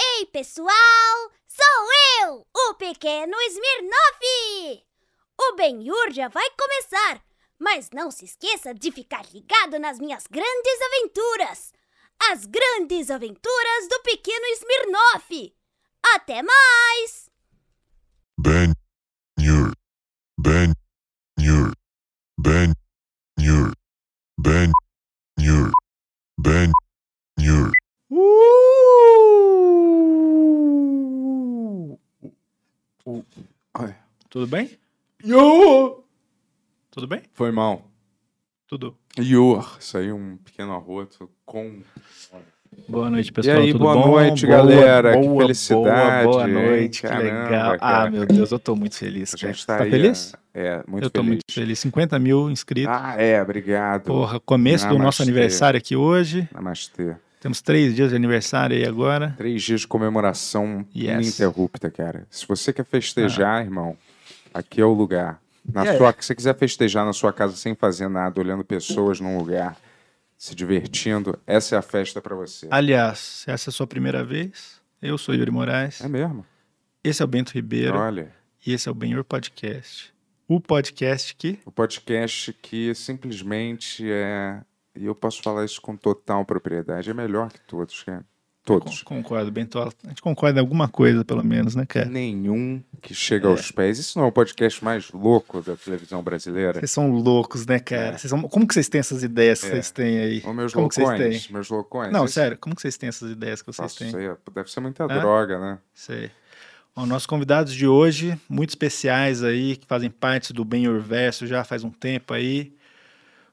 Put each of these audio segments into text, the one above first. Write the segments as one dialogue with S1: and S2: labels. S1: Oi, pessoal! Sou eu, o pequeno Smirnoff! O Benhur já vai começar, mas não se esqueça de ficar ligado nas minhas grandes aventuras! As grandes aventuras do pequeno Smirnoff! Até mais!
S2: Ben Nur. Ben Nur. Ben Nur. Ben Nur. Ben Nur.
S3: Uh! Ai.
S4: Tudo bem?
S3: Ior!
S4: Tudo bem?
S3: Foi mal.
S4: Tudo.
S3: Ior, saiu um pequeno arroto com.
S4: Boa noite,
S3: E
S4: pessoal.
S3: aí,
S4: Tudo
S3: boa
S4: bom?
S3: noite,
S4: Boa,
S3: galera.
S4: boa,
S3: que felicidade.
S4: Boa, boa
S3: hein?
S4: noite, que
S3: Caramba,
S4: legal.
S3: cara.
S4: Ah, meu Deus, eu tô muito feliz.
S3: A
S4: Cara.
S3: gente tá, aí,
S4: feliz?
S3: É, muito
S4: eu tô
S3: feliz.
S4: muito feliz. 50 mil inscritos.
S3: Ah, é, obrigado.
S4: Porra, começo do nosso
S3: Namastê.
S4: aniversário aqui hoje.
S3: Namastê.
S4: Temos três dias de aniversário aí agora.
S3: Três dias de comemoração
S4: Yes. Ah.
S3: ininterrupta, cara. Se você quer festejar, irmão, aqui é o lugar. Na
S4: Yeah.
S3: sua, se você quiser festejar na sua casa sem fazer nada, olhando pessoas num lugar, se divertindo, essa é a festa pra você.
S4: Aliás, se essa é a sua primeira vez, eu sou Yuri Moraes.
S3: É mesmo?
S4: Esse é o Bento Ribeiro
S3: Olha,
S4: e esse é o Benhur Podcast. O podcast que
S3: o podcast que simplesmente é. E eu posso falar isso com total propriedade. É melhor que todos, cara. Todos.
S4: Con- Concordo, Bentola. A gente concorda em alguma coisa, pelo menos, né,
S3: É.
S4: cara?
S3: Nenhum que chega aos pés. Isso não é o podcast mais louco da televisão brasileira?
S4: Vocês são loucos, né, cara? Vocês são... Como que vocês têm essas ideias que
S3: É.
S4: vocês têm aí?
S3: Ou meus
S4: Como que vocês
S3: loucões?
S4: têm?
S3: Meus loucões.
S4: Não,
S3: Esse-
S4: sério, como que vocês têm essas ideias que vocês
S3: Nossa,
S4: têm? É?
S3: isso aí deve ser muita
S4: Hã?
S3: droga, né?
S4: Sei. Bom, nossos convidados de hoje, muito especiais aí, que fazem parte do Bem Verso já faz um tempo aí.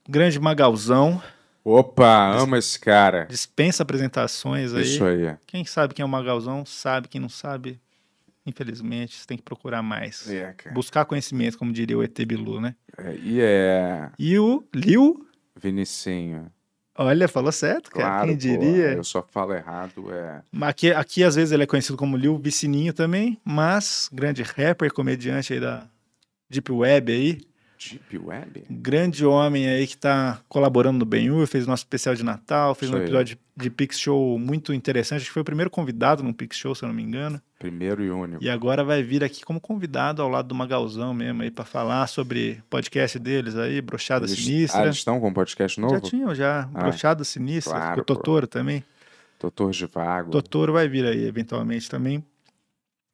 S4: Grande Magalzão,
S3: Opa, amo esse cara.
S4: dispensa apresentações aí.
S3: Isso aí.
S4: Quem sabe quem é o Magalzão, sabe. Quem não sabe, infelizmente, você tem que procurar mais.
S3: É, cara.
S4: Buscar conhecimento, como diria o ET Bilu, né?
S3: É, E é
S4: E o Liu,
S3: Vinicinho.
S4: olha, falou certo, cara.
S3: Claro,
S4: quem
S3: pô,
S4: diria?
S3: eu só falo errado, é.
S4: Mas Aqui, aqui, às vezes, ele é conhecido como Lil Vicininho também, mas grande rapper, comediante aí da Deep Web aí, um
S3: Deep Web?
S4: grande homem aí que tá colaborando no Benhur, fez nosso especial de Natal, fez
S3: Isso
S4: um
S3: aí.
S4: episódio de, de Pix Show muito interessante, acho que foi o primeiro convidado no Pix Show, se eu não me engano,
S3: Primeiro e único.
S4: e agora vai vir aqui como convidado ao lado do Magalzão mesmo aí para falar sobre podcast deles aí, Brochada
S3: Eles- Ah,
S4: Sinistra.
S3: eles estão com um podcast
S4: já
S3: novo? Ah,
S4: tinham já, Brochada Sinistra,
S3: claro,
S4: com o
S3: pô.
S4: Totoro também.
S3: Doutor de Vago.
S4: Totoro vai vir aí eventualmente também.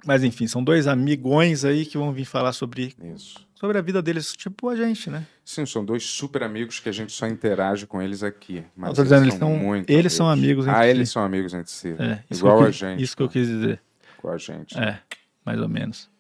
S4: Mas enfim, são dois amigões aí que vão vir falar sobre,
S3: Isso.
S4: sobre a vida deles, tipo a gente, né?
S3: Sim, são dois super amigos que a gente só interage com eles aqui. Mas
S4: Eu tô dizendo,
S3: eles
S4: eles
S3: são
S4: são-
S3: muito
S4: eles são amigos entre
S3: Ah,
S4: si.
S3: eles são amigos entre si.
S4: É, isso
S3: Igual
S4: que eu,
S3: a
S4: qui-
S3: gente, né?
S4: Isso que eu quis dizer.
S3: Com a gente.
S4: É, mais ou menos.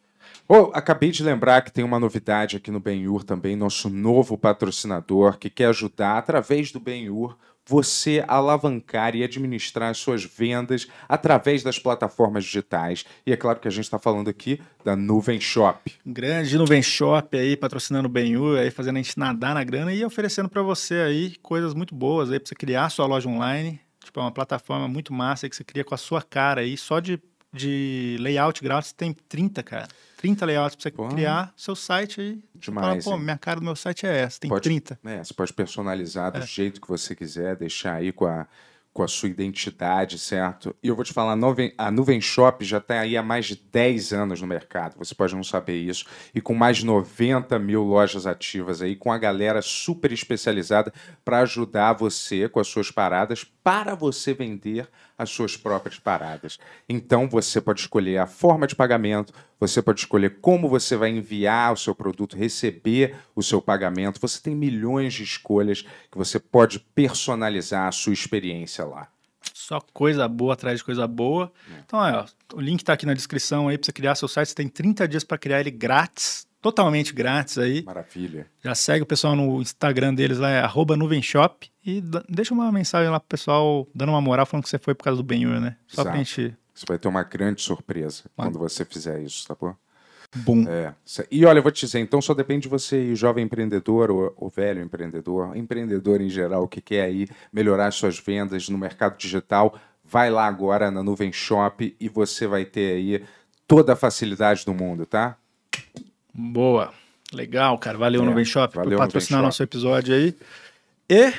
S3: Oh, acabei de lembrar que tem uma novidade aqui no Benhur também, nosso novo patrocinador que quer ajudar através do Benhur você a alavancar e administrar as suas vendas através das plataformas digitais. E é claro que a gente está falando aqui da Nuvem Shop.
S4: Grande Nuvem Shop aí, patrocinando o Benhu, aí fazendo a gente nadar na grana e oferecendo pra você aí coisas muito boas aí pra você criar sua loja online. Tipo, é uma plataforma muito massa aí que você cria com a sua cara aí, só de, de layout grátis tem 30, cara. 30 layouts pra você
S3: Pô.
S4: criar seu site aí. Você
S3: Demais,
S4: Fala,
S3: hein?
S4: pô, minha cara do meu site é essa, tem
S3: Pode-
S4: 30.
S3: É, você pode personalizar do jeito que você quiser, deixar aí com a, com a sua identidade, certo? E eu vou te falar, a Nuvem, a Nuvem Shop já está aí há mais de 10 anos no mercado, você pode não saber isso, e com mais de 90 mil lojas ativas aí, com a galera super especializada para ajudar você com as suas paradas, para você vender as suas próprias paradas. Então você pode escolher a forma de pagamento, você pode escolher como você vai enviar o seu produto, receber o seu pagamento. Você tem milhões de escolhas que você pode personalizar a sua experiência lá.
S4: Só coisa boa atrás de coisa boa. Então, é, ó, o link tá aqui na descrição aí pra você criar seu site. Você tem 30 dias pra criar ele grátis, totalmente grátis aí.
S3: Maravilha.
S4: Já segue o pessoal no Instagram deles lá, é arroba nuvemshop. E da- deixa uma mensagem lá pro pessoal, dando uma moral, falando que você foi por causa do Benhur, né? Só pra
S3: Exato.
S4: gente...
S3: Você vai ter uma grande surpresa
S4: Mano.
S3: quando você fizer isso, tá bom?
S4: Bum.
S3: É. Cê- E olha, eu vou te dizer, então só depende de você, aí, jovem empreendedor ou, ou velho empreendedor, empreendedor em geral, que quer aí melhorar suas vendas no mercado digital, vai lá agora na Nuvem Shop e você vai ter aí toda a facilidade do mundo, tá?
S4: Boa. Legal, cara. Valeu,
S3: É,
S4: Nuvemshop, por
S3: valeu,
S4: patrocinar
S3: Nuvem Shop.
S4: nosso episódio aí. E...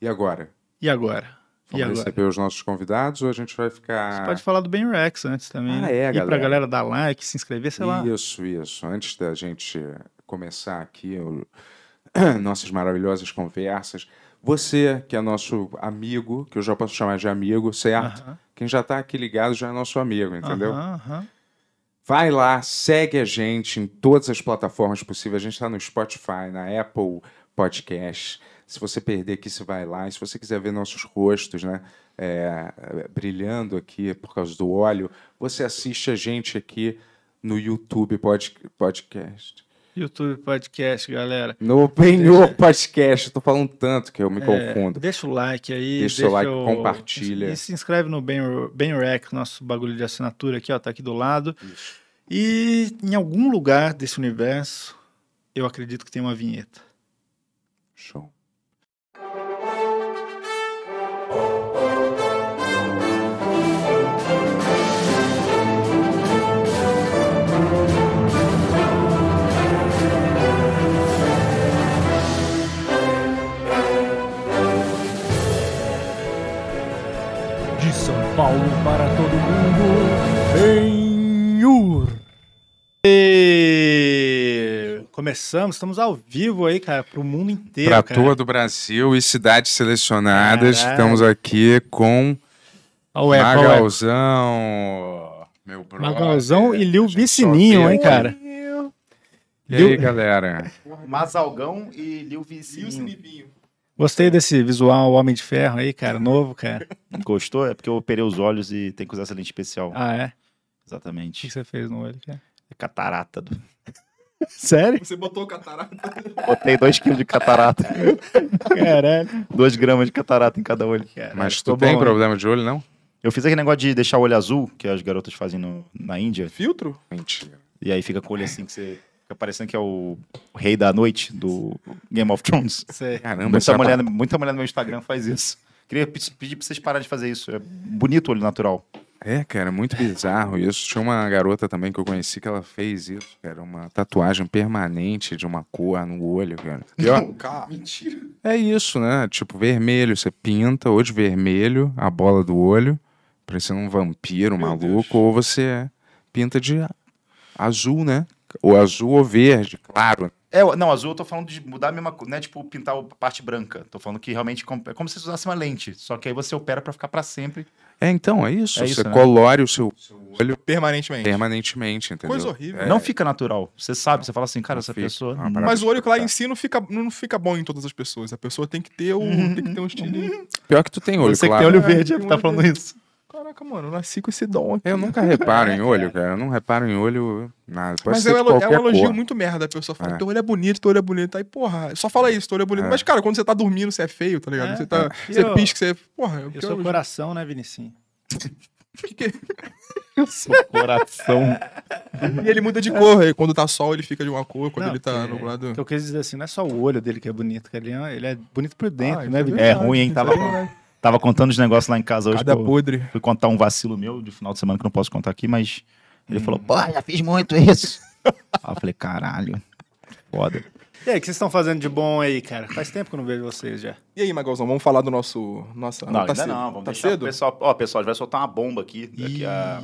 S3: E agora?
S4: E agora? E
S3: Vamos
S4: agora?
S3: receber os nossos convidados ou a gente vai ficar.
S4: Você pode falar do Ben Rex antes também.
S3: Ah,
S4: né?
S3: é,
S4: E pra
S3: galera.
S4: galera dar like, se inscrever, sei lá.
S3: Isso, isso. Antes da gente começar aqui o- nossas maravilhosas conversas, você que é nosso amigo, que eu já posso chamar de amigo, certo?
S4: Aham.
S3: Quem já tá aqui ligado já é nosso amigo, entendeu?
S4: Aham, aham.
S3: Vai lá, segue a gente em todas as plataformas possíveis. A gente está no Spotify, na Apple Podcast. Se você perder aqui, você vai lá. E se você quiser ver nossos rostos, né? é, brilhando aqui por causa do óleo, você assiste a gente aqui no YouTube pod- Podcast.
S4: YouTube Podcast, galera.
S3: No Penhor Podcast. Estou falando tanto que eu me confundo.
S4: É, Deixa o like aí.
S3: Deixa o seu like,
S4: o-
S3: compartilha.
S4: E se inscreve no Ben, ben Rex, nosso bagulho de assinatura aqui, ó, tá aqui do lado.
S3: Isso.
S4: E em algum lugar desse universo, eu acredito que tem uma vinheta.
S3: Show.
S5: De São Paulo para todo mundo, Benhur.
S4: E... Começamos, estamos ao vivo aí, cara, pro mundo inteiro.
S3: Para
S4: cara.
S3: todo o Brasil e cidades selecionadas,
S4: Caraca.
S3: estamos aqui com
S4: Ó, o Eco, ó, o Eco.
S3: Magalzão, meu brother.
S4: Magalzão e Lil
S3: A gente
S4: Vicininho,
S3: só
S4: hein,
S3: vê-
S4: cara?
S3: E aí,
S4: Lil-
S3: galera?
S6: Mazalgão e Lil Vizinho.
S4: Gostei desse visual Homem de Ferro aí, cara, novo, cara.
S6: Gostou? É porque eu operei os olhos e tem que usar essa lente especial.
S4: Ah, é? O que
S6: Exatamente.
S4: que você fez no olho, cara?
S6: É Catarata. do-
S4: Sério?
S7: Você botou o catarata.
S6: Botei 2kg de catarata.
S4: Caralho.
S6: 2 gramas de catarata em cada olho.
S3: Mas tu
S6: ficou
S3: tem
S4: né?
S6: bom, hein?
S3: problema de olho, não?
S6: Eu fiz aquele negócio de deixar o olho azul, que as garotas fazem no- na Índia.
S7: Filtro?
S3: Mentira.
S6: E aí fica com o olho assim que você. Fica parecendo que é o, o rei da noite do Game of Thrones.
S4: Sei.
S3: Caramba,
S6: Muita
S3: essa
S6: mulher, muita mulher no meu Instagram faz isso. Queria pe- pedir pra vocês pararem de fazer isso. É bonito o olho natural.
S3: É, cara, muito bizarro isso. Tinha uma garota também que eu conheci que ela fez isso, cara. Uma tatuagem permanente de uma cor no olho, cara. E, ó,
S7: Cara, mentira.
S3: é isso, né? Tipo, vermelho. Você pinta ou de vermelho a bola do olho, parecendo um vampiro
S7: Meu
S3: maluco,
S7: Deus.
S3: ou você pinta de azul, né? Ou azul ou verde, claro.
S6: É, não, azul eu tô falando de mudar a mesma coisa, não é tipo pintar a parte branca. Tô falando que realmente com- é como se você usasse uma lente, só que aí você opera pra ficar pra sempre.
S3: É, então, é isso.
S6: É
S3: você
S6: isso, né?
S3: colore o seu olho
S7: Permanentemente.
S3: permanentemente, entendeu?
S7: Coisa horrível.
S6: Não fica natural. Você sabe, você fala assim,
S3: É.
S6: cara,
S3: Não
S6: essa
S3: fica.
S6: pessoa.
S3: Ah,
S7: Mas o olho claro em si não fica, não fica bom em todas as pessoas. A pessoa tem que ter o,
S3: Uhum.
S7: tem que ter um estilo.
S3: Pior que tu tem olho,
S6: você que
S3: claro.
S6: tem olho
S7: É,
S6: verde é
S7: tem
S6: que tá
S7: olho
S6: falando isso.
S7: Caraca, mano, eu nasci com esse dom aqui.
S3: Eu nunca reparo em olho, cara. Eu não reparo em olho nada. Pode
S7: Mas
S3: ser
S7: é um,
S3: de
S7: elo- é um
S3: qualquer
S7: elogio
S3: cor.
S7: muito merda. A pessoa fala,
S3: É.
S7: teu olho é bonito, teu olho é bonito. Aí, porra, só fala isso, teu olho é bonito.
S3: É.
S7: Mas, cara, quando você tá dormindo, você é feio, tá ligado?
S4: É.
S7: Você, tá,
S4: E
S7: você
S4: eu-
S7: pisca, você é. Porra, eu
S4: E o seu coração, né, Vinicinho?
S6: Coração.
S7: E ele muda de cor. aí Quando tá sol, ele fica de uma cor. Quando
S4: Não,
S7: ele tá
S4: porque-
S7: nublado.
S4: que eu quis dizer assim, não é só o olho dele que é bonito, cara. Ele é, ele é bonito por dentro,
S7: Ah,
S4: né,
S7: isso
S4: Vini?
S6: É ruim, hein? Tava, tava contando os negócios lá em casa hoje.
S7: Cada
S6: que eu
S7: podre.
S6: Fui contar um vacilo meu de final de semana que eu não posso contar aqui, mas ele
S3: Hum.
S6: falou, porra, já fiz muito isso. aí eu falei, caralho. Foda.
S4: E aí, o que vocês estão fazendo de bom aí, cara? Faz tempo que eu não vejo vocês já.
S7: E aí, Magalzão, vamos falar do nosso. Nossa,
S6: Não,
S7: tá
S6: ainda
S7: cedo.
S6: não. Vamos
S7: tá
S6: deixar
S7: cedo?
S6: o pessoal. Ó, pessoal, a gente vai soltar uma bomba aqui. daqui a-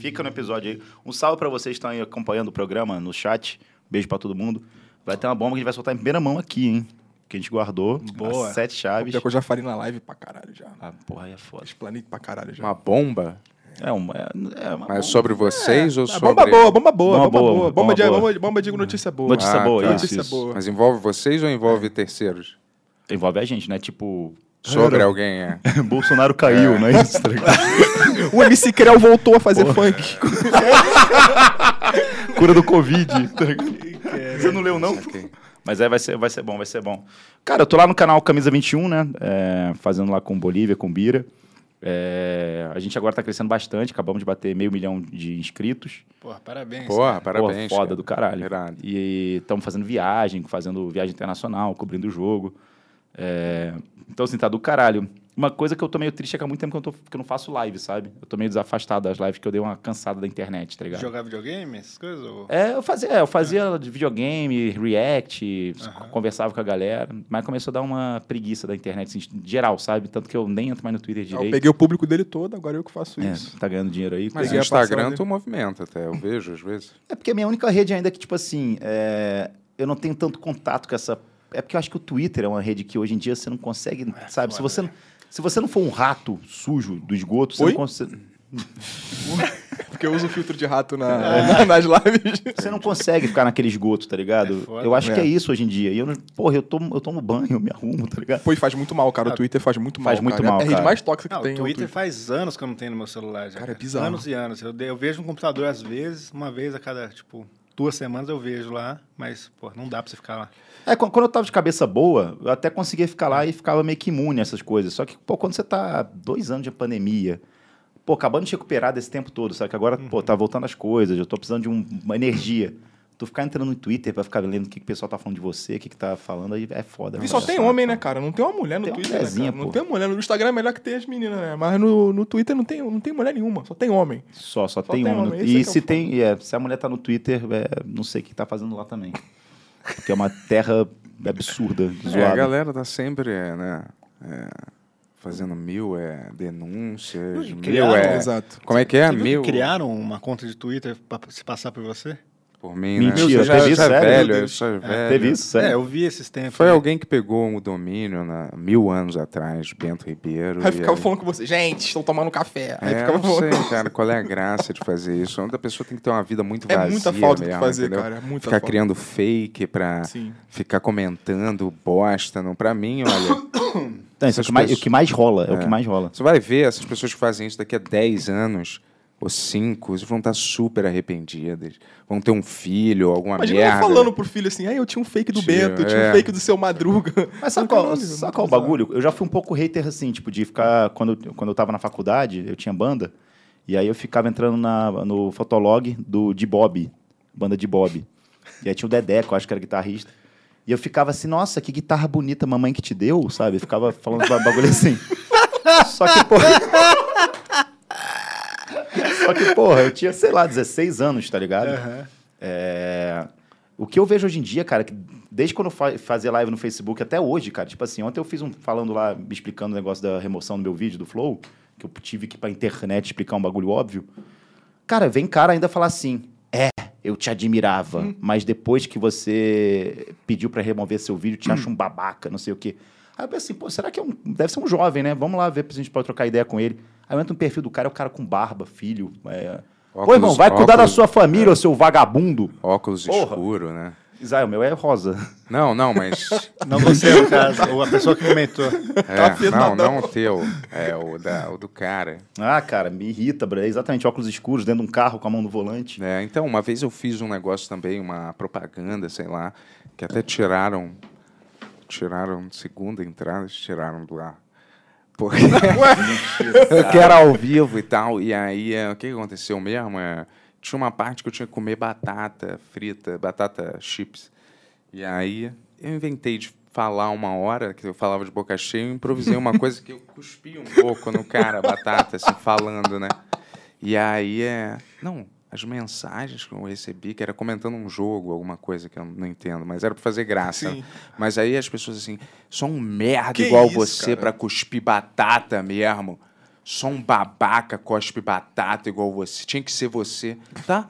S6: Fica no episódio aí. Um salve pra vocês que estão aí acompanhando o programa no chat. Beijo pra todo mundo. Vai ter uma bomba que a gente vai soltar em primeira mão aqui, hein? Que a gente guardou.
S4: Boa.
S6: as Sete chaves.
S7: Pior que eu já falei na live pra caralho já.
S6: Ah, porra, aí é foda.
S7: Explanei pra caralho já.
S3: Uma bomba?
S6: É uma. É, é uma
S3: Mas
S6: bomba.
S3: sobre vocês ou
S7: Ah,
S3: sobre...
S7: bomba boa, bomba boa,
S6: Bomba
S7: bomba
S6: boa,
S7: boa. Bomba
S6: bomba
S7: de,
S6: boa.
S7: bomba, bomba de notícia boa.
S6: Notícia
S3: Ah,
S6: boa,
S3: tá.
S6: isso.
S7: Notícia
S6: isso.
S7: boa.
S3: Mas envolve vocês ou envolve terceiros?
S6: Envolve a gente, né? Tipo.
S3: Sobre alguém, é.
S6: Bolsonaro caiu, não é isso? Tá ligado?
S7: O MC Creu voltou a fazer funk.
S6: Cura do Covid. tá ligado? Você não leu, não?
S3: Ok.
S6: Mas é, vai ser, vai ser bom, vai ser bom. Cara, eu tô lá no canal Camisa 21, né? É, fazendo lá com Bolívia, com Bira. É, a gente agora tá crescendo bastante, acabamos de bater meio milhão de inscritos.
S4: Porra, parabéns.
S3: Porra,
S6: Pô,
S3: parabéns.
S6: foda
S3: cara.
S6: do caralho.
S3: Irado.
S6: E estamos fazendo viagem, fazendo viagem internacional, cobrindo o jogo. É, então, assim, tá do caralho. Uma coisa que eu tô meio triste é que há muito tempo que eu, tô- que eu não faço live, sabe? Eu tô meio desafastado das lives, que eu dei uma cansada da internet, tá ligado?
S4: Jogar videogame, essas coisas? Ou...
S6: É, eu fazia, eu fazia de videogame, react, conversava com a galera, mas começou a dar uma preguiça da internet, assim, geral, sabe? Tanto que É, eu nem entro mais no Twitter
S7: Ah, eu
S6: direito.
S7: peguei o público dele todo, agora eu que faço
S6: É,
S7: isso.
S6: tu tá ganhando dinheiro aí.
S3: Mas
S6: cara.
S3: o
S7: Peguei a
S3: Instagram
S7: passada.
S3: tu movimenta até, eu vejo às vezes.
S6: É porque a minha única rede ainda que, tipo assim, é, eu não tenho tanto contato com essa. É porque eu acho que o Twitter é uma rede que hoje em dia você não consegue, sabe? se,
S4: foda,
S6: você, não- se você não for um rato sujo do esgoto, você
S7: Oi?
S6: não, consegue,
S7: Porque eu uso filtro de rato
S6: É.
S7: na- nas lives.
S6: você não consegue ficar naquele esgoto,
S4: É
S6: tá ligado?
S4: foda.
S6: eu acho que é
S7: É.
S6: isso hoje em dia. E eu não, porra, eu tomo, eu tomo banho, eu me arrumo, tá ligado?
S7: Pô, e faz muito mal, cara. O Twitter faz muito mal.
S6: Faz muito
S7: cara.
S6: mal,
S7: É a rede
S6: cara.
S7: mais tóxica
S4: Não,
S7: que
S4: o
S7: tem. é
S4: Twitter faz anos que eu não tenho no meu celular já.
S7: Cara, é bizarro.
S4: Anos e anos. Eu, de- eu vejo no computador às vezes, uma vez a cada, tipo, duas semanas eu vejo lá, mas, pô, não dá pra você ficar lá.
S6: É, quan- quando eu tava de cabeça boa, eu até conseguia ficar lá e ficava meio que imune a essas coisas. Só que, pô, quando você tá dois anos de pandemia, pô, acabando de recuperar desse tempo todo, sabe? Que agora,
S7: Uhum.
S6: pô, tá voltando as coisas, eu tô precisando de um- uma energia. Tu ficar entrando no Twitter pra ficar lendo o que, que o pessoal tá falando de você, o que, que tá falando, aí é foda.
S7: E só tem homem, né, cara? Não tem uma mulher no
S6: Tem uma
S7: Twitter, né,
S6: mulherzinha,
S7: cara? Não
S6: pô.
S7: tem uma mulher. No Instagram é melhor que tem as meninas, né? Mas no, no Twitter não tem, não tem mulher nenhuma, só tem homem.
S6: Só, só, tem,
S7: tem
S6: homem.
S7: homem, esse é
S6: E
S7: que é
S6: se
S7: o
S6: tem. é, se a mulher tá no Twitter, é, não sei o que tá fazendo lá também. Porque é uma terra absurda,
S3: É, a
S6: zoada.
S3: galera tá sempre, é, né? é, fazendo mil é, denúncias,
S4: Não, e
S3: mil
S4: criaram-
S3: é.
S7: Ah, Exato.
S3: Como é que é?
S4: Você viu que
S3: Mil.
S4: Criaram uma conta de Twitter pra se passar por você?
S3: Por mim, né?
S6: Mentira,
S3: Eu já,
S6: teve
S3: eu
S6: isso,
S3: já
S6: sério?
S3: velho,
S6: Meu
S3: eu
S6: Deus.
S3: já velho.
S6: Teve isso, sério?
S4: É, eu vi esses tempos.
S3: Foi
S4: aí.
S3: alguém que pegou o domínio na, mil anos atrás, Bento Ribeiro.
S7: Aí
S3: e
S6: é.
S7: ficava falando com você, gente, estão tomando café. Aí
S3: É,
S7: ficava
S3: eu não
S7: falando.
S3: sei, cara, qual é a graça de fazer isso? Onde a pessoa tem que ter uma vida muito
S7: É
S3: vazia
S7: muita falta
S3: mesmo,
S7: de fazer,
S3: entendeu?
S7: cara. É muita
S3: Ficar
S7: falta.
S3: criando fake pra
S7: Sim.
S3: ficar comentando bosta. Não. Pra mim, olha,
S6: Então, isso é o
S3: essas
S6: que mais-
S3: pessoas-
S6: o que mais rola, é o que mais rola.
S3: você vai ver essas pessoas que fazem isso daqui a 10 anos ou 5, eles vão estar super arrependidas. Vão ter um filho, alguma
S7: Imagina eu
S3: merda.
S7: falando pro filho assim, aí eu tinha um fake do
S3: Tio,
S7: Bento, eu tinha
S3: é.
S7: um fake do seu Madruga.
S6: Mas sabe
S7: Caralho,
S6: qual,
S7: muito
S6: sabe qual o
S7: bizarro.
S6: bagulho? Eu já fui um pouco hater assim, tipo, de ficar. Quando, eu- quando eu tava na faculdade, eu tinha banda, e aí eu ficava entrando na, no fotolog do, de Bob, banda de Bob. E aí tinha o Dedé, que eu acho que era guitarrista. E eu ficava assim, nossa, que guitarra bonita mamãe que te deu, sabe? Eu ficava falando ba- bagulho assim. Só que, porra. Só que, porra, eu tinha, sei lá, 16 anos, tá ligado?
S4: Aham.
S6: É, O que eu vejo hoje em dia, cara, que desde quando eu fa- fazia live no Facebook até hoje, cara, tipo assim, ontem eu fiz um falando lá, me explicando o negócio da remoção do meu vídeo, do Flow, que eu tive que ir pra internet explicar um bagulho óbvio. Cara, vem cara ainda falar assim, é, eu te admirava, mas depois que você pediu pra remover seu vídeo, te acho um babaca, não sei o quê. Aí eu pensei, pô, será que é um. Deve ser um jovem, né? Vamos lá ver se a gente pode trocar ideia com ele. Aí eu entro no perfil do cara, é o cara com barba, filho. É... Ô,
S3: Óculos-
S6: irmão, vai cuidar da
S3: óculos-
S6: sua família, ô seu vagabundo.
S3: Óculos
S6: Porra.
S3: escuro, né?
S6: Israel, meu é rosa.
S3: Não, não, mas.
S4: Não você, no caso, ou a pessoa que comentou.
S3: é, não,
S7: afinadão.
S3: não o teu. É o, da, o do cara.
S6: Ah, cara, me irrita, bro. É exatamente óculos escuros dentro de um carro com a mão no volante.
S3: É, então, uma vez eu fiz um negócio também, uma propaganda, sei lá, que até tiraram. Tiraram de segunda entrada, tiraram do ar. Porque
S7: Ah.
S3: que era ao vivo e tal. E aí, é, o que que aconteceu mesmo? É, tinha uma parte que eu tinha que comer batata frita, batata chips. E aí, eu inventei de falar uma hora, que eu falava de boca cheia, eu improvisei uma coisa que eu cuspi um pouco no cara, a batata, assim, falando, né? E aí é. Não, as mensagens que eu recebi, que era comentando um jogo, alguma coisa que eu não entendo, mas era pra fazer graça.
S7: Sim.
S3: Mas aí as pessoas assim, só um merda
S7: Que
S3: igual
S7: isso,
S3: você
S7: cara?
S3: pra cuspir batata mesmo. Só um babaca cospe batata igual você. Tinha que ser você. Tá?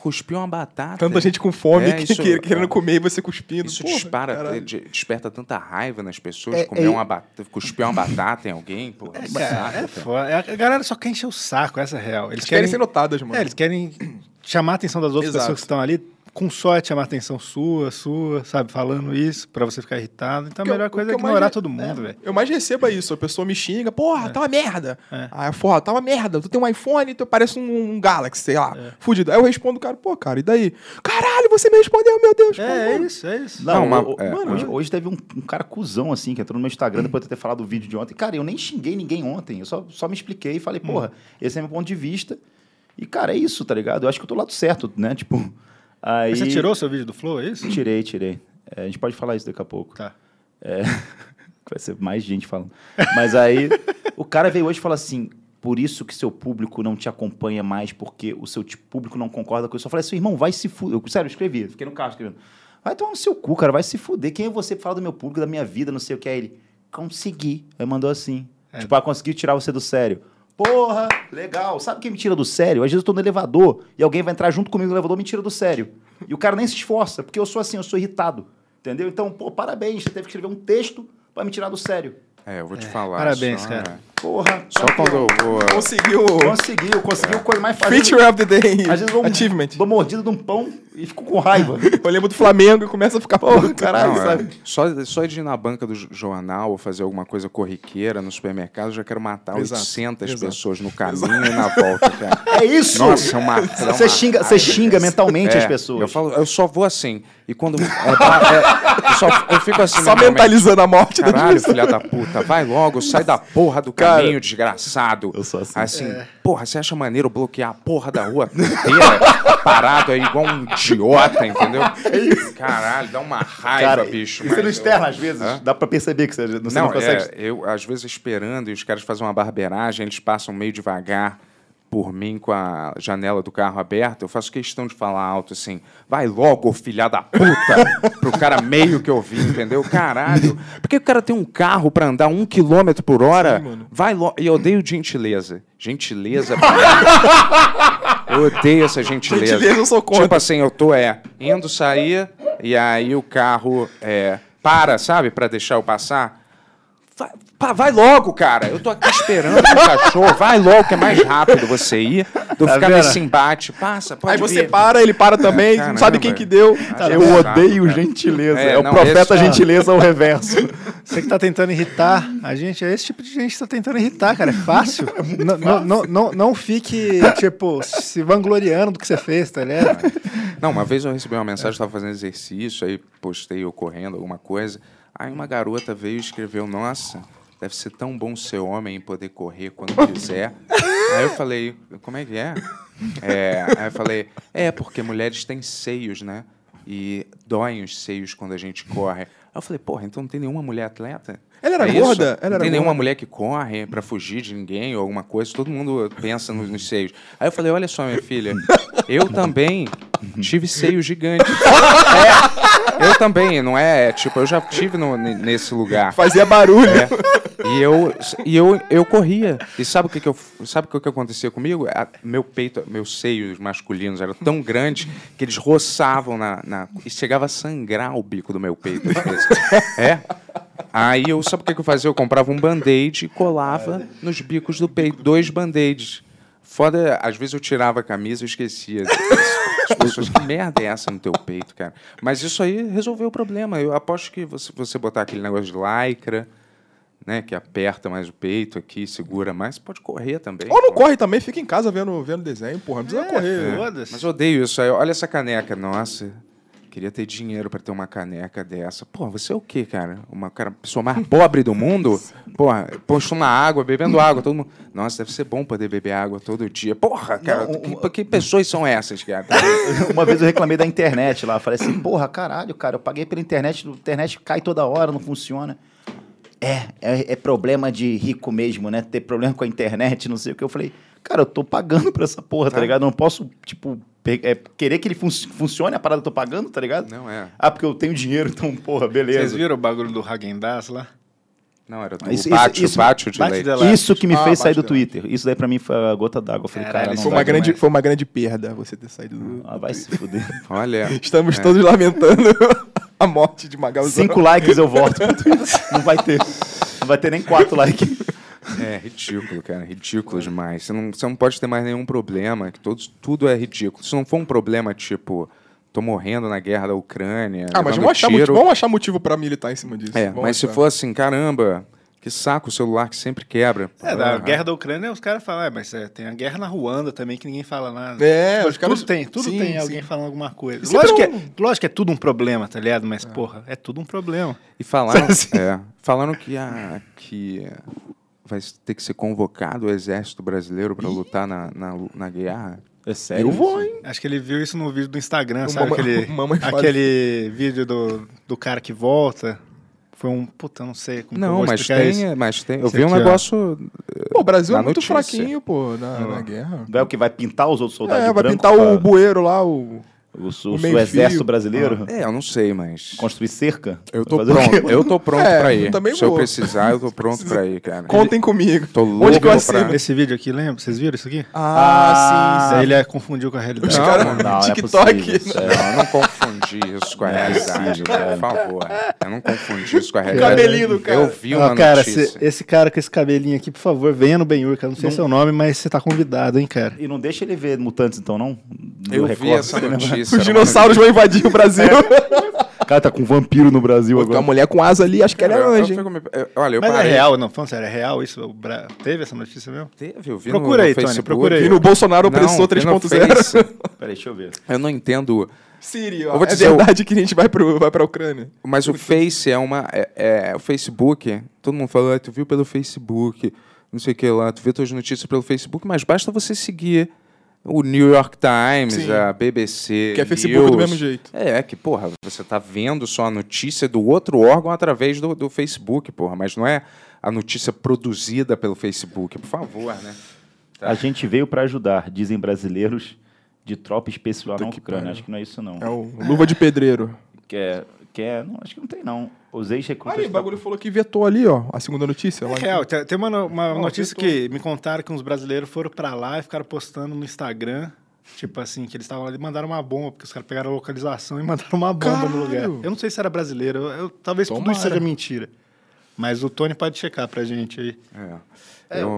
S3: Cuspiu uma batata.
S7: Tanta gente com fome,
S3: É,
S7: que-
S3: isso-
S7: que- querendo comer e você cuspindo.
S3: Isso
S7: Porra,
S3: dispara,
S7: caralho.
S3: de- desperta tanta raiva nas pessoas,
S6: É,
S3: comer
S6: é-
S3: uma batata, cuspir uma batata em alguém, pô. É,
S4: Cara, é foda. É, A galera só quer encher o saco, essa é a real. Eles,
S7: Eles querem ser notadas, mano.
S4: É, eles querem chamar a atenção das outras
S7: Exato.
S4: pessoas que estão ali, com sorte chamar a atenção sua, sua, sabe, falando isso, pra você ficar irritado. Então
S7: Que
S4: a
S7: eu-
S4: melhor
S7: o
S4: coisa é
S7: que eu mais
S4: ignorar
S7: re-
S4: todo mundo, velho.
S7: É, Eu mais recebo isso, a pessoa me xinga, porra, tá uma merda.
S4: É.
S7: Ah, porra, tá uma merda. Tu tem um iPhone, tu parece um, um Galaxy, sei lá, fudido. Aí eu respondo o cara, pô, cara, e daí? Caralho, você me respondeu, meu Deus. pô,
S4: É, é
S7: tipo, mano.
S4: isso, é isso.
S6: Não,
S3: Não, mas-
S6: o- o-
S3: é,
S6: mano,
S3: mas-
S6: hoje, hoje teve um, um cara cuzão assim que entrou no meu Instagram depois de eu ter falado do vídeo de ontem. Cara, eu nem xinguei ninguém ontem. Eu só, só me expliquei e falei, porra, esse é meu ponto de vista. E, cara, é isso, tá ligado? Eu acho que eu tô do lado certo, né? Tipo. Aí...
S4: Mas Você tirou o seu vídeo do Flow, é isso?
S6: Tirei, tirei. É, a gente pode falar isso daqui a pouco.
S4: Tá.
S6: Vai ser mais gente falando. Mas aí, o cara veio hoje e fala assim: por isso que seu público não te acompanha mais, porque o seu ti- público não concorda com isso. Eu falei assim, irmão, vai se fuder. Eu, sério, eu escrevi, fiquei no carro escrevendo. Vai tomar no seu cu, cara, vai se fuder. Quem é você pra falar do meu público, da minha vida, não sei o que. Aí ele, consegui. Aí mandou assim: tipo, ah, consegui tirar você do sério. Porra, legal. Sabe quem me tira do sério? Às vezes eu tô no elevador e alguém vai entrar junto comigo no elevador e me tira do sério. E o cara nem se esforça, porque eu sou assim, eu sou irritado. Entendeu? Então, pô, parabéns, você teve que escrever um texto pra me tirar do sério.
S3: É, eu vou te falar.
S4: parabéns,
S3: só, é.
S4: cara.
S6: Porra,
S3: Só
S6: campeão.
S3: quando eu vou.
S7: Conseguiu o
S6: Conseguiu, conseguiu coisa mais fácil.
S7: Feature of the Day
S6: Às vezes eu dou, um,
S7: Achievement.
S6: dou mordida de um pão e fico com raiva.
S7: Eu lembro do Flamengo e começa a ficar puto.
S6: caralho,
S3: Não, é.
S6: sabe?
S3: Só, só de ir na banca do jo- jornal ou fazer alguma coisa corriqueira no supermercado, eu já quero matar
S7: Exato,
S3: 800
S7: exato.
S3: pessoas no caminho e na volta, cara.
S6: É isso!
S3: Nossa, é uma. é
S6: Você
S3: uma
S6: xinga,
S3: raiva.
S6: você xinga mentalmente
S3: É,
S6: as pessoas.
S3: Eu falo, eu só vou assim. E quando. é, é, eu, só, eu fico assim.
S7: Só
S3: mentalmente.
S7: mentalizando a morte da
S3: Caralho, filha da puta, vai logo, sai da porra do caminho, desgraçado.
S6: Eu sou assim.
S3: porra, você acha maneiro bloquear a porra da rua inteira, parado aí igual um idiota, entendeu? Caralho, dá uma raiva,
S6: É Cara,
S3: bicho.
S6: e
S3: mas
S6: você não
S3: eu-
S6: externa às vezes.
S3: Hã?
S6: Dá pra perceber que você você não,
S3: Não,
S6: consegue.
S3: é, eu às vezes esperando e os caras fazem uma barbeiragem, eles passam meio devagar por mim com a janela do carro aberta, eu faço questão de falar alto assim, vai logo, ô filha da puta, pro cara meio que ouvir, entendeu? Caralho, por que o cara tem um carro pra andar um quilômetro por hora? vai logo, e eu odeio gentileza. Gentileza, eu odeio essa gentileza.
S7: Gentileza eu sou contra.
S3: Tipo assim, eu tô é, indo sair e aí o carro é, para, sabe, Pra deixar eu passar. Vai, pá, vai logo, cara. Eu tô aqui esperando o cachorro. Vai logo, que é mais rápido você ir do
S4: Tá
S3: ficar
S4: vendo?
S3: nesse embate. Passa, pode
S7: Aí você
S3: vir.
S7: para, ele para também, não
S3: caramba,
S7: sabe quem
S3: velho.
S7: que deu.
S3: Tá
S6: eu
S3: bom.
S6: odeio
S3: Cara.
S6: gentileza. É,
S3: É,
S6: o
S3: não,
S6: profeta
S3: esse-
S6: gentileza ao reverso.
S4: Você que tá tentando irritar a gente, é esse tipo de gente que tá tentando irritar, cara. É fácil. Não- não, não, não, não fique, tipo, se vangloriando do que você fez, tá ligado?
S3: Não, uma vez eu recebi uma mensagem, estava fazendo exercício, aí postei eu correndo, alguma coisa. Aí uma garota veio e escreveu: Nossa, deve ser tão bom ser homem e poder correr quando quiser. aí eu falei: Como é que é? É, Aí eu falei: É, porque mulheres têm seios, né? E doem os seios quando a gente corre. Aí eu falei: Porra, então não tem nenhuma mulher atleta?
S7: Ela era
S3: É isso?
S7: gorda?
S3: não
S7: Ela era
S3: tem
S7: gorda?
S3: nenhuma uma mulher que corre pra fugir de ninguém ou alguma coisa, todo mundo pensa nos, nos seios. Aí eu falei, olha só, minha filha, eu também tive seios gigantes. É, eu também, não é? é, Tipo, eu já tive no- ne- nesse lugar.
S7: Fazia barulho.
S3: É. E eu, e eu, eu corria. E sabe o que, que, eu, sabe o que, que acontecia comigo? A- meu peito, meus seios masculinos eram tão grandes que eles roçavam na, na- e chegava a sangrar o bico do meu peito. às vezes. é. Aí eu, sabe o que, que eu fazia? Eu comprava um band-aid e colava nos bicos do peito, dois band-aids. Foda, às vezes eu tirava a camisa e esquecia. As pessoas, que merda é essa no teu peito, cara? Mas isso aí resolveu o problema. Eu aposto que você, você botar aquele negócio de lycra, né, que aperta mais o peito aqui, segura mais, pode correr também.
S7: Ou
S3: pô.
S7: não
S3: É,
S7: corre também, fica em casa vendo, vendo desenho, porra. Não precisa correr.
S4: É, Foda-se.
S3: Mas eu odeio isso aí. Olha essa caneca, nossa. Queria ter dinheiro pra ter uma caneca dessa. Pô, você é o quê, cara? Uma cara, pessoa mais pobre do mundo? Porra, posto na água, bebendo água, todo mundo. Nossa, deve ser bom poder beber água todo dia. Porra, cara,
S6: Não,
S3: que,
S6: o-
S3: que pessoas são essas, cara?
S6: Uma vez eu reclamei da internet lá. Falei assim, porra, caralho, cara, eu paguei pela internet, a internet cai toda hora, não funciona. É, é, é problema de rico mesmo, né? Ter problema com a internet, não sei o que. Eu falei, cara, eu tô pagando pra essa porra, tá, ligado? Eu não posso, tipo, pe- é, querer que ele fun- funcione a parada que eu tô pagando, tá ligado?
S3: Não é.
S6: Ah, porque eu tenho dinheiro, então, porra,
S4: Vocês
S6: beleza.
S4: viram o bagulho do Hagendaz lá?
S3: Não, era do
S6: Isso- isso-
S3: pátio,
S6: isso-
S3: pátio de
S4: bate
S3: leite.
S4: dela-
S6: Isso que me
S4: Ah,
S6: fez sair
S4: bate
S6: do
S4: dela.
S6: Twitter. Isso daí pra mim foi a gota d'água. Eu falei,
S4: Caralho,
S6: cara,
S4: isso
S6: não
S7: Foi
S6: vai
S7: uma, grande,
S3: é.
S6: mais.
S7: foi uma grande perda você ter saído do.
S6: Ah, vai se fuder.
S3: Olha.
S7: Estamos todos lamentando a morte de Magalzão.
S6: Cinco likes eu volto pro Twitter. Não vai ter. Não vai ter nem quatro likes.
S3: É ridículo, cara. Ridículo demais. Você não, você não pode ter mais nenhum problema. Que todos, tudo é ridículo. Se não for um problema, tipo, tô morrendo na guerra da Ucrânia.
S7: Ah,
S3: levando
S7: mas vamos achar,
S3: né? tiro.
S7: motivo, vamos achar motivo pra militar em cima disso.
S3: É,
S7: Vamos
S3: mas se
S7: achar.
S3: for assim, caramba, que saco o celular que sempre quebra.
S4: É, da
S3: Porra.
S4: guerra da Ucrânia, os caras falam, "Ah, mas é, tem a guerra na Ruanda também que ninguém fala nada. Tipo,
S7: É, os
S4: tudo
S7: caras.
S4: tem, tudo
S7: Sim,
S4: tem
S7: sim.
S4: alguém falando alguma coisa.
S7: Sempre
S4: Lógico que,
S7: é um-
S4: é, lógico que é tudo um problema, tá ligado? Mas, porra, é tudo um problema.
S3: E falaram, é, falaram que, a, que vai ter que ser convocado o exército brasileiro pra lutar na, na, lu- na guerra.
S6: É sério?
S7: Eu vou, hein?
S4: Acho que ele viu isso no vídeo do Instagram,
S7: O
S4: sabe?
S7: mamãe-
S4: aquele
S7: o mamãe fala-
S4: aquele vídeo do, do cara que volta. Foi um. Puta, não sei como que eu
S3: Não,
S4: vou
S3: mas
S4: explicar
S3: tem,
S4: isso.
S3: mas tem. Eu
S4: Isso
S3: vi um
S4: aqui, ó.
S3: negócio.
S7: Pô, o Brasil
S3: Na
S7: é muito
S3: notícia.
S7: fraquinho, pô, na, na guerra.
S6: Não é o que vai pintar os outros soldados
S7: É,
S6: de
S7: vai
S6: branco
S7: pintar o
S6: pra-
S7: bueiro lá, o.
S6: o, Ah. su-
S7: o
S6: su-
S7: meio-fio.
S6: exército
S4: Ah.
S6: brasileiro?
S3: É, eu não sei, mas.
S6: Construir cerca?
S3: Eu tô
S6: Vai fazer o quê?
S3: pronto. Eu tô pronto
S7: É,
S3: pra
S7: eu
S3: ir.
S7: também
S3: Se eu
S7: vou.
S3: precisar, eu tô pronto pra ir, cara.
S7: Contem comigo.
S3: Tô louco
S7: Onde que eu
S3: pra...
S7: assino?
S4: Esse vídeo aqui, lembra? Vocês viram isso aqui?
S7: Ah, sim,
S4: Daí ele é, confundiu com a realidade.
S7: Os
S3: Não,
S7: caras
S3: não,
S6: não é
S7: TikTok.
S6: possível isso, é.
S3: Não, eu não confundi isso com a realidade,
S6: sim,
S3: por
S6: cara.
S3: favor. Eu não confundi isso com a
S7: o
S3: realidade.
S7: cabelinho do cara.
S3: Eu vi
S4: Ó,
S3: uma
S4: Ah, cara,
S3: notícia.
S4: cê- esse cara com esse cabelinho aqui, por favor, venha no Benhur, cara. Não sei seu nome, mas você tá convidado, hein, cara.
S6: E não deixa ele ver mutantes, então, não? Do
S3: Eu vi
S6: Record.
S3: essa notícia.
S7: Os
S3: era uma- É.
S7: dinossauros vão invadir o Brasil.
S6: O cara tá com vampiro no Brasil
S7: Pô, tá tem uma mulher com asa ali, acho que era
S3: Eu- eu
S7: anjo. hein?
S3: fico me- eu- Olha, eu
S4: Mas é
S3: parei.
S4: real, não, falando sério, é real isso? O Bra- Teve essa notícia mesmo?
S3: Teve, eu vi
S4: Procura
S3: no,
S4: aí,
S3: no
S4: Tony,
S3: Facebook.
S4: procura aí.
S7: E no Bolsonaro opressor
S3: Não, vi no
S7: 3.0.
S3: Face.
S6: Peraí, deixa eu ver.
S3: Eu não entendo.
S7: Siri,
S3: Eu
S7: ó.
S3: vou
S7: É
S3: dizer, eu-
S7: verdade que a gente vai, pro, vai pra Ucrânia.
S3: Mas o Face é uma. É, é- o Facebook, todo mundo fala, ah, tu viu pelo Facebook, não sei o que lá, tu vê tuas notícias pelo Facebook, mas basta você seguir o New York Times,
S7: Sim.
S3: a BBC.
S7: Que é Facebook
S3: News.
S7: do mesmo jeito.
S3: É, que, porra, você tá vendo só a notícia do outro órgão através do, do Facebook, porra, mas não é a notícia produzida pelo Facebook, por favor, né? Tá.
S6: A gente veio pra ajudar, dizem brasileiros de tropa especial na
S7: que
S6: Ucrânia.
S7: pariu.
S6: Acho que não é isso, não.
S7: É o Luva de Pedreiro.
S6: Que é... Que é... Não, acho que não tem, não. Os ex-recrutas...
S7: Aí, o
S6: da-
S7: bagulho falou que vetou ali, ó. A segunda notícia.
S4: É
S7: lá em-
S4: real. Tem tem uma, no- uma
S7: Ó,
S4: notícia
S7: vetou.
S4: que me contaram que uns brasileiros foram pra lá e ficaram postando no Instagram. Tipo assim, que eles estavam lá e mandaram uma bomba, porque os caras pegaram a localização e mandaram uma bomba
S7: Caralho!
S4: no lugar. Eu não sei se era brasileiro, eu, eu- talvez tudo isso
S7: Tomara.
S4: seja mentira. Mas o Tony pode checar pra gente aí.
S3: É. Eu,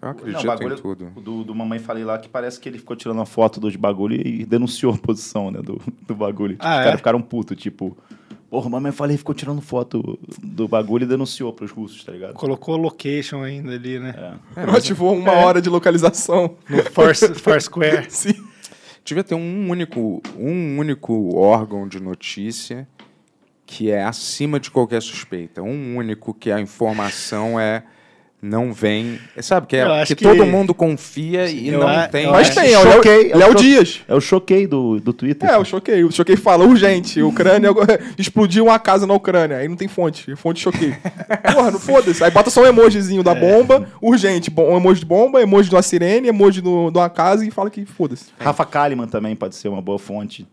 S3: eu acredito
S6: o bagulho
S3: em tudo.
S6: Do, do Mamãe Falei lá, que parece que ele ficou tirando a foto dos bagulho e denunciou a posição, né, do, do bagulho.
S4: Ah,
S6: Os
S4: é?
S6: caras ficaram putos, tipo... Porra, o Mamãe Falei ficou tirando foto do bagulho e denunciou pros russos, tá ligado?
S4: Colocou location ainda ali, né?
S7: é, Ativou uma hora de localização.
S4: No Force, Foursquare.
S7: Sim.
S3: Devia ter um único, um único órgão de notícia que é acima de qualquer suspeita. Um único que a informação é não vem. Sabe que, é,
S4: Eu acho
S3: que, todo
S4: que-
S3: mundo confia e
S4: eu
S3: não
S4: a-
S3: tem.
S4: eu
S7: Mas
S4: acho é
S7: tem, ó, Léo,
S6: choquei, eu
S7: Léo
S6: cho-
S7: Dias.
S6: É o choquei do, do Twitter.
S7: É, o Choquei. O Choquei fala, urgente, Ucrânia explodiu uma casa na Ucrânia. Aí não tem fonte, fonte Choquei. Porra, não foda-se. Aí bota só um emojizinho da bomba, urgente, bom, um emoji de bomba, emoji de uma sirene, emoji do- de uma casa e fala que foda-se.
S6: Rafa Kalimann também pode ser uma boa fonte.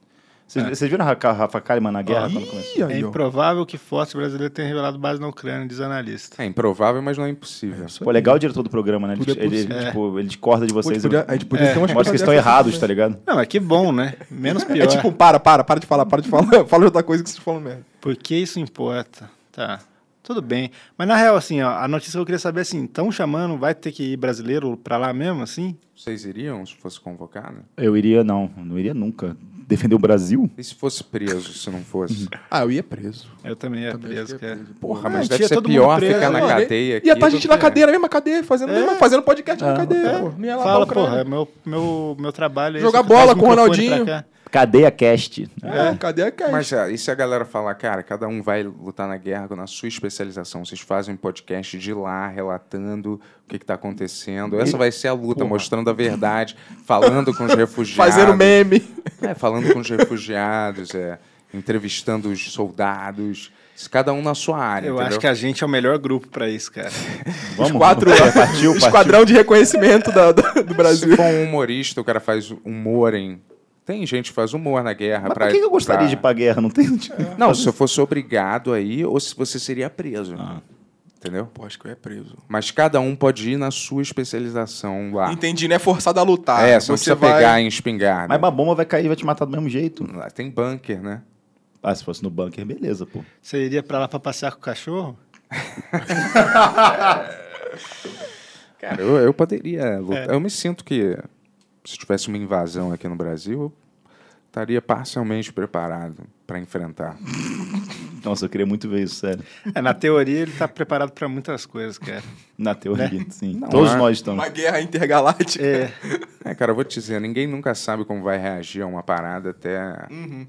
S6: Vocês vocês viram a Rafa Rafa Kalimann na guerra? quando começou?
S7: É. Ih,
S4: É
S7: aí, ó.
S4: improvável que forte brasileiro tenha revelado base na Ucrânia, diz analista.
S3: É improvável, mas não é impossível.
S6: Pô, legal o diretor do programa, né? Ele,
S7: Tudo é
S6: ele,
S7: possível.
S6: ele, tipo, ele discorda de
S7: Pô, a gente
S6: vocês.
S7: podia, a gente podia ter umas
S6: Mostra que
S7: coisas
S6: eles estão
S7: dessas
S6: errados, tá
S7: também.
S6: ligado?
S4: Não, é que bom, né? Menos pior.
S7: É tipo, um, para, para, para de falar, para de falar. Fala de outra coisa que vocês falam merda.
S4: Por que isso importa? Tá. Tudo bem. Mas na real, assim, ó, a notícia que eu queria saber assim, estão chamando, vai ter que ir brasileiro pra lá mesmo, assim?
S3: Vocês iriam se fosse convocado?
S6: Eu iria, não. Não iria nunca. Defender o Brasil?
S3: E se fosse preso, se não fosse?
S4: Uhum.
S7: Ah, eu ia preso.
S4: Eu também ia É preso, cara.
S3: Porra,
S4: Não,
S3: mas deve
S4: É, tinha
S3: ser
S4: todo mundo
S3: pior
S4: preso,
S3: ficar na
S4: mano.
S3: cadeia aqui.
S7: É, Ia estar a
S3: do
S7: gente na
S3: que- é.
S7: cadeira, na mesma cadeia, fazendo, mesma- fazendo podcast na cadeia. pô. Não ia lá pra
S4: Fala,
S7: Ucrânia.
S4: porra, é meu, meu, meu trabalho é
S7: Jogar
S4: esse, eu trago
S7: bola
S4: o
S7: com o
S4: microfone pra
S7: Ronaldinho.
S4: cá.
S6: Cadeia cast.
S7: É, cadeia que é
S3: Mas ah, e se a galera falar, cara, cada um vai lutar na guerra na sua especialização? Vocês fazem um podcast de lá, relatando o que está acontecendo. Essa vai ser a luta, mostrando a verdade, falando com os refugiados.
S7: Fazendo meme.
S3: É, falando com os refugiados, é, entrevistando os soldados. Se Cada um na sua área.
S4: Eu
S3: entendeu?
S4: acho que a gente é o melhor grupo pra isso, cara.
S6: Vamos.
S7: Os quatro.
S6: É, Partiu, partiu.
S7: Esquadrão de reconhecimento da- da- do Brasil.
S3: Se for um humorista, o cara faz humor em. Tem gente que faz humor na guerra.
S6: Mas
S3: pra-
S6: por que que eu gostaria
S3: pra-
S6: de ir pra guerra? Não tem...
S3: Não, se eu Ah, fosse obrigado aí, ou se você seria preso.
S6: Ah.
S3: Entendeu?
S7: Pô, acho que eu ia preso.
S3: Mas cada um pode ir na sua especialização lá.
S7: Entendi, não é forçado a lutar.
S3: Tá. é, você não precisa pegar em espingarda.
S6: Mas uma bomba vai cair e vai te matar do mesmo jeito.
S3: Lá tem bunker, né?
S6: Ah, se fosse no bunker, beleza, pô.
S4: Você iria pra lá pra passear com o cachorro?
S3: Cara, eu, eu poderia lutar. Eu me sinto que se tivesse uma invasão aqui no Brasil, eu estaria parcialmente preparado para enfrentar.
S6: Nossa, eu queria muito ver isso, sério.
S4: É, na teoria ele tá preparado pra muitas coisas, cara.
S6: Na teoria, sim. Todos
S3: é.
S6: nós estamos.
S7: Uma guerra intergaláctica.
S3: É, cara, eu vou te dizer, ninguém nunca sabe como vai reagir a uma parada até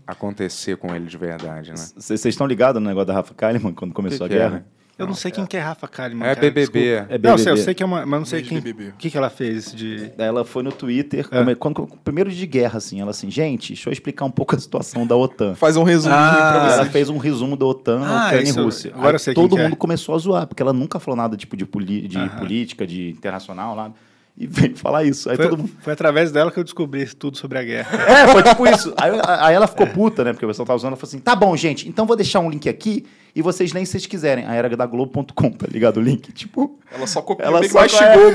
S3: acontecer com ele de verdade, né?
S6: C- Vocês estão ligados no negócio da Rafa Kalimann quando
S3: O que
S6: começou
S3: que
S6: a
S3: é,
S6: guerra?
S3: né?
S4: Eu não sei quem que é Rafa Kalimann.
S3: É
S4: cara,
S3: BBB.
S4: desculpa.
S6: É
S4: Não, eu sei, eu
S6: BBB.
S4: sei que é uma. Mas não sei
S7: Beijo,
S4: quem.
S7: BBB.
S4: O que, que ela fez de.
S6: Daí Ela foi no Twitter, come- quando- primeiro de guerra, assim. Ela assim, gente, deixa eu explicar um pouco a situação da OTAN.
S7: Faz um resumo pra
S6: ela
S7: vocês.
S6: fez um resumo da OTAN,
S4: Ah,
S6: Ucrânia
S4: isso-
S6: e Rússia.
S4: agora
S6: Aí
S4: eu sei quem
S6: todo
S4: que é.
S6: mundo começou a zoar, porque ela nunca falou nada tipo de, poli- de
S4: Aham.
S6: política, de internacional, nada. E veio falar isso. Aí
S4: Foi,
S6: todo mundo.
S4: foi através dela que eu descobri tudo sobre a guerra.
S6: É, foi tipo isso. Aí, aí ela
S4: É.
S6: ficou puta, né? Porque o pessoal tava usando. Ela falou assim: tá bom, gente, então vou deixar um link aqui e vocês nem se vocês quiserem. Aí era da Globo.com, tá ligado? O link. Tipo,
S7: Ela só copiou,
S6: Ela
S7: meio que
S6: só- é.
S7: mastigou o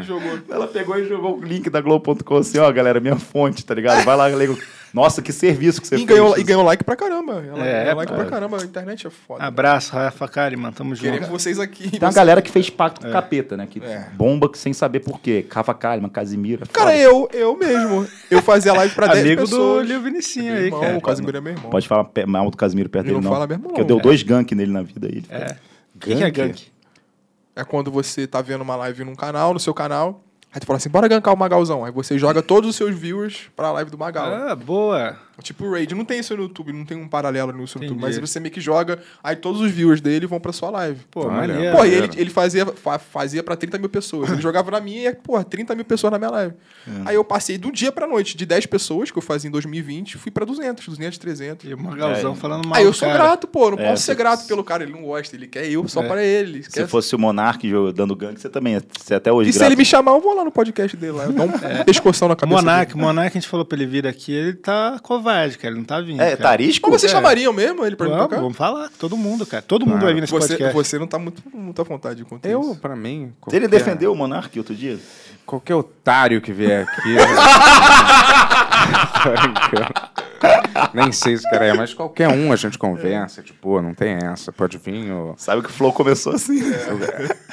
S7: e jogou.
S6: ela pegou e jogou o link da Globo.com assim: ó, galera, minha fonte, tá ligado? Vai lá, liga. Nossa, que serviço que você
S7: E
S6: fez.
S7: ganhou, e ganhou like pra caramba. Ela
S4: É, Ah,
S7: ganhou like
S4: pô.
S7: pra caramba. A internet é foda.
S4: Abraço, Rafa Kalimann. Tamo junto.
S7: Queremos vocês aqui.
S6: Tem uma
S7: Vocês-
S6: Então, galera que fez pacto com o capeta, né? Que
S7: É.
S6: bomba que sem saber por quê. Rafa Kalimann, Casimiro. é
S7: Cara,
S6: foda.
S7: eu, eu mesmo. Eu fazia live pra 10
S4: Amigo do
S7: pessoas.
S4: Lio Vinicinho
S7: Meu
S4: aí,
S7: irmão,
S4: cara.
S7: o Casimiro é meu irmão.
S6: Pode falar pe- mal do Casimiro perto
S7: Ele
S6: dele,
S7: não
S6: não.
S7: fala mesmo,
S6: Porque eu
S7: não.
S6: deu dois gank nele na vida. aí Ele fica-
S4: O que, que é gank?
S7: É quando você tá vendo uma live num canal, no seu canal, aí tu fala assim, bora gankar o Magalzão. Aí você joga todos os seus viewers pra live do Magal.
S4: Ah, boa.
S7: Tipo Raid, não tem isso no YouTube, não tem um paralelo no seu YouTube,
S4: Entendi.
S7: mas você meio que joga, aí todos os viewers dele vão pra sua live.
S4: Pô,
S3: Olha.
S4: maneiro.
S7: Pô, e
S3: maneiro.
S7: ele, ele fazia, fa- fazia pra 30 mil pessoas. Ele jogava na minha e, porra, 30 mil pessoas na minha live. Aí eu passei do dia pra noite, de 10 pessoas que eu fazia em 2020, fui pra 200, 200, 300.
S4: E o Magalzão
S6: É.
S4: falando mal.
S7: Aí eu
S4: do
S7: sou
S4: cara.
S7: grato, pô, não
S6: É,
S7: posso
S6: você-
S7: ser grato pelo cara, ele não gosta, ele quer eu só
S4: É.
S7: pra ele.
S6: Se
S7: quer-
S6: fosse o Monark jo- dando gank, você também. Você até hoje.
S7: E se
S6: grato-
S7: ele me chamar, eu vou lá no podcast dele lá. Eu dou um pescoção na cabeça.
S4: Monark,
S7: dele.
S4: Monark, a gente falou pra ele vir aqui, ele tá covarde, cara. Ele não tá vindo.
S6: É,
S4: cara.
S6: Tarisco?
S7: Mas vocês
S4: É.
S7: chamariam mesmo ele pra vir pra
S4: Vamos,
S7: cá?
S4: vamos falar, todo mundo, cara. Todo mundo vai vir nesse
S7: Você,
S4: podcast.
S6: é
S7: você não tá muito, muito à vontade quanto
S3: Eu,
S7: isso.
S3: pra mim. Qualquer,
S6: Ele defendeu o Monark outro dia?
S3: Qualquer otário que vier aqui. né? Nem sei se o cara é, mas qualquer um a gente conversa. Tipo, não tem essa. Pode vir. Ou...
S6: Sabe que o Flow começou assim.
S7: É.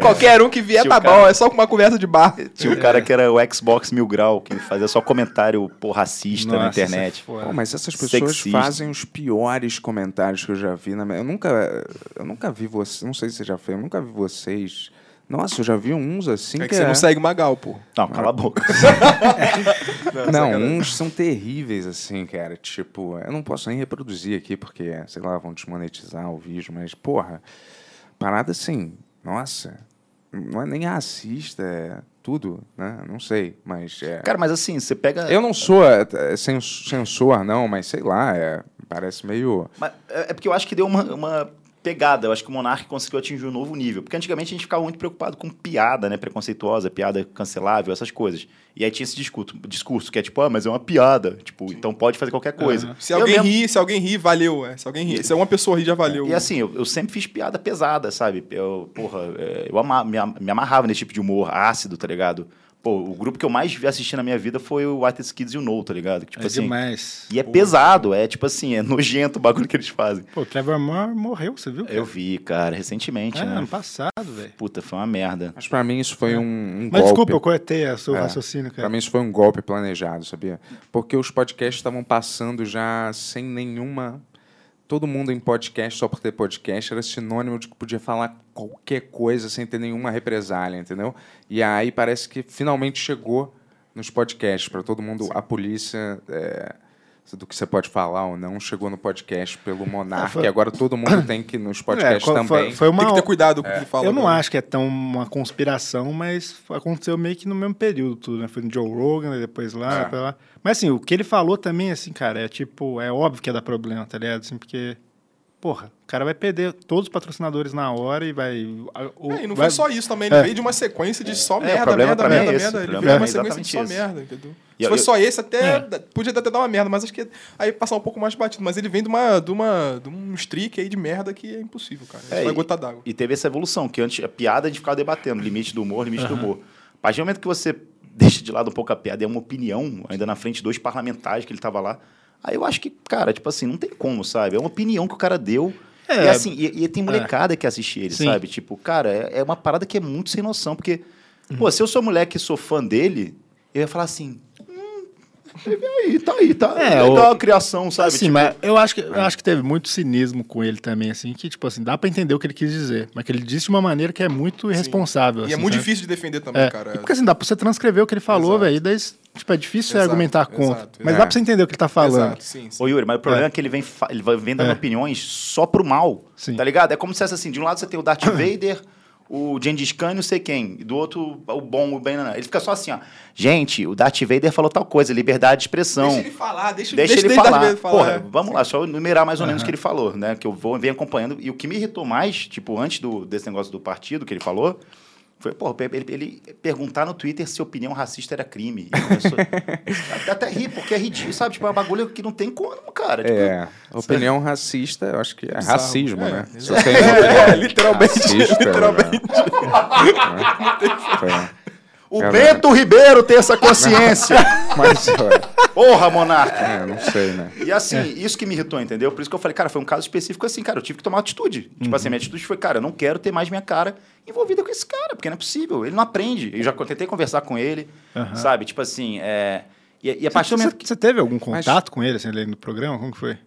S7: Qualquer um que vier
S6: Tio
S7: tá
S6: cara.
S7: bom, é só uma conversa de bar. É
S6: Tinha o cara que era o Xbox Mil Grau, que fazia só comentário pô, racista na
S4: Nossa,
S6: internet.
S4: isso é foda.
S3: Pô, mas essas pessoas
S6: Sexista.
S3: fazem os piores comentários que eu já vi na minha... Eu nunca, eu nunca vi vocês... Não sei se você já fez, eu nunca vi vocês... Nossa, eu já vi uns assim
S7: É que você não segue Magal, pô.
S6: Não, cala a boca.
S3: Não, uns são terríveis, assim, cara. Tipo, eu não posso nem reproduzir aqui, porque, sei lá, vão desmonetizar o vídeo, mas, porra, parada assim, nossa, não é nem racista, é tudo, né? Não sei, mas. É...
S6: Cara, mas assim, você pega.
S3: Eu não sou é, é, cens- censor, não, mas sei lá, é, parece meio.
S6: Mas é é porque eu acho que deu uma, uma pegada. Eu acho que o Monark conseguiu atingir um novo nível. Porque antigamente a gente ficava muito preocupado com piada, né? Preconceituosa, piada cancelável, essas coisas. E aí tinha esse discurso, discurso que é tipo, ah, mas é uma piada. Tipo, então pode fazer qualquer coisa.
S4: Aham.
S7: Se
S6: Eu
S7: alguém
S6: lembro-
S7: ri, se alguém ri, valeu. É. Se alguém ri, se uma pessoa ri, já valeu.
S6: E assim, eu, eu sempre fiz piada pesada, sabe? Eu, porra, é, eu ama- me, am- me amarrava nesse tipo de humor ácido, tá ligado? Pô, o grupo que eu mais vi assistir na minha vida foi o White Kids e o No, tá ligado? Que, Tipo
S4: é
S6: assim.
S4: demais.
S6: E é pesado, é tipo assim, é nojento o bagulho que eles fazem.
S4: Pô, o Trevor Moore morreu, você viu? cara?
S6: Eu vi, cara, recentemente,
S4: É,
S6: né?
S4: ano passado, velho.
S6: Puta, foi uma merda.
S3: Mas pra mim isso foi um, um
S4: É. Mas
S3: golpe.
S4: desculpa, eu cortei o seu
S3: É.
S4: raciocínio, cara.
S3: Pra mim isso foi um golpe planejado, sabia? Porque os podcasts estavam passando já sem nenhuma. Todo mundo em podcast, só por ter podcast, era sinônimo de que podia falar qualquer coisa sem ter nenhuma represália, entendeu? E aí parece que finalmente chegou nos podcasts, pra todo mundo, a polícia. é, do que você pode falar ou não, chegou no podcast pelo Monark,
S4: Ah, foi-
S3: e agora todo mundo tem que ir nos podcasts
S4: É, qual-
S3: também.
S4: foi, foi uma.
S7: Tem que ter cuidado com o que fala.
S4: eu não
S7: né?
S4: acho que é tão uma conspiração, mas aconteceu meio que no mesmo período tudo, né? Foi no Joe Rogan, né? depois lá,
S3: É.
S4: pra lá. Mas assim, o que ele falou também, assim, cara, é tipo, é óbvio que ia dar problema, tá ligado? Assim, porque, porra, o cara vai perder todos os patrocinadores na hora e vai. a- o-
S7: É, e não
S4: vai-
S7: foi só isso também, ele
S4: É.
S7: veio de uma sequência de só
S6: o
S7: merda,
S6: problema
S7: merda,
S6: pra mim é
S7: merda,
S6: esse,
S7: merda.
S6: o
S7: Ele
S6: problema
S7: veio de uma
S6: é
S7: sequência de só
S6: exatamente
S7: merda, entendeu?
S6: E
S7: Se
S6: eu-
S7: fosse
S6: eu-
S7: só esse, até
S4: É.
S7: da- podia até dar uma merda, mas acho que aí passar um pouco mais batido. Mas ele vem de, uma, de, uma, de um streak aí de merda que é impossível, cara. Isso
S6: É,
S7: vai
S6: e-
S7: gotar d'água.
S6: E teve essa evolução, que antes a piada a gente ficava debatendo, limite do humor, limite do humor. A partir do momento que você deixa de lado um pouco a piada, é uma opinião, ainda na frente de dois parlamentares que ele tava lá. Aí eu acho que, cara, tipo assim, não tem como, sabe? É uma opinião que o cara deu.
S4: É.
S6: e assim, e, e tem molecada que assiste ele,
S4: Sim.
S6: sabe? Tipo, cara, é, é uma parada que é muito sem noção, porque,
S4: Uhum.
S6: pô, se eu sou moleque e sou fã dele, eu ia falar assim. "Hum, teve aí, tá aí, tá.
S4: É,
S6: É, legal
S4: o-
S6: a criação, sabe?
S4: Assim,
S6: Tipo,
S4: mas eu acho, que,
S7: é.
S4: eu acho que teve muito cinismo com ele também, assim, que, tipo assim, dá pra entender o que ele quis dizer, mas que ele disse de uma maneira que é muito irresponsável.
S7: E é
S4: assim,
S7: muito
S4: sabe?
S7: difícil de defender também,
S4: É.
S7: cara.
S4: E porque assim, dá pra você transcrever o que ele falou,
S7: Exato.
S4: velho, e daí Tipo, é difícil
S7: Exato,
S4: argumentar
S7: exato,
S4: contra.
S7: exato.
S4: mas dá pra você entender o que ele tá falando.
S7: Exato, sim, sim.
S6: Ô Yuri, mas o problema é, que ele vem, fa- ele vai vem dando
S4: É.
S6: opiniões só pro mal,
S4: Sim.
S6: tá ligado? É como se fosse assim, de um lado você tem o Darth Vader, o Gengis Khan e não sei quem, e do outro o bom, o bem, não, não. ele fica só assim, ó. Gente, o Darth Vader falou tal coisa, liberdade de expressão.
S7: Deixa ele falar, deixa,
S6: Deixa, ele
S7: Darth
S6: falar.
S7: Vader
S6: Porra,
S7: é.
S6: vamos lá, só eu enumerar mais ou menos o que ele falou, né? Que eu vou venho acompanhando. E o que me irritou mais, tipo, antes do, desse negócio do partido que ele falou, foi, pô, ele, ele perguntar no Twitter se opinião racista era crime. E começou- até, até ri, porque é ridículo, sabe? Tipo, é uma bagulho que não tem como, cara. Tipo,
S3: É, opinião racista, eu acho que é
S7: Bizarro.
S3: racismo,
S7: É,
S3: né?
S7: exato.
S3: Se eu tenho uma opinião
S7: É, literalmente,
S3: racista,
S7: literalmente.
S3: né?
S6: O
S3: É
S6: Bento Ribeiro tem essa consciência.
S3: É, Mas, ó,
S6: Porra, monarca.
S3: é, não sei, né?
S6: E assim, isso que me irritou, entendeu? Por isso que eu falei, cara, foi um caso específico assim, cara, eu tive que tomar uma atitude. Tipo assim, minha atitude foi, cara, eu não quero ter mais minha cara envolvida com esse cara, porque não é possível, ele não aprende. Eu já tentei conversar com ele,
S4: Aham.
S6: sabe? Tipo assim, é... E, e a partir
S4: Você,
S6: do momento que...
S4: você teve algum contato com ele, assim, ele no programa? Como que foi?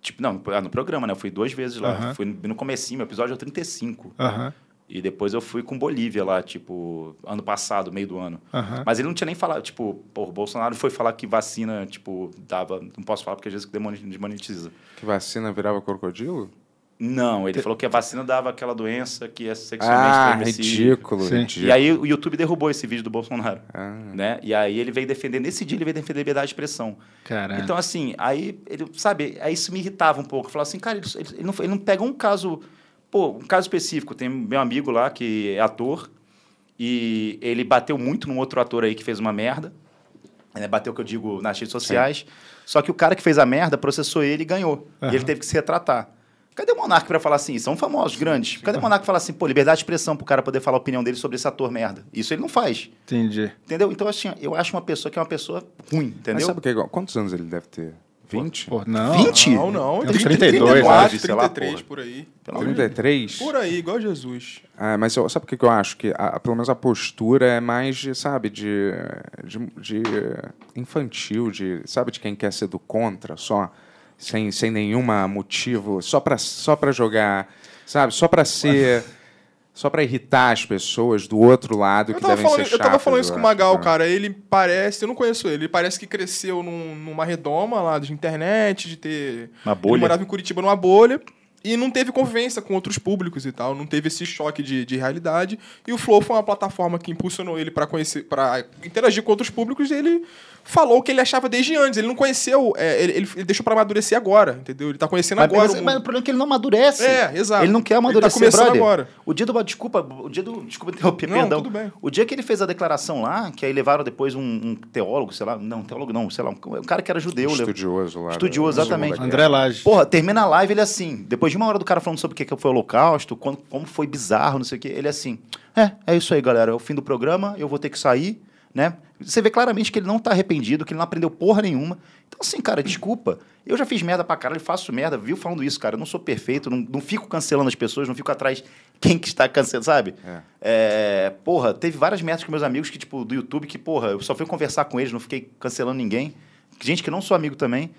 S6: Tipo, não, ah, no programa, né? Eu fui duas vezes lá.
S4: Aham.
S6: Fui no comecinho, meu episódio é o 35.
S4: Aham,
S6: E depois eu fui com Bolívia lá, tipo, ano passado, meio do ano.
S4: aham.
S6: Mas ele não tinha nem falado, tipo, pô, o Bolsonaro foi falar que vacina, tipo, dava. Não posso falar porque às vezes demoni- desmonetiza.
S3: Que vacina virava crocodilo?
S6: Não, ele falou que a vacina dava aquela doença que é sexualmente
S3: Ah,
S6: transmissível.
S3: ridículo,
S4: Sim.
S6: E
S3: ridículo.
S6: aí o YouTube derrubou esse vídeo do Bolsonaro,
S4: É.
S3: Ah,
S6: né? E aí ele veio defender, nesse dia ele veio defender liberdade de expressão.
S3: É.
S4: Caralho.
S6: Então, assim, aí ele, sabe, aí isso me irritava um pouco. Eu falava assim, cara, ele, ele- ele não, ele não pega um caso, pô, um caso específico. Tem meu amigo lá que é ator e ele bateu muito num outro ator aí que fez uma merda. Né, bateu, que eu digo, nas redes sociais. Só que o cara que fez a merda processou ele e ganhou.
S4: Aham.
S6: E ele teve que se retratar. Cadê o Monark pra falar assim? São famosos, grandes. Cadê o Monark pra falar assim, pô, liberdade de expressão pro cara poder falar a opinião dele sobre esse ator merda? Isso ele não faz.
S4: Entendi.
S6: Entendeu? Então, assim, eu acho uma pessoa que é uma pessoa ruim, entendeu?
S3: mas sabe o que? é- Quantos anos ele deve ter? 20?
S4: Pô, não.
S6: 20?
S7: Não, não.
S4: É
S7: tem
S4: uns 32,
S7: 34,
S6: sei lá,
S7: 33,
S6: porra.
S7: por aí.
S6: Pelo amor de
S3: 33?
S7: Por aí, igual Jesus.
S3: Ah, mas eu- sabe o que que eu acho? Que a- pelo menos a postura é mais de, sabe, de, de, de infantil, de, sabe, de quem quer ser do contra só, sem, sem nenhum motivo, só pra, só pra jogar, sabe, só pra ser, só pra irritar as pessoas do outro lado
S7: Eu
S3: que
S7: tava,
S3: devem
S7: falando,
S3: ser
S7: eu tava
S3: chatas,
S7: falando isso
S3: eu
S7: com o
S3: acho,
S7: Magal,
S3: né?
S7: cara. Ele parece, eu não conheço ele, ele parece que cresceu num- numa redoma lá de internet, de ter.
S6: Uma
S7: Ele
S6: bolha.
S7: morava em Curitiba numa bolha e não teve convivência com outros públicos e tal, não teve esse choque de, de realidade. E o Flow foi uma plataforma que impulsionou ele pra conhecer, para interagir com outros públicos. E ele falou o que ele achava desde antes. Ele não conheceu, é, ele, ele- ele deixou pra amadurecer agora, entendeu? Ele tá conhecendo
S6: Mas,
S7: agora.
S6: mas-
S7: o
S6: mas o
S7: mundo.
S6: problema é que ele não amadurece.
S7: É, exato.
S6: Ele não quer
S7: Ele tá
S6: amadurecer,
S7: começando
S6: brother.
S7: agora.
S6: O dia do... Desculpa, o dia do... Desculpa interromper,
S7: Não,
S6: perdão.
S7: tudo bem.
S6: O dia que ele fez a declaração lá, que aí levaram depois um, um teólogo, sei lá... Não, teólogo não, sei lá. Um, um cara que era judeu.
S7: né?
S6: levou-
S3: Estudioso lá. da-
S6: Estudioso,
S3: da Segunda
S6: exatamente.
S3: Guerra.
S4: André Lage.
S6: Porra, termina a live ele assim. Depois de uma hora do cara falando sobre o que que foi o holocausto, quando- como foi bizarro, não sei o que, ele assim. É, é isso aí, galera. É o fim do programa, eu vou ter que sair, né? Você vê claramente que ele não tá arrependido, que ele não aprendeu porra nenhuma. Então, assim, cara, desculpa. Eu já fiz merda pra caralho, faço merda, viu falando isso, cara. Eu não sou perfeito, não, não fico cancelando as pessoas, não fico atrás quem que está cancelando, sabe? É, porra, teve várias merdas com meus amigos que, tipo, do YouTube, que, porra, eu só fui conversar com eles, não fiquei cancelando ninguém. Gente que não sou amigo também.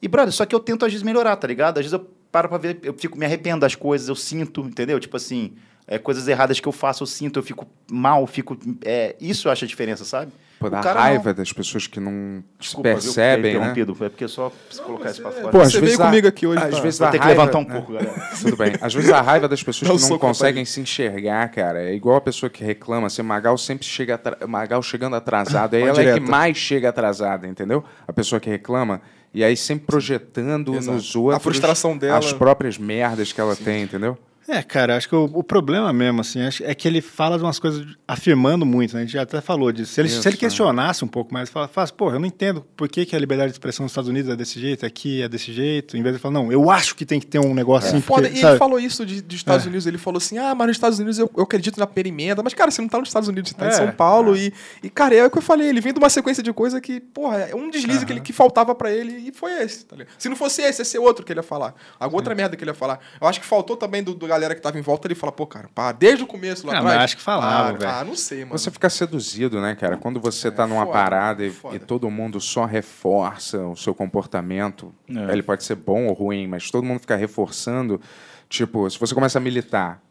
S6: E, brother, só que eu tento às vezes melhorar, tá ligado? Às vezes eu paro pra ver, eu fico, me arrependo das coisas, eu sinto, entendeu? Tipo assim, é, coisas erradas que eu faço, eu sinto, eu fico mal, fico. É, isso eu acho a diferença, sabe?
S3: Pô,
S6: O
S3: da
S6: cara
S3: raiva das pessoas que não se
S6: Desculpa, viu,
S3: percebem,
S6: ter
S3: né?
S6: interrompido, É porque só se colocar isso pra fora.
S7: Pô,
S6: Vou
S7: Você veio
S3: a-
S7: comigo aqui hoje
S3: Às
S7: pra-
S3: vezes
S6: ter
S3: a
S6: que
S3: raiva-
S6: levantar um
S3: né?
S6: pouco, galera.
S3: Tudo bem. Às vezes a raiva das pessoas
S7: Dá um
S3: que não
S7: soco na
S3: conseguem se enxergar, cara, é igual a pessoa que reclama, assim, Magal sempre chega atra- Magal chegando atrasado, aí
S4: Vai
S3: ela é
S4: direto.
S3: que mais chega atrasada, entendeu? A pessoa que reclama e aí sempre projetando
S7: Exato.
S3: nos outros
S7: A frustração dela.
S3: as próprias merdas que ela tem, entendeu?
S4: É, cara, acho que o, o problema mesmo, assim, acho- é que ele fala de umas coisas afirmando muito, né? A gente já até falou disso. Se ele, se
S3: Isso,
S4: ele questionasse um pouco mais, fala, faz, pô, eu não entendo por que, que a liberdade de expressão nos Estados Unidos é desse jeito, aqui é desse jeito, em vez de falar, não, eu acho que tem que ter um
S6: É.
S4: negócio assim,
S7: É Foda.
S4: porque,
S7: E ele
S4: sabe?
S7: falou isso de- dos Estados
S4: É.
S7: Unidos. Ele falou assim: ah, mas nos Estados Unidos eu, eu acredito na perimenta. Mas, cara, você não tá nos Estados Unidos, você tá
S4: É.
S7: em São Paulo. E, e, cara, é o que eu falei: ele vem de uma sequência de coisa que, porra, é um deslize que, ele, que faltava pra ele e foi esse. tá ligado? Se não fosse esse, ia ser outro que ele ia falar. A outra merda que ele ia falar. Eu acho que faltou também do, do galera que tava em volta. Ele fala, pô, cara, pá, desde o começo lá
S4: Ah, mas
S7: atrás.
S4: acho que falava,
S7: para,
S4: velho.
S7: Ah, não sei, mano. É
S3: Você fica seduzido, né, cara? Quando você tá numa
S7: foda,
S3: parada e,
S7: foda.
S3: e todo mundo só reforça o seu comportamento,
S6: É.
S3: ele pode ser bom ou ruim, mas todo mundo fica reforçando. Tipo, se você começa a militar,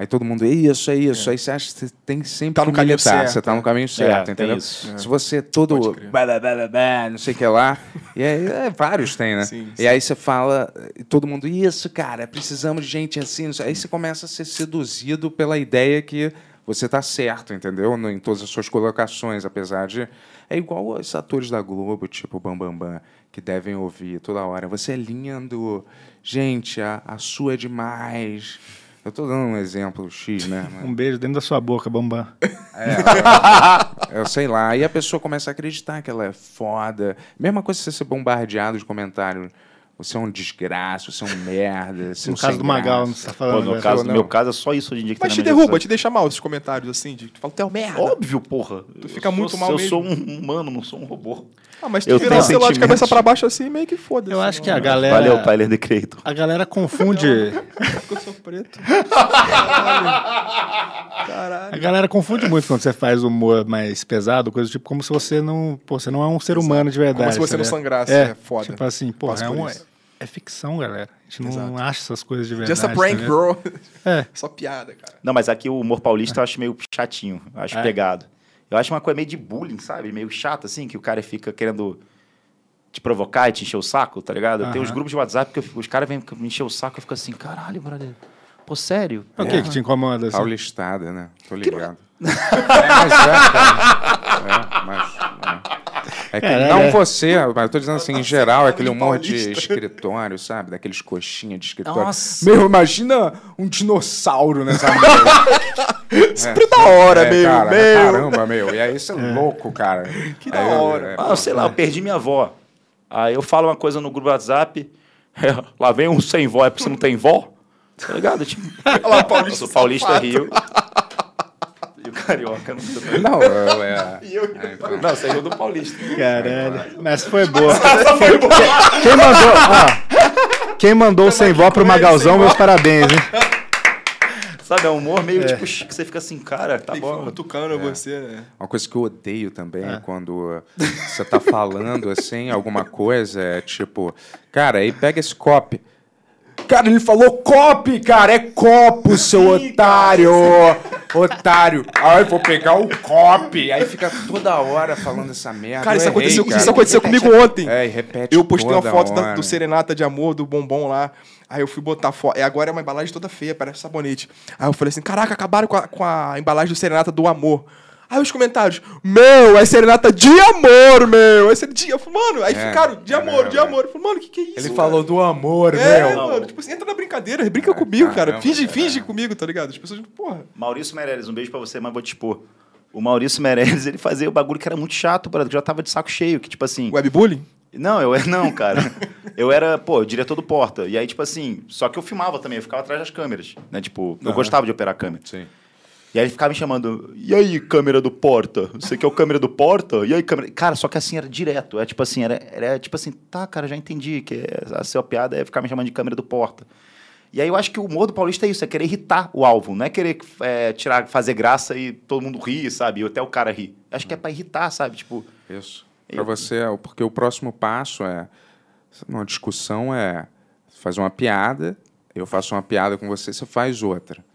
S3: Aí todo mundo, é isso, é isso. Aí você acha que você tem sempre
S7: Tá no
S3: que
S7: caminho
S3: militar,
S7: certo,
S3: Você tá no caminho certo,
S6: É, tem
S3: entendeu?
S6: isso.
S3: Se você é todo blá, blá, blá, blá, blá, não sei o que lá. E aí, é, vários tem, né?
S7: Sim,
S3: E aí você fala, e todo mundo, isso, cara, precisamos de gente assim. não sei- Aí você começa a ser seduzido pela ideia que você tá certo, entendeu? No- Em todas as suas colocações, apesar de. É igual os atores da Globo, tipo Bambambam, Bam, Bam, que devem ouvir toda hora. Você é lindo, gente, a, a sua é demais. Eu tô dando um exemplo X, né? Mas-
S4: Um beijo dentro da sua boca, Bambam.
S3: eu É, sei lá. Aí a pessoa começa a acreditar que ela é foda. Mesma coisa se você ser bombardeado de comentário. Você é um desgraça, você é um merda. Você é
S4: No
S3: um
S4: caso
S3: sem
S4: do Magal, não
S3: graça.
S4: você tá
S6: Pô,
S4: falando.
S6: no,
S4: velho.
S6: caso, no
S3: não.
S6: meu caso é só isso hoje em dia que
S7: Mas
S6: tá
S7: te
S6: na minha
S7: derruba,
S6: cabeça.
S7: te deixa mal esses comentários assim, de tu fala, tu é um merda.
S4: Oh,
S6: Óbvio, porra. Tu
S7: fica muito mal
S6: Eu
S7: mesmo.
S6: sou um humano, não sou um robô.
S7: Ah, mas
S6: Eu
S7: tu virar o
S6: tenho
S7: celular de
S6: sentimentos.
S7: cabeça pra baixo assim, meio que foda-se.
S4: Eu acho que a
S6: Valeu,
S4: galera.
S6: Tyler, de Creator.
S4: A galera confunde.
S7: Porque eu sou preto.
S4: A galera confunde muito quando você faz humor mais pesado, coisa do tipo, como se você não. Pô, você não é um ser humano de verdade.
S7: Como se você
S4: tá
S7: não
S4: ligado?
S7: sangrasse,
S4: É,
S7: é foda.
S4: Tipo assim, pô,
S7: Passa
S4: é,
S7: por
S4: um-
S7: isso.
S4: é ficção, galera. A gente não
S7: Exato.
S4: acha essas coisas de verdade.
S7: Just a prank,
S4: tá ligado?
S7: bro.
S4: É.
S7: Só piada, cara.
S6: Não, mas aqui o humor paulista eu acho meio chatinho, eu acho pegado. Eu acho uma coisa meio de bullying, sabe? Meio chato, assim, que o cara fica querendo te provocar e te encher o saco, tá ligado? Tem uns
S4: Aham.
S6: grupos de WhatsApp que eu fico- os caras vêm me encher o saco e eu fico assim, caralho, brother. Pô, sério?
S4: O que que te incomoda? assim?
S3: Paulistada, né? Tô ligado. é, mas é, cara. É, mas, é. É que
S4: Caralho,
S3: não
S4: é.
S3: você, mas eu tô dizendo assim, em geral, aquele humor de
S7: é paulista.
S3: escritório, sabe? Daqueles coxinhas de escritório.
S6: Nossa.
S3: Meu, imagina um dinossauro nessa
S7: Sempre da hora,
S3: É,
S7: meu.
S3: cara,
S7: meu.
S3: Caramba, meu. E aí você é louco, cara. Que
S7: da hora.
S6: Ah, sei lá, eu perdi minha avó. Aí eu falo uma coisa no grupo do WhatsApp, lá vem um sem vó, é porque você não tem vó? Tá ligado? Tipo,
S7: lá, paulista
S6: eu sou paulista
S7: safado.
S6: Rio. E o carioca não sei.
S3: Não, é eu, é.
S6: Não, você riu do paulista.
S4: Caralho. Mas foi boa. Quem mandou, ó, quem mandou o sem vó pro Magalzão, meus parabéns, hein?
S6: Sabe, é um humor meio tipo que você fica assim, cara, tá
S7: Tem
S6: bom.
S7: fã tucano você, né?
S3: Uma coisa que eu odeio também
S7: Ah.
S3: é quando você tá falando assim, alguma coisa, é tipo, cara, aí pega esse copy. Cara, ele falou copy, cara, é copo, seu otário! Otário! Ai, vou pegar o copy! Aí fica toda hora falando essa merda.
S7: Cara,
S3: Eu
S7: isso
S3: errei,
S7: aconteceu,
S3: cara.
S7: isso aconteceu comigo ontem.
S3: É, e repete
S7: Eu postei uma
S3: toda
S7: foto da-
S3: hora.
S7: do Serenata de Amor, do bombom lá. Aí eu fui botar foto. Agora é uma embalagem toda feia, parece sabonete. Aí eu falei assim: caraca, acabaram com a, com a embalagem do Serenata do Amor. Aí os comentários, meu, é Serenata de amor, meu. É ser de... eu falei, Mano, aí
S3: É,
S7: ficaram de amor,
S3: é,
S7: de
S3: é.
S7: amor. Eu falei, mano, que que é isso?
S3: Ele
S7: cara?
S3: falou do amor,
S7: É,
S3: meu. É,
S7: mano, tipo assim, entra na brincadeira, brinca comigo, cara.
S3: caramba,
S7: Finge,
S3: cara.
S7: finge comigo, tá ligado? As pessoas, porra.
S6: Maurício Meirelles, um beijo pra você, mas vou te expor. O Maurício Meirelles, ele fazia o bagulho que era muito chato, brother, que eu já tava de saco cheio, que tipo assim...
S7: Webbullying?
S6: Não, eu não, cara. eu era, pô, diretor do Porta. E aí, tipo assim, só que eu filmava também, eu ficava atrás das câmeras, né? Tipo, eu gostava de operar a câmera.
S3: Sim.
S6: E aí ele ficava me chamando, e aí, câmera do Porta? Você quer o câmera do Porta? E aí, câmera... Cara, só que assim, era direto. É tipo assim, era, era tipo assim, tá, cara, já entendi que é- a sua piada é ficar me chamando de câmera do Porta. E aí eu acho que o humor do paulista é isso, é querer irritar o alvo. Não é querer é, tirar, fazer graça e todo mundo rir, sabe? Ou até o cara rir. Acho que é pra irritar, sabe? Tipo...
S3: Isso. Para você, porque o próximo passo é uma discussão é fazer uma piada, eu faço uma piada com você, você faz outra.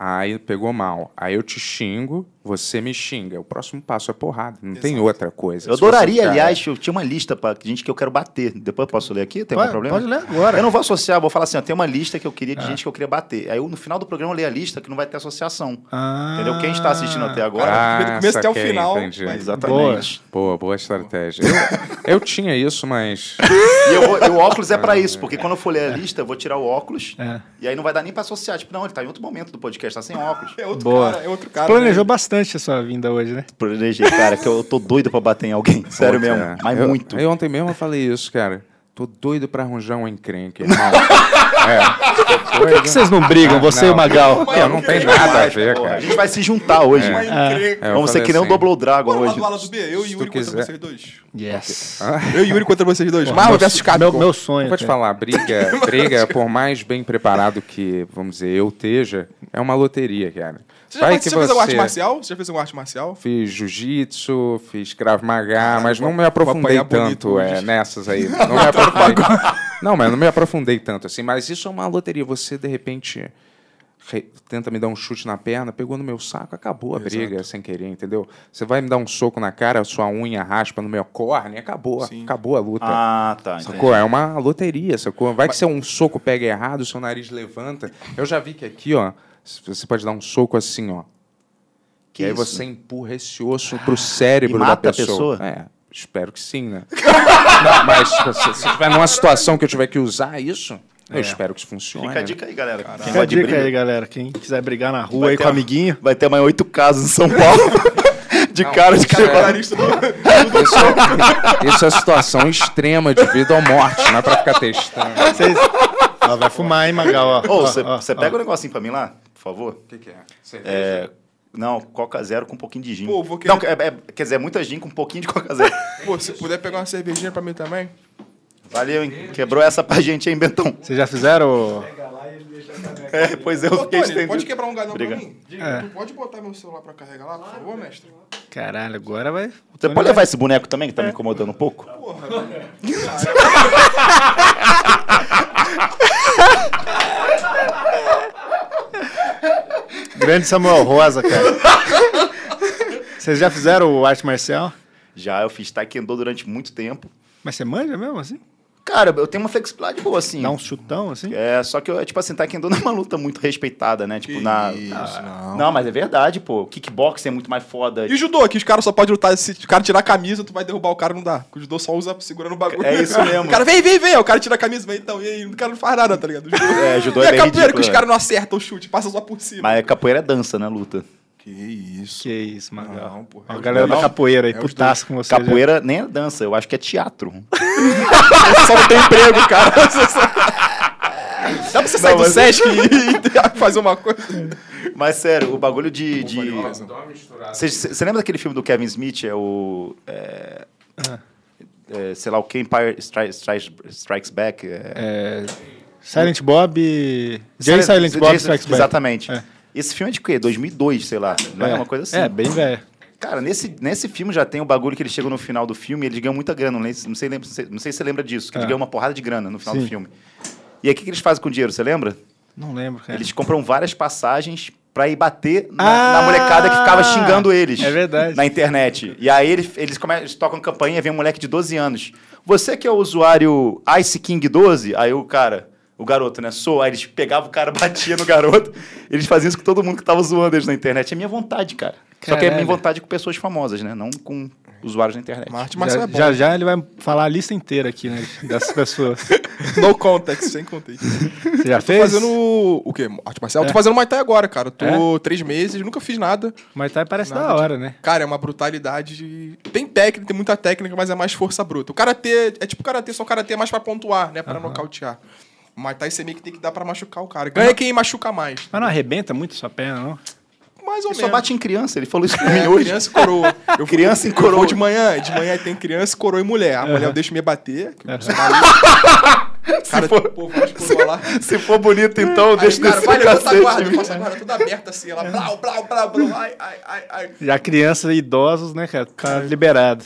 S3: Aí pegou mal. Aí eu te xingo, você me xinga. O próximo passo é porrada, não tem outra coisa.
S6: Eu
S3: Se você
S6: adoraria,
S3: ficar-
S6: aliás, eu tinha uma lista pra gente que eu quero bater. Depois eu posso ler aqui? Tem algum
S4: Pode,
S6: problema?
S4: pode ler agora.
S6: Eu não vou associar, vou falar assim, ó, tem uma lista que eu
S3: Ah.
S6: queria de gente que eu queria bater. Aí eu, no final do programa eu leio a lista que não vai ter associação.
S4: Ah.
S6: Entendeu? Quem está assistindo até agora...
S3: Ah,
S7: do começo até o
S3: saquei,
S7: final,
S3: entendi.
S7: mas-
S6: Exatamente.
S3: Boa, boa estratégia. Eu, eu tinha isso, mas
S6: E, eu vou- e o óculos é
S3: Ah,
S6: pra isso, porque quando eu for ler a lista, eu vou tirar o óculos
S4: É.
S6: e aí não vai dar nem pra associar. Tipo, não, ele tá em outro momento do podcast, tá sem óculos.
S7: É outro
S4: Boa.
S7: cara, é outro cara.
S4: Planejou bastante a sua vinda hoje, né?
S6: Planejei, cara, que eu tô doido pra bater em alguém. Sério
S3: Puta,
S6: mesmo.
S3: é.
S6: Mas
S3: eu,
S6: muito.
S3: Eu ontem mesmo eu falei isso, cara. Tô doido pra arranjar um encrenque, irmão. é. Por
S4: Por que vocês não brigam, você e o Magal?
S3: Não, não tem nada a ver,
S6: Porra,
S3: cara.
S6: a gente vai se juntar hoje.
S7: né?
S6: né?
S7: Uma encrenca.
S3: É, eu
S6: Vamos ser
S3: falei
S6: que nem o
S3: assim.
S6: Double Dragon
S7: Bora lá do
S6: hoje.
S7: lado do B, eu e
S3: Se tu
S7: o Yuri contra
S3: quiser.
S7: vocês dois.
S4: Yes.
S6: Ah,
S7: Eu e o Yuri contra vocês dois. Marvel
S4: Meu-
S7: versus Capcom.
S4: Meu, meu sonho.
S3: Vou te
S4: cara.
S3: falar, briga, briga,
S7: tipo-
S3: por mais bem preparado que, vamos dizer, eu esteja, é uma loteria, cara.
S7: Você já,
S3: Vai
S7: fez
S3: que
S7: você já fez alguma arte
S3: você...
S7: marcial? Você já fez alguma arte marcial?
S3: Fiz jiu-jitsu, fiz Krav Maga, mas não me aprofundei
S7: apanhar bonito
S3: tanto
S7: hoje.
S3: é, nessas aí. Não me aprofundei. Não, mas não me aprofundei tanto assim. Mas isso é uma loteria. Você, de repente, re- tenta me dar um chute na perna, pegou no meu saco, acabou a briga sem querer, entendeu? Você vai me dar um soco na cara, sua unha raspa no meu córnea, acabou, acabou a luta.
S6: Ah, tá.
S3: Sacou? É uma loteria, sacou? Vai que se um soco pega errado, seu nariz levanta. Eu já vi que aqui, ó, s- você pode dar um soco assim, ó.
S6: Que
S3: e aí
S6: isso? Ah,
S3: você empurra esse osso pro cérebro
S6: e mata
S3: da
S6: a
S3: pessoa.
S6: pessoa?
S3: É, espero que sim, né? Não, mas se, se tiver numa situação que eu tiver que usar isso, eu espero que isso funcione.
S6: É. Fica a
S3: né?
S6: dica aí, galera. Quem
S4: Fica a
S6: gosta de
S4: dica aí,
S6: briga,
S4: galera. Quem quiser brigar na rua
S6: Vai
S4: aí
S6: ter
S4: com
S6: uma-
S4: amiguinho.
S6: vai ter amanhã oito casos em São Paulo de
S3: Não,
S6: caras que
S3: isso é-
S6: chegaram.
S3: Isso é, isso é situação extrema de vida ou morte, não é pra ficar testando.
S4: Vocês... Ó, vai fumar, hein, Magal? Ó, Ó,
S6: Ô, você
S4: ó,
S6: você
S4: ó.
S6: pega o negocinho pra mim lá, por favor?
S3: O que, que é?
S6: É. Não, Coca Zero com um pouquinho de gin.
S7: Pô, vou querer-
S6: Não, é- é- quer dizer, muita gin com um pouquinho de Coca Zero.
S7: Pô, se puder pegar uma cervejinha pra mim também.
S6: Valeu, hein? Quebrou essa pra gente, hein, Bentão?
S4: Vocês já fizeram? ô?
S6: É, pois é, eu
S7: Ô,
S6: fiquei
S7: Tony,
S6: estendido.
S7: pode quebrar um galão
S6: Obrigado.
S7: pra mim? Tu pode botar meu celular pra carregar lá, por favor, mestre?
S4: Caralho, agora vai. o
S6: Você
S4: Tony
S6: pode
S4: vai-
S6: levar esse boneco também, que tá me incomodando um pouco?
S4: Grande Samuel Rosa, cara. Vocês já fizeram o arte marcial?
S6: Já, eu fiz taekwondo durante muito tempo.
S4: Mas você manja mesmo, assim?
S6: Cara, eu tenho uma flexibilidade boa, assim.
S4: Dá um chutão, assim?
S6: É, só que, eu, tipo assim, taekwondo não é uma luta muito respeitada, né? Tipo, na... não. Não, mas é verdade, pô. Kickboxing é muito mais foda.
S7: Ah. E judô, que os caras só podem lutar. Se o cara tirar a camisa, tu vai derrubar o cara, não dá. Porque O judô só usa segurando o bagulho.
S6: É isso mesmo.
S7: O cara vem, vem, vem. Aí O cara tira a camisa, vem então. E aí, o cara não faz nada, tá ligado? O Judô.
S6: É, judô
S7: e
S6: é
S7: é
S6: bem
S7: capoeira que
S6: ridículo,
S7: os
S6: né?
S7: caras não acertam o chute, passa só por cima.
S6: Mas capoeira é dança, né, luta?
S4: Que isso, Magal.
S7: Não, porra.
S4: A galera da capoeira aí, putaço com você. já.
S6: É Capoeira nem é dança, eu acho que é teatro.
S7: Só não tem emprego, cara. Você só- Dá pra você sair
S6: Não,
S7: do
S6: mas- é-
S7: Sesc e e fazer uma coisa?
S6: Mas sério, o bagulho de. de...
S3: Dá uma misturada.
S6: Você lembra daquele filme do Kevin Smith? É o. É...
S4: Ah.
S6: é, sei lá, o que Empire Stri- Stri- Strikes Back. É...
S4: É, Silent Bob. e- Jay Silent Bob Strikes Back.
S6: Exatamente.
S4: É.
S6: Esse filme é de quê? 2002, sei lá. Não é, uma coisa assim.
S4: É, bem velho.
S6: Cara, nesse, nesse filme já tem o bagulho que eles chegam no final do filme e eles ganham muita grana. Não lem- não sei, lembra- não sei, não sei se você lembra disso, que eles
S4: É.
S6: ganham uma porrada de grana no final do
S4: Sim.
S6: filme. E aí, o que, que eles fazem com o dinheiro? Você lembra?
S4: Não lembro, cara.
S6: Eles compram várias passagens pra ir bater na,
S4: Ah!
S6: na molecada que ficava xingando eles.
S4: É verdade.
S6: Na internet. E aí eles, eles, come- eles tocam campainha e vem um moleque de 12 anos. Você que é o usuário Ice King 12? Aí o cara, o garoto, né? Sou. Aí eles pegavam o cara, batia no garoto. Eles faziam isso com todo mundo que tava zoando eles na internet. É minha vontade, cara. Só que é minha
S4: Caralho.
S6: vontade com pessoas famosas, né? Não com usuários da internet.
S7: Marte
S4: já,
S7: Marcial é bom.
S4: já já ele vai falar a lista inteira aqui, né? Dessas pessoas. Você
S7: No context, sem contexto.
S4: já
S7: Tô
S4: fez?
S6: um-
S7: fazendo. O quê? Arte marcial?
S6: É.
S7: Tô fazendo Muay Thai agora, cara. Tô
S4: É?
S7: três meses, nunca fiz nada.
S4: Mas tá, parece
S7: Nada
S4: da
S7: de-
S4: hora, né?
S7: Cara, é uma brutalidade de. Tem técnica, tem muita técnica, mas é mais força bruta. O karatê é tipo karatê, só o karatê é mais pra pontuar, né? Pra nocautear. O Muay Thai você meio que tem que dar pra machucar o cara. Ganha quem machuca mais.
S4: Mas não arrebenta muito sua perna, não?
S7: Mais ou
S6: Ele
S7: menos.
S6: só bate em criança. Ele falou isso pra mim
S7: É,
S6: hoje.
S7: criança e coroa. Eu
S6: Criança e
S7: eu vou
S6: coroa.
S7: de manhã, de manhã tem criança, coroa e mulher. A mulher eu deixo me bater.
S4: É,
S7: Que eu sou maluco. cara, pô, vai coroa lá.
S6: Se for bonito, então,
S7: Aí
S6: deixa
S7: o cara,
S6: nesse
S7: vai, levanta a
S6: cacete.
S7: guarda, eu faço a guarda toda aberta assim, ela blá, blá, blá, blá, ai, ai, ai, ai.
S4: Já crianças e idosos, né, cara? Tá liberado.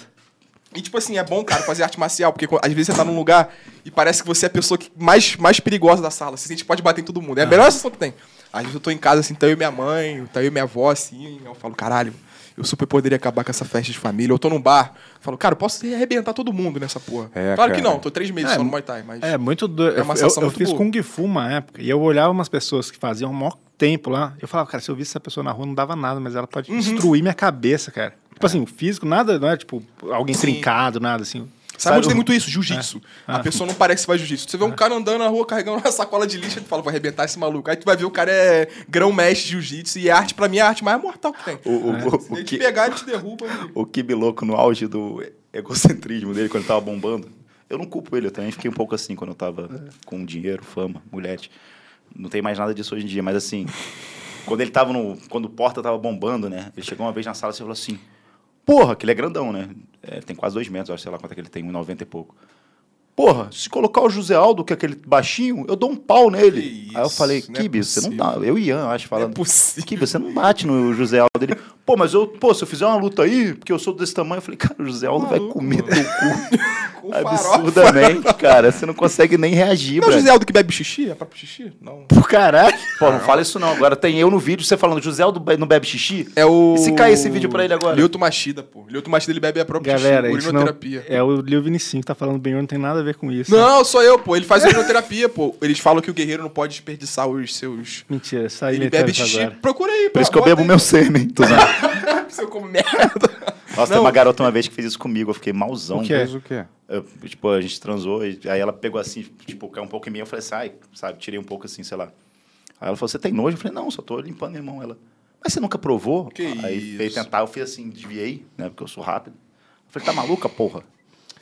S7: E, tipo assim, é bom, cara, fazer arte marcial, porque às vezes você tá num lugar e parece que você é a pessoa que mais, mais perigosa da sala. Você sente que pode bater em todo mundo. É a melhor sensação que tem. Às vezes eu tô em casa, assim, tá eu e minha mãe, tá eu e minha avó, assim, eu falo, caralho, eu super poderia acabar com essa festa de família. Eu tô num bar, falo, cara, eu posso arrebentar todo mundo nessa porra.
S3: É,
S7: claro que
S3: cara.
S7: não, tô três meses só no Muay Thai, mas...
S4: É muito doido.
S7: É uma
S4: eu
S7: sensação
S4: eu
S7: muito
S4: fiz
S7: boa.
S4: Kung Fu uma época e eu olhava umas pessoas que faziam o maior tempo lá. Eu falava, cara, se eu visse essa pessoa na rua, não dava nada, mas ela pode
S7: Uhum.
S4: destruir minha cabeça, cara. Tipo assim, o físico, nada, não é tipo alguém trincado, nada assim.
S7: Sabe
S6: Sabe o-
S7: onde tem muito isso? Jiu-jitsu. A pessoa não parece que faz jiu-jitsu. Você vê um cara andando na rua carregando uma sacola de lixo, tu fala, vou arrebentar esse maluco. Aí tu vai ver o cara é grão-mestre de jiu-jitsu e é arte, pra mim, é a arte mais mortal que tem.
S6: O, o, o,
S7: Ele
S6: o
S7: te
S6: que,
S7: pegar, ele te derruba. amigo.
S6: o Kibi Louco no auge do egocentrismo dele, quando ele tava bombando. Eu não culpo ele, eu também fiquei um pouco assim quando eu tava com dinheiro, fama, mulheres. Não tem mais nada disso hoje em dia, mas assim, quando ele tava no. Quando o Porta tava bombando, né? Ele chegou uma vez na sala e falou assim: Porra, que ele é grandão, né? É, tem quase dois metros, eu acho, sei lá quanto é que ele tem, 1,90 e pouco. Porra, se colocar o José Aldo, que é aquele baixinho, eu dou um pau nele.
S7: Que
S6: Aí eu falei,
S7: isso, não é
S6: Kibi, você não
S7: possível.
S6: dá. Eu e Ian, acho,
S7: Não é
S6: falando.
S7: possível.
S6: Que você não bate no José Aldo. Ele, pô, mas eu, pô, se eu fizer uma luta aí, porque eu sou desse tamanho, eu falei, cara, o José Aldo vai comer teu cu.
S7: com farofa.
S6: Absurdamente, cara. Você não consegue nem reagir,
S7: Não é o
S6: Brad.
S7: José Aldo que bebe xixi? É próprio xixi? Não.
S6: Pô, caralho. Pô, não fala isso não. Agora tem eu no vídeo, você falando, José Aldo be- não bebe xixi?
S7: É o.
S6: E se cair esse vídeo pra ele agora?
S7: Lioto Machida, pô. Lioto Machida ele bebe a própria
S4: Galera,
S7: xixi,
S4: isso não...
S7: urinoterapia.
S4: É o Liu Vinicinho que tá falando bem, não tem nada a ver com isso.
S7: Não, sou eu, pô. Ele faz urinoterapia, pô. Eles falam que o guerreiro não pode desperdiçar os seus.
S4: Mentira, saí
S7: Ele
S4: metendo
S7: bebe
S4: isso
S7: xixi.
S4: Tá agora.
S7: Procura aí, pô.
S6: Por isso que eu
S7: Bota
S6: bebo
S7: aí.
S6: meu sêmen. Tô zoando.
S7: Se eu como merda.
S6: Nossa, tem uma garota uma vez que fez isso comigo, eu fiquei malzão.
S4: O quê?
S3: Mas o quê?
S6: Eu, tipo, a gente transou, e aí ela pegou assim, tipo, caiu um pouco em mim, eu falei, sai, sabe, tirei um pouco assim, sei lá. Aí ela falou, você tem nojo? Eu falei, não, só tô limpando, irmão. Ela, mas você nunca provou?
S7: Que
S6: aí
S7: isso.
S6: veio tentar, eu fui assim, desviei, né, porque eu sou rápido. Eu falei, tá maluca, porra?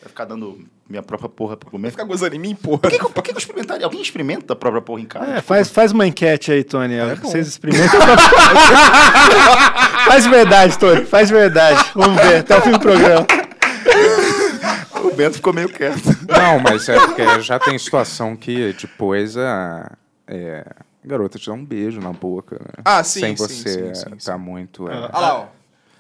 S6: Vai ficar dando minha própria porra pra comer?
S7: Fica gozando em mim, porra.
S6: Por que, que eu- por que que eu experimentaria? Alguém experimenta a própria porra em casa?
S4: É, faz, faz uma enquete aí, Tony. Vocês experimentam. faz verdade, Tony. Faz verdade. Vamos ver, até o fim do programa.
S6: O Bento ficou meio quieto.
S3: Não, mas é porque já tem situação que depois a, é, a garota te dá um beijo na boca. Né?
S7: Ah, sim,
S3: Sem
S7: sim,
S3: você
S7: sim, sim, sim.
S3: tá muito.
S4: Ah,
S3: é.
S7: Olha lá, ó.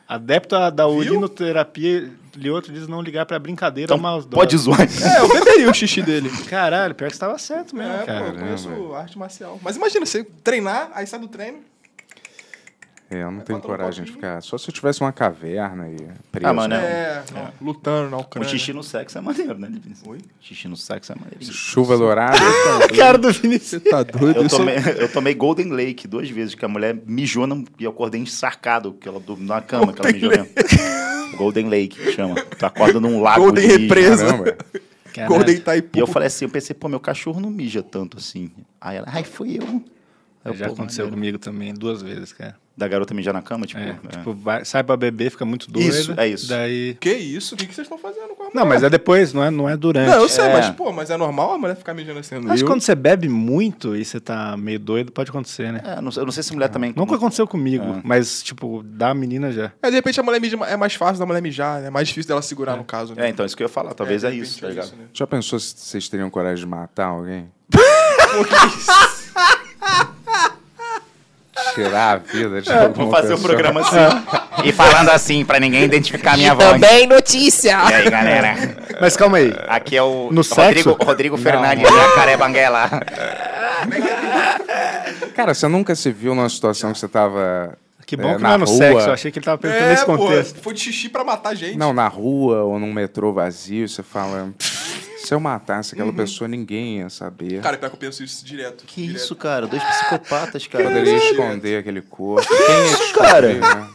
S4: Adepto a- da urinoterapia, Lioto diz não ligar pra brincadeira
S6: Então,
S4: ou maus
S6: pode
S4: doses.
S6: zoar.
S7: É, eu beberia o xixi dele.
S4: Caralho, pior que você tava certo mesmo,
S7: É,
S4: cara.
S7: pô, eu conheço arte marcial. Mas imagina, você treinar, aí sai do treino.
S3: É, eu não tenho
S7: bota
S4: um
S7: no
S3: coragem de
S7: copinho.
S3: ficar. Só se eu tivesse uma caverna e preso.
S6: Ah, mano,
S3: né?
S7: É, não, lutando na
S6: Um
S7: Ucrânia.
S6: xixi no sexo é maneiro, né, Vinícius? Oi? Xixi no sexo é maneiro.
S3: Chuva dourada. então.
S4: Cara do Vinicius.
S7: Você tá doido?
S6: Eu
S7: Isso-
S6: tomei, eu tomei Golden Lake duas vezes, que a mulher mijou na- e eu acordei ensarcado que ela, do- na cama, que ela mijou mesmo. Golden Lake, que chama. Tu acorda num lago.
S7: Golden
S6: de- né?
S7: Represa.
S3: Caramba.
S7: Golden
S4: tá-
S6: E
S7: Itaipu.
S6: eu falei assim, eu pensei, pô, meu cachorro não mija tanto assim. Aí ela, ai, fui eu. Aí eu,
S4: Já
S6: pô,
S4: aconteceu comigo
S6: maneiro.
S4: também, duas vezes, cara.
S6: Da garota mijar na cama, tipo...
S4: É,
S6: É,
S4: Tipo, vai- sai pra beber, fica muito doido.
S6: Isso, é isso.
S4: Daí...
S7: Que isso? O que que vocês estão fazendo com a
S4: Não, mas é depois, não é, não é durante.
S7: Não, eu sei,
S6: É.
S7: mas, pô, mas é normal a mulher ficar mijando assim.
S4: Acho
S7: Eu-
S4: que quando você bebe muito e você tá meio doido, pode acontecer, né?
S6: É, não sei- eu não sei se mulher também...
S4: Nunca aconteceu comigo,
S6: É.
S4: mas, tipo, da menina já.
S7: É, de repente a mulher mija, é mais fácil da mulher mijar, né? É mais difícil dela segurar, no caso.
S6: É,
S7: Né?
S6: então, isso que eu ia falar. Talvez
S7: de
S6: é,
S7: repente
S6: isso, tá ligado?
S7: né?
S3: Já pensou se vocês teriam coragem de matar alguém? Tirar a vida
S4: É,
S3: de alguma
S6: Vou fazer o
S3: pessoa.
S6: programa assim. e falando assim, pra ninguém identificar minha voz.
S8: Também notícia!
S6: E aí, galera?
S4: Mas calma aí.
S6: Aqui é o
S4: No
S6: Rodrigo,
S4: sexo?
S6: Rodrigo Fernandes né, Jacaré é Banguela.
S3: Cara, você nunca se viu numa situação que você tava.
S4: Que
S3: é,
S4: bom que
S3: na
S4: não é no
S3: rua.
S4: sexo. Eu achei que ele tava perguntando
S7: É,
S4: nesse
S7: pô,
S4: contexto.
S7: foi de xixi pra matar gente.
S3: Não, na rua ou num metrô vazio, você fala. Se eu matasse aquela pessoa, ninguém ia saber.
S7: Uhum. Cara, pior que eu penso isso direto.
S6: Que
S7: direto.
S6: isso, cara? Dois psicopatas, cara.
S3: Poderia esconder aquele corpo. Quem ia esconder, né?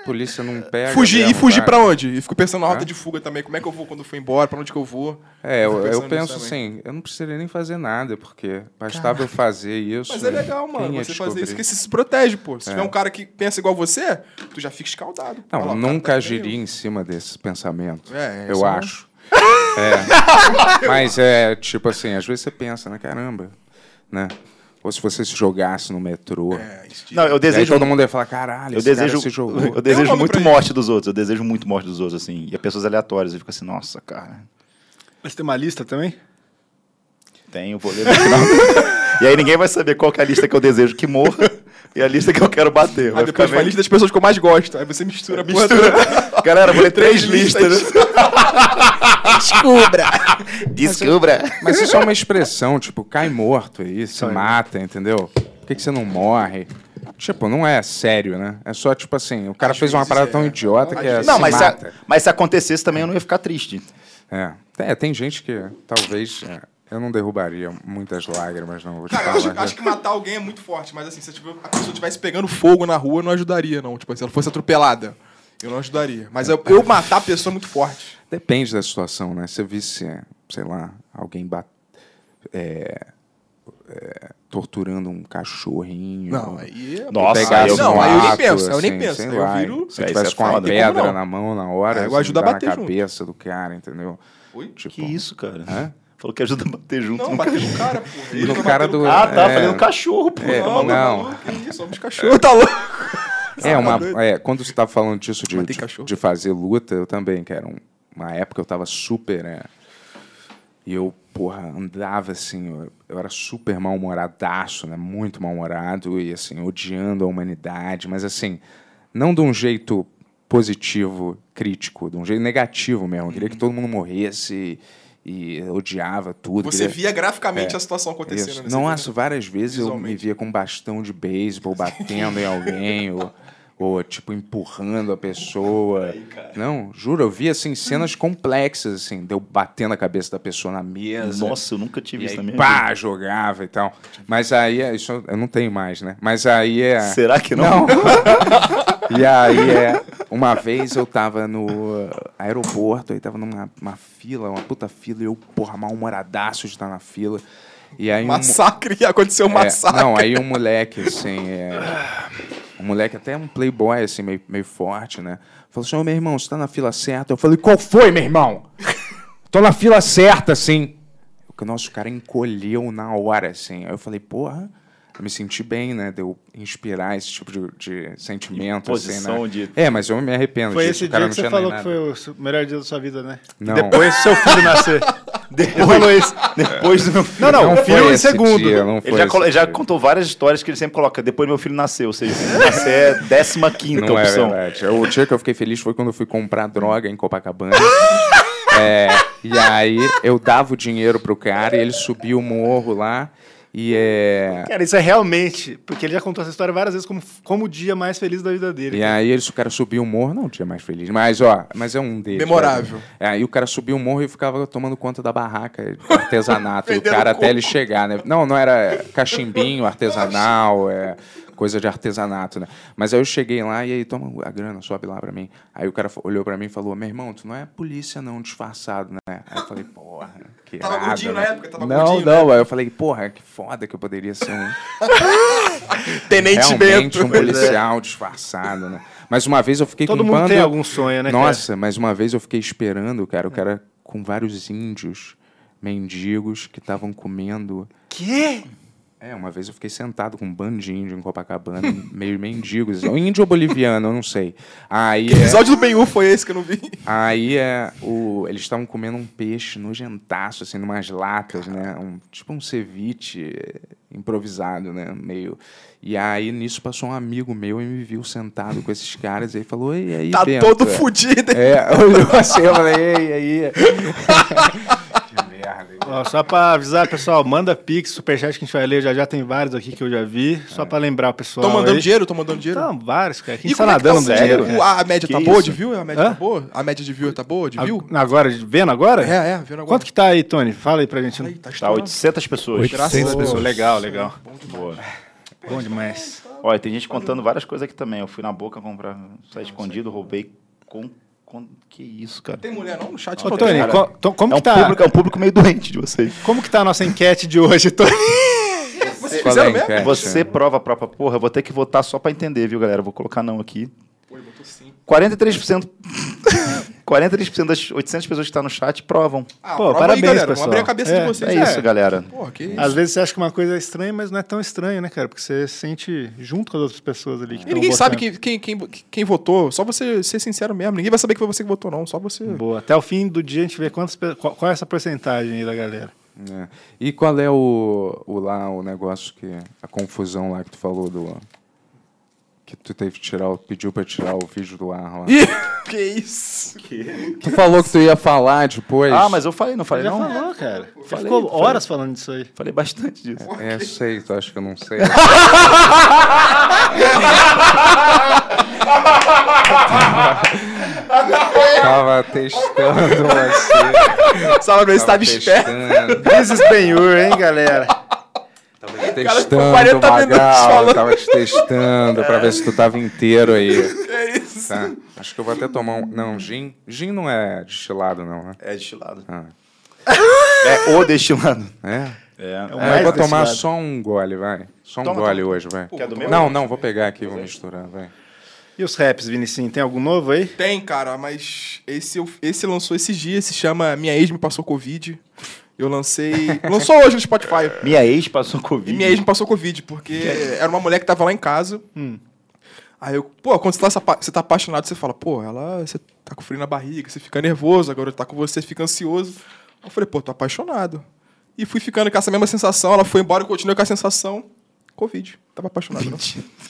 S3: A polícia não pega.
S7: Fugir, e
S3: mesmo,
S7: fugir
S3: vai.
S7: pra onde? E fico pensando na rota
S3: Hã?
S7: de fuga também. Como é que eu vou quando eu for embora? Pra onde que eu vou?
S3: É, eu,
S7: Fico
S3: eu
S7: pensando
S3: penso
S7: nisso
S3: assim, eu não precisaria nem fazer nada, porque bastava eu fazer isso.
S7: Mas é
S3: né?
S7: legal, mano,
S3: Quem ia
S7: você fazer
S3: descobrir?
S7: isso, porque você se protege, pô. Se
S6: É.
S7: tiver um cara que pensa igual você, tu já fica escaldado.
S3: Não,
S7: Olha lá, o cara
S3: nunca
S7: tá
S3: agiria
S7: meio-
S3: em cima desse pensamento.
S7: É, é, isso
S3: eu
S7: é um-
S3: acho. É. Mas é tipo assim, às vezes você pensa, né, caramba, né? Ou se você se jogasse no metrô.
S7: É, isso de-
S6: Não, eu
S3: E aí
S6: desejo. um-
S3: todo mundo ia falar, caralho,
S6: Eu
S3: esse
S6: desejo,
S3: cara se jogou.
S6: eu
S7: Tem um
S6: desejo
S7: nome
S6: muito
S7: pra
S6: morte dos outros. Eu desejo muito morte dos outros, assim. E a pessoas aleatórias. Eu fico assim, nossa, cara.
S4: Mas tem uma lista também?
S6: Tenho, vou ler no final. e aí ninguém vai saber qual que é a lista que eu desejo que morra e a lista que eu quero bater. Vai
S7: Aí depois
S6: ficar
S7: faz a
S6: meio-
S7: lista das pessoas que eu mais gosto. Aí você mistura, a porra toda.
S6: Galera, eu vou ler três listas.
S8: Descubra!
S6: Descubra.
S3: Mas isso é uma expressão, tipo, cai morto aí, se mata, entendeu? Por que, que você não morre? Tipo, não é sério, né? É só, tipo assim, o cara fez uma parada tão idiota que é.
S6: Não,
S3: se
S6: mas se,
S3: mata.
S6: a- mas se acontecesse também eu não ia ficar triste.
S3: É. É, tem gente que talvez. é, eu não derrubaria muitas lágrimas, não. Vou te
S7: Cara, eu
S3: falar.
S7: acho, acho que matar alguém é muito forte, mas assim, se eu tiver- a pessoa estivesse pegando fogo na rua, eu não ajudaria, não. Tipo, se ela fosse atropelada, eu não ajudaria. Mas eu, eu matar a pessoa é muito forte.
S3: Depende da situação, né? Se eu visse, é, sei lá, alguém bat... é, é, torturando um cachorrinho.
S7: Não, aí. é
S6: Nossa,
S7: pegar
S6: aí eu-
S7: não, aí eu nem
S3: mato,
S7: penso, aí eu nem
S3: assim,
S7: penso.
S3: sei
S7: Aí eu
S3: lá, Se
S7: viro.
S6: É,
S3: eu
S6: isso
S3: tivesse
S6: é
S3: com uma
S6: foda.
S7: Tem como
S3: pedra
S7: não.
S3: na mão na hora,
S7: É, eu
S3: assim,
S7: ajudo a
S3: dar
S7: bater
S3: na
S7: junto.
S3: cabeça do cara, entendeu?
S7: Oi?
S3: Tipo,
S6: Que isso, cara?
S3: Hã?
S6: Falou que ajuda a bater junto.
S7: Não,
S6: no
S7: bateu no cara, pô. Ele
S3: No
S7: tá
S3: cara
S7: batendo
S3: do-
S7: no
S6: Ah, tá,
S3: É.
S6: falei no cachorro, pô.
S3: É,
S6: Tá
S7: Não,
S6: maluco.
S3: Não.
S7: não. não. Que isso, somos cachorro. Tá louco.
S3: É, uma, é, quando você tava falando disso de,
S7: Matei
S3: de-
S7: cachorro.
S3: de fazer luta, eu também, que era um- uma época eu tava super. é, e eu, porra, andava assim, eu, eu era super mal-humoradaço, né? Muito mal-humorado e assim, odiando a humanidade, mas assim, não de um jeito positivo crítico, de um jeito negativo mesmo. Eu queria
S7: Uhum.
S3: que todo mundo morresse e odiava tudo.
S7: Você
S3: queria...
S7: via graficamente a situação acontecendo.
S6: né?
S3: Isso.
S7: nesse
S3: Nossa,
S7: filme.
S3: várias vezes eu me
S7: Visualmente.
S3: via com um bastão de beisebol batendo em alguém, ou, ou, tipo, empurrando a pessoa. Não, juro, eu via assim, cenas complexas, assim, deu batendo a cabeça da pessoa na mesa.
S6: Nossa, eu nunca
S3: né?
S6: tive
S3: e
S6: isso
S3: aí,
S6: na minha
S3: pá, jogava e tal. Mas aí, é- isso eu não tenho mais, né? Mas aí é.
S6: vida. Será que
S3: Não.
S6: não?
S3: e aí, é, uma vez eu tava no aeroporto, aí tava numa uma fila, uma puta fila, e eu, porra, mal-humoradaço de estar na fila. E aí um mo-
S7: Massacre, aconteceu um
S3: é,
S7: massacre.
S3: não, aí um moleque, assim, é, um moleque até um playboy, assim, meio, meio forte, né? Falou assim, ô, meu irmão, você tá na fila certa? Eu falei, qual foi, meu irmão? Tô na fila certa, assim. O nosso cara encolheu na hora, assim. Aí eu falei, porra, eu me senti bem, né? Deu inspirar esse tipo de, de sentimento, assim,
S6: Posição
S3: né?
S6: de-
S3: É, mas eu me arrependo
S4: Foi
S3: disso,
S4: esse
S3: o cara
S4: dia que
S3: não
S4: você
S3: tinha
S4: falou
S3: nem
S4: que
S3: nada.
S4: foi o su- melhor dia da sua vida, né?
S3: Não.
S4: Depois do seu filho nascer.
S6: Depois, depois do meu um
S4: Não,
S6: filho.
S3: Não
S4: não, o filho
S3: foi
S4: em
S3: esse
S4: segundo.
S3: dia, não foi
S6: Ele já,
S3: esse
S6: colo- já
S3: dia.
S6: contou várias histórias que ele sempre coloca. Depois meu filho nasceu, ou seja, essa é a décima quinta
S3: Não é
S6: opção.
S3: verdade. O dia que eu fiquei feliz foi quando eu fui comprar droga em Copacabana. É, e aí eu dava o dinheiro pro cara e ele subia o morro lá. E é.
S4: Cara, isso é realmente. Porque ele já contou essa história várias vezes como, como o dia mais feliz da vida dele.
S3: E aí eles, o cara subiu o morro, não tinha mais feliz. Mas, ó, mas é um deles.
S7: Memorável.
S3: né? É, Aí o cara subiu o morro e ficava tomando conta da barraca de artesanato. e o
S7: Vendendo
S3: cara até
S7: coco.
S3: ele chegar, né? Não, não era cachimbinho, artesanal, é coisa de artesanato, né? Mas aí eu cheguei lá e aí, toma a grana, sobe lá pra mim. Aí o cara fa- olhou pra mim e falou, meu irmão, tu não é polícia não, disfarçado, né? Aí eu falei, porra, que
S7: Tava
S3: irado,
S7: gordinho
S3: né?
S7: na época, tava
S3: Não,
S7: gordinho, né?
S3: não, aí eu falei, porra, que foda que eu poderia ser um...
S7: Tenente
S3: Realmente
S7: Bento.
S3: um policial disfarçado, né? Mas uma vez eu fiquei
S4: Todo
S3: com um
S4: mundo
S3: bando...
S4: tem algum sonho, né? cara?
S3: Nossa, mas uma vez eu fiquei esperando, cara, o cara com vários índios mendigos que estavam comendo.
S4: Quê?
S3: É, uma vez eu fiquei sentado com um bando de índio em Copacabana, meio mendigos. Um índio ou boliviano, eu não sei. Aí,
S7: O
S3: é-
S7: episódio do Ben-Hur foi esse que eu não vi.
S3: aí é, o, eles estavam comendo um peixe nojentaço, assim, numas latas, né? Um- tipo um ceviche é, improvisado, né? Meio. E aí, nisso, passou um amigo meu e me viu sentado com esses caras e aí falou: Ei, e aí,
S7: Tá
S3: Bento?"
S7: todo fudido. hein?
S3: É, olhou assim, eu falei, ei, aí. que merda.
S4: Ó, só pra avisar, pessoal, manda pix, superchat que a gente vai ler. Já já tem vários aqui que eu já vi. Só pra lembrar o pessoal.
S7: Tô mandando
S4: aí.
S7: dinheiro, tô mandando dinheiro.
S4: Então, vários, cara. Quem
S7: E
S4: tá
S7: como é que tá
S4: nadando
S7: o
S4: do dinheiro?
S7: dinheiro? A média
S6: Que
S7: tá boa
S6: isso?
S7: de view? A média
S4: Hã?
S7: tá boa? A média de view tá boa de view?
S4: A- Agora, vendo agora?
S7: É, é, vendo agora.
S4: Quanto é? que tá aí, Tony? Fala aí pra gente.
S7: Aí,
S6: Tá,
S7: tá estourando.
S6: 800 pessoas.
S9: 800
S6: Pô,
S9: pessoas.
S6: Legal, legal. Boa.
S4: tá Bom demais.
S6: Olha, tem gente contando várias coisas aqui também. Eu fui na boca comprar, saí escondido, roubei com... com... Que isso, cara?
S7: Tem mulher não no chat?
S4: Ô,
S7: Não,
S4: Tony,
S7: tem.
S6: cara.
S4: co- to- como
S6: é, um
S4: que tá?
S6: público, é um público meio doente de vocês.
S4: Como que tá a nossa enquete de hoje, Tony?
S7: Vocês fizeram
S3: Qual é a
S7: mesmo?
S3: enquete?
S6: Você prova a própria porra. Eu vou ter que votar só pra entender, viu, galera? Eu Vou colocar não aqui. 43%... 43% das 800 pessoas que estão no chat provam.
S7: Ah,
S4: Pô,
S7: prova
S4: parabéns,
S7: aí, galera.
S4: pessoal.
S7: Vamos abrir a cabeça
S4: É,
S7: de vocês.
S6: É isso, galera.
S7: Porra, que isso.
S4: Às vezes você acha que uma coisa é estranha, mas não é tão estranha, né, cara? Porque você se sente junto com as outras pessoas ali. Que
S7: E ninguém sabe quem, quem, quem, quem votou. Só você ser sincero mesmo. Ninguém vai saber que foi você que votou, não. Só você.
S4: Boa. Até o fim do dia a gente vê quantas, pe- qual, qual é essa porcentagem aí da galera.
S3: É. E qual é o, o lá, o negócio que. A confusão lá que tu falou do. Que tu teve que tirar, o- pediu pra tirar o vídeo do ar lá.
S7: que isso?
S3: Tu falou que tu ia falar depois.
S6: Ah, mas eu falei, não falei não?
S4: falou, cara. Você
S6: Falei,
S4: ficou
S6: falei.
S4: horas falando disso aí.
S6: Falei bastante disso.
S3: É, eu sei, tu acha que eu não sei. Tava testando você.
S7: Sabe, ele
S6: tá
S3: Tava
S7: estava esperto.
S3: testando.
S4: This is Ben-Hur, hein, galera?
S3: testando,
S7: ficou 40
S3: Magal,
S7: minutos falando.
S3: eu tava te testando pra ver se tu tava inteiro aí. É isso. Acho que eu vou até tomar um... Não, gin... Gin não é destilado, não, né?
S6: É destilado.
S3: Ah.
S6: É o destilado.
S3: É?
S6: É.
S4: o
S3: Ah,
S4: mais
S3: eu vou tomar
S4: destilado.
S3: só um gole, vai. Só um
S6: Toma,
S3: gole
S6: toma.
S3: hoje, vai.
S6: Quer do meu?
S3: Não, não, vou pegar aqui, vou misturar, vai.
S4: E os raps, Vinicinho, tem algum novo aí?
S7: Tem, cara, mas esse, eu- esse lançou esses dias, se chama Minha Ex Me Passou Covid. Eu lancei. lançou hoje no Spotify.
S6: Minha ex passou
S7: E
S6: Covid.
S7: minha ex me passou Covid, porque era uma mulher que tava lá em casa. Aí eu, pô, quando você tá, sapa- você tá apaixonado, você fala, pô, ela, você tá com frio na barriga, você fica nervoso, agora tá com você, fica ansioso. Eu falei, pô, tô apaixonado. E fui ficando com essa mesma sensação, ela foi embora, eu continuei com a sensação. Covid. Tava apaixonado, não?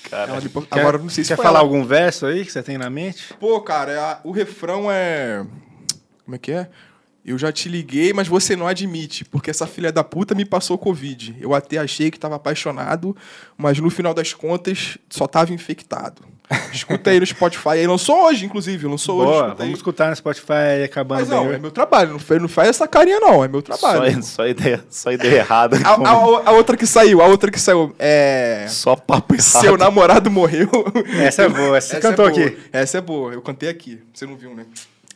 S6: Cara,
S7: Ela me po-
S4: Quer-
S7: Agora não sei se
S4: Quer
S7: foi
S4: falar
S7: ela.
S4: algum verso aí que você tem na mente?
S7: Pô, cara, a- o refrão é. Como é que é? Eu já te liguei, mas você não admite, porque essa filha da puta me passou Covid. Eu até achei que tava apaixonado, mas no final das contas só tava infectado. Escuta aí no Spotify. Aí lançou hoje, inclusive. Lançou hoje.
S4: Boa,
S7: escuta aí.
S4: vamos escutar no Spotify aí, acabando
S7: Mas
S4: bem
S7: não,
S4: hoje.
S7: é meu trabalho. Não fa- não faz essa carinha, não. É meu trabalho.
S6: só, só ideia, só é ideia errada.
S7: A, a- a- a outra que saiu, a outra que saiu. É.
S6: só papo errado.
S7: Seu namorado morreu.
S4: Essa é boa, essa você
S7: Essa é
S4: cantou
S7: boa.
S4: aqui.
S7: Essa é boa. Eu cantei aqui. Você não viu, né?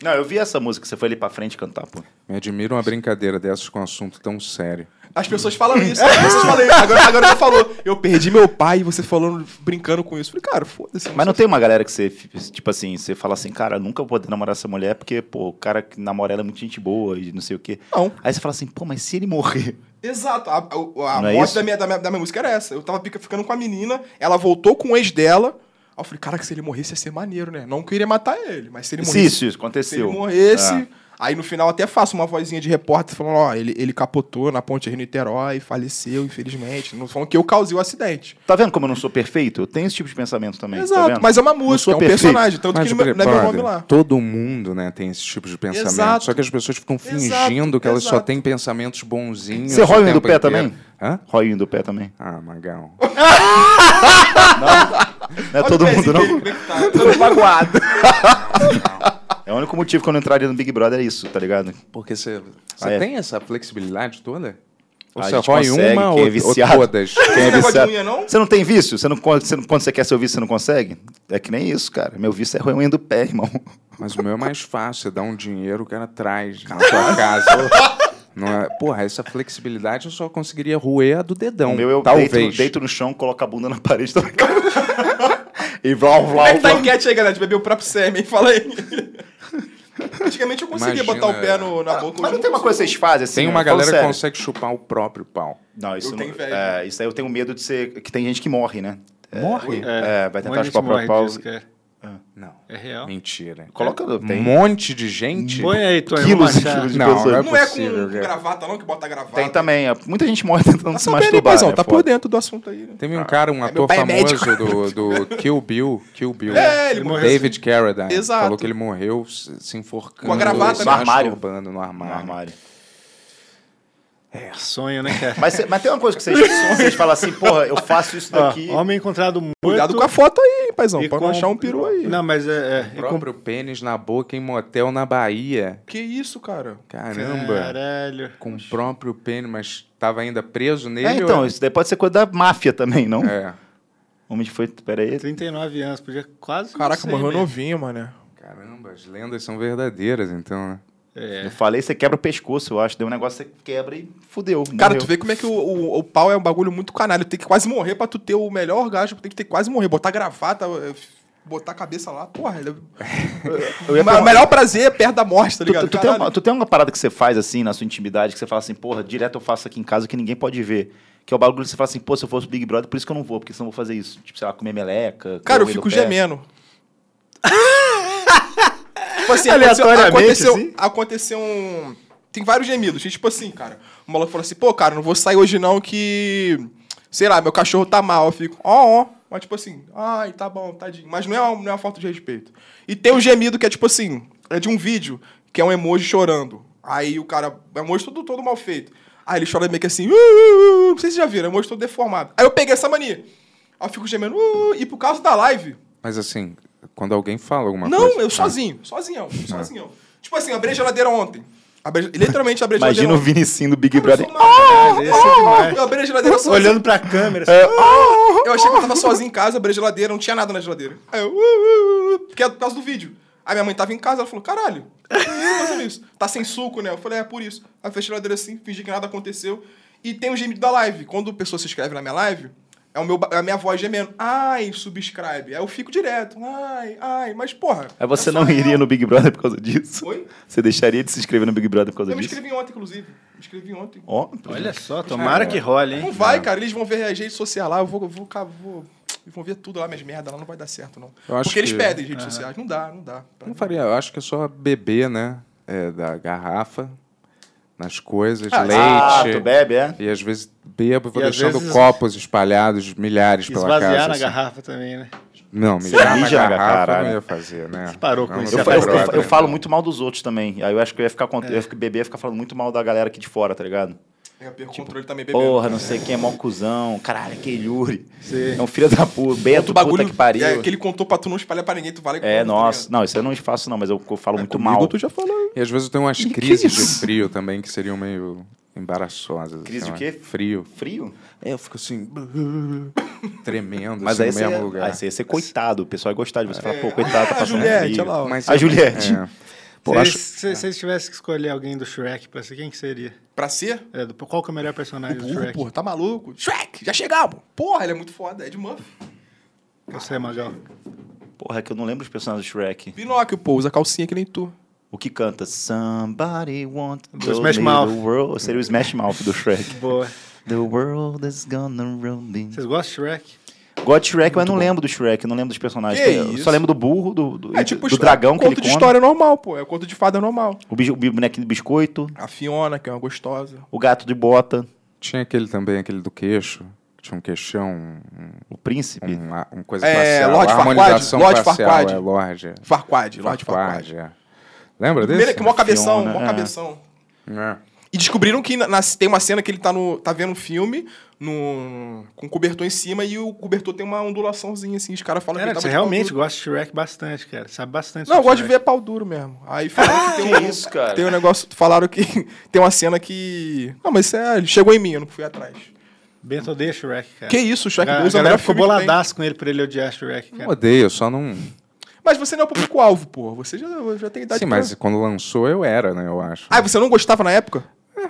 S6: Não, eu vi essa música, você foi ali pra frente cantar, pô.
S3: Me admira uma brincadeira dessas com um assunto tão sério.
S7: As pessoas falam isso. As pessoas falam, isso. agora, agora você falou, eu perdi meu pai e você falando, brincando com isso. Falei, cara, foda-se.
S6: Mas não tem uma galera que você, tipo assim, você fala assim, cara, nunca vou poder namorar essa mulher porque, pô, o cara que namora ela é muito gente boa e não sei o quê.
S7: Não.
S6: Aí você fala assim, pô, mas se ele morrer?
S7: é Exato. A, a, a
S6: Não é
S7: morte
S6: isso?
S7: da, minha, da, minha, da minha música era essa. Eu tava pica- ficando com a menina, ela voltou com o ex dela. Aí eu falei, cara, que se ele morresse ia ser maneiro, né? Não queria matar ele, mas se ele
S6: Se
S7: morresse.
S6: isso, isso
S7: se ele
S6: aconteceu.
S7: morresse.
S6: Ah.
S7: Aí no final até faço uma vozinha de repórter falando, ó, ele, ele capotou na ponte Rio-Niterói, faleceu, infelizmente. Não falam que eu causei o acidente.
S6: Tá vendo como eu não sou perfeito? Eu tenho esse tipo de pensamento também. tá
S7: Exato,
S6: vendo?
S7: mas é uma
S6: Não
S7: música,
S6: sou
S7: é um
S6: perfeito.
S7: personagem. Tanto
S3: Mas,
S7: que não é não é meu nome
S3: brother,
S7: lá.
S3: todo mundo né, tem esse tipo de pensamento.
S7: Exato.
S3: Só que as pessoas ficam fingindo
S7: Exato,
S3: que elas só
S7: exato.
S3: têm pensamentos bonzinhos.
S6: Você
S3: o
S6: rói um do
S3: tempo
S6: pé
S3: inteiro.
S6: também?
S3: Hã?
S6: Roinho do pé também.
S3: Ah, Magal.
S6: Não é todo mundo, não?
S7: tá Todo magoado.
S6: É o único motivo que eu não entraria no Big Brother, é isso, tá ligado?
S3: Porque você,
S6: Ah, é.
S3: tem essa flexibilidade toda? Ou
S6: A
S3: você
S6: gente
S3: rói
S6: consegue,
S3: uma
S6: quem é
S3: ou, ou
S6: viciado.
S3: todas?
S6: Quem é
S7: Não tem negócio de
S6: viciado-
S7: unha, não?
S6: Você não tem vício? Você não, con- você não- quando você quer seu vício, você não consegue? É que nem isso, cara. Meu vício é ruim do pé, irmão.
S3: Mas o meu é mais fácil, você dá um dinheiro, o cara traz na
S6: Ah.
S3: sua casa. Não é- Porra, essa flexibilidade eu só conseguiria roer a do dedão.
S6: o meu eu
S3: Então, talvez.
S6: deito, deito no chão, coloco a bunda na parede também. e vlau, vlau,
S7: Como é que tá a
S6: vlau.
S7: enquete aí, galera? De beber o próprio sêmen, fala aí. Antigamente eu conseguia
S3: Imagina,
S7: botar o pé no- na boca.
S6: Ah, Mas
S7: hoje
S6: não tem
S7: eu
S6: uma coisa que vocês fazem assim?
S3: Tem
S6: eu
S3: uma
S6: falo
S3: galera que
S6: sério.
S3: consegue chupar o próprio pau.
S6: Não, isso,
S7: Eu
S6: não-
S7: tenho inveja.
S6: é, isso aí eu tenho medo de ser. Que tem gente que morre, né?
S4: Morre?
S6: É, vai tentar
S4: de
S6: chupar o próprio pau.
S3: Não.
S4: É real.
S3: Mentira.
S6: Coloca.
S3: Um
S6: Tem,
S3: monte de gente.
S4: Põe aí, Tony,
S6: Quilos
S4: vamos
S6: e
S4: achar.
S6: quilos de
S3: Não,
S6: pessoas.
S3: não
S7: consigo. Não é
S3: possível,
S7: com
S3: cara.
S7: gravata, não, que bota gravata.
S6: Tem também. é, Muita gente morre tentando
S7: Tá
S6: se
S7: sabendo,
S6: masturbar.
S7: hein, paizão?
S6: né,
S7: Tá
S6: foda.
S7: por dentro do assunto aí, né?
S3: Teve um cara, um ator
S7: pai é
S3: famoso do, do Kill Bill. Kill Bill.
S7: É, ele morreu
S3: David Carradine.
S7: Exato.
S3: Falou que ele morreu se se enforcando.
S7: Com a gravata,
S3: se
S7: né?
S6: No armário.
S3: masturbando No
S6: No
S3: armário.
S6: armário.
S4: Sonho, né, cara?
S6: Mas, cê- mas tem uma coisa que vocês, vocês falam assim, porra, eu faço isso
S4: Ó,
S6: daqui.
S4: Ah, homem encontrado morto.
S7: Cuidado com a foto aí, hein, paizão.
S4: e
S7: Pode
S4: com-
S7: não achar um peru aí.
S4: Não, mas é. é
S3: O
S4: e com-
S3: próprio pênis na boca em motel na Bahia.
S7: Que isso, cara?
S3: Caramba.
S4: Caralho.
S3: Com o próprio pênis, mas tava ainda preso nele.
S6: é, então,
S3: ou-
S6: isso daí pode ser coisa da máfia também, não?
S3: É.
S6: Homem de foi. Pera aí.
S4: 39 anos, podia quase. não
S7: Caraca,
S4: sei,
S7: morreu
S4: né?
S7: novinho, mano.
S3: Caramba, as lendas são verdadeiras, então, né?
S6: Eu falei, você quebra o pescoço, eu acho. Deu um negócio, você quebra e fudeu.
S7: Cara,
S6: morreu.
S7: tu vê como é que o, o, o pau é um bagulho muito canalha. Tem que quase morrer pra tu ter o melhor orgasmo. Tem que ter quase morrer. Botar gravata, eh, botar a cabeça lá. Porra, ele...
S6: Eu ia
S7: Ma-
S6: perguntar-
S7: o melhor prazer é perto da morte, tá
S6: Tu,
S7: ligado?
S6: tu- tu tem
S7: Caralho.
S6: uma, tu tem uma parada que você faz assim na sua intimidade, que você fala assim, porra, direto eu faço aqui em casa que ninguém pode ver. Que é o bagulho que você fala assim, pô, se eu fosse Big Brother, por isso que eu não vou, porque senão eu vou fazer isso. Tipo, sei lá, comer meleca. comer
S7: Cara, eu
S6: um do
S7: fico
S6: pé.
S7: gemendo. tipo assim, aconteceu,
S4: Aleatoriamente,
S7: aconteceu,
S4: assim?
S7: aconteceu um... Tem vários gemidos. Tipo assim, cara. O maluco falou assim, pô, cara, não vou sair hoje não que... Sei lá, meu cachorro tá mal. Eu fico, ó, ó. Mas tipo assim, ai, tá bom, tadinho. Mas não é, uma, não é uma falta de respeito. E tem um gemido que é tipo assim, é de um vídeo, que é um emoji chorando. Aí o cara, é um emoji todo, todo mal feito. Aí ele chora meio que assim, "Uh, uh, uh", não sei se vocês já viram, é um emoji todo deformado. Aí eu peguei essa mania. Aí eu fico gemendo, "Uh", e por causa da live,
S3: Mas assim, quando alguém fala alguma
S7: não,
S3: coisa.
S6: Ah.
S7: eu sozinho, sozinhão, sozinhão. Tipo assim, abri a geladeira ontem. Abri, literalmente abri a geladeira
S6: Imagina o Ah,
S7: ontem.
S6: Vinicinho do Big Brother.
S7: Eu sou uma-
S4: Esse é demais.
S7: Eu abri a geladeira sozinho.
S4: Olhando pra câmera.
S6: É,
S4: assim,
S7: Eu achei que eu tava sozinho em casa, abri a geladeira, não tinha nada na geladeira. Aí eu... "Uh, uh, uh", Porque é por causa do vídeo. Aí minha mãe tava em casa, ela falou, caralho, por que você tá fazendo isso? Tá sem suco, né? Eu falei, é, por isso. Aí eu fechei a geladeira assim, fingi que nada aconteceu. E tem o gemido da live. Quando a pessoa se inscreve na minha live, é, o meu, ba- é a minha voz gemendo. Ai, subscribe. Aí eu fico direto. Ai, ai. Mas, porra...
S6: Aí você
S7: é só
S6: não
S7: eu.
S6: iria no Big Brother por causa disso?
S7: Oi?
S6: Você deixaria de se inscrever no Big Brother por causa
S7: Eu me
S6: disso?
S7: inscrevi ontem, inclusive. Me inscrevi ontem.
S6: Ó,
S4: Olha só, tomara que role,
S7: Não
S4: hein?
S7: vai, cara. Eles vão ver a rede social lá. Eu vou, eu vou, ca- vou, eles vão ver tudo lá, minhas merdas. Lá não vai dar certo, não.
S3: Eu acho
S7: Porque eles
S3: que-
S7: pedem redes sociais. Não dá, não dá.
S3: Não faria, eu acho que é só beber, né? É, da garrafa. nas coisas,
S6: Ah, tu
S3: leite.
S6: bebe, é?
S3: e às vezes bebo e vou
S4: E às
S3: deixando
S4: vezes-
S3: copos espalhados, milhares pela
S4: Esvaziar
S3: casa.
S4: na
S3: assim.
S4: garrafa também, né?
S3: Não, mijar na
S6: mija na
S3: garrafa eu
S6: caralho.
S3: não ia fazer, né?
S4: Você parou com
S3: Não,
S4: isso,
S3: não sou
S4: é
S6: Eu, fa- eu-
S3: brother, né?
S6: eu
S3: não.
S6: falo muito mal dos outros também. Aí eu acho que eu ia ficar, cont... eu ia ficar- beber, ia ficar falando muito mal da galera aqui de fora, tá ligado?
S8: Eu perco o controle também, bebendo.
S6: tipo, Porra, não sei quem é mó cuzão. Caralho, aquele Yuri.
S4: Sim.
S6: É um filho da puta. Bento,
S8: Outro bagulho
S6: puta que pariu.
S8: É, que ele contou pra tu não espalhar pra ninguém, tu vai lá e
S6: É,
S8: conta, tá
S6: nossa.
S8: ligado?
S6: Não, isso eu não faço, não, mas eu eu falo muito
S7: Comigo
S6: mal.
S7: tu já falou.
S3: E às vezes eu tenho umas
S6: é
S7: Que
S3: crises de
S7: isso?
S3: frio também que seriam meio embaraçosas.
S6: Crise
S3: assim,
S6: o
S3: né?
S6: quê?
S3: Frio.
S6: Frio?
S3: É, eu fico assim, tremendo,
S6: Mas
S3: assim,
S6: aí
S3: no
S6: você,
S3: mesmo
S6: ia-
S3: lugar.
S6: aí você ia ser coitado. O pessoal ia gostar de você. Falar, pô, coitado, tá
S7: Ah,
S6: passando
S7: Juliette,
S6: frio.
S7: olha lá. ó.
S3: Mas
S6: A
S3: eu-
S6: Juliette.
S3: é.
S6: Pô,
S4: se,
S6: acho-
S4: eles- se- se eles tivessem que escolher alguém do Shrek pra ser, quem que seria?
S8: Pra ser?
S4: É, do- qual que é o melhor personagem do
S8: Burro,
S4: Shrek?
S8: porra, tá maluco? Shrek, já chegamos! Porra, ele é muito foda, Ed Murphy.
S4: Você, Magal.
S6: Porra, é que eu não lembro os personagens do Shrek.
S7: Pinóquio, pô, usa calcinha que nem tu.
S6: O que canta? Somebody want
S4: Do Smash Mouth.
S6: world. Seria o Smash Mouth do Shrek.
S4: Boa.
S6: The world is gonna run in.
S4: Vocês gostam de Shrek?
S6: Gosto de Shrek, mas não lembro do Shrek, não lembro dos personagens.
S7: Que
S6: Eu
S7: isso?
S6: só lembro do burro, do, do,
S7: É tipo
S6: do
S7: histó-
S6: dragão que ele
S7: conto
S6: come.
S7: de história normal, pô. É conto de fada normal.
S6: O, bicho, o bonequinho do biscoito,
S7: A Fiona, que é uma gostosa.
S6: o gato de bota,
S3: Tinha aquele também, aquele do queixo. que Tinha um queixão, um,
S6: o príncipe.
S3: um, uma- uma coisa
S7: É,
S3: facial.
S7: Lorde
S3: a
S7: Farquaad,
S3: harmonização
S7: Lorde
S3: facial,
S7: Farquaad.
S3: É, Lorde.
S7: Farquad, Lorde Farquad.
S3: Farquaad, é. Lembra desse?
S7: Primeiro que mó cabeção,
S6: Fiona,
S7: mó
S6: é.
S7: cabeção.
S3: É.
S7: E descobriram que na- na- tem uma cena que ele tá, no, tá vendo um filme no, com um cobertor em cima e o cobertor tem uma ondulaçãozinha assim. Os caras falam
S4: Cara,
S7: que ele
S4: você
S7: tava de pau
S4: realmente
S7: duro.
S4: gosta de Shrek bastante, cara. Sabe bastante.
S7: Não, eu
S4: sobre
S7: gosto de
S4: Shrek.
S7: ver pau duro mesmo. Aí falaram que tem um,
S6: isso, cara?
S7: tem um negócio. Falaram que tem uma cena que. Não, mas isso é, chegou em mim, eu não fui atrás.
S4: Bento odeia Shrek, cara.
S7: Que isso, o Shrek
S4: É. a, a
S7: usa o
S4: galera
S7: melhor
S4: ficou
S7: filme que tem.
S4: boladaço com ele por ele odiar Shrek,
S3: Não
S4: cara.
S3: odeio, só não...
S7: Mas você não é o público-alvo, pô. Você já, já tem idade
S3: Sim,
S7: pra-
S3: mas quando lançou eu era, né, eu acho.
S7: Ah, você não gostava na época?
S6: É.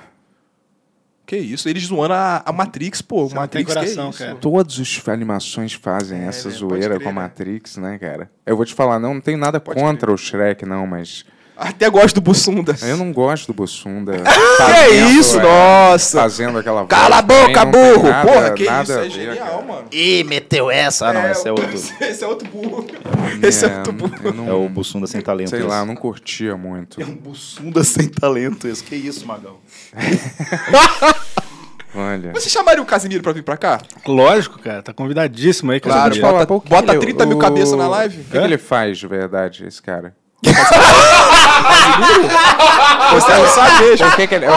S7: Que isso, eles zoando a, a Matrix, pô.
S4: Você não tem
S7: Matrix,
S4: coração,
S7: que isso?
S4: cara.
S3: Todas as animações fazem essa
S7: né?
S3: zoeira
S7: Pode crer,
S3: com a
S7: né?
S3: Matrix, né, cara? Eu vou te falar, não, não tenho nada contra o Shrek, não, mas...
S7: Até gosto do Bussunda.
S3: Eu não gosto do Bussunda.
S7: Que isso, nossa!
S3: Fazendo aquela voz
S7: Cala a
S3: também,
S7: boca,
S3: não tem
S7: burro!
S3: nada-
S7: Porra, que
S3: nada
S7: isso,
S3: a
S7: é
S3: ver,
S7: genial,
S3: cara.
S7: mano.
S6: Ih, meteu essa! Ah, não, esse é outro.
S7: Esse é outro burro. Esse é outro burro.
S3: eu não-
S6: É o Bussunda sem talento.
S3: Sei
S6: esse.
S3: lá, eu não curtia muito.
S6: É um Bussunda sem talento esse. Que isso, Magão?
S3: Olha.
S7: Você chamaria o Casimiro pra vir pra cá?
S4: Lógico, cara. Tá convidadíssimo aí,
S7: Claro,
S4: Casimiro.
S7: bota-
S3: pouquinho,
S7: bota 30 mil
S3: é o-
S7: cabeça na live.
S3: O que, que
S7: Hã?
S3: ele faz, de verdade, esse cara?
S7: Você não sabe mesmo.
S3: Por que que ele... Eu,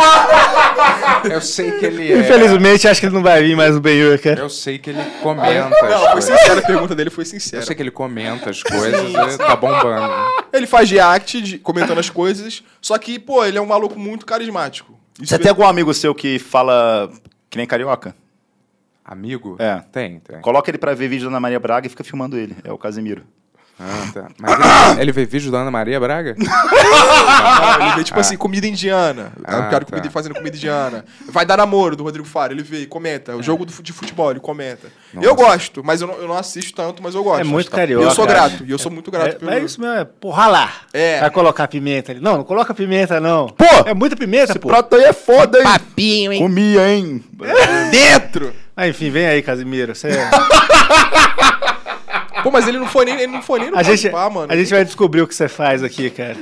S3: eu sei que ele é...
S4: Infelizmente, acho que ele não vai vir mais o Ben-Hur, cara.
S3: Eu sei que ele comenta as
S7: Não, foi
S3: coisas.
S7: sincera, a pergunta dele foi
S3: Eu
S7: sincera.
S3: sei que ele comenta as coisas e tá bombando.
S7: Ele faz react, de- comentando as coisas, só que, pô, ele é um maluco muito carismático. Isso
S6: Você tem algum amigo seu que fala que nem carioca?
S3: Amigo?
S6: É.
S3: Tem, tem.
S6: Coloca ele pra ver vídeo da Ana Maria Braga e fica filmando ele. É o Casimiro.
S3: Ah, tá. Mas ele, ele vê vídeo da Ana Maria Braga?
S7: Não, ele vê, tipo assim, comida indiana.
S3: Ah,
S7: eu quero
S3: tá.
S7: comida fazendo comida indiana. Vai dar namoro do Rodrigo Faro, ele vê e comenta. O jogo do fu- de futebol, ele comenta. Eu gosto, mas eu não, eu não assisto tanto, mas eu gosto.
S4: É muito
S7: E
S4: carioca,
S7: eu sou
S4: né?
S7: grato, e eu sou muito grato
S4: É,
S7: pelo.
S4: é isso mesmo, é porra lá.
S7: É.
S4: Vai colocar pimenta ali. Não, não coloca pimenta, não.
S6: Pô,
S4: É muita pimenta, pô.
S6: aí é foda, hein? Papinho, hein? Comia, hein?
S7: Dentro!
S4: Ah, enfim, vem aí, Casimiro. Você- é-
S7: Pô, mas ele não foi nem, ele não foi nem no
S4: a, gente,
S7: Podpah, mano.
S4: a gente vai descobrir o que você faz aqui, cara.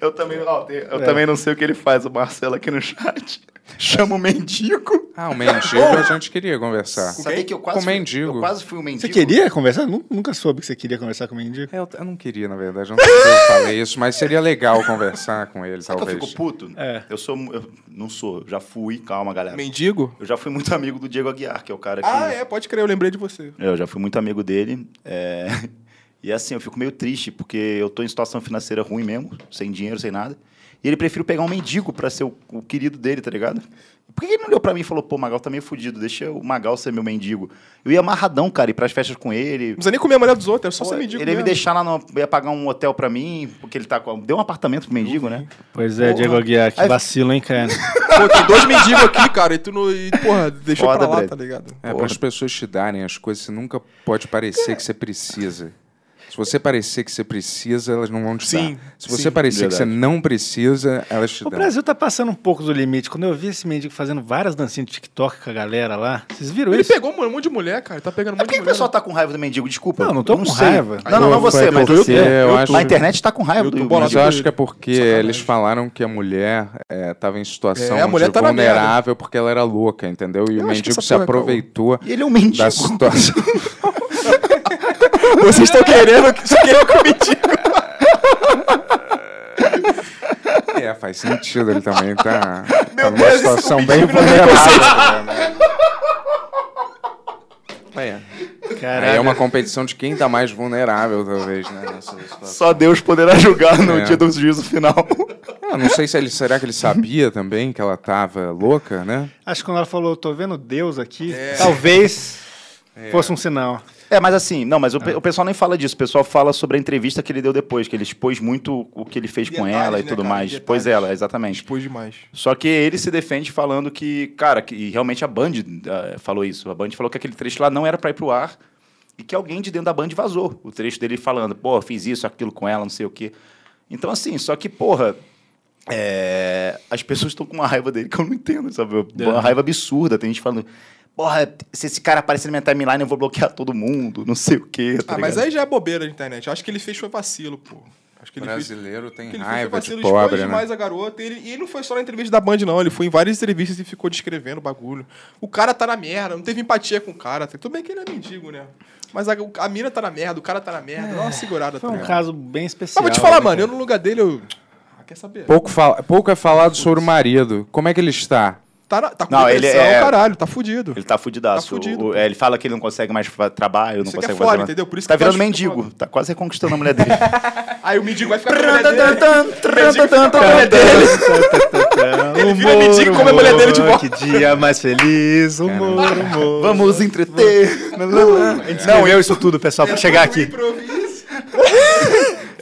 S6: Eu também, ó, tem- eu também não sei o que ele faz, o Marcelo aqui no chat. Chama o mendigo.
S3: Ah, o mendigo a gente queria conversar.
S6: Sabia que eu
S3: Com mendigo.
S6: Eu quase fui um mendigo.
S4: Você queria conversar? Nu- Nunca soube que você queria conversar com o mendigo.
S3: É, Eu, eu não queria, na verdade. Eu não sei se eu falei isso, mas seria legal conversar com ele,
S6: Sabe que eu
S3: talvez.
S6: fico puto?
S4: É.
S6: Eu sou. Eu não sou, eu já fui, calma, galera.
S7: Mendigo?
S6: Eu já fui muito amigo do Diego Aguiar, que é o cara que.
S7: Ah, é, pode crer, eu lembrei de você.
S6: Eu já fui muito amigo dele. é, E assim, eu fico meio triste, porque eu tô em situação financeira ruim mesmo, sem dinheiro, sem nada. E ele prefiro pegar um mendigo pra ser o, o querido dele, tá ligado? Por que que ele não olhou pra mim e falou, pô, Magal tá meio fudido, deixa o Magal ser meu mendigo? Eu ia amarradão, cara, ir pras festas com ele.
S7: Não precisa nem comer a mulher dos outros, é só
S6: Pô,
S7: ser
S6: ele
S7: mendigo.
S6: ia me
S7: mesmo.
S6: deixar lá, no, ia pagar um hotel pra mim, porque ele tá com. Deu um apartamento pro mendigo, né?
S4: Pois é, Diego Aguiar, que vacilo, hein, cara.
S7: Pô, tem dois mendigos aqui, cara, e tu não. E, porra, deixou
S6: Foda,
S7: pra lá,
S6: Brad.
S7: tá ligado?
S3: É, para as pessoas te darem as coisas, você nunca pode parecer que você precisa. Se você parecer que você precisa, elas não vão te
S7: Sim,
S3: dar. Se você
S7: sim,
S3: parecer que você
S6: verdade.
S3: não precisa, elas te
S4: O
S3: dão.
S4: Brasil tá passando um pouco do limite. Quando eu vi esse mendigo fazendo várias dancinhas de TikTok com a galera lá, vocês viram
S7: Ele
S4: isso?
S7: pegou um monte de mulher, cara. Tá pegando um
S6: É
S7: monte
S6: por que que
S7: de
S6: o
S7: mulher.
S6: pessoal tá com raiva do mendigo? Desculpa.
S4: Não, não tô
S6: eu
S4: com
S6: sei.
S4: raiva.
S6: Não, não, não você, mas
S3: eu- eu acho-
S6: A internet tá com raiva do
S7: YouTube,
S6: mendigo.
S3: Mas eu
S7: Bolado
S3: acho que é porque
S7: Sacanagem.
S3: eles falaram que a mulher estava em situação
S7: É, a mulher
S3: de
S7: tá na merda.
S3: vulnerável porque ela era louca, entendeu? E
S7: Eu
S3: o
S7: acho que
S3: mendigo
S7: essa
S3: se
S7: porra é
S3: aproveitou
S6: E ele é um mendigo.
S3: da situação.
S7: Vocês estão querendo que isso aqui é cometido.
S3: é, faz sentido, ele também tá, tá numa
S7: Deus, esse
S3: situação bem
S7: mendigo é não tem
S3: vulnerável. né? É. Aí
S4: Caralho.
S3: é
S7: um-
S3: uma competição de quem tá mais vulnerável, talvez, né? nessa situação.
S6: Só Deus poderá julgar no
S3: É.
S6: dia do juízo final.
S3: Eu Ah, não sei se ele. Será que ele sabia também que ela tava louca, né?
S4: Acho que quando ela falou, tô vendo Deus aqui,
S7: É.
S4: talvez fosse um sinal.
S6: É, mas assim, não, mas o, pe- o pessoal nem fala disso. O pessoal fala sobre a entrevista que ele deu depois, que ele expôs muito o que ele fez com
S7: Detalhes,
S6: ela e
S7: né,
S6: tudo
S7: cara?
S6: mais.
S7: Detalhes.
S6: Pois é, ela, exatamente.
S7: Expôs demais.
S6: Só que ele se defende falando que, cara, que e realmente a Band ah, falou isso. A Band falou que aquele trecho lá não era pra ir pro ar e que alguém de dentro da Band vazou o trecho dele falando, pô, fiz isso, aquilo com ela, não sei o quê. Então, assim, só que, porra, é, as pessoas estão com uma raiva dele que eu não entendo, sabe?
S7: É.
S6: Uma raiva absurda. Tem gente falando, porra, se esse cara aparecer na minha timeline, eu vou bloquear todo mundo, não sei o quê. tá
S7: Ah, mas
S6: ligado?
S7: aí já é bobeira a internet. Acho que ele fez foi vacilo, pô. Acho que ele fez.
S3: Brasileiro tem
S7: que ele fez foi
S3: raiva de
S7: vacilo,
S3: pobre,
S7: expôs
S3: né?
S7: demais a garota. Ele, e ele não foi só na entrevista da Band, não. Ele foi em várias entrevistas e ficou descrevendo o bagulho. O cara tá na merda, não teve empatia com o cara. Tudo bem que ele é mendigo, né? Mas a, a mina tá na merda, o cara tá na merda. Dá uma segurada.
S4: Foi
S7: tá
S4: um
S7: ligado?
S4: caso bem especial.
S7: Mas vou te falar,
S4: né,
S7: mano, eu
S4: cara?
S7: no lugar dele, eu. Ah, quer saber?
S3: Pouco, fala- pouco é falado sobre o marido. Como é que ele está?
S7: Tá, na- tá com
S6: Não, ele
S7: depressão,
S6: é-
S7: caralho, tá fudido.
S6: Ele tá fudidaço.
S7: Tá fudido,
S6: O- o-
S7: pô.
S6: é, ele fala que ele não consegue mais fa- trabalho, não
S7: Isso aqui é
S6: consegue
S7: fora,
S6: fazer mais-
S7: entendeu? Por isso
S6: tá
S7: que eu
S6: virando
S7: acho que é eu tô
S6: mendigo. Tá quase reconquistando a mulher dele.
S7: Aí o mendigo vai ficar com a mulher dele. Mendigo fica com a mulher dele.
S4: Ele
S7: vira mendigo e come é a mulher dele de volta.
S4: Que dia mais feliz, humor, humor.
S6: Vamos entreter.
S4: Não, eu isso tudo, pessoal, pra chegar aqui.
S7: Improviso.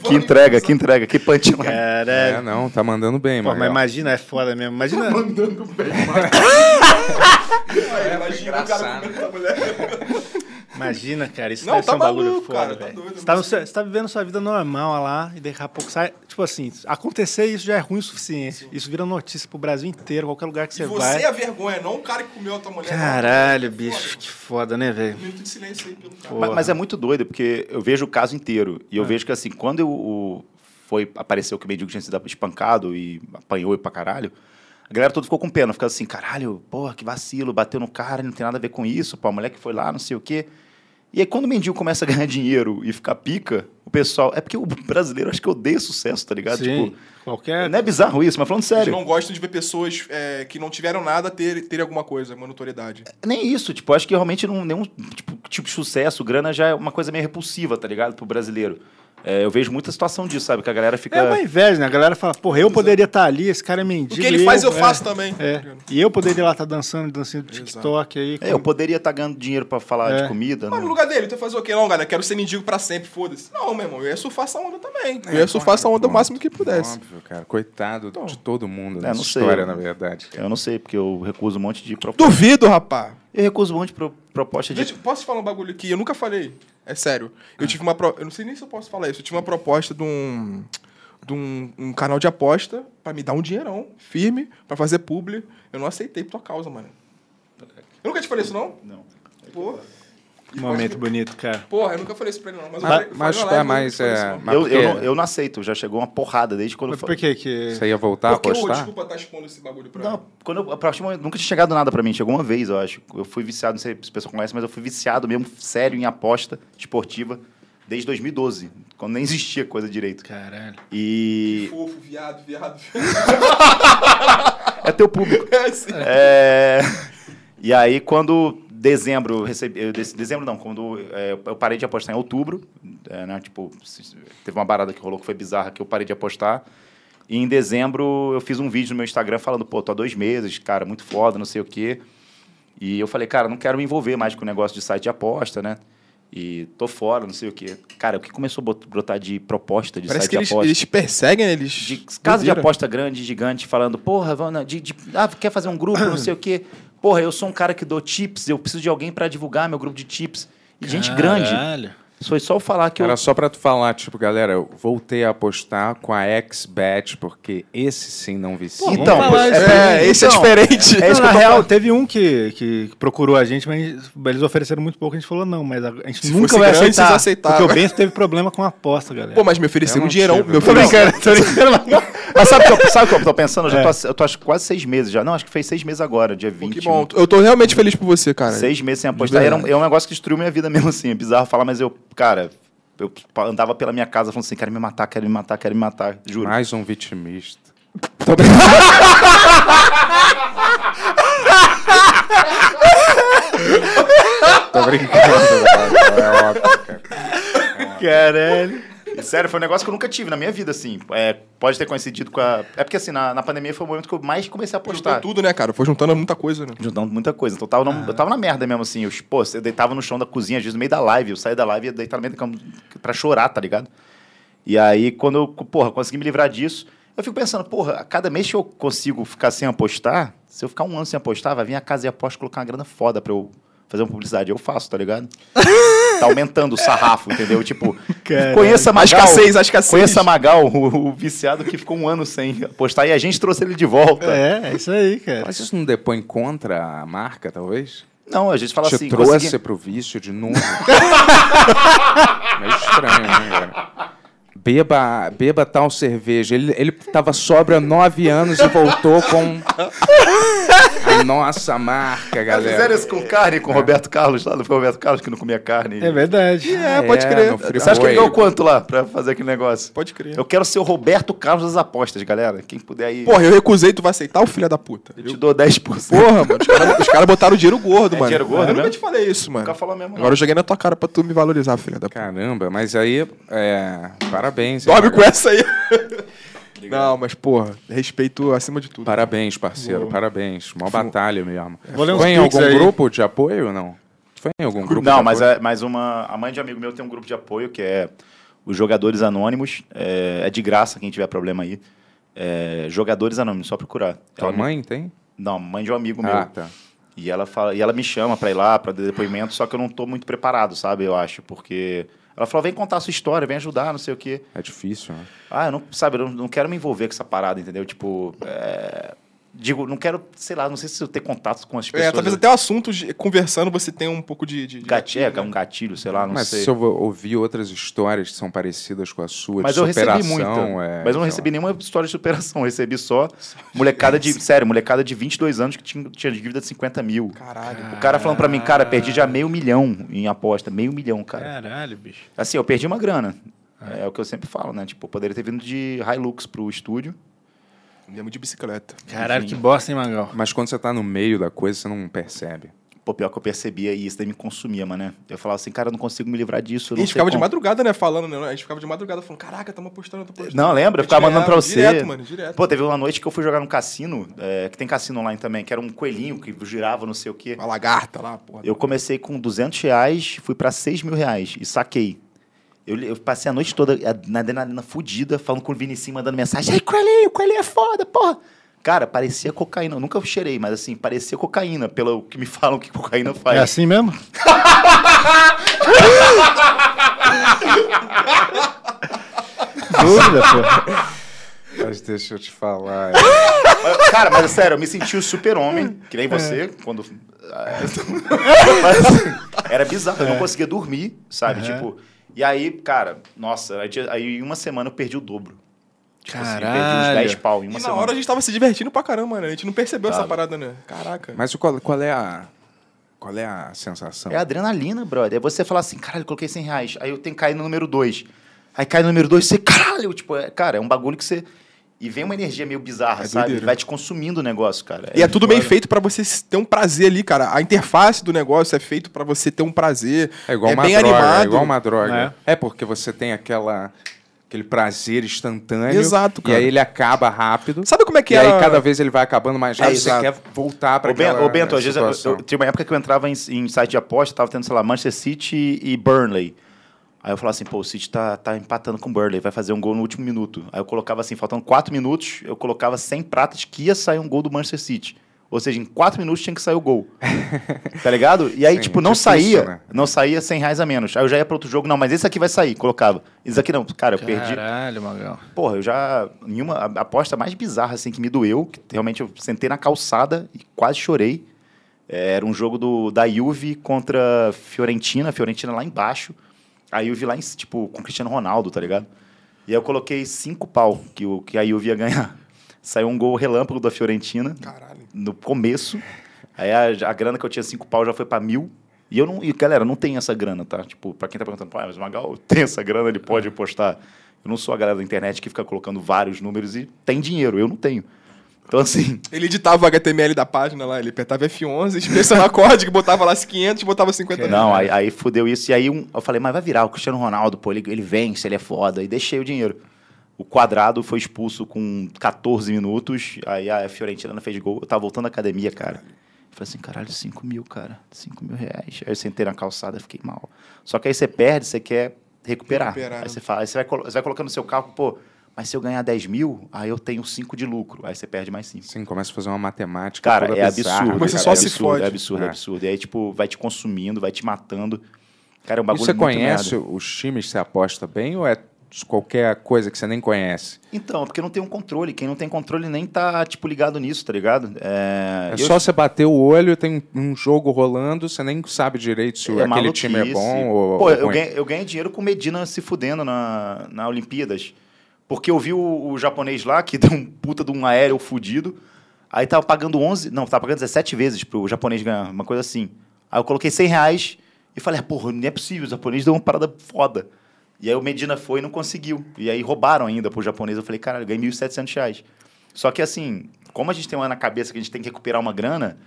S6: Que entrega, que entrega, que punchline.
S4: Caralho.
S3: É, não, tá mandando bem,
S4: Pô, mas
S3: mano.
S4: imagina, é foda mesmo. Imagina.
S7: Imagina o cara comendo essa mulher.
S4: Imagina, cara, isso
S7: Não,
S4: deve
S7: tá
S4: ser um bagulho
S7: maluco,
S4: foda,
S7: cara, tá
S4: velho.
S7: doido,
S4: você, tá no seu- você tá vivendo sua vida normal lá e daqui a pouco sai... Tipo assim, acontecer isso já é ruim o suficiente. Isso vira notícia pro Brasil inteiro, qualquer lugar que você, vai.
S7: Você é a vergonha, não o cara que comeu a tua mulher.
S4: Caralho, bicho, que foda, né, velho?
S7: Um minuto de silêncio aí pelo cara.
S6: Ma- Mas, é muito doido, porque eu vejo o caso inteiro. E eu vejo que, assim, quando eu- o, foi, apareceu que o mendigo tinha sido espancado e apanhou e pra caralho, a galera toda ficou com pena. Ficava assim, caralho, porra, que vacilo, bateu no cara, não tem nada a ver com isso, pô, a mulher que foi lá, não sei o quê. E aí, quando o mendigo começa a ganhar dinheiro e ficar pica, o pessoal... É porque o brasileiro acho que odeia sucesso, tá ligado?
S4: Sim,
S6: Tipo,
S4: qualquer...
S7: né,
S6: não é bizarro isso, mas falando
S7: Eles
S6: sério.
S7: não gostam de ver pessoas é, que não tiveram nada terem ter alguma coisa, uma notoriedade.
S4: É,
S6: Nem isso, tipo, acho que realmente não, nenhum tipo, tipo de sucesso, grana já é uma coisa meio repulsiva, tá ligado? Pro brasileiro. É, eu vejo muita situação disso, sabe? Que a galera fica.
S4: É uma inveja, né? A galera fala, porra, eu poderia estar ali, esse cara é mendigo.
S7: O que ele faz, eu
S4: é,
S7: faço também.
S4: É. E eu poderia lá estar dançando, dançando TikTok aí.
S6: É, eu poderia estar ganhando dinheiro pra falar
S4: É.
S6: de comida.
S7: Mas no
S6: Né?
S7: lugar dele, tu ia fazer o quê? Não, galera, quero ser mendigo pra sempre, foda-se. Não, meu irmão, eu ia surfar essa onda também.
S4: É,
S7: eu ia surfar essa onda é o máximo que pudesse.
S3: Óbvio, cara. Coitado de todo mundo
S6: É,
S3: nessa
S6: não sei.
S3: história, na verdade.
S6: Eu não sei, porque eu recuso um monte de proposta.
S7: Duvido, rapá.
S6: Eu recuso um monte de pro- proposta de.
S7: Gente, posso te falar um bagulho que eu nunca falei? É sério. Eu tive uma. Pro... Eu não sei nem se eu posso falar isso. Eu tive uma proposta de um. De um, um canal de aposta pra me dar um dinheirão firme pra fazer publi. Eu não aceitei por tua causa, mano. Eu nunca te falei isso, não? Não. Pô,
S6: Um
S4: Que momento bonito, cara.
S7: porra, eu nunca falei isso pra ele, não. Mas, eu
S3: Mas-
S7: falei- falei
S3: mas,
S7: na live,
S3: é,
S7: eu nunca
S3: mas,
S7: falei isso,
S3: é,
S7: não.
S3: mas
S6: eu,
S3: porque-
S6: eu, não, eu não aceito, já chegou uma porrada desde quando
S4: Mas
S6: eu
S4: por que que...
S3: Você ia voltar
S7: Porque
S3: a
S7: eu,
S3: tá apostar?
S7: desculpa estar expondo esse bagulho pra
S6: Não, quando eu, a partir do momento- nunca tinha chegado nada pra mim, chegou uma vez, eu acho. Eu fui viciado, não sei se o pessoal conhece, mas eu fui viciado mesmo, sério, em aposta esportiva desde 2012, quando nem existia coisa direito.
S4: Caralho.
S6: E.
S7: Fofo, viado, viado, viado.
S6: É teu público.
S7: É assim.
S6: É, E aí, quando dezembro eu recebi. eu dec- dezembro não, quando é, eu parei de apostar em outubro, é, né? Tipo, se- teve uma barada que rolou que foi bizarra que eu parei de apostar. E em dezembro eu fiz um vídeo no meu Instagram falando, pô, tô há dois meses, cara, muito foda, não sei o quê. E eu falei, cara, não quero me envolver mais com o negócio de site de aposta, né? E tô fora, não sei o quê. Cara, o que começou a bot- brotar de proposta de
S7: Parece
S6: site
S7: que
S6: de
S7: eles,
S6: aposta?
S7: eles te perseguem, eles.
S6: de casa de
S7: doideira.
S6: aposta grande, gigante, falando, porra, vamos, na- de, de- ah, quer fazer um grupo, não sei o quê.
S4: Ah,
S6: Porra, eu sou um cara que dou tips, eu preciso de alguém pra divulgar meu grupo de tips. E gente é grande. Isso foi só eu falar que
S3: Era
S6: eu...
S3: só pra tu falar, tipo, galera, eu voltei a apostar com a X-Bet, porque esse sim não vicia.
S5: Pô,
S6: Então,
S5: vamos falar
S6: pois-
S5: isso
S6: é,
S5: aí,
S6: esse é
S7: então.
S6: diferente. É, isso
S4: na
S6: que eu tô
S4: real,
S6: falando.
S4: teve um que, que procurou a gente, mas eles ofereceram muito pouco. A gente falou, não, mas a a gente
S7: Se
S4: nunca
S7: fosse
S4: vai
S7: grande,
S4: aceitar.
S7: vocês aceitaram.
S4: Porque o Bento teve problema com a aposta, galera.
S7: Pô, mas me ofereceram um dinheirão. Meu
S6: É Tô
S7: filho,
S6: brincando, tô brincando. É. Mas sabe o que eu, sabe o que eu tô pensando? Eu já tô, eu tô acho, quase seis meses já. Não, acho que fez seis meses agora, dia 20.
S7: que bom. um Eu tô realmente feliz por você, cara.
S6: Seis meses sem apostar.
S7: De
S6: Era um,
S7: verdade.
S6: é um negócio que destruiu minha vida mesmo assim. É bizarro falar, mas eu, cara, eu andava pela minha casa falando assim: quero me matar, quero me matar, quero me matar. Juro.
S3: Mais um vitimista. Tô brincando, cara. É óbvio, cara.
S6: Caralho. Sério, foi um negócio que eu nunca tive na minha vida, assim. É, pode ter coincidido com a. É porque, assim, na, na pandemia foi o momento que eu mais comecei a
S7: Juntou
S6: apostar.
S7: tudo, né, cara? Foi juntando muita coisa, né?
S6: Juntando muita coisa. Então eu tava, na- eu tava na merda mesmo, assim. Eu, pô, eu deitava no chão da cozinha, às vezes no meio da live. Eu saía da live e ia deitar no meio da cama pra chorar, tá ligado? E aí, quando eu, porra, consegui me livrar disso, eu fico pensando, porra, a cada mês que eu consigo ficar sem apostar, se eu ficar um ano sem apostar, vai vir a casa e aposta colocar uma grana foda pra eu fazer uma publicidade. Eu faço, tá ligado? tá aumentando o sarrafo, entendeu? Tipo,
S4: Caralho.
S6: conheça a Magal.
S7: escassez, a escassez.
S6: Conheça a Magal, o, o viciado que ficou um ano sem apostar e a gente trouxe ele de volta.
S4: É, é isso aí, cara.
S3: Mas isso não depõe contra a marca, talvez?
S6: Não, a gente fala
S3: Te
S6: assim,
S3: trouxe
S6: consegui-
S3: pro vício de novo. Meio estranho, né, cara? Beba, beba tal cerveja. Ele, ele tava sóbrio há nove anos e voltou com a nossa marca,
S6: Ah, Fizeram
S3: galera.
S6: isso com carne, com o Roberto Carlos lá. Não foi o Roberto Carlos que não comia carne?
S4: É verdade.
S7: É, pode crer.
S3: no Free
S6: Você acha que ele
S3: Away.
S6: ganhou quanto lá pra fazer aquele negócio?
S7: Pode crer.
S6: Eu quero ser o Roberto Carlos das apostas, galera. Quem puder aí,
S7: Porra, eu recusei, tu vai aceitar, ô filho da puta.
S6: eu te dou 10%.
S7: Porra, mano, os caras cara botaram dinheiro gordo, mano.
S6: dinheiro gordo
S7: eu nunca
S6: mesmo?
S7: te falei isso, mano.
S6: Nunca falou mesmo, não.
S7: Agora eu joguei na tua cara pra tu me valorizar, filha da puta.
S3: Caramba, mas aí, é, parabéns. hein,
S7: Dorme
S3: cara.
S7: com essa aí. Não, mas porra, respeito acima de tudo.
S3: Parabéns, parceiro, parabéns. Mó batalha mesmo.
S4: Vou ler uns
S3: Foi em
S4: tweets
S3: algum
S4: aí.
S3: grupo de apoio ou não? Foi em algum grupo
S6: Não,
S3: de
S6: mas,
S3: apoio?
S6: é, mas uma, a mãe de amigo meu tem um grupo de apoio que é os Jogadores Anônimos. É, é de graça quem tiver problema aí. É, jogadores Anônimos, só procurar.
S3: Tua
S6: Ela me-
S3: mãe tem?
S6: é- Não, a mãe de um amigo meu.
S3: Ah, tá.
S6: E ela, fala, e ela me chama pra ir lá, pra dar depoimento, só que eu não tô muito preparado, sabe? Eu acho, porque... Ela falou, vem contar a sua história, vem ajudar, não sei o quê.
S3: É difícil, né?
S6: Ah, eu não, sabe, eu não, não quero me envolver com essa parada, entendeu? Tipo, é, digo, não quero, sei lá, não sei se eu ter contato com as pessoas. né?
S7: É, talvez até o assunto, de- conversando, você tem um pouco de. de, de-
S6: gatilho, um gatilho, sei lá, não
S3: Mas
S6: sei.
S3: se eu vou ouvir outras histórias que são parecidas com a sua,
S6: Mas
S3: de
S6: eu
S3: superação,
S6: recebi muita.
S3: é,
S6: mas eu
S3: sei
S6: não
S3: lá.
S6: recebi nenhuma história de superação. Eu recebi só molecada de. Sério, molecada de 22 anos que tinha, tinha dívida de 50 mil.
S7: Caralho.
S6: O cara falando pra mim, cara, perdi já meio milhão em aposta. Meio milhão, cara.
S4: Caralho, bicho.
S6: Assim, eu perdi uma grana. É. o que eu sempre falo, né? Tipo, eu poderia ter vindo de Hilux pro estúdio.
S7: Mesmo de bicicleta.
S4: Caralho, que bosta, hein, Magal?
S3: Mas quando você tá no meio da coisa, você não percebe.
S6: Pô, pior que eu percebia e isso daí me consumia, mano, né? Eu falava assim, cara, eu não consigo me livrar disso. eu
S7: E a
S6: não
S7: gente
S6: sei
S7: ficava de
S6: como.
S7: madrugada, né? Falando, né? A gente ficava de madrugada falando: caraca, tamo apostando, tamo apostando.
S6: Não, lembra? Eu
S7: Eu
S6: ficava
S7: te
S6: mandando pra
S7: ganhava
S6: você.
S7: Direto, mano, direto.
S6: Pô, teve uma noite que eu fui jogar num cassino, é, que tem cassino online também, que era um coelhinho que girava, não sei o quê.
S7: Uma lagarta lá, porra.
S6: Eu comecei com 200 reais, fui pra 6 mil reais e saquei. Eu, eu passei a noite toda a- na adrenalina fudida, falando com o Vinicinho, mandando mensagem. Ei, coelhinho, coelhinho é foda, porra. Cara, parecia cocaína. Eu nunca cheirei, mas assim, parecia cocaína, pelo que me falam que cocaína
S4: É
S6: faz.
S4: assim mesmo? Dúvida, pô.
S3: Mas deixa eu te falar.
S6: Mas, cara, mas é sério, eu me senti o super-homem, que
S4: É.
S6: nem você, quando. Ah, mas, era bizarro, eu não conseguia dormir, sabe?
S4: assim, é. Aham.
S6: Tipo. E aí, cara, nossa, aí, tinha- aí em uma semana eu perdi o dobro. Tipo perdi uns
S4: Caralho.
S6: 10 pau em uma
S7: E na
S6: semana.
S7: hora a gente tava se divertindo pra caramba, né? A gente não percebeu
S6: Tava.
S7: essa parada, né? Caraca.
S3: Mas o qual, qual é a. Qual é a sensação?
S6: É adrenalina, brother. É você falar assim, caralho, coloquei 100 reais. Aí eu tenho que cair no número 2. Aí cai no número 2, você, caralho, tipo, é- cara, é um bagulho que você. E vem uma energia meio bizarra,
S7: É
S6: sabe?
S7: doideira.
S6: Vai te consumindo o negócio, cara.
S7: E é tudo bem
S6: foda.
S7: feito pra você ter um prazer ali, cara. A interface do negócio é feito pra você ter um prazer.
S3: É igual
S7: é
S3: uma
S7: bem
S3: droga,
S7: animado.
S3: é igual uma
S6: né?
S3: droga. É. porque você tem aquela aquele prazer instantâneo.
S7: Exato, cara.
S3: E aí ele acaba rápido.
S7: Sabe como é que
S3: e
S7: é?
S3: aí cada vez ele vai acabando mais rápido. você
S7: exato.
S3: quer voltar pra
S6: Ô, Ben-
S3: aquela
S6: ô, Bento, às vezes eu-
S3: situação.
S6: eu, tinha uma época que eu entrava em, em site de aposta, tava tendo, sei lá, Manchester City e Burnley. Aí eu falava assim, pô, o City tá, tá empatando com o Burnley, vai fazer um gol no último minuto. Aí eu colocava assim, faltando quatro minutos, eu colocava 100 pratas que ia sair um gol do Manchester City. Ou seja, em quatro minutos tinha que sair o gol. tá ligado? E aí,
S3: Sim,
S6: tipo, não
S3: difícil,
S6: saía.
S3: né?
S6: Não saía 100 reais a menos. Aí eu já ia pra outro jogo. Não, mas esse aqui vai sair. Colocava. Esse aqui não. Cara, eu perdi.
S4: Caralho, Magal.
S6: Porra, eu já. Nenhuma a- a aposta mais bizarra, assim, que me doeu, que realmente eu sentei na calçada e quase chorei. É, Era um jogo do, da Juve contra Fiorentina, Fiorentina lá embaixo. A Juve lá em, c- tipo, com Cristiano Ronaldo, tá ligado? E aí eu coloquei cinco pau que, o, que a Juve ia ganhar. Saiu um gol relâmpago da Fiorentina
S8: Caralho.
S6: no começo. Aí a, a grana que eu tinha, cinco pau, já foi pra mil. E eu não. E, galera, eu não tenho essa grana, tá? Tipo, pra quem tá perguntando, pô, mas o Magal tem essa grana, ele pode postar. Eu não sou a galera da internet que fica colocando vários números e tem dinheiro, eu não tenho. Então, assim,
S8: Ele editava o HTML da página lá, ele apertava F11, expressava código, botava lá 500, botava 50 mil.
S6: não, aí, aí fudeu isso. E aí um- eu falei, mas vai virar o Cristiano Ronaldo, pô, ele, ele vence, ele é foda. E deixei o dinheiro. O quadrado foi expulso com 14 minutos, aí a Fiorentina fez gol. Eu tava voltando à academia, cara. Eu falei assim, caralho, 5 mil, cara. 5 mil reais. Aí eu sentei na calçada, fiquei mal. Só que aí você perde, você quer recuperar.
S8: Recuperar,
S6: aí
S8: né?
S6: você, fala, aí você, vai, colo- você vai colocando no seu carro, pô, mas se eu ganhar 10 mil, aí eu tenho 5 de lucro. Aí você perde mais 5.
S3: Sim, começa a fazer uma matemática.
S6: Cara,
S3: toda
S6: é
S3: bizarra, né,
S6: absurdo.
S8: Você
S6: cara,
S8: só
S6: é
S8: se
S6: absurdo,
S8: fode.
S6: É absurdo, é
S3: É.
S6: absurdo. E aí, tipo, vai te consumindo, vai te matando. Cara, é um
S3: E
S6: bagulho
S3: você
S6: muito
S3: conhece
S6: merda.
S3: os times que você aposta bem ou é qualquer coisa que você nem conhece?
S6: Então, é porque não tem um controle. Quem não tem controle nem tá, tipo, ligado nisso, tá ligado? É,
S3: É
S6: eu-
S3: só você bater o olho, tem um jogo rolando, você nem sabe direito se aquele
S6: maluquice.
S3: time é bom ou.
S6: Pô,
S3: ou
S6: eu
S3: ruim.
S6: ganhei, eu ganhei dinheiro com o Medina se fudendo na, na Olimpíadas. Porque eu vi o, o japonês lá, que deu um puta de um aéreo fudido. Aí tava pagando 11... Não, tava pagando 17 vezes pro japonês ganhar. Uma coisa assim. Aí eu coloquei 100 reais e falei, ah, porra, não é possível. O japonês deu uma parada foda. E aí o Medina foi e não conseguiu. E aí roubaram ainda pro japonês. Eu falei, caralho, eu ganhei 1.700 reais. Só que assim, como a gente tem uma na cabeça que a gente tem que recuperar uma grana,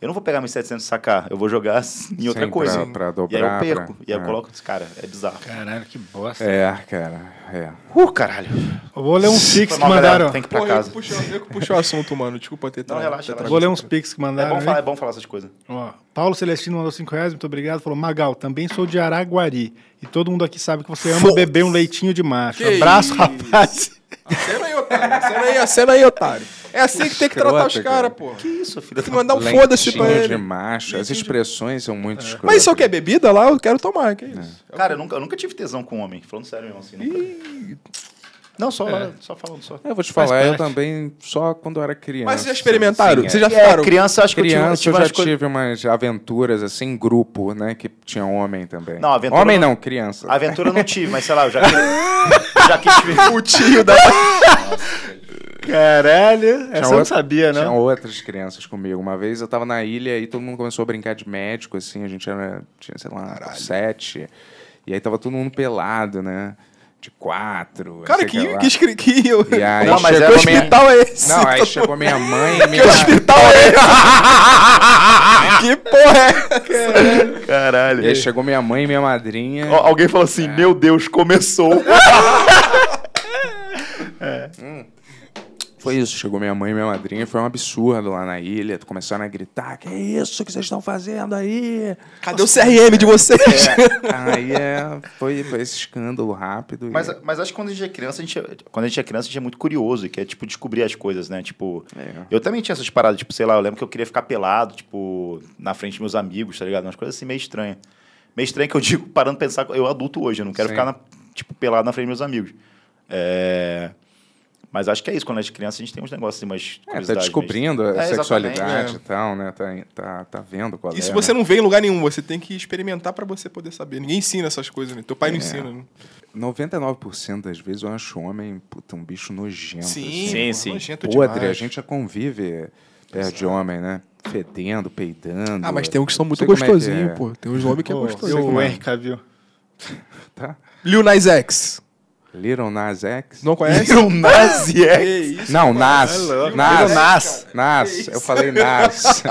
S6: eu não vou pegar 1.700 e sacar. Eu vou jogar em outra
S3: Sim,
S6: coisa.
S3: Pra, pra
S6: E aí eu
S3: dobrar,
S6: perco.
S3: pra-
S6: E aí eu
S3: é.
S6: coloco esse cara. É bizarro.
S4: Caralho, que bosta.
S3: É, cara. É.
S6: Uh, caralho.
S4: Eu vou ler uns pix
S6: Foi
S4: um que
S6: mal, galera.
S4: mandaram.
S6: Tem que ir pra
S8: Porra, eu
S6: casa.
S8: que puxei- eu que puxei o assunto, mano. Desculpa ter
S6: Não,
S8: tra-
S6: relaxa,
S8: ter
S6: relaxa.
S3: um
S4: Vou ler uns pix que
S6: É
S4: mandaram.
S6: bom,
S4: aí.
S6: falar, é bom falar essas coisas.
S4: Ó, Paulo Celestino mandou 5 reais, muito obrigado. Falou, Magal, também sou de Araguari. E todo mundo aqui sabe que você ama
S6: Foda-se.
S4: beber um leitinho de macho.
S8: Que
S4: Abraço,
S8: isso.
S4: rapaz.
S8: Acena aí, é otário. Acena aí, acena aí, otário. É assim que tem que tratar os
S3: Escrota,
S8: caras,
S3: cara.
S8: pô.
S6: Que isso, filho?
S8: Tem que
S7: Então
S8: mandar um
S3: Lentinho
S8: foda-se pra
S3: de
S8: ele.
S3: macho. As
S8: Lentinho de-
S3: expressões são muito escrotas.
S8: Mas isso é o quê? Bebida lá? Eu quero tomar, que é isso?
S6: Cara, eu nunca, eu nunca tive tesão com homem. Falando sério mesmo, assim. nunca. Não, só, só falando, só.
S3: Eu vou te
S4: Faz
S3: falar, eu
S4: parte.
S3: também só quando eu era criança.
S8: Mas vocês já experimentaram?
S3: assim,
S8: Vocês já
S6: É,
S8: ficaram?
S6: criança, eu acho que eu
S3: Criança,
S6: tive,
S3: eu,
S6: eu tive
S3: já
S6: umas coisas-
S3: tive umas aventuras assim, em grupo, né? Que tinha homem também.
S6: Não, aventura
S3: Homem
S6: não-
S3: não, criança.
S6: Aventura eu não tive, mas sei lá, eu já quis, eu já quis ver.
S8: O tio da.
S4: Caralho. Essa eu É, não
S3: outra-
S4: sabia, né?
S3: Tinha
S4: não.
S3: outras crianças comigo. Uma vez eu tava na ilha e todo mundo começou a brincar de médico, assim. A gente era, tinha, sei lá, sete. E aí tava todo mundo pelado, né? De quatro.
S8: Cara,
S3: sei
S8: que,
S3: lá.
S8: que, escri- que,
S3: E aí
S6: Não, mas
S3: chegou
S6: era
S8: Que
S3: minha...
S8: hospital é esse?
S3: Não, aí chegou minha mãe e minha...
S8: Que hospital é esse? que porra é? essa?
S3: E
S6: Caralho.
S3: aí chegou minha mãe e minha madrinha.
S6: Ó, alguém falou assim, meu Deus, começou.
S3: Foi isso, chegou minha mãe e minha madrinha, foi um absurdo lá na ilha, começaram a gritar, que isso que vocês estão fazendo aí?
S8: Cadê o CRM de vocês?
S3: aí é, foi, foi esse escândalo rápido. e-
S6: Mas, mas acho que quando a gente é criança, a gente, é- quando a gente é criança, a gente é muito curioso e quer, tipo, descobrir as coisas, né? Tipo,
S3: É.
S6: eu também tinha essas paradas, tipo, sei lá, eu lembro que eu queria ficar pelado, tipo, na frente dos meus amigos, tá ligado? Umas coisas assim meio estranhas. Meio estranho que eu digo, parando de pensar, eu adulto hoje, eu não quero
S3: Sim.
S6: ficar, na- tipo, pelado na frente dos meus amigos. É... Mas acho que é isso, quando a gente é criança, a gente tem uns negócios assim, umas
S3: É, tá
S6: curiosidades.
S3: descobrindo
S6: mas-
S3: a
S6: É,
S3: sexualidade
S6: exatamente,
S3: e tal, né? Tá, tá, tá vendo qual é.
S8: Isso você
S3: né?
S8: não vê em lugar nenhum, você tem que experimentar pra você poder saber. Ninguém ensina essas coisas, né? Teu
S3: É,
S8: pai não ensina, né?
S3: 99% das vezes eu acho homem, puta, um bicho nojento.
S8: Sim,
S3: assim,
S6: Sim,
S8: porra,
S6: sim.
S8: nojento
S3: podre,
S8: demais.
S3: a gente já convive perto de homem, né? Fedendo, peidando.
S8: Ah, mas tem uns que são muito
S3: Sei como é que
S8: gostosinhos,
S3: é.
S8: pô. Tem uns homens que é
S6: um
S4: Pô,
S8: gostoso.
S6: né?
S4: eu, o Henry Cavill.
S3: Tá?
S8: Lil Nas X.
S3: Little Nas X?
S8: Não conhece?
S6: Um nazi
S8: Que
S6: é...
S8: isso?
S3: Não, Nas.
S4: louco.
S3: Nas.
S8: Little Nas.
S3: Nas. Eu falei Nas.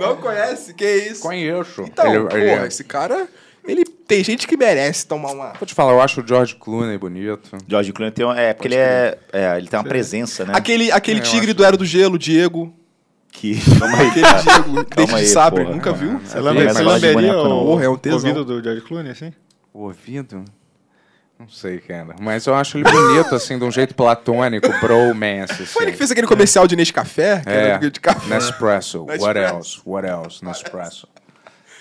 S8: Não conhece? Que isso?
S3: Conheço.
S8: Então,
S3: Ele- é-
S8: porra,
S3: ele-
S8: esse cara... Ele tem gente que merece tomar uma...
S3: Vou te falar, eu acho o George Clooney bonito.
S6: George Clooney tem um... É, porque ele é... é, ele tem uma presença, né?
S8: Aquele, aquele
S3: É, eu
S8: tigre
S3: acho.
S8: do Era do Gelo, Diego.
S6: Que... Calma aí,
S8: Aquele
S6: cara.
S8: Diego, dente
S6: aí,
S8: de sabre,
S6: porra.
S8: nunca viu?
S4: Você
S6: Não,
S4: lambe-
S6: mas
S4: você
S6: não gosto de
S4: lamberia
S6: boneco, não.
S4: o
S8: Porra, é um
S4: o
S8: tesão.
S4: ouvido do George Clooney, assim?
S3: O ouvido? Não sei, cara. Mas eu acho ele bonito, assim, de um jeito platônico, bromance. Assim.
S7: Foi ele que fez aquele comercial de Nescafé, que
S3: É,
S7: era de café.
S3: Nespresso. What
S7: Nespresso.
S3: else? What else? Nespresso.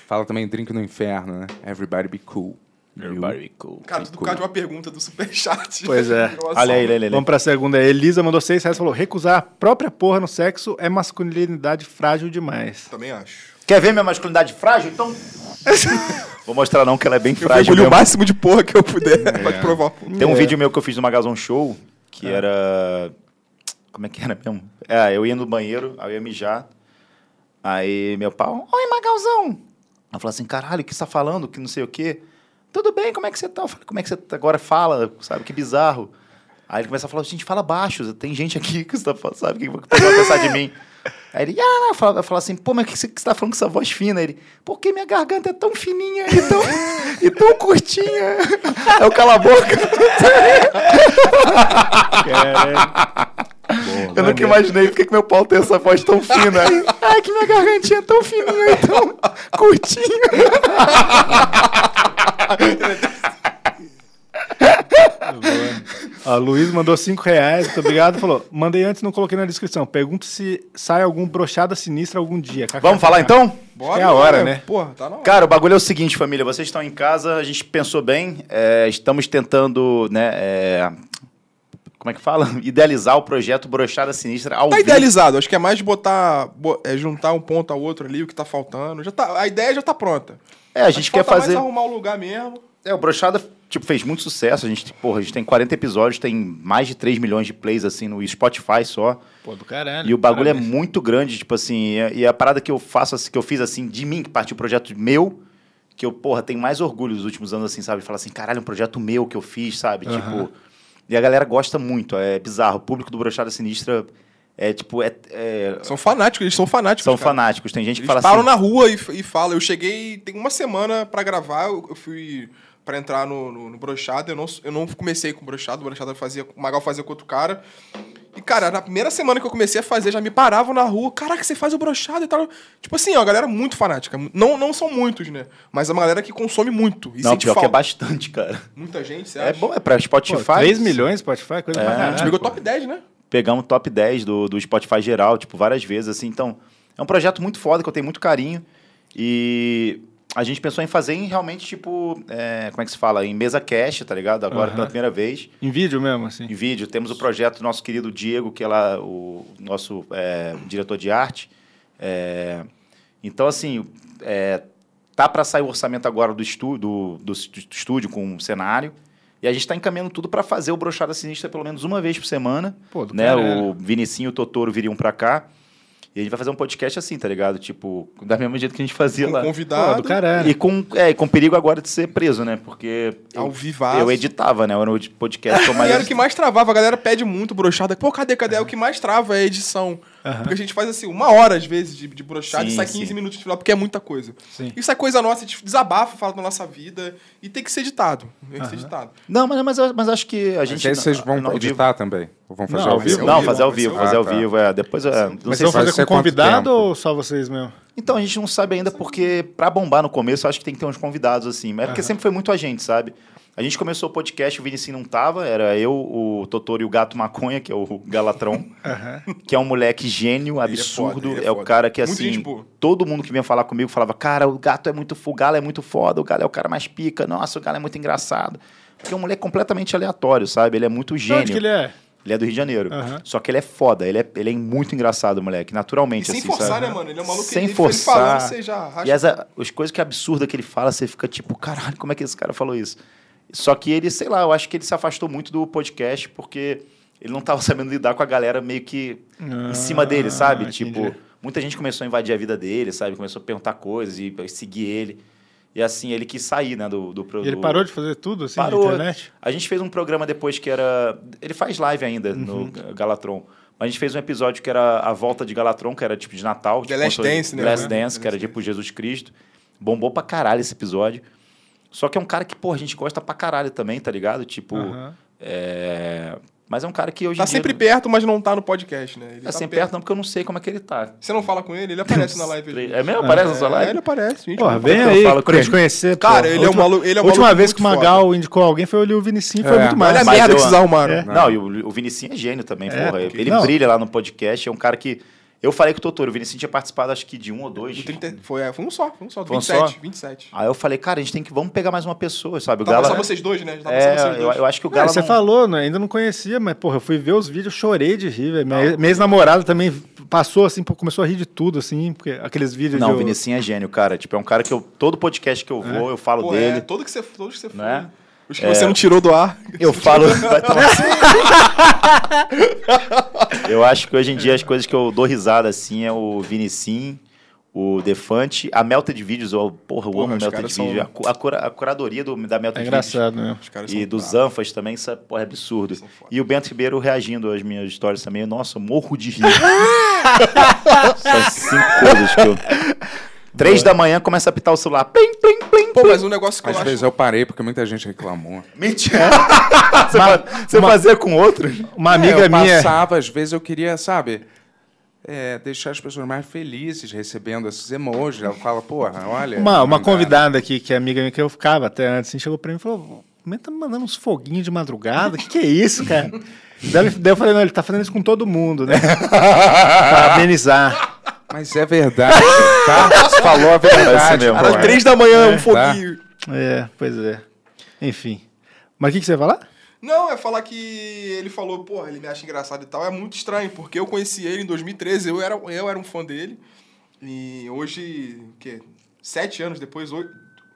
S3: Fala também Drink no Inferno, né? Everybody be cool.
S6: Very cool.
S7: Cara, tudo por causa de uma pergunta do Superchat.
S4: Pois é.
S7: Nossa.
S6: Olha aí, olha aí, olha aí.
S4: Vamos pra segunda. Elisa mandou seis reais e falou: recusar a própria porra no sexo é masculinidade frágil demais.
S6: Tá
S7: Também acho.
S6: Quer ver minha masculinidade frágil? Então. Vou mostrar não, que ela é bem
S7: Eu
S6: frágil.
S7: vou engolir o
S6: mesmo.
S7: máximo de porra que eu puder pra te provar.
S6: Tem um vídeo meu que eu fiz no Magazão Show, que era. Como é que era mesmo? É, eu ia no banheiro, aí eu ia mijar. Aí meu pau, oi, Magalzão! Ela falou assim, caralho, o que você tá falando? Que não sei o quê. Tudo bem, como é que você tá? Eu falei, como é que você tá? agora fala, sabe? Que bizarro. Aí ele começa a falar, gente, fala baixo, tem gente aqui que você tá falando, sabe? O que que vai pensar de mim? Aí ele, ah, não. Eu falava, eu falava assim, pô, mas o que você, que você tá falando com essa voz fina? Ele, porque minha garganta é tão fininha e tão, e tão curtinha. Aí eu cala a boca. Eu nunca imaginei porque que meu pau tem essa voz tão fina. Ai, que minha gargantinha é tão fininha e tão curtinha.
S4: A Luiz mandou cinco reais, muito obrigado. Falou: mandei antes, não coloquei na descrição. Pergunto se sai algum brochada sinistra algum dia.
S6: Vamos falar então?
S4: é a hora, né?
S7: Porra, tá na hora.
S6: Cara, o bagulho é o seguinte, família. Vocês estão em casa, a gente pensou bem. é, estamos tentando, né? é, como é que fala? Idealizar o projeto Brochada Sinistra ao
S7: Tá
S6: vivo.
S7: idealizado, acho que é mais de botar, bo- é juntar um ponto ao outro ali, o que tá faltando. Já tá, a ideia já tá pronta.
S6: É, a gente
S7: Acho que
S6: quer
S7: falta
S6: fazer.
S7: mais arrumar o lugar mesmo.
S6: É, o Brochada, tipo, fez muito sucesso. A gente, porra, a gente tem 40 episódios, tem mais de 3 milhões de plays, assim, no Spotify só.
S4: Pô, do caralho.
S6: E o bagulho é muito grande, tipo assim, e a, e a parada que eu faço, assim, que eu fiz assim, de mim, que partiu um projeto meu, que eu, porra, tenho mais orgulho nos últimos anos, assim, sabe? Falar assim, caralho, um projeto meu que eu fiz, sabe? Tipo. E a galera gosta muito, é bizarro. O público do Brochada Sinistra é, tipo, é. é-
S7: São fanáticos, eles são fanáticos.
S6: são
S7: cara.
S6: fanáticos. Tem gente que fala
S7: Eles param
S6: assim.
S7: na rua e, f- e falam. Eu cheguei, tem uma semana pra gravar, eu, eu fui pra entrar no, no, no brochado. Eu não, eu não comecei com brochado, o brochado eu fazia, o Magal fazia com outro cara. E, cara, na primeira semana que eu comecei a fazer, já me paravam na rua. Caraca, você faz o brochado e tal. Tipo assim, ó, a galera muito fanática. Não, não são muitos, né? Mas é uma galera que consome muito e
S6: Não,
S7: sente
S6: pior que é
S7: falta.
S6: bastante, cara.
S7: Muita gente, você
S6: É
S7: acha?
S6: bom, é pra Spotify. É.
S4: Pô, 3 milhões, Spotify, coisa pra
S7: A gente
S4: caralho.
S7: pegou top 10, né?
S6: pegamos top 10 do, do Spotify geral, tipo, várias vezes, assim. Então, é um projeto muito foda, que eu tenho muito carinho. E a gente pensou em fazer em realmente, tipo, é, como é que se fala? Em mesa cash, tá ligado? Agora,
S4: Aham.
S6: pela primeira vez,
S4: Em vídeo mesmo, assim.
S6: em vídeo. Temos o projeto do nosso querido Diego, que é lá o nosso é, diretor de arte. É, então, assim, é, tá para sair o orçamento agora do, estu, do, do s- do estúdio com o cenário. E a gente está encaminhando tudo para fazer o Brochada Sinistra pelo menos uma vez por semana
S4: Pô, do
S6: né?
S4: caralho.
S7: é.
S6: O Vinicinho e o Totoro viriam pra cá. E a gente vai fazer um podcast assim, tá ligado? Tipo, da mesma jeito que a gente fazia
S7: Com
S6: lá.
S4: Pô, do né?
S7: convidado,
S4: caralho.
S6: E com, é, e com perigo agora de ser preso, né? Porque
S7: ao
S6: eu,
S7: vivaço.
S6: eu editava, né? Eu era o de- podcast que eu
S7: E
S6: mais
S7: era o que mais travava, a galera pede muito brochada. Pô, cadê, cadê? É o que mais trava é a edição.
S4: Aham.
S7: Porque a gente faz assim, uma hora às vezes de, de brochada e
S6: Sim,
S7: sai 15
S6: sim.
S7: minutos de final, porque é muita coisa.
S4: Sim.
S7: Isso é coisa nossa, a gente desabafa, fala da nossa vida e tem que ser editado. Tem que ser editado.
S6: Não, mas, mas, eu- mas acho que a gente...
S3: Gente, aí vocês vão
S6: não, ao vivo-
S3: editar também? Ou vão fazer
S4: Não,
S3: ao
S4: vai ser
S3: vivo?
S7: ao
S6: Não,
S7: vivo,
S6: fazer ao
S7: vai ser
S6: vivo,
S7: ao
S6: fazer ao
S3: vivo. Ah, tá.
S6: vivo. É, depois... é, não
S4: Mas
S6: sei
S4: vão
S6: se
S3: vai
S4: fazer
S3: ser
S4: com
S3: quanto
S4: convidado
S3: tempo?
S4: ou só vocês mesmo?
S6: Então, a gente não sabe ainda porque, pra bombar no começo, eu acho que tem que ter uns convidados, assim. Mas é porque sempre foi muito a gente, sabe? A gente começou o podcast, o Vinicius não tava, era eu, o Totoro e o Gato Maconha, que é o Galatron, que é um moleque gênio,
S7: é
S6: absurdo.
S7: foda,
S6: é,
S7: ele é
S6: o
S7: foda.
S6: cara que,
S7: Muito
S6: assim,
S7: gente boa.
S6: todo mundo que vinha falar comigo falava: Cara, o gato é muito foda, o galo é muito foda, o galo é o cara mais pica, nossa, o galo é muito engraçado. Porque é um moleque completamente aleatório, sabe? Ele é muito
S4: De onde
S6: gênio.
S4: que ele
S6: Ele é?
S4: é?
S6: do Rio de Janeiro.
S4: Aham.
S6: Só que ele é foda, ele é, ele é muito engraçado, moleque,
S7: E
S6: naturalmente.
S7: sem
S6: assim,
S7: forçar,
S6: sabe?
S7: né, mano? Ele é um maluco que
S6: Sem
S7: ele- ele
S6: forçar.
S7: falando, você já
S6: E é
S7: racha.
S6: as, as coisas que absurda que ele fala, você fica tipo, caralho, como é que esse cara falou isso? Só que ele, sei lá, eu acho que ele se afastou muito do podcast porque ele não tava sabendo lidar com a galera meio que em cima dele, sabe?
S4: Ah,
S6: Tipo,
S4: entendi.
S6: muita gente começou a invadir a vida dele, sabe? Começou a perguntar coisas e seguir ele. E assim, ele quis sair, né, do, do
S4: E ele
S6: do-
S4: parou de fazer tudo, assim,
S6: Parou.
S4: na internet?
S6: a gente fez um programa depois que era. Ele faz live ainda no Galatron. Mas a gente fez um episódio que era a volta de Galatron, que era tipo de Natal.
S7: The
S6: que
S7: Last
S6: contou-
S7: Dance, né?
S6: Last
S7: Uhum.
S6: Dance, que era tipo Jesus Cristo. Bombou pra caralho esse episódio.
S4: Uhum.
S6: Só que Tipo, é um cara que, pô, a gente gosta pra caralho também, tá ligado? Tipo,
S4: Aham.
S6: é, Mas é um cara que hoje
S7: Tá
S6: em dia...
S7: sempre perto, mas não tá no podcast, né? Ele
S6: Tá
S7: tá
S6: sempre perto, não, porque eu não sei como é que ele tá.
S7: Você não fala com ele, ele aparece na live. às vezes.
S6: É mesmo? Aparece na sua
S7: É,
S6: live?
S7: ele aparece, gente.
S4: Porra,
S6: vem
S4: vem
S6: aí,
S4: aí,
S6: Cris.
S4: pra te conhecer.
S7: Cara,
S4: pô.
S7: ele é um maluco- ele é um
S4: Última
S7: maluco
S4: vez
S7: muito
S4: que o Magal indicou alguém foi o Vinicius, foi
S3: É.
S4: muito
S7: Olha a
S4: mais.
S6: Mas
S7: merda
S6: eu-
S7: que vocês arrumaram.
S4: É.
S6: Não, e o, o Vinicinho é gênio também,
S4: É,
S6: porra.
S4: porque-
S6: Ele
S4: não.
S6: brilha lá no podcast, é um cara que... Eu falei com o Totoro, o Vinicinho tinha participado acho que de um ou dois.
S7: Do 30 foi, é, foi um só, foi um só. do
S6: Foi um
S7: 27,
S6: só?
S7: 27.
S6: Aí eu falei, cara, a gente tem que... Vamos pegar mais uma pessoa, sabe? O
S7: Tava
S6: Gala...
S7: só vocês dois, né? Tava só vocês
S6: É, eu,
S7: dois.
S6: eu acho que o
S4: Cara,
S6: Gala
S4: você
S6: não-
S4: falou, né? ainda não conhecia, mas porra, eu fui ver os vídeos, chorei de rir, velho. Minha, minha ex-namorada também passou assim, pô, começou a rir de tudo, assim, porque aqueles vídeos
S6: Não, o
S4: de...
S6: Vinicinho é gênio, cara. Tipo, é um cara que eu... Todo podcast que eu vou, eu falo
S7: Pô, é,
S6: dele.
S7: todo que você, todo que você foi.
S6: Né?
S7: Os que você não tirou do ar.
S6: Eu falo. Vai tomar-
S7: Assim?
S6: eu acho que hoje em dia as coisas que eu dou risada assim é o Vinicim, o Defante, a Melta de Vídeos. Eu, porra, eu
S7: Porra,
S6: amo
S7: os
S6: Melta de
S7: caras são-
S6: Vídeos. A, cu- a cura- a curadoria do, da Melta
S4: É
S6: de
S4: engraçado, né?
S7: Os
S6: Vídeos.
S7: caras
S6: E
S7: são
S6: dos
S7: bravos.
S6: Anfas também, isso é, porra, é absurdo.
S7: são foda.
S6: E o Bento Ribeiro reagindo às minhas histórias também. Nossa, eu morro de rir. São cinco coisas que eu. Três da manhã começa a apitar o celular. Plim, plim, plim.
S7: Pô, mas um negócio que
S3: Às
S7: eu
S3: vezes
S7: acho...
S3: eu parei porque muita gente reclamou.
S6: Mentira! você fa- você fazia com outro?
S4: Uma
S3: É,
S4: amiga
S3: eu
S4: minha...
S3: passava, às vezes eu queria, sabe, é, deixar as pessoas mais felizes recebendo esses emojis. Ela fala, porra, olha.
S4: Uma, uma
S3: mandaram.
S4: convidada aqui, que é amiga minha, que eu ficava até antes, assim, chegou pra mim e falou: Como é que tá me mandando uns foguinhos de madrugada? O que, que é isso, cara? daí, eu- daí eu falei: Não, ele tá fazendo isso com todo mundo, né? pra amenizar.
S3: Mas é verdade, tá? Você falou a verdade.
S6: mesmo.
S3: porra.
S7: Às três da manhã, um
S3: tá.
S7: foguinho.
S4: É, pois é. Enfim. Mas o que, que você ia falar?
S7: Não, é falar que ele falou, porra, ele me acha engraçado e tal. É muito estranho, porque eu conheci ele em 2013, eu era, eu era um fã dele. E hoje, o quê? Sete anos depois, oito,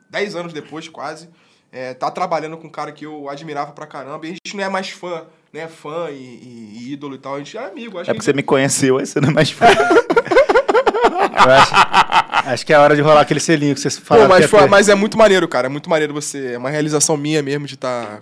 S7: dez anos depois, quase, é, tá trabalhando com um cara que eu admirava pra caramba. E a gente não é mais fã, né? Fã e, e- e ídolo e tal. A gente é amigo. Acho
S6: É
S7: que
S6: porque você me conheceu, aí você não é mais fã.
S4: Eu acho, acho que é a hora de rolar aquele selinho que vocês
S7: Pô,
S4: falaram. que
S7: mas,
S4: ia
S7: foi-
S4: ter.
S7: mas é muito maneiro, cara. É muito maneiro você. É uma realização minha mesmo de estar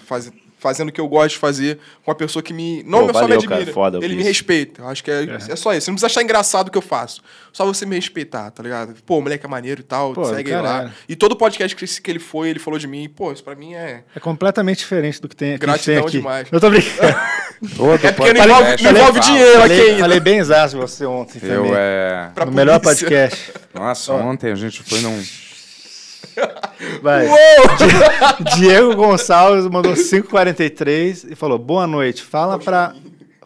S7: fazendo o que eu gosto de fazer com uma pessoa que me.
S6: Pô,
S7: Não só me
S6: valeu,
S7: admira.
S6: cara, foda
S7: ele
S6: ouvir
S7: me
S6: isso.
S7: respeita. Eu Acho que é, é só isso. Você não precisa achar engraçado o que eu faço. Só você me respeitar, tá ligado? Pô, o moleque é maneiro e tal,
S4: Pô,
S7: segue ele
S4: caralho.
S7: lá. E todo podcast que esse- que ele foi, ele falou de mim. Pô, isso pra mim é.
S4: É completamente diferente do que, tem, que a gente tem
S7: Gratidão
S4: aqui.
S7: demais.
S4: Eu tô brincando.
S3: Todo
S7: porque não
S3: podcast
S7: envolve, não
S3: eu falo.
S7: envolve dinheiro aqui
S4: falei,
S7: ainda.
S4: falei bem exato de você ontem né, também.
S3: Eu é.
S7: Pra
S4: no melhor
S7: polícia.
S4: podcast.
S3: Nossa, ontem a gente foi num.
S4: Vai. Diego Gonçalves mandou 543 e falou: Boa noite. Fala pra,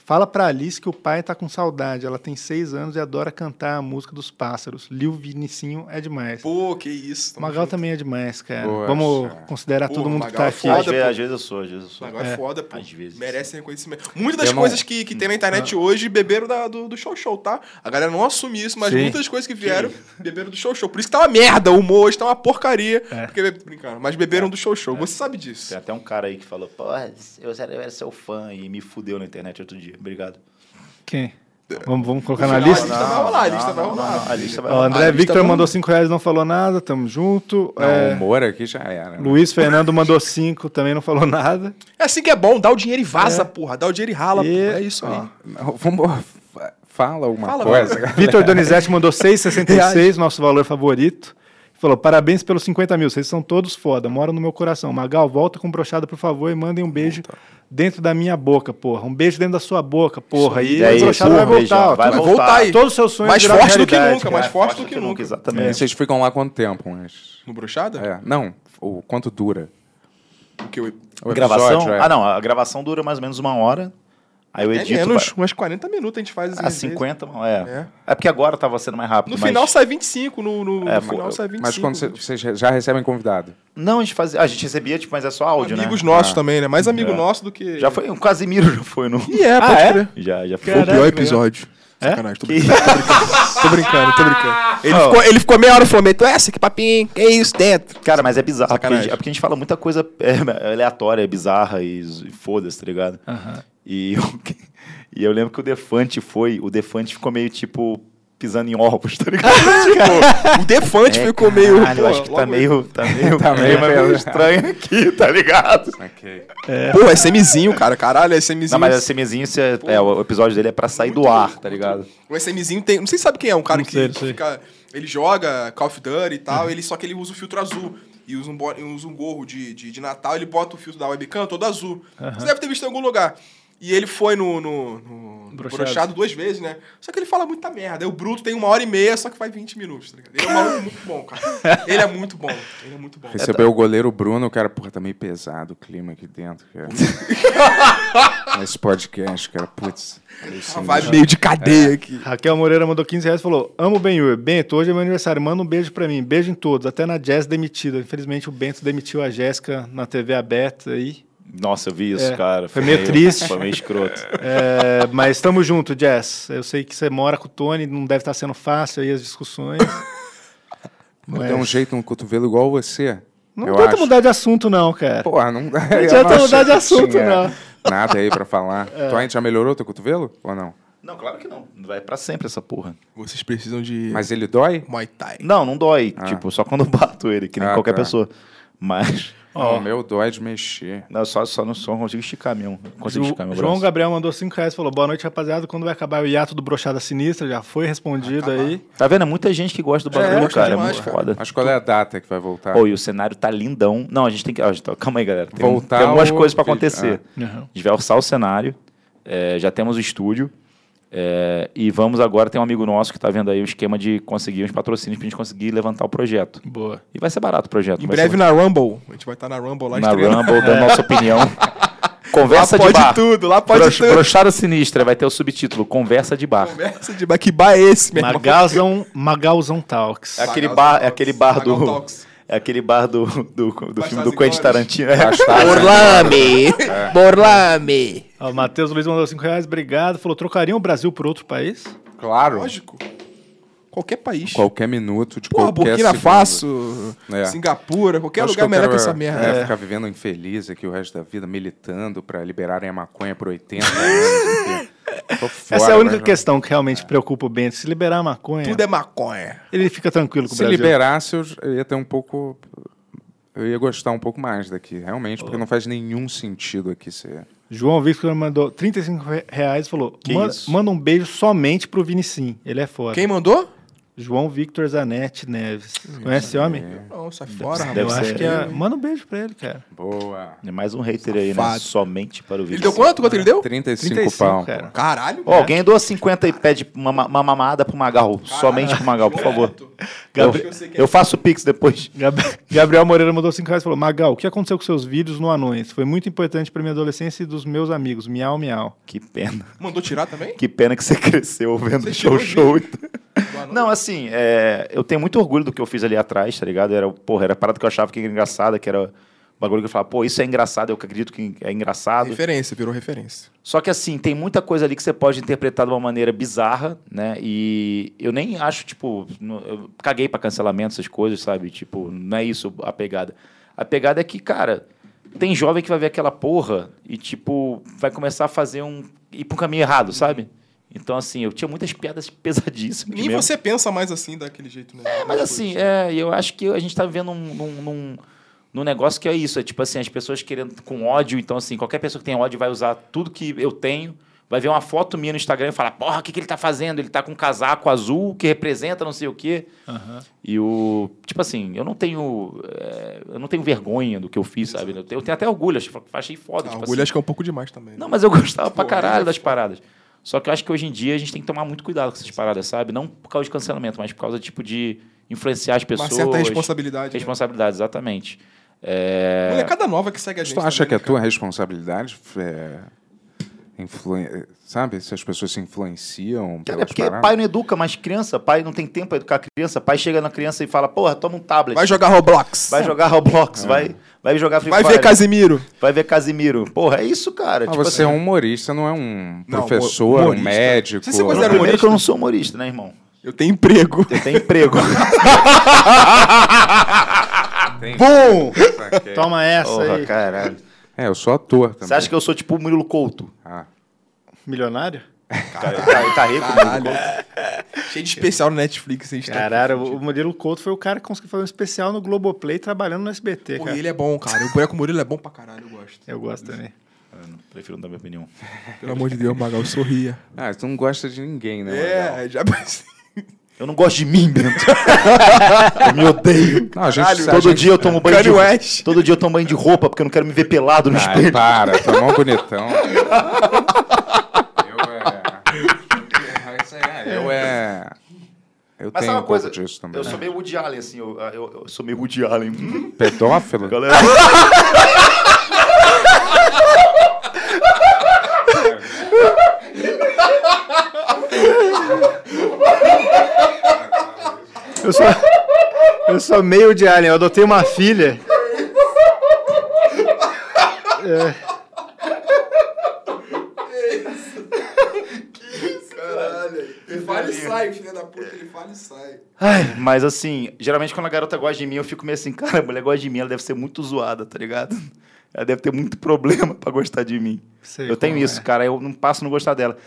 S4: fala pra Alice que o pai tá com saudade. Ela tem seis anos e adora cantar a música dos pássaros. Liu Vinicinho é demais.
S7: Pô, que isso.
S4: O
S7: tamo
S4: Magal
S7: junto.
S4: também é demais, cara.
S3: Poxa.
S4: Vamos considerar todo
S7: Porra,
S4: mundo que
S7: Magal
S4: tá
S7: é
S4: aqui.
S7: foda.
S6: às, vezes,
S7: pô.
S6: às vezes eu sou, às vezes eu
S7: O
S6: sou.
S7: negócio é, foda, pô.
S6: às vezes.
S7: Merece reconhecimento. Muitas das
S3: Eu não-
S7: coisas que, que tem na internet hoje beberam da- do, do show show, tá? A galera não assume isso, mas
S4: Sim.
S7: muitas coisas que vieram beberam do show show. Por isso que tá uma merda, o humor hoje tá uma porcaria. Porque be- brincando, mas
S6: É.
S7: beberam do show show. Você sabe disso.
S6: Tem até um cara aí que falou, porra, eu era, eu era seu fã e me fudeu na internet outro dia. Obrigado.
S4: Quem? Vamos, vamos colocar
S7: No
S4: na
S7: final,
S4: lista.
S7: a lista vai rolar, a lista vai rolar.
S6: não, a lista vai
S4: Ó,
S6: rolar.
S4: André
S7: Ah,
S4: Victor
S7: tá bom.
S4: mandou 5 reais, não falou nada, tamo junto.
S3: Não,
S4: É,
S3: o humor aqui já era. né?
S4: Luiz Fernando mandou 5, também não falou nada.
S7: É assim que é bom, dá o dinheiro e vaza, porra. Dá o dinheiro e rala,
S4: E-
S7: porra. É isso aí.
S3: Não, Vamos. fa- Fala uma
S7: Fala,
S3: coisa.
S7: mano.
S4: Vitor Donizete mandou 6,66, nosso valor favorito. Falou, parabéns pelos 50 mil, vocês são todos foda, moram no meu coração. Magal, volta com brochada, por favor, e mandem um beijo dentro da minha boca, porra. Um beijo dentro da sua boca, porra. E
S6: É
S4: a
S6: isso,
S4: brochada vai
S6: porra,
S4: voltar.
S6: beijão,
S4: ó.
S6: vai
S4: Tudo-
S7: Vai voltar aí.
S4: Todos os seus sonhos
S7: Mais
S4: viraram
S7: forte do que
S4: realidade,
S7: nunca,
S4: cara.
S7: mais forte do que nunca.
S3: E
S6: Exatamente.
S3: vocês ficam lá quanto tempo, mas.
S7: No brochada?
S3: É, não, o quanto dura.
S6: É.
S7: O que eu...
S3: O episódio,
S6: gravação?
S3: é.
S6: Ah, não. A gravação dura mais ou menos uma hora. Aí eu
S7: É
S6: edito...
S7: menos,
S6: ba-
S7: umas 40 minutos a gente faz.
S6: Ah,
S7: às vezes.
S6: 50, é. é. porque agora tava sendo mais rápido,
S7: No
S6: mas-
S7: final sai 25, no, no,
S6: É,
S7: no final
S6: pô,
S7: Então sai 25.
S3: Mas quando cê- vocês já recebem convidado.
S6: Não, a gente fazia... A gente recebia, tipo, mas é só áudio,
S7: Amigos
S6: né?
S7: nossos também, né? Mais amigo
S6: É.
S7: nosso do que.
S6: Já foi... O Casimiro já foi, não?
S7: E é, pode crer.
S6: Já, já foi.
S7: Foi o pior
S4: Caraca,
S7: episódio. É? Sacanagem, tô
S6: Que-
S7: brincando, tô brincando, tô brincando. Ele,
S6: Oh.
S7: ficou, ele ficou meia hora e falou: Meto essa, que papinho, que isso, dentro.
S6: Cara, mas é bizarro. Porque, a
S7: Sacanagem.
S6: gente- é porque a gente fala muita coisa é, aleatória, bizarra e, z- e foda-se, tá ligado? E, eu, e eu lembro que o Defante foi. O Defante ficou meio tipo pisando em ovos, tá ligado?
S7: O Defante
S6: É,
S7: ficou meio.
S6: caralho, eu
S7: pô,
S6: acho que tá
S7: logo-
S6: meio. Tá meio.
S3: Tá
S6: tá
S3: meio
S6: meio,
S3: pelo-
S6: estranho aqui, tá ligado?
S3: Ok.
S7: Pô, é SMzinho, cara. Caralho, é SMzinho.
S6: Não, mas esse mesinho, esse é- é, o episódio dele é pra sair do ar, tá ligado?
S7: O SMzinho tem. Não sei se sabe quem é, um cara
S4: Não
S7: que
S4: sei, Uhum. não sei.
S7: fica. Ele joga Call of Duty e tal, ele, só que ele usa o filtro azul. E usa um, bo- usa um gorro de, de, de Natal, ele bota o filtro da webcam todo azul. Você deve ter visto em algum lugar.
S8: E ele foi no, no, no- no
S4: Brochado.
S8: brochado duas vezes, né? Só que ele fala muita merda. Aí o Bruto tem uma hora e meia, só que vai 20 minutos, tá ligado? Ele é um maluco muito bom, cara. Ele é muito bom. Ele é muito bom.
S3: Recebeu o goleiro Bruno, o cara, porra, tá meio pesado o clima aqui dentro, cara. Esse podcast, cara, putz.
S8: Tá
S3: né?
S8: Uma vibe meio de cadeia aqui.
S4: Raquel Moreira mandou 15 reais e falou: Amo o Benhur. Bento, hoje é meu aniversário. Manda um beijo pra mim. Beijo em todos, até na Jazz demitida. Infelizmente, o Bento demitiu a Jéssica na TV aberta aí.
S6: Nossa, eu vi isso,
S4: É,
S6: cara.
S4: foi meio triste.
S6: Foi meio escroto.
S4: É, mas tamo junto, Jazz. Eu sei que você mora com o Tony, não deve estar sendo fácil aí as discussões.
S3: Não Deu um jeito no cotovelo igual você.
S4: Não
S3: eu
S4: tenta
S3: acho.
S4: mudar de assunto, não, cara.
S3: Porra, não dá.
S4: Não adianta mudar de assunto, não.
S3: Nada aí pra falar. Tu ainda já melhorou teu cotovelo ou não?
S6: Não, claro que não. Vai pra sempre essa porra.
S8: Vocês precisam de
S3: Mas ele dói?
S8: Muay Thai.
S6: Não, não dói. Tipo, só quando eu bato ele, que nem
S3: Ah,
S6: qualquer
S3: tá.
S6: pessoa. Mas.
S3: O meu dói de mexer.
S6: Não, só, só, não, só não consigo esticar mesmo. Não Consigo
S4: Ju-
S6: esticar meu
S4: João
S6: braço.
S4: Gabriel mandou 5 reais e falou: Boa noite, rapaziada. Quando vai acabar o hiato do Brochada Sinistra? Já foi respondido aí.
S6: Tá vendo? É muita gente que gosta do bagulho,
S8: gosta
S6: cara.
S8: demais,
S6: é muito
S8: cara.
S6: foda.
S3: Mas qual é a data que vai voltar?
S6: Pô, e o cenário tá lindão. Não, a gente tem que. ó, gente, tá- calma aí, galera. Tem, um-
S3: Voltar
S6: tem algumas
S3: ao
S6: coisas pra
S3: vídeo.
S6: acontecer.
S4: é.
S6: A gente vai alçar o cenário. é, já temos o estúdio. é, e vamos agora, tem um amigo nosso que tá vendo aí o esquema de conseguir uns patrocínios pra gente conseguir levantar o projeto.
S4: Boa.
S6: E vai ser barato o projeto.
S8: Em
S6: vai
S8: breve
S6: ser
S8: na Rumble. A gente vai estar na Rumble lá
S6: na
S8: estreando.
S6: Rumble, dando nossa opinião. Conversa
S8: lá pode
S6: de bar.
S8: tudo, lá pode
S6: Broch-
S8: tudo.
S6: Brochada Sinistra vai ter o subtítulo Conversa de Bar.
S8: Conversa de bar. Que bar é esse, meu irmão?
S4: Magalzão, Magalzão Talks.
S6: É aquele
S8: Magal
S6: bar,
S8: Talks.
S6: é aquele bar do.
S8: Magal Talks.
S6: É aquele bar do, do, do
S8: Bastardos
S6: filme do
S8: Inglórios.
S6: Quentin Tarantino. É.
S7: Borlame! Borlame!
S4: Ó, O Matheus Luiz mandou 5 reais, obrigado. Falou: trocariam o Brasil por outro país?
S3: né? Claro.
S8: Lógico. Qualquer país.
S3: Qualquer minuto de
S8: Porra,
S3: qualquer
S8: Burkina
S3: segundo.
S8: Faso,
S3: É.
S8: Singapura, qualquer
S3: Acho
S8: lugar
S3: eu
S8: melhor
S3: quero,
S8: que essa
S3: É,
S8: merda.
S3: ficar vivendo infeliz aqui o resto da vida, militando pra liberarem a maconha por 80 anos. aqui. Tô fora, né,
S4: Essa é a única
S3: mas-
S4: questão que realmente preocupa o Bento. Se liberar a maconha,
S8: Tudo é maconha.
S4: ele fica tranquilo com o
S3: Se
S4: Brasil.
S3: liberasse, eu j- eu ia ter um pouco. Eu ia gostar um pouco mais daqui, realmente, porque não faz nenhum sentido aqui ser.
S4: João Victor mandou 35 re- reais e falou:
S6: Que
S4: "Man-
S6: isso?
S4: manda um beijo somente pro Vinicim. Ele é foda.
S8: Quem mandou?
S4: João Victor Zanetti Neves. Conhece esse homem?
S8: Não, sai fora,
S4: Eu
S8: rapaz.
S6: Deve
S4: acho
S6: ser
S4: que é. Manda um beijo pra ele, cara.
S3: Boa!
S6: É mais um hater aí, né?
S8: Safado.
S6: Somente para o vídeo.
S8: Ele deu quanto? Quanto ele deu?
S3: 35,
S4: 35,
S3: pau.
S4: cara.
S8: Caralho.
S6: Ó,
S7: Né?
S6: alguém doa 50 e pede uma, ma- uma mamada pro Magal. Somente pro Magal, por favor. Eu,
S4: Gabri-
S8: é.
S6: eu faço o pix depois.
S4: Gab- Gabriel Moreira mandou 5 reais e falou: Magal, o que aconteceu com seus vídeos no Anões? Foi muito importante pra minha adolescência e dos meus amigos. Miau, miau.
S6: Que pena.
S8: Mandou tirar também?
S6: Que pena que você cresceu vendo
S8: Você
S6: show show.
S8: tirou
S6: então. Não, assim, é, eu tenho muito orgulho do que eu fiz ali atrás, tá ligado? Era, porra, era a parada que eu achava que era engraçada, que era o bagulho que eu falava, pô, isso é engraçado, eu acredito que é engraçado.
S8: Referência, virou referência.
S6: Só que assim, tem muita coisa ali que você pode interpretar de uma maneira bizarra, né? E eu nem acho, tipo, no- eu caguei pra cancelamento, essas coisas, sabe? Tipo, não é isso a pegada. A pegada é que, cara, tem jovem que vai ver aquela porra e, tipo, vai começar a fazer um. ir pra um caminho errado, sabe? Então, assim, eu tinha muitas piadas pesadíssimas.
S8: Nem
S6: mesmo.
S8: você pensa mais assim, daquele jeito, né?
S6: É, mas assim, é, eu acho que a gente tá vivendo num, num, num- num negócio que é isso. É tipo assim, as pessoas querendo com ódio. Então, assim, qualquer pessoa que tem ódio vai usar tudo que eu tenho. Vai ver uma foto minha no Instagram e falar, porra, o que, que ele tá fazendo? Ele tá com um casaco azul que representa não sei o quê. E o. Tipo assim, eu não tenho. é, eu não tenho vergonha do que eu fiz, sabe? Eu tenho, eu tenho até orgulho, acho- achei foda.
S8: Ah,
S6: tipo
S8: orgulho
S6: assim.
S8: acho que é um pouco demais também.
S6: Não, mas eu gostava pra
S8: Pô, aí é
S6: caralho das paradas. Só que eu acho que hoje em dia a gente tem que tomar muito cuidado com essas paradas, sabe? Não por causa de cancelamento, mas por causa tipo de influenciar as
S8: Uma
S6: pessoas.
S8: certa responsabilidade. né?
S6: Responsabilidade, exatamente. É,
S8: Molecada nova que segue a gente.
S3: Tu acha que
S8: também,
S3: é tua responsabilidade? É... influen- Sabe? Se as pessoas se influenciam
S6: Cara, é
S3: pelas
S6: porque
S3: paradas.
S6: pai não educa mais criança, pai não tem tempo pra educar criança, pai chega na criança e fala, porra, toma um
S3: é
S6: tablet,
S8: né?
S6: vai,
S8: Vai jogar Roblox.
S6: jogar Roblox, vai, vai jogar Free
S8: Vai
S6: Fire,
S8: ver Casimiro.
S6: vai ver Casimiro. Porra, é isso, cara.
S3: Ah,
S6: tipo
S3: você é
S6: assim,
S3: um humorista, não é um
S8: Não,
S3: professor, um
S8: humorista.
S3: médico.
S8: Você se
S6: Não,
S8: considera
S6: primeiro
S8: humorista?
S6: que eu não sou humorista, né, irmão?
S8: Eu tenho emprego.
S6: Eu tenho emprego.
S4: Bum! Toma essa
S6: Porra,
S4: aí.
S6: caralho.
S3: É, eu sou ator também.
S6: Você acha que eu sou tipo o Murilo Couto?
S3: Ah,
S4: Milionário?
S6: Tá, tá, tá rico,
S8: Caralho. Cheio de especial no Netflix. A gente tá
S4: Caralho, o Murilo Couto foi o cara que conseguiu fazer um especial no Globoplay trabalhando no SBT,
S8: Pô,
S4: cara.
S8: e ele é bom, cara. O Buraco Murilo é bom pra caralho, eu gosto.
S4: Eu gosto também.
S6: Eu não- Prefiro não dar minha opinião.
S8: É. Pelo amor de Deus, Magal, sorria.
S3: Ah, tu não gosta de ninguém, né? Magal?
S8: É, já pensei. Eu não gosto de mim, Bento. eu me odeio.
S3: Não, a gente- a
S8: todo
S3: gente-
S8: dia eu tomo banho de
S10: Kanye West.
S8: Todo dia eu tomo banho de roupa porque eu não quero me ver pelado no
S3: Ai,
S8: espelho.
S3: para, tá mó bonitão. Eu é. Isso aí, é, Eu é. Eu
S8: Mas
S3: tenho
S8: sabe
S3: um
S8: uma coisa,
S3: pouco disso também.
S8: eu sou meio Woody Allen, assim, eu, eu, eu sou meio Woody Allen. Hum,
S3: pedófilo?
S8: Galera,
S4: Eu sou, eu sou meio de alien, eu adotei uma filha.
S7: Ele fala e sai, filho da puta, ele fala e sai.
S8: Ai, mas assim, geralmente quando a garota gosta de mim, eu fico meio assim, cara, a mulher gosta de mim, ela deve ser muito zoada, tá ligado? Ela deve ter muito problema pra gostar de mim.
S4: Sei
S8: eu tenho
S4: como
S8: isso,
S4: é.
S8: cara, eu não passo a não gostar dela.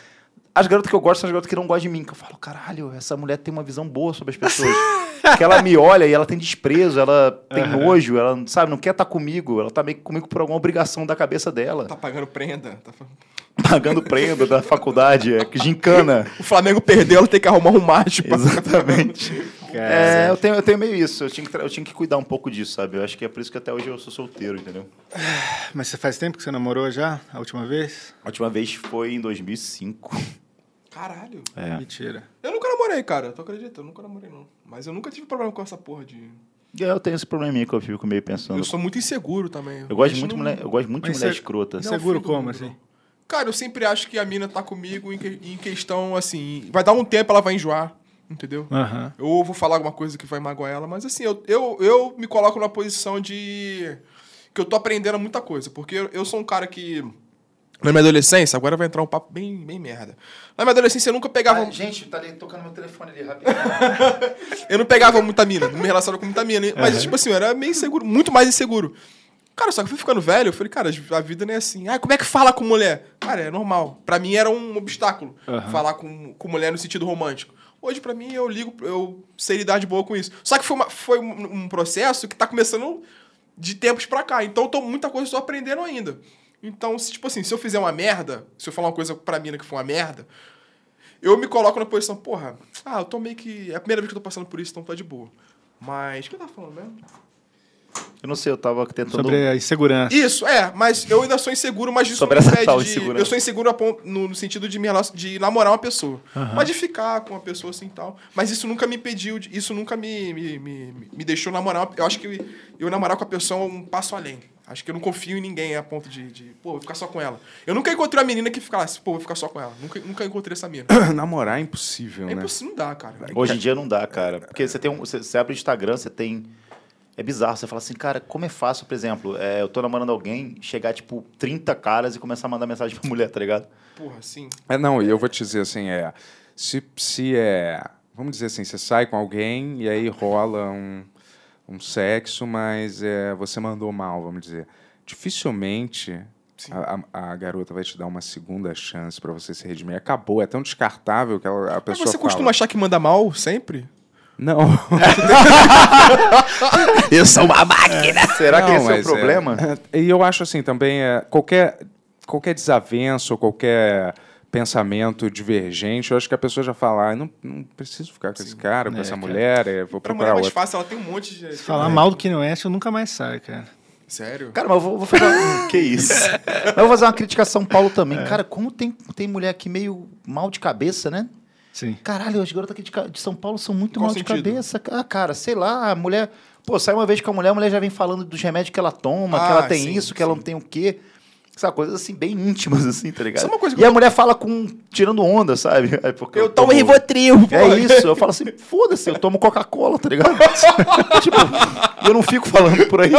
S8: As garotas que eu gosto são as garotas que não gostam de mim, que eu falo, caralho, essa mulher tem uma visão boa sobre as pessoas. que ela me olha e ela tem desprezo, ela tem nojo, ela, sabe, não quer estar comigo, ela tá meio que comigo por alguma obrigação da cabeça dela.
S7: Tá pagando prenda. tá falando-
S8: pagando prenda da faculdade, é gincana.
S10: O Flamengo perdeu, ela tem que arrumar um macho pra...
S8: Exatamente. É, eu, tenho, eu tenho meio isso. Eu tinha, que, tra- eu tinha que cuidar um pouco disso, sabe? Eu acho que é por isso que até hoje eu sou solteiro, entendeu?
S4: Mas você faz tempo que você namorou já? A última vez?
S8: A última vez foi em 2005.
S7: Caralho.
S8: É.
S4: Mentira.
S7: Eu nunca namorei, cara. Tu acredita? Eu nunca namorei, não. Mas eu nunca tive problema com essa porra de.
S8: É, Eu tenho esse probleminha que eu fico meio pensando.
S7: Eu
S8: Eu,
S7: sou muito inseguro também.
S8: gosto
S7: Acho
S8: de muito
S7: não-
S8: mulher, Tá eu gosto muito de
S4: Mas
S8: mulher
S4: você-
S8: escrota.
S4: Seguro
S7: filho do
S4: como,
S7: mundo,
S4: assim?
S7: Cara, eu sempre acho que a mina tá comigo em, que- em questão, assim. Vai dar um tempo, ela vai enjoar. Entendeu?
S4: Aham.
S7: Ou vou falar alguma coisa que vai magoar ela, mas assim, eu, eu, eu me coloco numa posição de. que eu tô aprendendo muita coisa, porque eu, eu sou um cara que. Na minha adolescência, agora vai entrar um papo bem, bem merda. Na minha adolescência eu nunca pegava.
S8: gente, tá ali tocando meu telefone ali rapidinho.
S7: Eu não pegava muita mina, não me relacionava com muita mina. Mas, tipo assim, eu era meio inseguro, muito mais inseguro. Cara, só que eu fui ficando velho, eu falei, cara, a vida não é assim. Ah, como é que fala com mulher? Cara, é normal. Pra mim era um obstáculo falar com, com mulher no sentido romântico. Hoje, pra mim, eu ligo, eu sei lidar de boa com isso. Só que foi, uma- foi um, um processo que tá começando de tempos pra cá. Então, eu tô, muita coisa eu tô aprendendo ainda. Então, se, tipo assim, se eu fizer uma merda, se eu falar uma coisa pra mina que foi uma merda, eu me coloco na posição, porra, ah, eu tô meio que. É a primeira vez que eu tô passando por isso, então tá de boa. Mas. O que eu tava falando mesmo?
S8: Eu não sei, eu tava tentando.
S4: Sobre a insegurança.
S7: Isso, é, mas eu ainda sou inseguro, mas isso
S8: Sobre
S7: não
S8: essa
S7: impede
S8: tal
S7: de.
S3: né?
S8: insegurança.
S7: Eu sou inseguro a pon- no, no sentido de, me relacion- de namorar uma pessoa. Mas de ficar com uma pessoa assim e tal. Mas isso nunca me impediu, de- isso nunca me, me, me, me deixou namorar. uma- Eu acho que eu, eu namorar com a pessoa é um passo além. Acho que eu não confio em ninguém a ponto de, de, pô, vou ficar só com ela. Eu nunca encontrei uma menina que ficasse, pô, vou ficar só com ela. Nunca, nunca encontrei essa mina.
S3: Namorar é impossível,
S7: É
S3: né?
S7: impossível, não dá, cara.
S8: Hoje em dia não dá, cara. Porque você tem um. Você, você abre o Instagram, você tem. É bizarro, você fala assim, cara, como é fácil, por exemplo, é, eu tô namorando alguém, chegar, tipo, 30 caras e começar a mandar mensagem pra mulher, tá ligado?
S7: Porra, assim, sim.
S3: É, não, e eu vou te dizer assim, é. Se, se é. Vamos dizer assim, você sai com alguém e aí rola um, um sexo, mas é, você mandou mal, vamos dizer. Dificilmente a, a- a garota vai te dar uma segunda chance pra você se redimir. Acabou, é tão descartável que ela, a
S7: Mas
S3: pessoa.
S7: você
S3: fala,
S7: costuma achar que manda mal sempre?
S3: Não.
S8: Eu sou uma máquina! Será que
S3: Não,
S8: esse é o
S3: mas
S8: problema?
S3: E eu acho assim também, é, qualquer, qualquer desavença ou qualquer pensamento divergente, eu acho que a pessoa já fala, ah, não, não preciso ficar com esse cara, com essa mulher, é, vou
S7: Pra mulher é
S3: procurar
S7: mais
S3: outra.
S7: fácil, ela tem um monte de.
S4: Se falar mal do que não é, eu nunca mais saio, cara.
S7: Sério?
S8: Cara, mas eu vou, vou fazer uma... que isso? Mas eu vou fazer uma crítica a São Paulo também. Cara, como tem, tem mulher aqui meio mal de cabeça, né?
S4: Sim.
S8: Caralho, as garotas aqui de, ca- de São Paulo são muito
S7: Qual
S8: mal
S7: sentido?
S8: de cabeça. Ah, cara, sei lá, a mulher... Pô, sai uma vez com a mulher, a mulher já vem falando dos remédios que ela toma,
S7: Ah,
S8: que ela tem
S7: sim,
S8: isso, que ela não tem o quê. Sabe, coisas assim, bem íntimas, assim, tá ligado?
S7: Isso é uma coisa que
S8: e a mulher fala com... Tirando onda, sabe? É porque
S10: Eu tomo
S8: tomo-
S10: Rivotril, pô.
S8: É isso, eu falo assim, foda-se, eu tomo Coca-Cola, tá ligado? tipo, eu não fico falando por aí.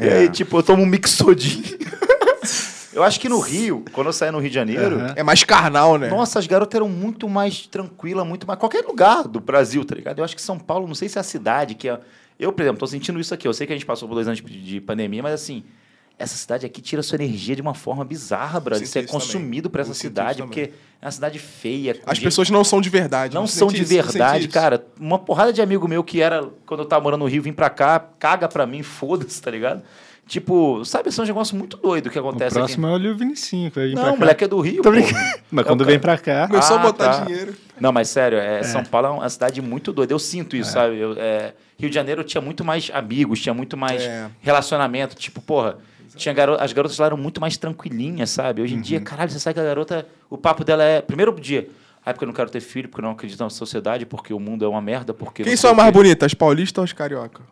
S7: É.
S8: E aí, tipo, eu tomo um mixodinho. eu acho que no Rio, quando eu saí no Rio de Janeiro,
S4: Aham.
S7: É mais carnal, né?
S8: nossa, as garotas eram muito mais tranquilas, muito mais. Qualquer lugar do Brasil, tá ligado? Eu acho que São Paulo, não sei se é a cidade que é. Eu, por exemplo, tô sentindo isso aqui. Eu sei que a gente passou por dois anos de- de pandemia, mas assim, essa cidade aqui tira sua energia de uma forma bizarra, brother.
S7: sinto
S8: Você é
S7: isso também.
S8: consumido por
S7: Eu
S8: essa
S7: sinto
S8: cidade,
S7: isso
S8: porque é uma cidade feia. com
S7: As
S8: gente
S7: pessoas não são de verdade.
S8: não
S7: você
S8: são
S7: sente
S8: de
S7: isso? Você
S8: verdade,
S7: sente isso?
S8: cara. Uma porrada de amigo meu que era, quando eu tava morando no Rio, vim pra cá, caga pra mim, foda-se, tá ligado? Tipo, sabe, são um negócio muito doido que
S4: O
S8: acontece
S4: próximo é o Lio Vinicinho, que vai vir
S8: aqui.
S4: pra
S8: Não,
S4: cá.
S8: o moleque é do Rio.
S4: Tô
S8: pô.
S4: brincando. Mas
S8: É
S4: quando
S8: o
S4: vem
S8: cara-
S4: pra cá,
S8: Ah,
S7: Começou a botar
S8: tá.
S7: dinheiro.
S8: Não, mas sério, é, São Paulo é uma cidade muito doida. Eu sinto isso, sabe? Eu, é, Rio de Janeiro tinha muito mais amigos, tinha muito mais relacionamento. Tipo, porra, tinha garo- as garotas lá eram muito mais tranquilinhas, sabe? Hoje em dia, caralho, você sai com a garota, o papo dela é. Primeiro dia. Ah, porque eu não quero ter filho, porque eu não acredito na sociedade, porque o mundo é uma merda, porque.
S7: Quem
S8: não
S7: são
S8: sei
S7: as mais
S8: o quê."
S7: bonitas, as paulistas ou as carioca?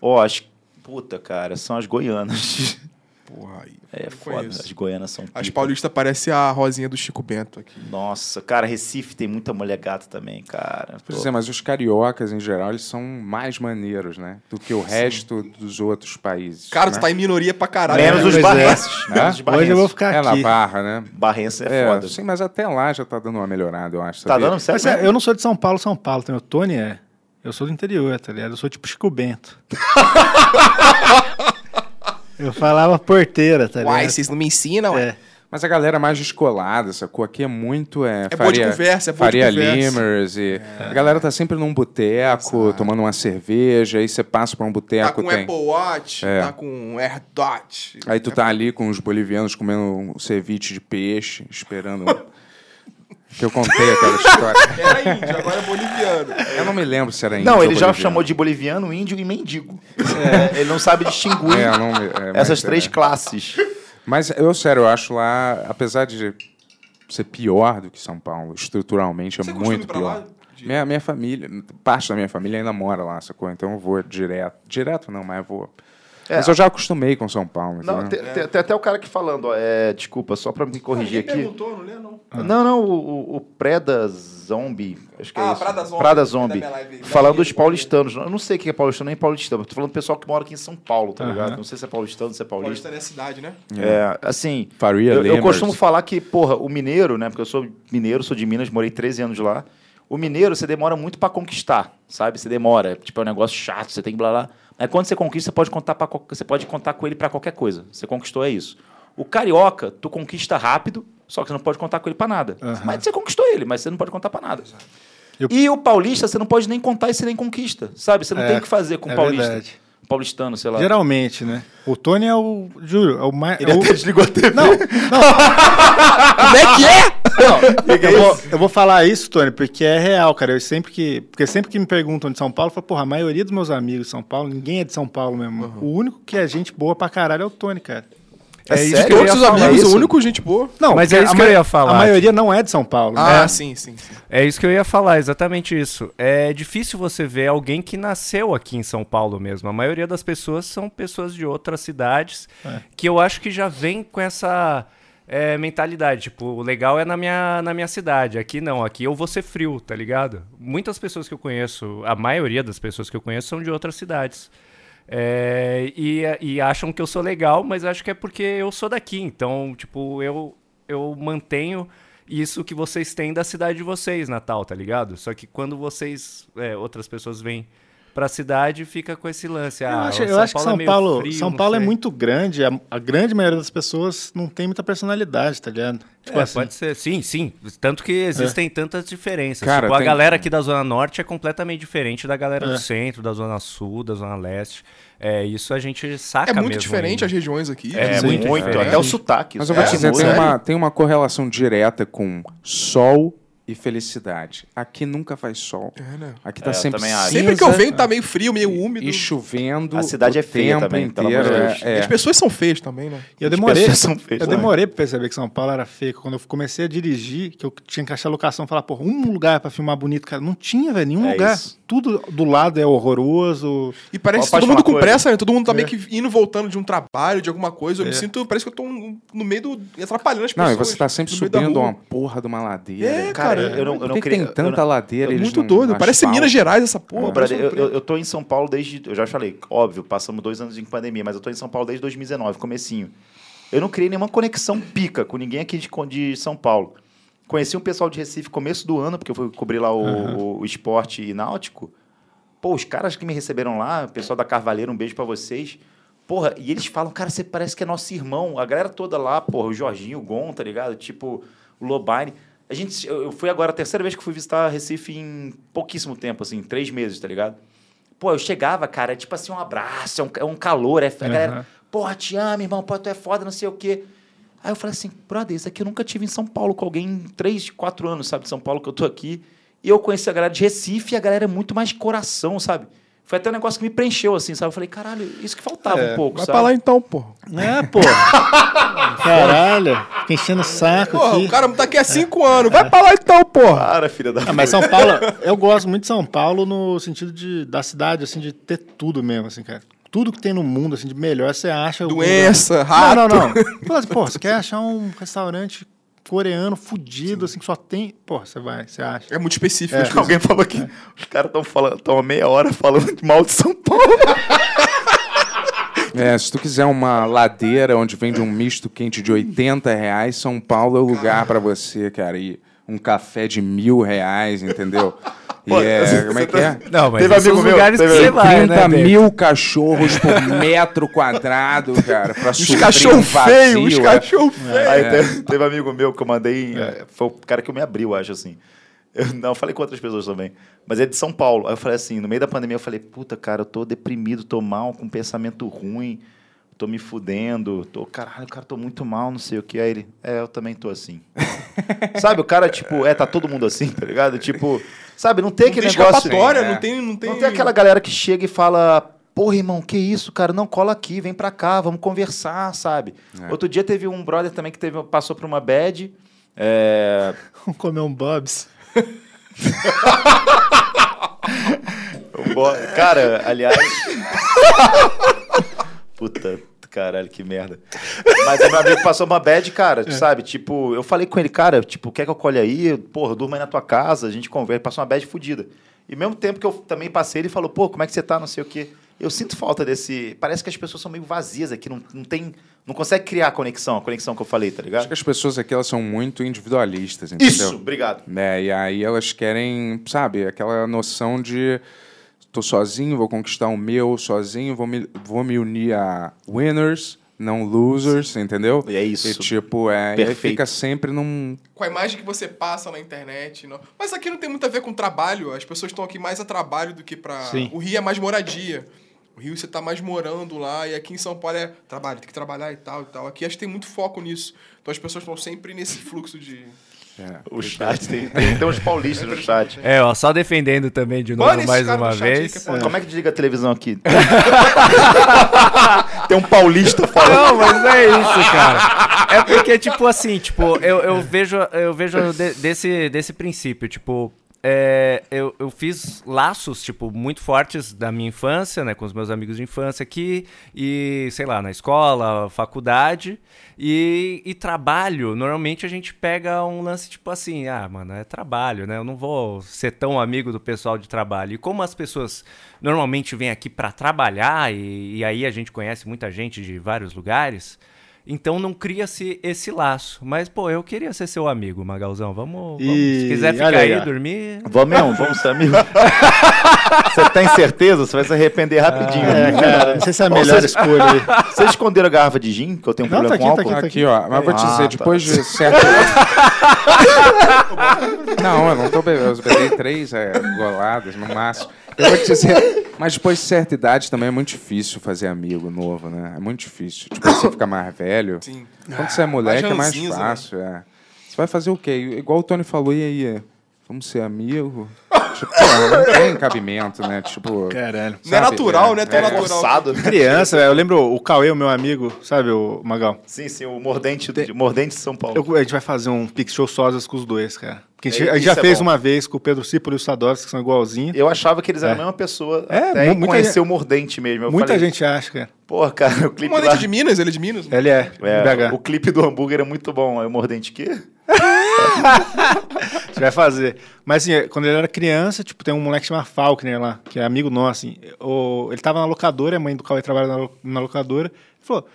S8: Ó, as. Puta, cara, são as goianas.
S7: Porra, aí.
S8: É
S7: não
S8: foda.
S7: conheço.
S8: As goianas são.
S7: As
S8: pica.
S7: paulistas parecem a rosinha do Chico Bento aqui.
S8: Nossa, cara, Recife tem muita mulher gata também, cara.
S3: Pois é, mas os cariocas, em geral, eles são mais maneiros, né? Do que o resto dos outros países.
S7: Cara,
S3: né?
S7: tu tá em minoria pra caralho.
S8: Menos
S7: né?
S8: os
S4: Pois é.
S8: barrenses. Menos os
S3: Hoje
S8: barrenses.
S4: hoje eu vou ficar
S3: É na
S4: aqui.
S3: barra, né?
S8: Barrense é,
S3: É,
S8: foda.
S3: sim, mas até lá já tá dando uma melhorada, eu acho.
S8: Tá
S3: sabia?
S8: dando
S4: Mas,
S8: certo?
S4: é, eu não sou de São Paulo, São Paulo. Também. O Tony é. Eu sou do interior, tá ligado? Eu sou tipo Chico Bento. eu falava porteira, tá ligado?
S7: né? Uai, vocês não me ensinam? ué?
S4: É.
S3: Mas a galera mais descolada, sacou? Aqui é muito. É,
S7: É boa de conversa, é boa de
S3: Faria
S7: conversa. É.
S3: Limers. E A galera tá sempre num boteco, tomando uma cerveja, aí você passa pra um
S7: Tá
S3: boteco,
S7: com
S3: tem.
S7: Apple Watch,
S8: É.
S7: tá com AirDot.
S3: Aí tu tá ali com os bolivianos comendo um ceviche de peixe, esperando. que eu contei aquela história.
S7: Era índio, agora é boliviano.
S3: Eu não me lembro se era índio
S8: Não,
S3: ou
S8: ele já
S3: boliviano.
S8: chamou de boliviano, índio e mendigo. É, ele não sabe distinguir
S3: É, não me- é, mas
S8: essas
S3: é.
S8: três classes.
S3: Mas eu, sério, eu acho lá, apesar de ser pior do que São Paulo, estruturalmente é
S7: Você costuma ir
S3: muito
S7: pra
S3: pior.
S7: lá? De-
S3: Minha, minha família, parte da minha família ainda mora lá, sacou? Então eu vou direto. Direto não, mas eu vou. Mas eu já acostumei com São Paulo.
S8: É. Não,
S3: entendeu?
S8: tem, tem- tem até o cara que falando, ó, é, desculpa, só pra me corrigir aqui.
S7: não lê não.
S8: Não, não, o, o- o Preda Zombie, acho que é
S7: Ah,
S8: isso.
S7: Preda Zombie,
S8: Preda
S7: da
S8: Zombie.
S7: minha live aí.
S8: Falando dos
S7: Daí,
S8: paulistanos. Eu não sei o que é paulistano nem paulistano. Tô falando do pessoal que mora aqui em São Paulo, tá ligado? Não sei se é paulistano, se é
S7: Paulista
S8: paulista.
S7: é a cidade, né?
S8: É, assim.
S3: Faria
S8: eu, eu
S3: Limers.
S8: costumo falar que, porra, o mineiro, né? Porque eu sou mineiro, sou de Minas, morei 13 anos lá. O mineiro, você demora muito pra conquistar, sabe? Você demora. Tipo, é um negócio chato, você tem que blá blá. Mas quando você conquista, você pode contar, pra, qual- você pode contar com ele pra qualquer coisa. Você conquistou, é isso. O carioca, tu conquista rápido, só que você não pode contar com ele pra nada. Mas você conquistou ele, mas você não pode contar pra nada.
S4: Eu-
S8: E o paulista, você não pode nem contar e você nem conquista, sabe? Você não
S4: É,
S8: tem o que fazer com o
S4: é
S8: paulista.
S4: verdade.
S8: Paulistano, sei lá.
S4: Geralmente, né? O Tony é o. Juro, é o mais. é o-
S8: desligou a TV.
S4: Não, não. Como é que é? eu, vou, eu vou falar isso, Tony, porque é real, cara. Eu sempre que. Porque sempre que me perguntam de São Paulo, eu falo, porra, a maioria dos meus amigos de São Paulo, ninguém é de São Paulo mesmo. O único que é gente boa pra caralho é o Tony, cara.
S8: É,
S7: De
S8: sério?
S7: todos os
S8: Eu ia falar
S7: amigos,
S8: isso.
S7: o único gente boa.
S4: Não,
S11: Mas é
S4: porque
S11: isso
S4: a
S11: que eu
S4: ma-
S11: ia falar.
S4: A maioria não é de São Paulo.
S7: Ah,
S4: né?
S7: sim, sim, sim.
S11: É isso que eu ia falar, exatamente isso. É difícil você ver alguém que nasceu aqui em São Paulo mesmo. A maioria das pessoas são pessoas de outras cidades que eu acho que já vem com essa é, mentalidade. Tipo, o legal é na minha, na minha cidade. Aqui não, aqui eu vou ser frio, tá ligado? Muitas pessoas que eu conheço, a maioria das pessoas que eu conheço são de outras cidades. É, e, e acham que eu sou legal, mas acho que é porque eu sou daqui. Então, tipo, eu, eu mantenho isso que vocês têm da cidade de vocês, Natal, tá ligado? Só que quando vocês, é, outras pessoas vêm pra cidade, fica com esse lance.
S4: Eu
S11: ah,
S4: acho,
S11: o
S4: eu acho que
S11: é
S4: São
S11: meio
S4: Paulo,
S11: frio,
S4: São
S11: não
S4: Paulo é
S11: sei.
S4: muito grande. A, a grande maioria das pessoas não tem muita personalidade, tá ligado? Tipo
S11: É,
S4: assim,
S11: pode ser, sim, sim. Tanto que existem
S7: É.
S11: tantas diferenças.
S3: Cara,
S11: tipo, a
S3: tem-
S11: galera aqui da Zona Norte é completamente diferente da galera
S7: É.
S11: do centro, da Zona Sul, da Zona Leste. É, isso a gente saca
S7: É muito
S11: mesmo
S7: diferente
S11: ainda.
S7: as regiões aqui.
S11: É,
S8: É,
S11: muito
S8: muito,
S11: diferente.
S8: até o sotaque.
S3: Mas eu vou
S8: é,
S3: te dizer, tem
S8: muda.
S3: uma, tem uma correlação direta com sol e felicidade. Aqui nunca faz sol.
S7: né?
S3: Aqui tá
S8: É, eu
S3: sempre
S8: também acho.
S3: cinza
S7: Sempre que eu venho tá meio frio, meio úmido.
S3: e chovendo.
S8: A cidade
S3: o
S8: é feia
S3: tempo
S8: também, pelo
S3: inteiro.
S8: amor de Deus.
S3: É, é.
S7: As pessoas são feias também, né?
S4: E eu
S8: As
S4: demorei.
S8: pessoas são feias,
S4: eu
S8: né?
S4: demorei pra perceber que São Paulo era feio. Quando eu comecei a dirigir, que eu tinha que achar locação, falar, porra, um lugar pra filmar bonito, cara. Não tinha, velho, nenhum
S8: É
S4: lugar.
S8: isso.
S4: Tudo do lado é horroroso.
S7: E parece que
S8: Posso
S7: todo mundo
S8: falar
S7: com
S8: uma coisa?
S7: pressa, né? Todo mundo tá
S3: É.
S7: meio que indo voltando de um trabalho, de alguma coisa. Eu me sinto, parece que eu tô um- no meio do. atrapalhando as
S3: Não,
S7: pessoas.
S3: e você tá sempre
S7: no meio da
S3: subindo
S7: rua.
S3: uma porra de uma ladeira.
S7: É, cara.
S8: Cara, eu não, eu
S3: Por
S8: não
S3: que, que
S8: queria.
S3: tem tanta é
S8: eu
S7: É
S3: ladeira? eles
S7: muito
S3: não
S7: doido. Parece
S3: asfaltam?
S7: Minas Gerais essa
S8: não,
S7: porra.
S8: Pô, brother,
S3: um
S8: eu, eu, eu tô em São Paulo desde. Eu já falei, óbvio, passamos dois anos em pandemia, mas eu tô em São Paulo desde 2019, comecinho. Eu não criei nenhuma conexão pica com ninguém aqui de, co- de São Paulo. Conheci um pessoal de Recife começo do ano, porque eu fui cobrir lá o, o- o esporte e náutico. Pô, os caras que me receberam lá, o pessoal da Carvalheiro, um beijo pra vocês. Porra, e eles falam, cara, você parece que é nosso irmão. A galera toda lá, porra, o Jorginho, o Gon, tá ligado? Tipo, o Lobine. A gente, eu eu fui agora, a terceira vez que eu fui visitar Recife em pouquíssimo tempo, assim, três meses, tá ligado? Pô, eu chegava, cara, é tipo assim, um abraço, é um, é um calor, é, a galera... Porra, te amo, irmão, pô, tu é foda, não sei o quê. Aí eu falei assim, brother, isso aqui eu nunca tive em São Paulo com alguém em 3, 4 anos, sabe, de São Paulo que eu tô aqui. E eu conheci a galera de Recife e a galera é muito mais coração, sabe? Foi até um negócio que me preencheu, assim, sabe? Eu falei, caralho, isso que faltava
S3: é,
S8: um pouco,
S7: Vai
S8: sabe?
S7: pra lá então, pô.
S4: É, pô. Caralho. Fica enchendo o saco
S7: Porra,
S4: aqui.
S7: o cara tá aqui há cinco anos. Vai pra lá então, porra.
S8: Para, filha da
S4: Ah, mas São Paulo, eu gosto muito de São Paulo no sentido de, da cidade, assim, de ter tudo mesmo, assim, cara. Tudo que tem no mundo, assim, de melhor, você acha. algum
S7: Doença,
S4: lugar.
S7: rato.
S4: Não, não, não. Fala assim, Pô, você quer achar um restaurante coreano fudido, assim, que só tem. Pô, você vai, você acha.
S7: É muito específico. as coisas.
S8: Alguém falou que os caras estão falando, estão meia hora falando de mal de São Paulo.
S3: É, se tu quiser uma ladeira onde vende um misto quente de 80 reais, São Paulo é o lugar pra você, cara. E um café de mil reais, entendeu? E é, como é que é?
S11: Não, mas
S8: Teve
S11: esses são
S8: amigo
S11: os
S8: meu,
S11: lugares
S8: teve
S11: que você
S8: amigo.
S11: vai,
S3: 30
S11: né? David?
S3: mil cachorros por metro quadrado, cara, pra
S7: Os
S3: suprir um
S7: cachorro feio,
S3: vazio.
S7: os
S3: é.
S7: cachorro feio.
S8: Aí teve, teve amigo meu que eu mandei. eh, Foi o cara que me abriu, acho assim. Eu, não, eu falei com outras pessoas também. Mas é de São Paulo. Aí eu falei assim, no meio da pandemia, eu falei, puta, cara, eu tô deprimido, tô mal, com um pensamento ruim, tô me fudendo, tô, caralho, cara, tô muito mal, não sei o que. Aí ele, é, eu também tô assim. sabe, o cara, tipo, é, tá todo mundo assim, tá ligado? Tipo, sabe, não tem
S7: Não tem
S8: aquele negócio.
S7: escapatória,
S3: é.
S7: não tem... Não tem,
S8: Não tem aquela galera que chega e fala, porra, irmão, que isso, cara? Não, cola aqui, vem pra cá, vamos conversar, sabe? Outro dia teve um brother também que teve, passou por uma bad. é,
S4: Vamos comer um Bob's.
S8: um bo- Cara, aliás. Puta, caralho, que merda. Mas o meu amigo passou uma bad, cara, sabe? Tipo, eu falei com ele, cara, tipo, quer que eu colhe aí? Porra, durma aí na tua casa, a gente conversa. Passou uma bad fudida. E ao mesmo tempo que eu também passei, ele falou, pô, como é que você tá, não sei o quê. Eu sinto falta desse... Parece que as pessoas são meio vazias aqui, não, não tem... Não consegue criar a conexão, a conexão que eu falei, tá
S3: Acho
S8: ligado?
S3: que as pessoas aqui, elas são muito individualistas, entendeu?
S8: Isso, obrigado.
S3: né? E aí elas querem, sabe, aquela noção de tô sozinho, vou conquistar o meu sozinho, vou me, vou me unir a winners, não losers, entendeu?
S8: E é isso.
S3: E tipo, é, e aí
S8: Perfeito.
S3: fica sempre num.
S7: Com a imagem que você passa na internet. Não. Mas aqui não tem muito a ver com trabalho. As pessoas estão aqui mais a trabalho do que pra...
S4: Sim.
S7: O Rio é mais moradia. O Rio você tá mais morando lá. E aqui em São Paulo é trabalho, tem que trabalhar e tal e tal. Aqui acho que tem muito foco nisso. Então as pessoas estão sempre nesse fluxo de...
S8: O chat tem, tem, tem uns paulistas no chat.
S11: É, ó, só defendendo também de novo
S7: Bane esse
S11: mais
S7: cara
S11: uma
S7: do chat aí,
S11: vez.
S7: que é foda.
S8: Como é que desliga a televisão aqui? Tem um paulista falando.
S11: Não, mas não é isso, cara. É porque, tipo assim, tipo, eu, eu vejo, eu vejo de- desse, desse princípio, tipo, é, eu, eu fiz laços, tipo, muito fortes da minha infância, né, com os meus amigos de infância aqui, e, sei lá, na escola, faculdade, e, e trabalho, normalmente a gente pega um lance, tipo assim, ah, mano, é trabalho, né, eu não vou ser tão amigo do pessoal de trabalho, e como as pessoas normalmente vêm aqui pra trabalhar, e, e aí a gente conhece muita gente de vários lugares... Então não cria-se esse laço. Mas, pô, eu queria ser seu amigo, Magalzão. Vamos. vamos.
S4: E-
S11: Se quiser ficar
S4: olha aí,
S11: aí,
S4: ó.
S11: dormir.
S8: Vamos, mesmo, vamos ser amigo. Você tem certeza? Você vai se arrepender rapidinho.
S4: É, cara, não sei se é a melhor escolha aí.
S8: Vocês esconderam a garrafa de gin, que eu tenho um
S4: Não,
S8: problema
S4: tá
S8: com
S4: aqui,
S8: álcool?
S4: tá
S3: Aqui, ó. Mas vou te
S8: Ah,
S3: dizer,
S8: tá.
S3: depois de certo. não, eu não tô bebendo. Eu bebi três é, goladas no máximo. Eu vou te dizer. Mas depois de certa idade também é muito difícil fazer amigo novo, né? É muito difícil. Tipo, você fica mais velho.
S7: Sim.
S3: Quando você é moleque é mais
S7: ranzinza, né?
S3: fácil, é. Você vai fazer o quê? Igual o Tony falou, e aí? Vamos ser amigo? tipo, não tem cabimento, né? Tipo.
S4: Caralho.
S7: Não é
S3: sabe?
S7: natural,
S4: tá
S7: né? Tão
S3: É.
S7: natural.
S8: Forçado.
S4: Criança, velho, eu lembro o Cauê, o meu amigo, sabe, o Magal?
S8: Sim, sim, o mordente, de- mordente de São Paulo.
S4: Eu- a gente vai fazer um Pix Show sosas com os dois, cara. Porque a gente,
S8: É,
S4: a gente
S8: isso
S4: já
S8: é
S4: fez
S8: bom.
S4: uma vez com o Pedro Cipolo e o Sadovski, que são igualzinhos.
S8: Eu achava que eles eram a mesma pessoa,
S4: É,
S8: até
S4: mu- muita
S8: conhecer
S4: gente-
S8: o mordente mesmo. Eu
S4: Muita
S8: falei,
S4: gente acha, cara.
S8: Porra, cara, o
S7: O
S8: clipe lá...
S7: Mordente de Minas, ele é de Minas? né?
S4: Ele é,
S8: É,
S4: BH.
S8: o clipe do hambúrguer é muito bom. Aí o mordente que...
S4: A gente vai fazer. Mas assim, quando ele era criança, tipo, tem um moleque chamado Faulkner lá, que é amigo nosso, assim. O- ele tava na locadora, a mãe do Cauê trabalha na, lo- na locadora. Ele falou: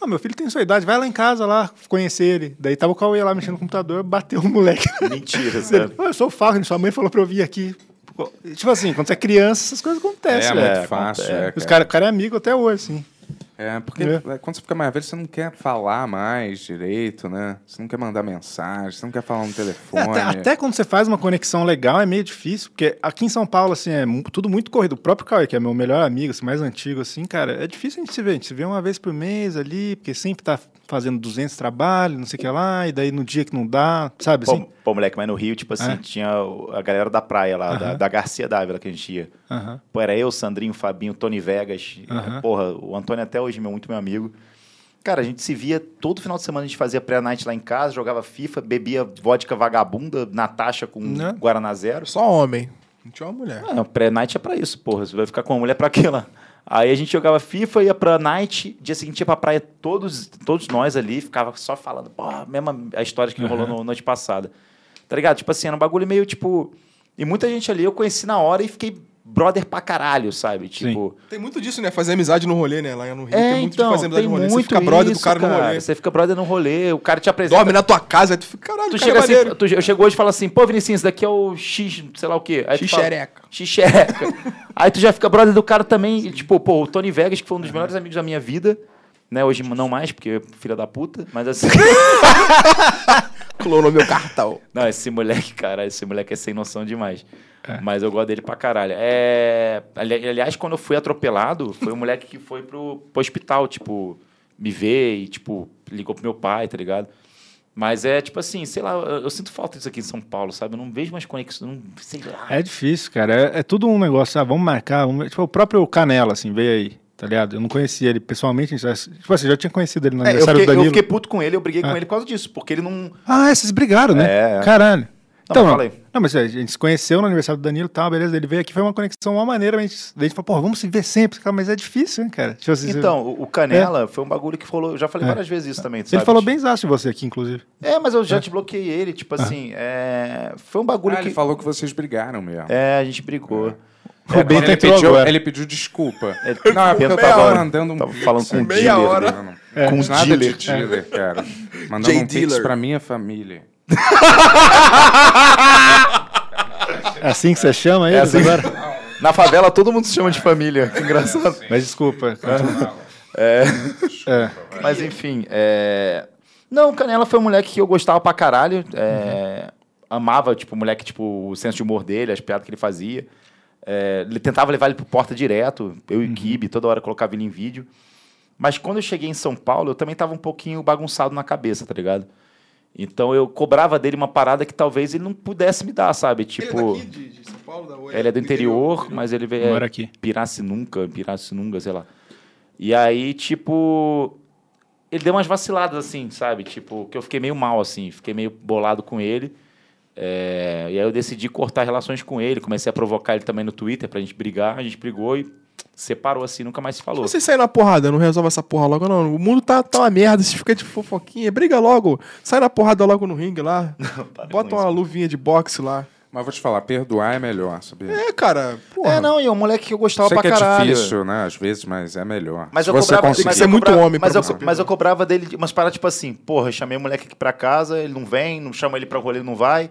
S4: Ah, meu filho tem sua idade, vai lá em casa lá conhecer ele. Daí tava o Cauê lá mexendo no computador, bateu o moleque.
S8: Mentira,
S4: Ele,
S8: sério.
S4: "Ô, eu sou o Faulkner, sua mãe falou pra eu vir aqui. Tipo assim, quando você é criança, essas coisas acontecem,
S3: É
S4: velho.
S3: muito fácil,
S8: é,
S3: é.
S4: Os
S3: cara.
S4: cara, o cara é amigo até hoje, sim.
S3: É, porque
S4: É.
S3: é, quando você fica mais velho, você não quer falar mais direito, né? Você não quer mandar mensagem, você não quer falar no telefone.
S4: Até, até quando você faz uma conexão legal é meio difícil, porque aqui em São Paulo, assim, é mu- tudo muito corrido. O próprio Cauê, que é meu melhor amigo, assim, mais antigo, assim, cara, é difícil a gente se ver. A gente se vê uma vez por mês ali, porque sempre tá fazendo 200 trabalhos, não sei o que lá, e daí no dia que não dá, sabe assim?
S8: Pô, pô, moleque, mas no Rio, tipo assim,
S4: É.
S8: tinha o- a galera da praia lá, da, da Garcia Dávila que a gente ia.
S4: Aham.
S8: Pô, era eu, Sandrinho, Fabinho, Tony Vegas.
S4: Aham.
S8: Porra, o Antônio é até hoje, meu, muito meu amigo. Cara, a gente se via todo final de semana, a gente fazia pré-night lá em casa, jogava FIFA, bebia vodka vagabunda, Natasha com
S4: Né?
S8: Guaraná Zero.
S7: Só homem. Não tinha uma mulher.
S8: Ah, não, pré-night é pra isso, porra. Você vai ficar com uma mulher pra quê lá? Aí a gente jogava FIFA, ia pra night, dia seguinte ia pra praia, todos, todos nós ali, ficava só falando, pô, a mesma a história que rolou no, noite passada. Tá ligado? Tipo assim, era um bagulho meio tipo. E muita gente ali eu conheci na hora e fiquei brother pra caralho, sabe? Tipo. então,
S7: Tem muito disso, né? Fazer amizade no rolê, né? Lá no Rio tem muito de fazer amizade
S8: É, tem
S7: no rolê. Você
S8: muito
S7: fica brother do
S8: isso,
S7: cara, no rolê.
S8: Você fica brother no rolê, o cara te apresenta.
S7: Dorme na tua casa, aí tu fica, caralho,
S8: Tu
S7: o cara
S8: chega
S7: é
S8: assim,
S7: maneiro.
S8: tu, eu chego hoje e falo assim, pô, Vinicius, esse daqui é o X, sei lá o quê. Aí tu fala,
S7: Xixereca.
S8: Xixereca. Aí tu já fica brother do cara também. E, tipo, pô, o Tony Vegas, que foi um dos melhores amigos da minha vida, né? Hoje não mais, porque é filha da puta, mas assim.
S7: Clonou meu cartão.
S3: Ah,
S8: não, esse moleque, cara, esse moleque é sem noção demais.
S4: É.
S8: Mas eu gosto dele pra caralho. É... ali- Aliás, quando eu fui atropelado, foi um moleque que foi pro, pro hospital, tipo, me ver e, tipo, ligou pro meu pai, tá ligado? Mas é tipo assim, sei lá, eu, eu sinto falta disso aqui em São Paulo, sabe? Eu não vejo mais conexão, não sei lá.
S4: É difícil, cara. É, é tudo um negócio, ah, vamos marcar. vamos ver. Tipo, o próprio Canela, assim, veio aí, tá ligado? Eu não conhecia ele pessoalmente, a gente já, tipo assim, já tinha conhecido ele no
S8: É, eu,
S4: aniversário
S8: fiquei,
S4: do
S8: eu
S4: Danilo.
S8: fiquei puto com ele, eu briguei
S4: Ah.
S8: com ele por causa disso, porque ele não.
S4: Ah, é, vocês brigaram, né?
S8: É, é.
S4: Caralho. Então,
S8: mas
S4: não,
S8: fala aí.
S4: não, mas a gente se conheceu no aniversário do Danilo e tal, beleza. Ele veio aqui, foi uma conexão, uma maneira. A gente, a gente falou, pô, vamos se ver sempre, cara, mas é difícil, hein, cara? Tipo assim,
S8: Então, o o Canela foi um bagulho que falou. Eu já falei várias vezes isso também,
S4: você-
S8: sabe?
S4: É.
S8: tipo
S4: ele falou bem zaço de você aqui, inclusive.
S8: É, mas eu já te bloqueei ele, tipo assim. é, Foi um bagulho
S3: Ah,
S8: que.
S3: ele falou que vocês brigaram mesmo.
S8: É, a gente brigou.
S4: O Bento
S3: Quando É, ele,
S4: entrou
S3: pediu,
S4: agora.
S3: ele pediu desculpa.
S8: Ele-
S3: Não, é porque eu
S8: Meia
S3: tava
S8: hora.
S3: mandando um
S8: Tava falando com o
S3: meia
S8: dealer, É,
S3: hora.
S8: Com
S3: Com
S8: o
S3: É, nada
S8: dealer. É.
S3: de dealer, cara. Mandando um pix
S7: dealer.
S3: pra minha família.
S4: É assim que você chama ele
S8: assim.
S4: agora?
S8: Na favela todo mundo se chama de família. Que engraçado.
S4: Mas desculpa.
S8: É.
S4: É,
S8: Mas enfim, é... Não, o Canela foi um moleque que eu gostava pra caralho. é, Amava, tipo, o moleque, tipo, o senso de humor dele, as piadas que ele fazia. É, Ele tentava levar ele pro porta direto, eu e o Kibe, toda hora colocava ele em vídeo. Mas quando eu cheguei em São Paulo, eu também tava um pouquinho bagunçado na cabeça, tá ligado? Então eu cobrava dele uma parada que talvez ele não pudesse me dar, sabe? Tipo.
S7: Ele é daqui de, de São Paulo? Da, ou
S8: Ele é do interior, mas ele veio.
S4: Mora
S8: é,
S4: aqui.
S8: Piracinunca, Piracinunga, sei lá. E aí, tipo. Ele deu umas vaciladas, assim, sabe? Tipo, que eu fiquei meio mal, assim. Fiquei meio bolado com ele. É, E aí eu decidi cortar relações com ele. Comecei a provocar ele também no Twitter pra gente brigar. A gente brigou e separou, assim. Nunca mais se falou.
S7: Vocês saem na porrada, não resolve essa porra logo, não. O mundo tá, tá uma merda, vocês ficam de fofoquinha, briga logo. Sai na porrada logo no ringue lá. Bota uma luvinha de boxe lá.
S3: Mas vou te falar, perdoar é melhor, sabia?
S7: É, cara, porra.
S8: É, não, e é um moleque que eu gostava
S3: Sei
S8: pra
S3: que é
S8: caralho.
S3: difícil, né? Às vezes, mas é melhor.
S8: Mas
S3: Se
S8: eu
S3: você
S8: cobrava,
S3: conseguir.
S8: mas
S7: Isso é
S8: eu
S7: muito
S8: cobrava-
S7: homem pra
S8: mas eu,
S7: você.
S8: mas eu cobrava dele de umas paradas tipo assim, porra, eu chamei o moleque aqui pra casa, ele não vem, não chama ele pra rolê, ele não vai.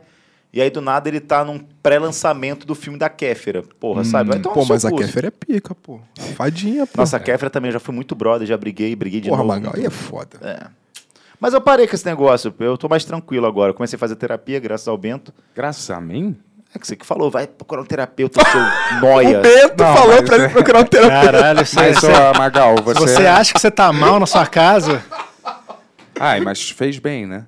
S8: E aí, do nada, ele tá num pré-lançamento do filme da Kéfera. Porra, sabe? Vai tomar
S7: Hum, Pô,
S8: no
S7: mas
S8: seu
S7: a
S8: cu. assim.
S7: Kéfera é pica, pô. Fadinha, pô.
S8: Nossa, a Kéfera também, eu já fui muito brother, já briguei, briguei de
S7: porra,
S8: novo.
S7: Magal, aí é foda.
S8: Mas eu parei com esse negócio, eu tô mais tranquilo agora. Eu comecei a fazer terapia, graças ao Bento.
S3: Graças a mim?
S8: É que você que falou, vai procurar um terapeuta, seu noia.
S7: O Bento
S3: Não,
S7: falou
S3: mas
S7: pra
S3: é-
S7: ele procurar um
S8: Então-
S7: terapeuta.
S4: Caralho, você,
S3: Mas,
S4: você,
S3: ó, Magal, você... é
S4: você
S8: é-
S4: acha que você tá mal na sua casa?
S3: Ai, mas fez bem, né?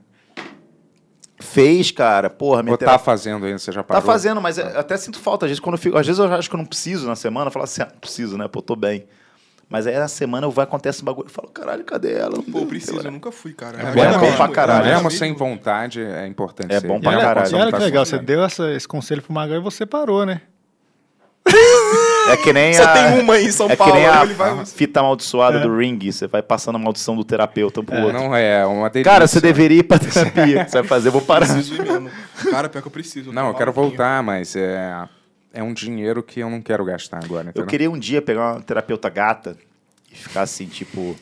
S8: Fez, cara, porra, minha
S3: Ou tá fazendo ainda, você já parou?
S8: Tá fazendo, mas
S7: Ah.
S8: eu até sinto falta. Às vezes, quando eu fico, às vezes eu acho que eu não preciso na semana. Eu falo assim, ah, não preciso, né? Pô, tô bem. Mas aí na semana eu vou acontece um bagulho. Eu falo, caralho, cadê ela? Não
S7: Pô, eu
S8: deu,
S7: preciso,
S8: sei
S7: eu
S8: lá.
S7: nunca fui, cara.
S3: É
S7: Agora
S3: bom
S7: mesmo,
S8: pra caralho.
S7: agora
S3: Mesmo
S7: mesmo.
S3: sem vontade, é importante
S8: É
S3: ser.
S8: bom
S4: E
S8: pra
S3: Olha,
S4: olha,
S8: caralho.
S4: e olha
S3: tá
S4: que legal, você
S3: funcionando.
S4: deu essa- esse conselho pro Magal e você parou, né?
S8: É que nem
S7: Você
S8: a...
S7: tem uma aí em São
S8: é que
S7: Paulo,
S8: nem a
S7: ele vai... É.
S8: fita amaldiçoada do ring. Você vai passando a maldição do terapeuta um pro outro.
S3: Não é, uma delícia.
S8: Cara, você deveria ir pra terapia. Você vai fazer, eu vou parar.
S7: né? Preciso ir mesmo. Cara, pior que eu preciso.
S3: Não,
S8: um
S3: eu
S7: tô
S3: quero
S7: maluquinho.
S3: voltar, mas é... É um dinheiro que eu não quero gastar agora,
S8: Eu
S3: entendeu?
S8: queria um dia pegar uma terapeuta gata e ficar assim, tipo,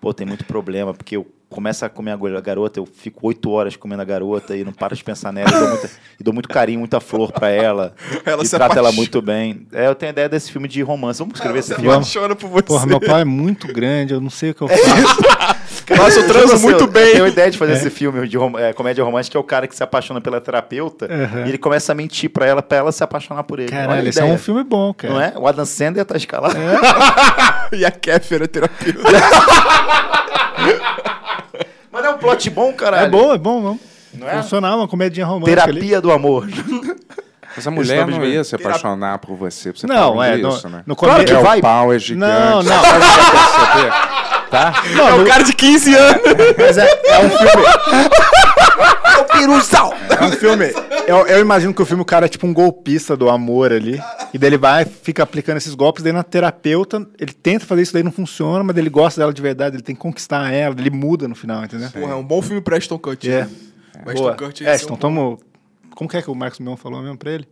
S8: pô, tem muito problema, porque eu começa a comer a garota, eu fico oito horas comendo a garota e não paro de pensar nela. e, dou muita- e dou muito carinho, muita flor pra ela.
S7: Ela
S8: e
S7: se
S8: trato
S7: apaixona.
S8: ela muito bem. É, eu tenho a ideia desse filme de romance. Vamos escrever esse
S7: Você
S8: filme.
S7: apaixona por você.
S4: Porra, meu pau é muito grande, eu não sei o que eu
S8: É.
S4: faço.
S7: Nossa, eu transo muito bem.
S8: Tipo assim, Eu tenho ideia de fazer esse filme de rom- é, comédia romântica, que é o cara que se apaixona pela terapeuta
S4: Uhum.
S8: e ele começa a mentir pra ela, pra ela se apaixonar por ele.
S4: Caralho,
S8: Olha a
S4: esse é
S8: ideia.
S4: um filme bom, cara.
S8: Não é? O Adam Sandler tá escalado.
S7: E a Kéfera é terapeuta.
S8: Mas é um plot bom, caralho.
S4: É bom, é bom, não.
S8: Não é?
S4: Funcional, uma comedinha romântica
S8: Terapia
S4: ali.
S8: do amor.
S3: Mas a mulher não
S8: bem.
S3: ia se apaixonar por você. pra Você
S4: Não,
S3: tá
S4: é.
S3: vendo
S4: No,
S3: isso, né?
S4: no come-
S3: É, o pau é gigante.
S4: Não, não.
S3: Sabe o que eu quero saber?
S8: É
S4: Não,
S8: um
S4: no-
S7: cara de 15 anos.
S4: mas é, é um filme.
S8: um
S7: É o Piruzal.
S4: É um filme. Eu, eu imagino que o filme, o cara é tipo um golpista do amor ali. E daí ele vai, fica aplicando esses golpes. Daí na terapeuta, ele tenta fazer isso, daí não funciona, mas ele gosta dela de verdade, ele tem que conquistar ela, ele muda no final, entendeu?
S7: Porra, é um bom filme pra Aston Kutcher.
S4: É.
S7: O Ashton
S4: Boa.
S7: Kutcher ia ser
S4: Aston,
S7: um-
S4: toma. o- então Como que é que o Marcos Mion falou mesmo pra ele?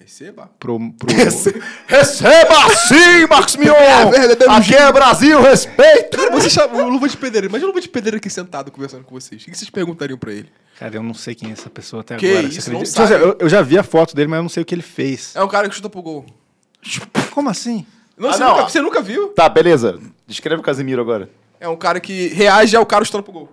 S7: Receba.
S4: Pro. pro...
S8: Receba sim, Marcos Mion!
S7: É verdadeiro
S8: Aqui é Brasil, respeito!
S7: Cara, você chama o Luva de Pedreiro. Imagina o Luva de Pedreiro aqui sentado conversando com vocês. O que vocês perguntariam pra ele?
S4: Cara, eu não sei quem é essa pessoa até
S7: Que
S4: agora.
S7: isso,
S4: você
S7: não
S4: acredita?
S7: sabe.
S4: Tipo assim, Eu, eu já vi a foto dele, mas eu não sei o que ele fez.
S7: É um cara que chuta pro gol.
S4: Como assim?
S7: Não,
S8: Ah,
S7: você,
S8: não.
S7: Nunca, você nunca viu.
S8: Tá, beleza. Descreve o Casimiro agora.
S7: É um cara que reage ao cara chutando pro gol.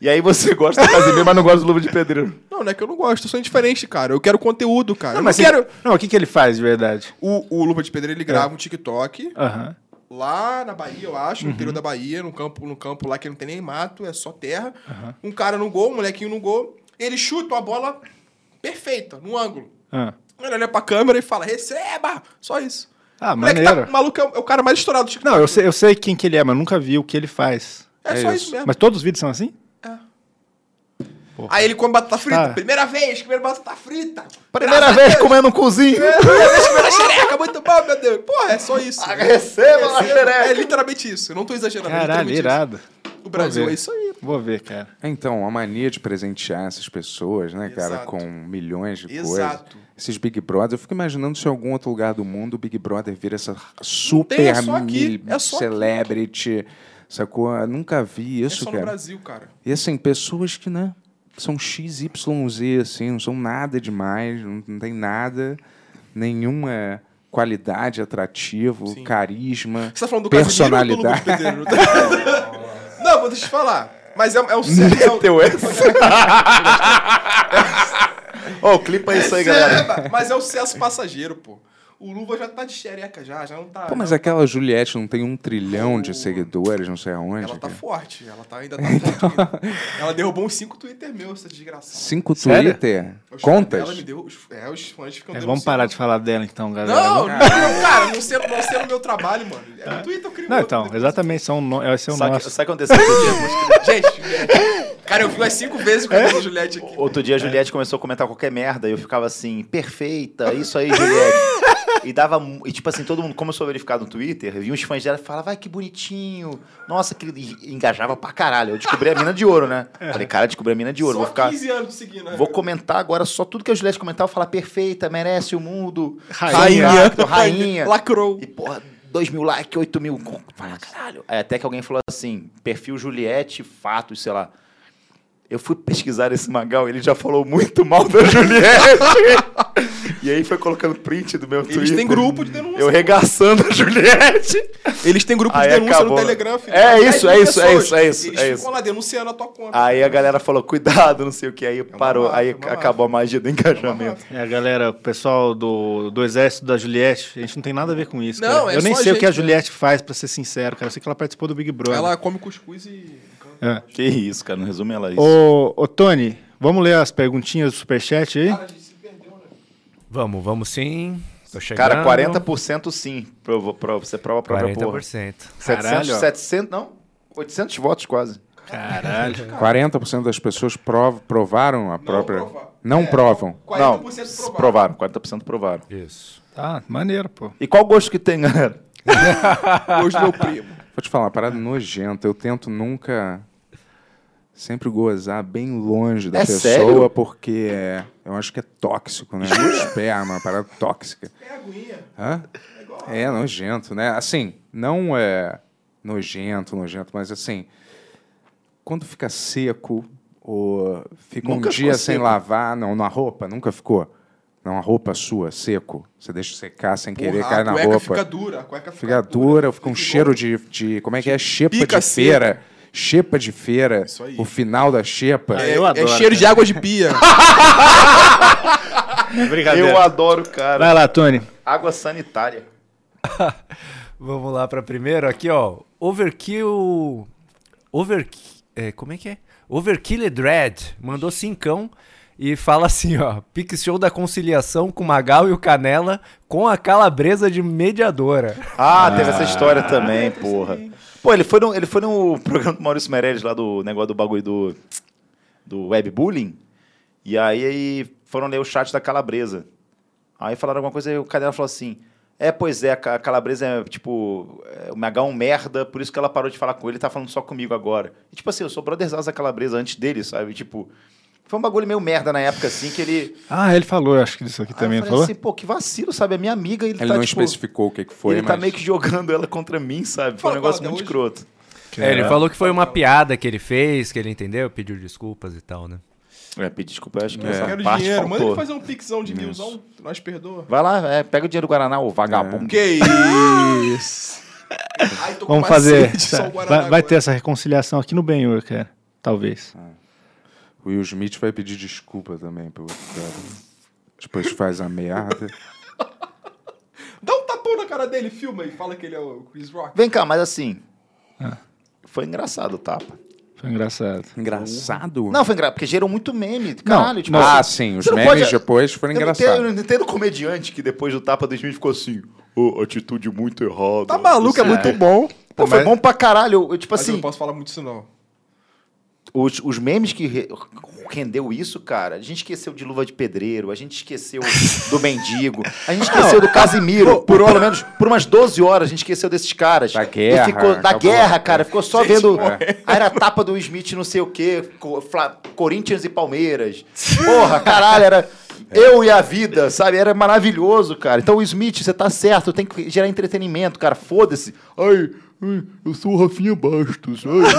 S8: E aí você gosta do Casimiro, mas não gosta do Luva de Pedreiro.
S7: Não, não é que eu não gosto, eu sou indiferente, cara. Eu quero conteúdo, cara. Não, eu
S4: mas
S7: não quero.
S4: ele- Não, o que, que ele faz de verdade?
S7: O, o Luva de Pedreiro ele grava um TikTok
S4: Aham.
S7: lá na Bahia, eu acho, no interior da Bahia, num campo, num campo lá que não tem nem mato, é só terra. Um cara no gol, um molequinho no gol. Ele chuta uma bola perfeita, no ângulo.
S4: Ah.
S7: Ele olha pra câmera e fala: receba! Só isso.
S4: Ah,
S7: O moleque tá-
S4: maneiro.
S7: o maluco é o, é o cara mais estourado do TikTok.
S4: Não, eu sei, eu sei quem que ele é, mas eu nunca vi o que ele faz.
S7: É, só isso, mesmo. é.
S4: Mas todos os vídeos são assim?
S7: Aí ele come batata frita.
S4: Tá.
S7: Primeira vez, comendo batata frita.
S8: Primeira vez comendo um cozinho.
S4: É.
S7: Primeira vez comendo a xereca, muito bom, meu Deus. Porra, é só isso.
S8: Receba Ah, na
S7: É
S8: xereca.
S7: literalmente isso. Eu não tô exagerando. é
S4: Caralho,
S7: literalmente
S4: irado.
S7: isso. O Brasil
S4: ver.
S7: é isso aí.
S4: Vou ver, cara.
S3: Então, a mania de presentear essas pessoas, né, cara,
S7: Exato.
S3: com milhões de coisas.
S7: Exato.
S3: Esses Big Brother, eu fico imaginando se em algum outro lugar do mundo o Big Brother vira essa
S7: tem, é
S3: super
S7: só aqui,
S3: mil-
S7: é só aqui.
S3: celebrity, sacou? Eu nunca vi
S7: É
S3: isso,
S7: só no
S3: cara.
S7: Brasil, cara.
S3: E assim, pessoas que, né, são XYZ, assim, não são nada demais, não, não tem nada, nenhuma qualidade atrativo, carisma,
S7: Você tá falando do
S3: personalidade.
S7: Casimiro ou do Lucas Pedreiro? né? Não, vou deixa eu te falar. Mas é, é um sério. É um,
S8: Teu ex. Ô, clipa isso aí, galera.
S7: Receba! mas é um sucesso passageiro, pô. O Luva já tá de xereca já, já não tá.
S3: Pô, mas
S7: não-
S3: aquela Juliette não tem um trilhão de seguidores, não sei aonde.
S7: Ela tá
S3: cara.
S7: forte, ela tá, ainda tá forte. ainda. Ela derrubou uns 5 Twitter meu, essa desgraçada.
S3: Cinco
S4: Sério?
S3: Twitter?
S7: Os fãs dela me
S3: Contas?
S7: deu- os- é, os fãs ficam
S4: É,
S7: dando
S4: vamos
S7: cinco.
S4: parar de falar dela então, galera.
S7: Não, não,
S4: Vamos-
S7: cara, não sendo, não sendo meu trabalho, mano. É no Twitter eu crio
S4: Não,
S7: outro
S4: então,
S7: depois.
S4: exatamente, são no...
S7: Então,
S4: esse é o
S8: Sabe o que
S4: nosso.
S8: sabe o que aconteceu outro dia?
S7: Gente, Juliette. cara, eu vi umas cinco vezes com a
S4: É?
S7: dona Juliette aqui.
S8: Outro dia a Juliette começou a comentar qualquer merda e eu ficava assim, perfeita, isso aí, Juliette. e dava. mu- E tipo assim, todo mundo, como eu sou verificado no Twitter, eu vi uns fãs dela e falava, vai que bonitinho. Nossa, que. E engajava pra caralho. Eu descobri a mina de ouro, né? Falei, cara, descobri a mina de ouro.
S7: É. Só
S8: vou ficar.
S7: 15 anos seguindo, né?
S8: Vou comentar agora só tudo que a Juliette comentar, eu vou falar perfeita, merece o mundo.
S4: Rainha.
S8: Rainha. rainha.
S7: Lacrou.
S8: E porra, 2 mil likes, 8 mil. com- Fala, caralho. Aí até que alguém falou assim: perfil Juliette, fatos, sei lá. Eu fui pesquisar esse Magal, ele já falou muito mal da Juliette. e aí foi colocando print do meu Twitter.
S7: Eles têm grupo de denúncia.
S8: Eu regaçando a Juliette.
S7: Eles têm grupo de
S8: Aí
S7: denúncia
S8: acabou.
S7: no Telegram, filho.
S8: É
S7: 10
S8: isso,
S7: mil
S8: é isso, é
S7: pessoas.
S8: isso, é isso,
S7: Eles
S8: é
S7: ficam
S8: isso.
S7: lá denunciando a tua conta.
S8: Aí a galera falou, cuidado, não sei o que. Aí parou,
S7: máfia,
S8: aí
S7: é uma
S8: acabou a magia do engajamento.
S4: É, galera, o pessoal do, do exército da Juliette, a gente não tem nada a ver com isso.
S7: Não,
S4: cara.
S7: é
S4: Eu nem
S7: só a
S4: sei o que a
S7: gente, né?
S4: Juliette faz, pra ser sincero, cara. Eu sei que ela participou do Big Brother.
S7: Ela come cuscuz e.
S4: É.
S8: Que isso, cara, não resume ela isso.
S4: Ô, ô, Tony, vamos ler as perguntinhas do Superchat aí?
S11: Vamos, vamos sim. Tô chegando.
S8: Cara, 40% sim. Provo, provo, você prova a própria porra.
S11: 40%.
S8: 700,
S4: Caralho, ó.
S8: 700, não? 800 votos quase.
S4: Caralho.
S3: 40% das pessoas prov- provaram a própria.
S7: provaram.
S3: Não provam.
S7: 40%
S8: não,
S7: provável.
S8: provaram. 40% provaram.
S11: Isso.
S4: Tá, maneiro, pô.
S8: E qual gosto que tem, galera?
S7: Hoje meu primo.
S3: Vou te falar, uma parada nojenta. Eu tento nunca. Sempre gozar bem longe da
S8: É
S3: pessoa,
S8: sério?
S3: porque é- eu acho que é tóxico, né? Esperma, uma parada tóxica.
S7: É aguinha.
S3: Hã? É nojento, né? Assim, não é nojento, nojento, mas assim. quando fica seco, ou fica
S8: Nunca
S3: um dia
S8: ficou
S3: sem
S8: seco.
S3: lavar, não, na roupa, nunca ficou. Não, a roupa sua, seco. Você deixa secar sem querer,
S12: Porra,
S3: cai na
S12: a cueca
S3: roupa.
S12: fica dura, a cueca fica,
S3: Fica dura, fica um cheiro de, de. Como é que é? Xepa
S12: pica
S3: de feira. Xepa de feira.
S12: Isso aí.
S3: O final da xepa.
S4: Ah,
S12: É,
S4: Eu adoro,
S12: é cheiro de água de pia.
S8: Eu adoro, cara.
S4: Vai lá, Tony.
S8: Água sanitária.
S11: Vamos lá pra primeiro aqui, ó. Overkill. Over. é, como é que é? Overkill Dread mandou cincão e fala assim, ó. Pique show da conciliação com Magal e o Canela com a calabresa de mediadora.
S8: Ah, teve essa história também, porra. Pô, ele foi, no, ele foi no programa do Maurício Meirelles lá do negócio do bagulho do, do webbullying. E aí, aí foram ler o chat da Calabresa. Aí falaram alguma coisa e o Cadela falou assim: É, pois é, a Ca- a Calabresa é tipo, é, o Magá é um merda, por isso que ela parou de falar com ele, tá falando só comigo agora. E tipo assim, eu sou brotherzaço da Calabresa antes dele, sabe? Tipo, foi um bagulho meio merda na época assim que ele.
S4: Ah, ele falou, eu acho que disso aqui
S8: aí
S4: também,
S8: eu
S4: não
S8: falei
S4: falou?
S8: assim: Pô, que vacilo, sabe? É minha amiga, ele,
S3: Ele
S8: tá
S3: não
S8: tipo.
S3: especificou o que, que foi,
S8: ele
S3: mas.
S8: tá meio que jogando ela contra mim, sabe? Foi
S12: Fala,
S8: um negócio
S12: fala,
S8: muito
S12: né, hoje.
S8: escroto.
S11: É, ele falou que foi uma piada que ele fez, que ele entendeu, pediu desculpas e tal, né?
S8: É, pedir desculpa, eu acho que
S12: Eu
S8: essa
S12: quero
S8: parte
S12: dinheiro. Manda
S8: faltou.
S12: ele fazer um pixão de milzão, nós perdoa.
S8: Vai lá, é, pega o dinheiro do Guaraná, ô vagabundo.
S12: Que isso. Ai, tô com uma
S4: Vamos fazer.
S12: sede, só o Guaraná
S4: Vai, vai
S12: agora.
S4: ter essa reconciliação aqui no Benhur, cara. Talvez.
S3: O Will Smith vai pedir desculpa também pelo cara. Depois faz a merda.
S12: Dá um tapão na cara dele, filma e fala que ele é o Chris Rock.
S7: Tipo
S8: Vem cá, mas assim.
S12: É.
S8: Foi engraçado o tapa.
S4: Foi engraçado.
S3: Engraçado?
S8: Não, foi engraçado, porque gerou muito meme. Caralho, tipo.
S3: Ah,
S8: assim,
S3: sim. Os
S8: você não
S3: memes
S8: pode-
S3: depois foram
S8: eu não
S3: engraçados.
S8: entendo- Eu não entendo comediante que depois do tapa do Smith ficou assim. Ô, atitude muito errada.
S12: Tá maluco, é muito bom.
S8: Pô, foi bom pra caralho. Eu, tipo
S12: Mas eu
S8: assim,
S12: não posso falar muito isso, não.
S8: os, os memes que re- rendeu isso, cara, a gente esqueceu de luva de pedreiro, a gente esqueceu do mendigo, a gente esqueceu do Casimiro, por pelo menos por umas 12 horas a gente esqueceu desses caras.
S3: Da guerra,
S8: E ficou, da
S3: acabou.
S8: guerra, cara, ficou só
S12: Gente,
S8: vendo.
S12: é.
S8: Aí era tapa do Smith, não sei o quê, co- Fla- Corinthians e Palmeiras. Porra, caralho, era. Eu e a vida, sabe? Era maravilhoso, cara. Então, o Smith, você tá certo, tem que gerar entretenimento, cara. Foda-se. Ai, ai, eu sou o Rafinha Bastos. Ai.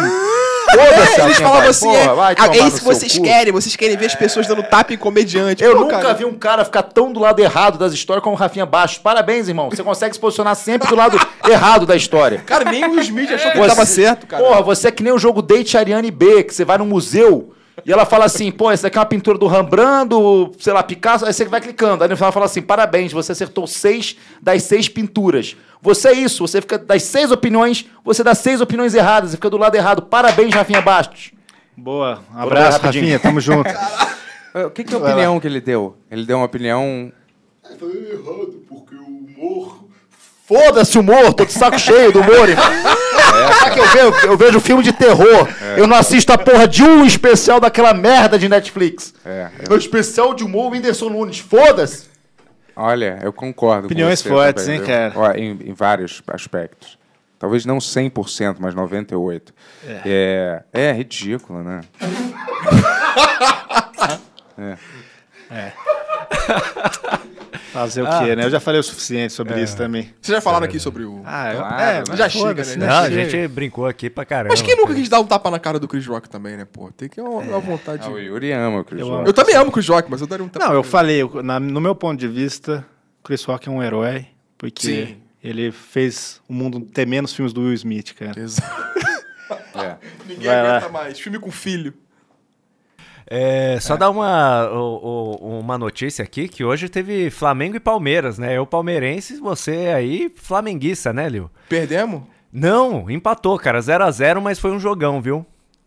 S8: Foda-se,
S7: Eles
S8: Rafinha
S7: falavam
S8: Bastos.
S7: assim, é,
S8: Porra, vai
S7: ah, é
S8: tomar
S7: isso que
S8: no seu
S7: vocês
S8: cu.
S7: querem, vocês querem ver as pessoas dando tapa em comediante.
S8: Eu
S7: Pô,
S8: nunca
S7: cara,
S8: vi um cara ficar tão do lado errado das histórias como o Rafinha Bastos. Parabéns, irmão. Você consegue se posicionar sempre do lado errado da história.
S7: Cara, nem o Will Smith achou que ele tava certo, cara.
S8: Porra, você é que nem o jogo Date Ariane B, que você vai no museu e ela fala assim, pô, essa daqui é uma pintura do Rembrandt, do, sei lá, Picasso. Aí você vai clicando. Aí no final ela fala assim, parabéns, você acertou seis das seis pinturas. Você é isso, você fica das seis opiniões, você dá seis opiniões erradas, você fica do lado errado. Parabéns, Rafinha Bastos.
S4: Boa. Um
S8: Vou dar
S4: abraço,
S8: rapidinho.
S4: Rafinha. Tamo junto.
S3: O que, que é a opinião que ele deu? Ele deu uma opinião.
S8: Tá Foda-se o humor, tô de saco cheio do humor. irmão. Será que eu vejo, eu vejo filme de terror?
S6: É.
S8: Eu não assisto a porra de um especial daquela merda de Netflix.
S3: É,
S8: É o especial de humor Whindersson Nunes, foda-se.
S3: Olha, eu concordo.
S4: Opiniões
S3: com você
S4: fortes,
S3: também,
S4: hein,
S3: viu?
S4: cara?
S3: Ó, em, em vários aspectos. Talvez não 100%, mas 98%. É, é, ridículo, né?
S4: Fazer o quê, né? Eu já falei o suficiente sobre isso também.
S7: Vocês já falaram aqui sobre o.
S4: É. Ah, eu,
S3: Claro,
S4: é,
S3: né?
S4: mas
S7: Já chega,
S4: foda-se,
S7: né?
S11: Não, a
S4: Chega.
S11: gente brincou aqui pra caramba.
S7: Mas quem nunca quis dar um tapa na cara do Chris Rock também, né, pô? Tem que uma, uma vontade.
S3: Ah, o Yuri ama o Chris
S4: Eu
S3: Rock.
S7: Eu também amo o Chris Rock, mas eu daria um tapa.
S4: Não, eu falei, eu- na- no meu ponto de vista, Chris Rock é um herói, porque
S7: Sim.
S4: ele fez o mundo ter menos filmes do Will Smith, cara.
S7: Exato. Ninguém
S4: Vai lá.
S7: aguenta mais. Filme com filho.
S11: É, só dar uma, o- o- uma notícia aqui, que hoje teve Flamengo e Palmeiras, né? Eu palmeirense, você aí flamenguista, né, Lil?
S7: Perdemos?
S11: Não, empatou, cara. 0 a 0 mas foi um jogão, viu?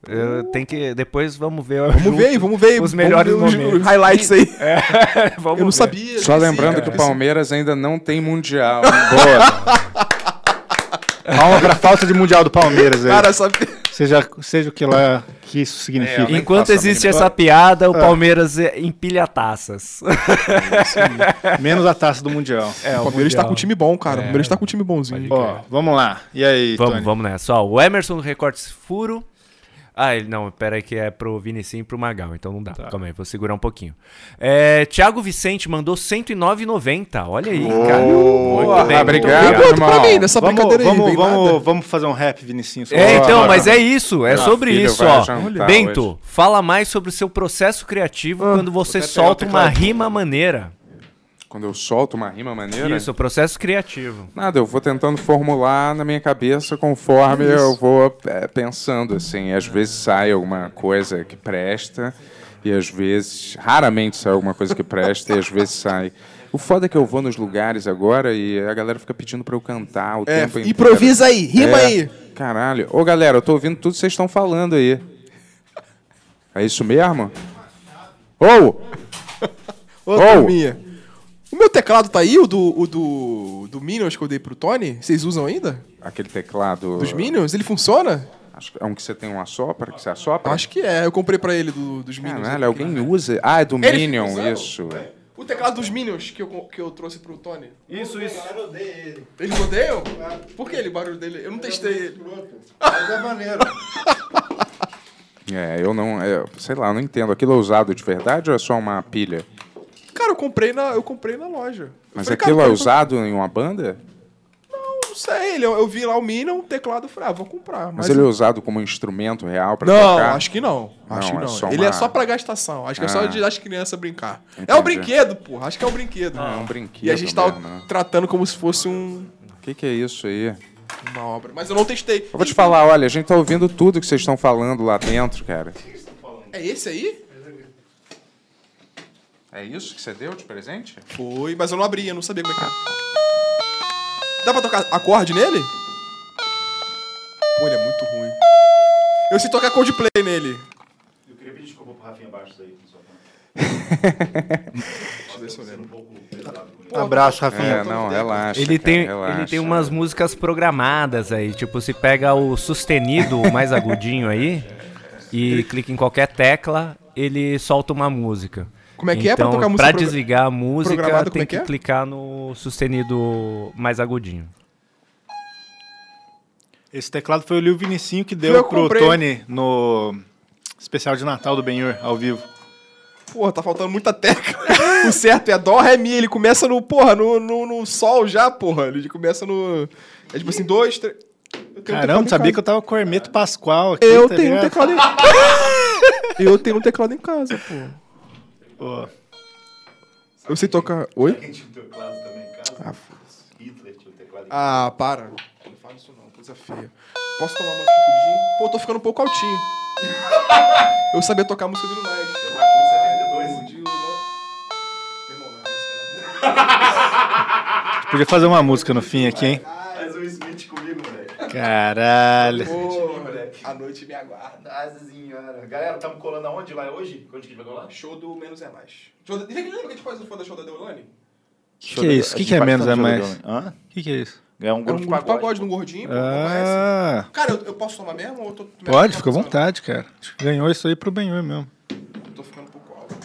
S11: Eu- Tem que... Depois vamos ver...
S7: Vamos ver aí, vamos ver aí.
S11: Os
S7: vamos
S11: melhores
S7: ver os-
S11: momentos.
S7: Os highlights aí.
S11: vamos
S7: Eu não
S11: ver.
S7: sabia. É.
S3: Só
S7: esqueci,
S3: lembrando
S7: cara.
S3: que o Palmeiras ainda não tem mundial. né?
S6: É
S4: Palma pra falta de Mundial do Palmeiras aí.
S7: Cara, sabe.
S4: Seja, seja o que lá que isso significa.
S11: Enquanto existe essa piada, o Palmeiras é- empilha taças.
S4: Menos a taça do Mundial.
S7: o Palmeiras
S3: é
S7: tá com um time bom, cara. O Palmeiras tá com um time bonzinho.
S4: Ó, vamos lá. E aí,
S11: Vamos,
S4: Tony?
S11: vamos nessa. Ó, o Emerson do Recortes Furo Ah, ele não, peraí que é pro Vinicinho e pro Magal, então não dá.
S3: Tá.
S11: Calma aí, vou segurar um pouquinho. É, Tiago Vicente mandou 109,90. Olha aí, cara. Muito bem, muito
S3: Ah, obrigado.
S7: Tem quanto pra
S3: irmão.
S7: mim dessa
S4: Vamos,
S7: brincadeira
S4: vamos,
S7: aí? Vem nada.
S4: vamos, vamos fazer um rap, Vinicinho. sobre
S11: É,
S4: isso.
S11: então,
S3: Bora.
S11: mas é isso, é
S3: Minha
S11: sobre
S3: filha
S11: isso,
S3: vai
S11: ó.
S3: jantar
S11: Bento,
S3: hoje. Ah,
S11: fala mais sobre o seu processo criativo quando você
S3: até
S11: solta
S3: pegar o
S11: uma
S3: teclado.
S11: rima maneira.
S3: Quando eu solto uma rima maneira. né?
S11: Isso, processo criativo.
S3: Nada, eu vou tentando formular na minha cabeça conforme eu vou é, pensando, assim. Às vezes sai alguma coisa que presta, e às vezes. Raramente sai alguma coisa que presta, e às vezes sai. O foda é que eu vou nos lugares agora e a galera fica pedindo pra eu cantar o tempo inteiro.
S7: É, improvisa aí, rima
S3: É.
S7: aí.
S3: Caralho. Ô, galera, eu tô ouvindo tudo que vocês estão falando aí. É isso mesmo? Ou!
S7: Ô, turminha. O meu teclado tá aí, o do, o do, do Minions que eu dei pro Tony? Vocês usam ainda?
S3: Aquele teclado.
S7: Dos Minions? Ele funciona?
S3: Acho que é um que você tem um assopra, que você assopra?
S7: Acho que é. Eu comprei pra ele do, dos Minions.
S3: Caralho,
S7: né?
S3: alguém usa. Ah, é do
S7: Eles
S3: Minion,
S7: usaram?
S3: isso.
S7: O teclado dos Minions que eu, co- que eu trouxe pro Tony.
S11: Isso, isso.
S7: Eles odeiam? Por que ele, o barulho dele? Eu não testei ele.
S3: É, eu não. eu- sei lá, eu não entendo. Aquilo é usado de verdade ou é só uma pilha?
S7: Cara, eu comprei na, eu comprei na loja. Eu
S3: Mas
S7: falei,
S3: aquilo
S7: cara,
S3: é
S7: eu
S3: usado em uma banda?
S7: Não sei, ele- eu, eu vi lá o Minion, o teclado, eu falei, ah, vou comprar.
S3: Mas,
S7: Mas,
S3: ele é
S7: eu-
S3: usado como instrumento real pra
S7: Não,
S3: tocar?
S7: acho que não. Acho
S3: Não,
S7: que
S3: é
S7: não.
S3: só
S7: ele
S3: uma-
S7: é só pra gastação. Acho que é só
S3: Ah.
S7: de as crianças brincar. É
S3: Entendi.
S7: um brinquedo, porra. Acho que é um brinquedo.
S3: É um brinquedo.
S7: E a gente tá
S3: mesmo, né?
S7: tratando como se fosse um-
S3: O que, que é isso aí?
S7: uma obra. Mas eu não testei.
S3: Eu vou te falar, olha, a gente tá ouvindo tudo que vocês estão falando lá dentro, cara.
S7: É esse aí?
S3: É isso que você deu de presente?
S7: Foi, mas eu não abri, eu não sabia como é que era. Dá pra tocar acorde nele? Pô, ele é muito ruim. Eu sei tocar Coldplay nele.
S6: Eu queria pedir desculpa pro Rafinha Baixo aí. um
S7: Um
S4: Abraço, Rafinha.
S3: É, não, relaxa.
S11: Ele
S3: cara,
S11: tem,
S3: relaxa.
S11: ele tem umas músicas programadas aí, tipo, se pega o sustenido, o mais agudinho aí, e clica em qualquer tecla, ele solta uma música. Então,
S7: Como é que é pra tocar música
S11: Pra
S7: progra-
S11: desligar a
S7: programada,
S11: música,
S7: como
S11: tem
S7: é que
S11: que
S7: é?
S11: clicar no sustenido mais agudinho.
S4: Esse teclado foi o Lil Vinicinho que
S7: Foi,
S4: deu
S7: eu
S4: pro
S7: comprei.
S4: Tony no especial de Natal do Benhur, ao vivo.
S7: um Porra, tá faltando muita tecla. o certo é Dó, Ré, Mi. Ele começa no, porra, no, no, no Sol já, porra. Ele começa no... É tipo assim, dois, três... Eu tenho um teclado
S4: Caramba,
S7: em
S4: sabia que
S7: casa.
S4: eu tava com o Hermeto Pascoal aqui.
S7: Eu
S4: tá
S7: tenho um
S4: ligado?
S7: teclado em... eu tenho um teclado em casa, porra.
S4: Pô,
S7: Eu sei tocar... Oi?
S6: Quem tinha o teclado também em casa?
S7: Ah,
S6: Hitler tinha o teclado em casa.
S7: Ah, para. Não fala isso não, coisa feia. Posso tomar mais um pouco de gin? Pô, eu tô ficando um pouco altinho. eu sabia tocar a música do Lunais. né? né?
S4: podia fazer uma música no fim aqui, hein?
S6: Faz o Smith comigo, moleque.
S4: Caralho.
S7: é A noite me aguarda.
S6: Nossa senhora. Galera, tamo colando aonde lá hoje? Onde que a gente vai colar?
S7: Show do Menos é Mais. Show da- Lembra que a gente faz o fã da show da Deolane?
S4: Que que é isso? Que que é menos é mais?
S6: um né? Hã?
S4: O que, que é isso?
S6: É um
S7: É um
S6: grupo de
S7: grupo de
S6: pagode.
S7: pagode de um gordinho. pô, conhece?
S4: Ah,
S7: Cara, eu, eu posso tomar mesmo ou eu tô...
S4: pode, fica à vontade, cara. Acho que Ganhou isso aí pro Benhur mesmo.
S7: Tô ficando um pouco alto.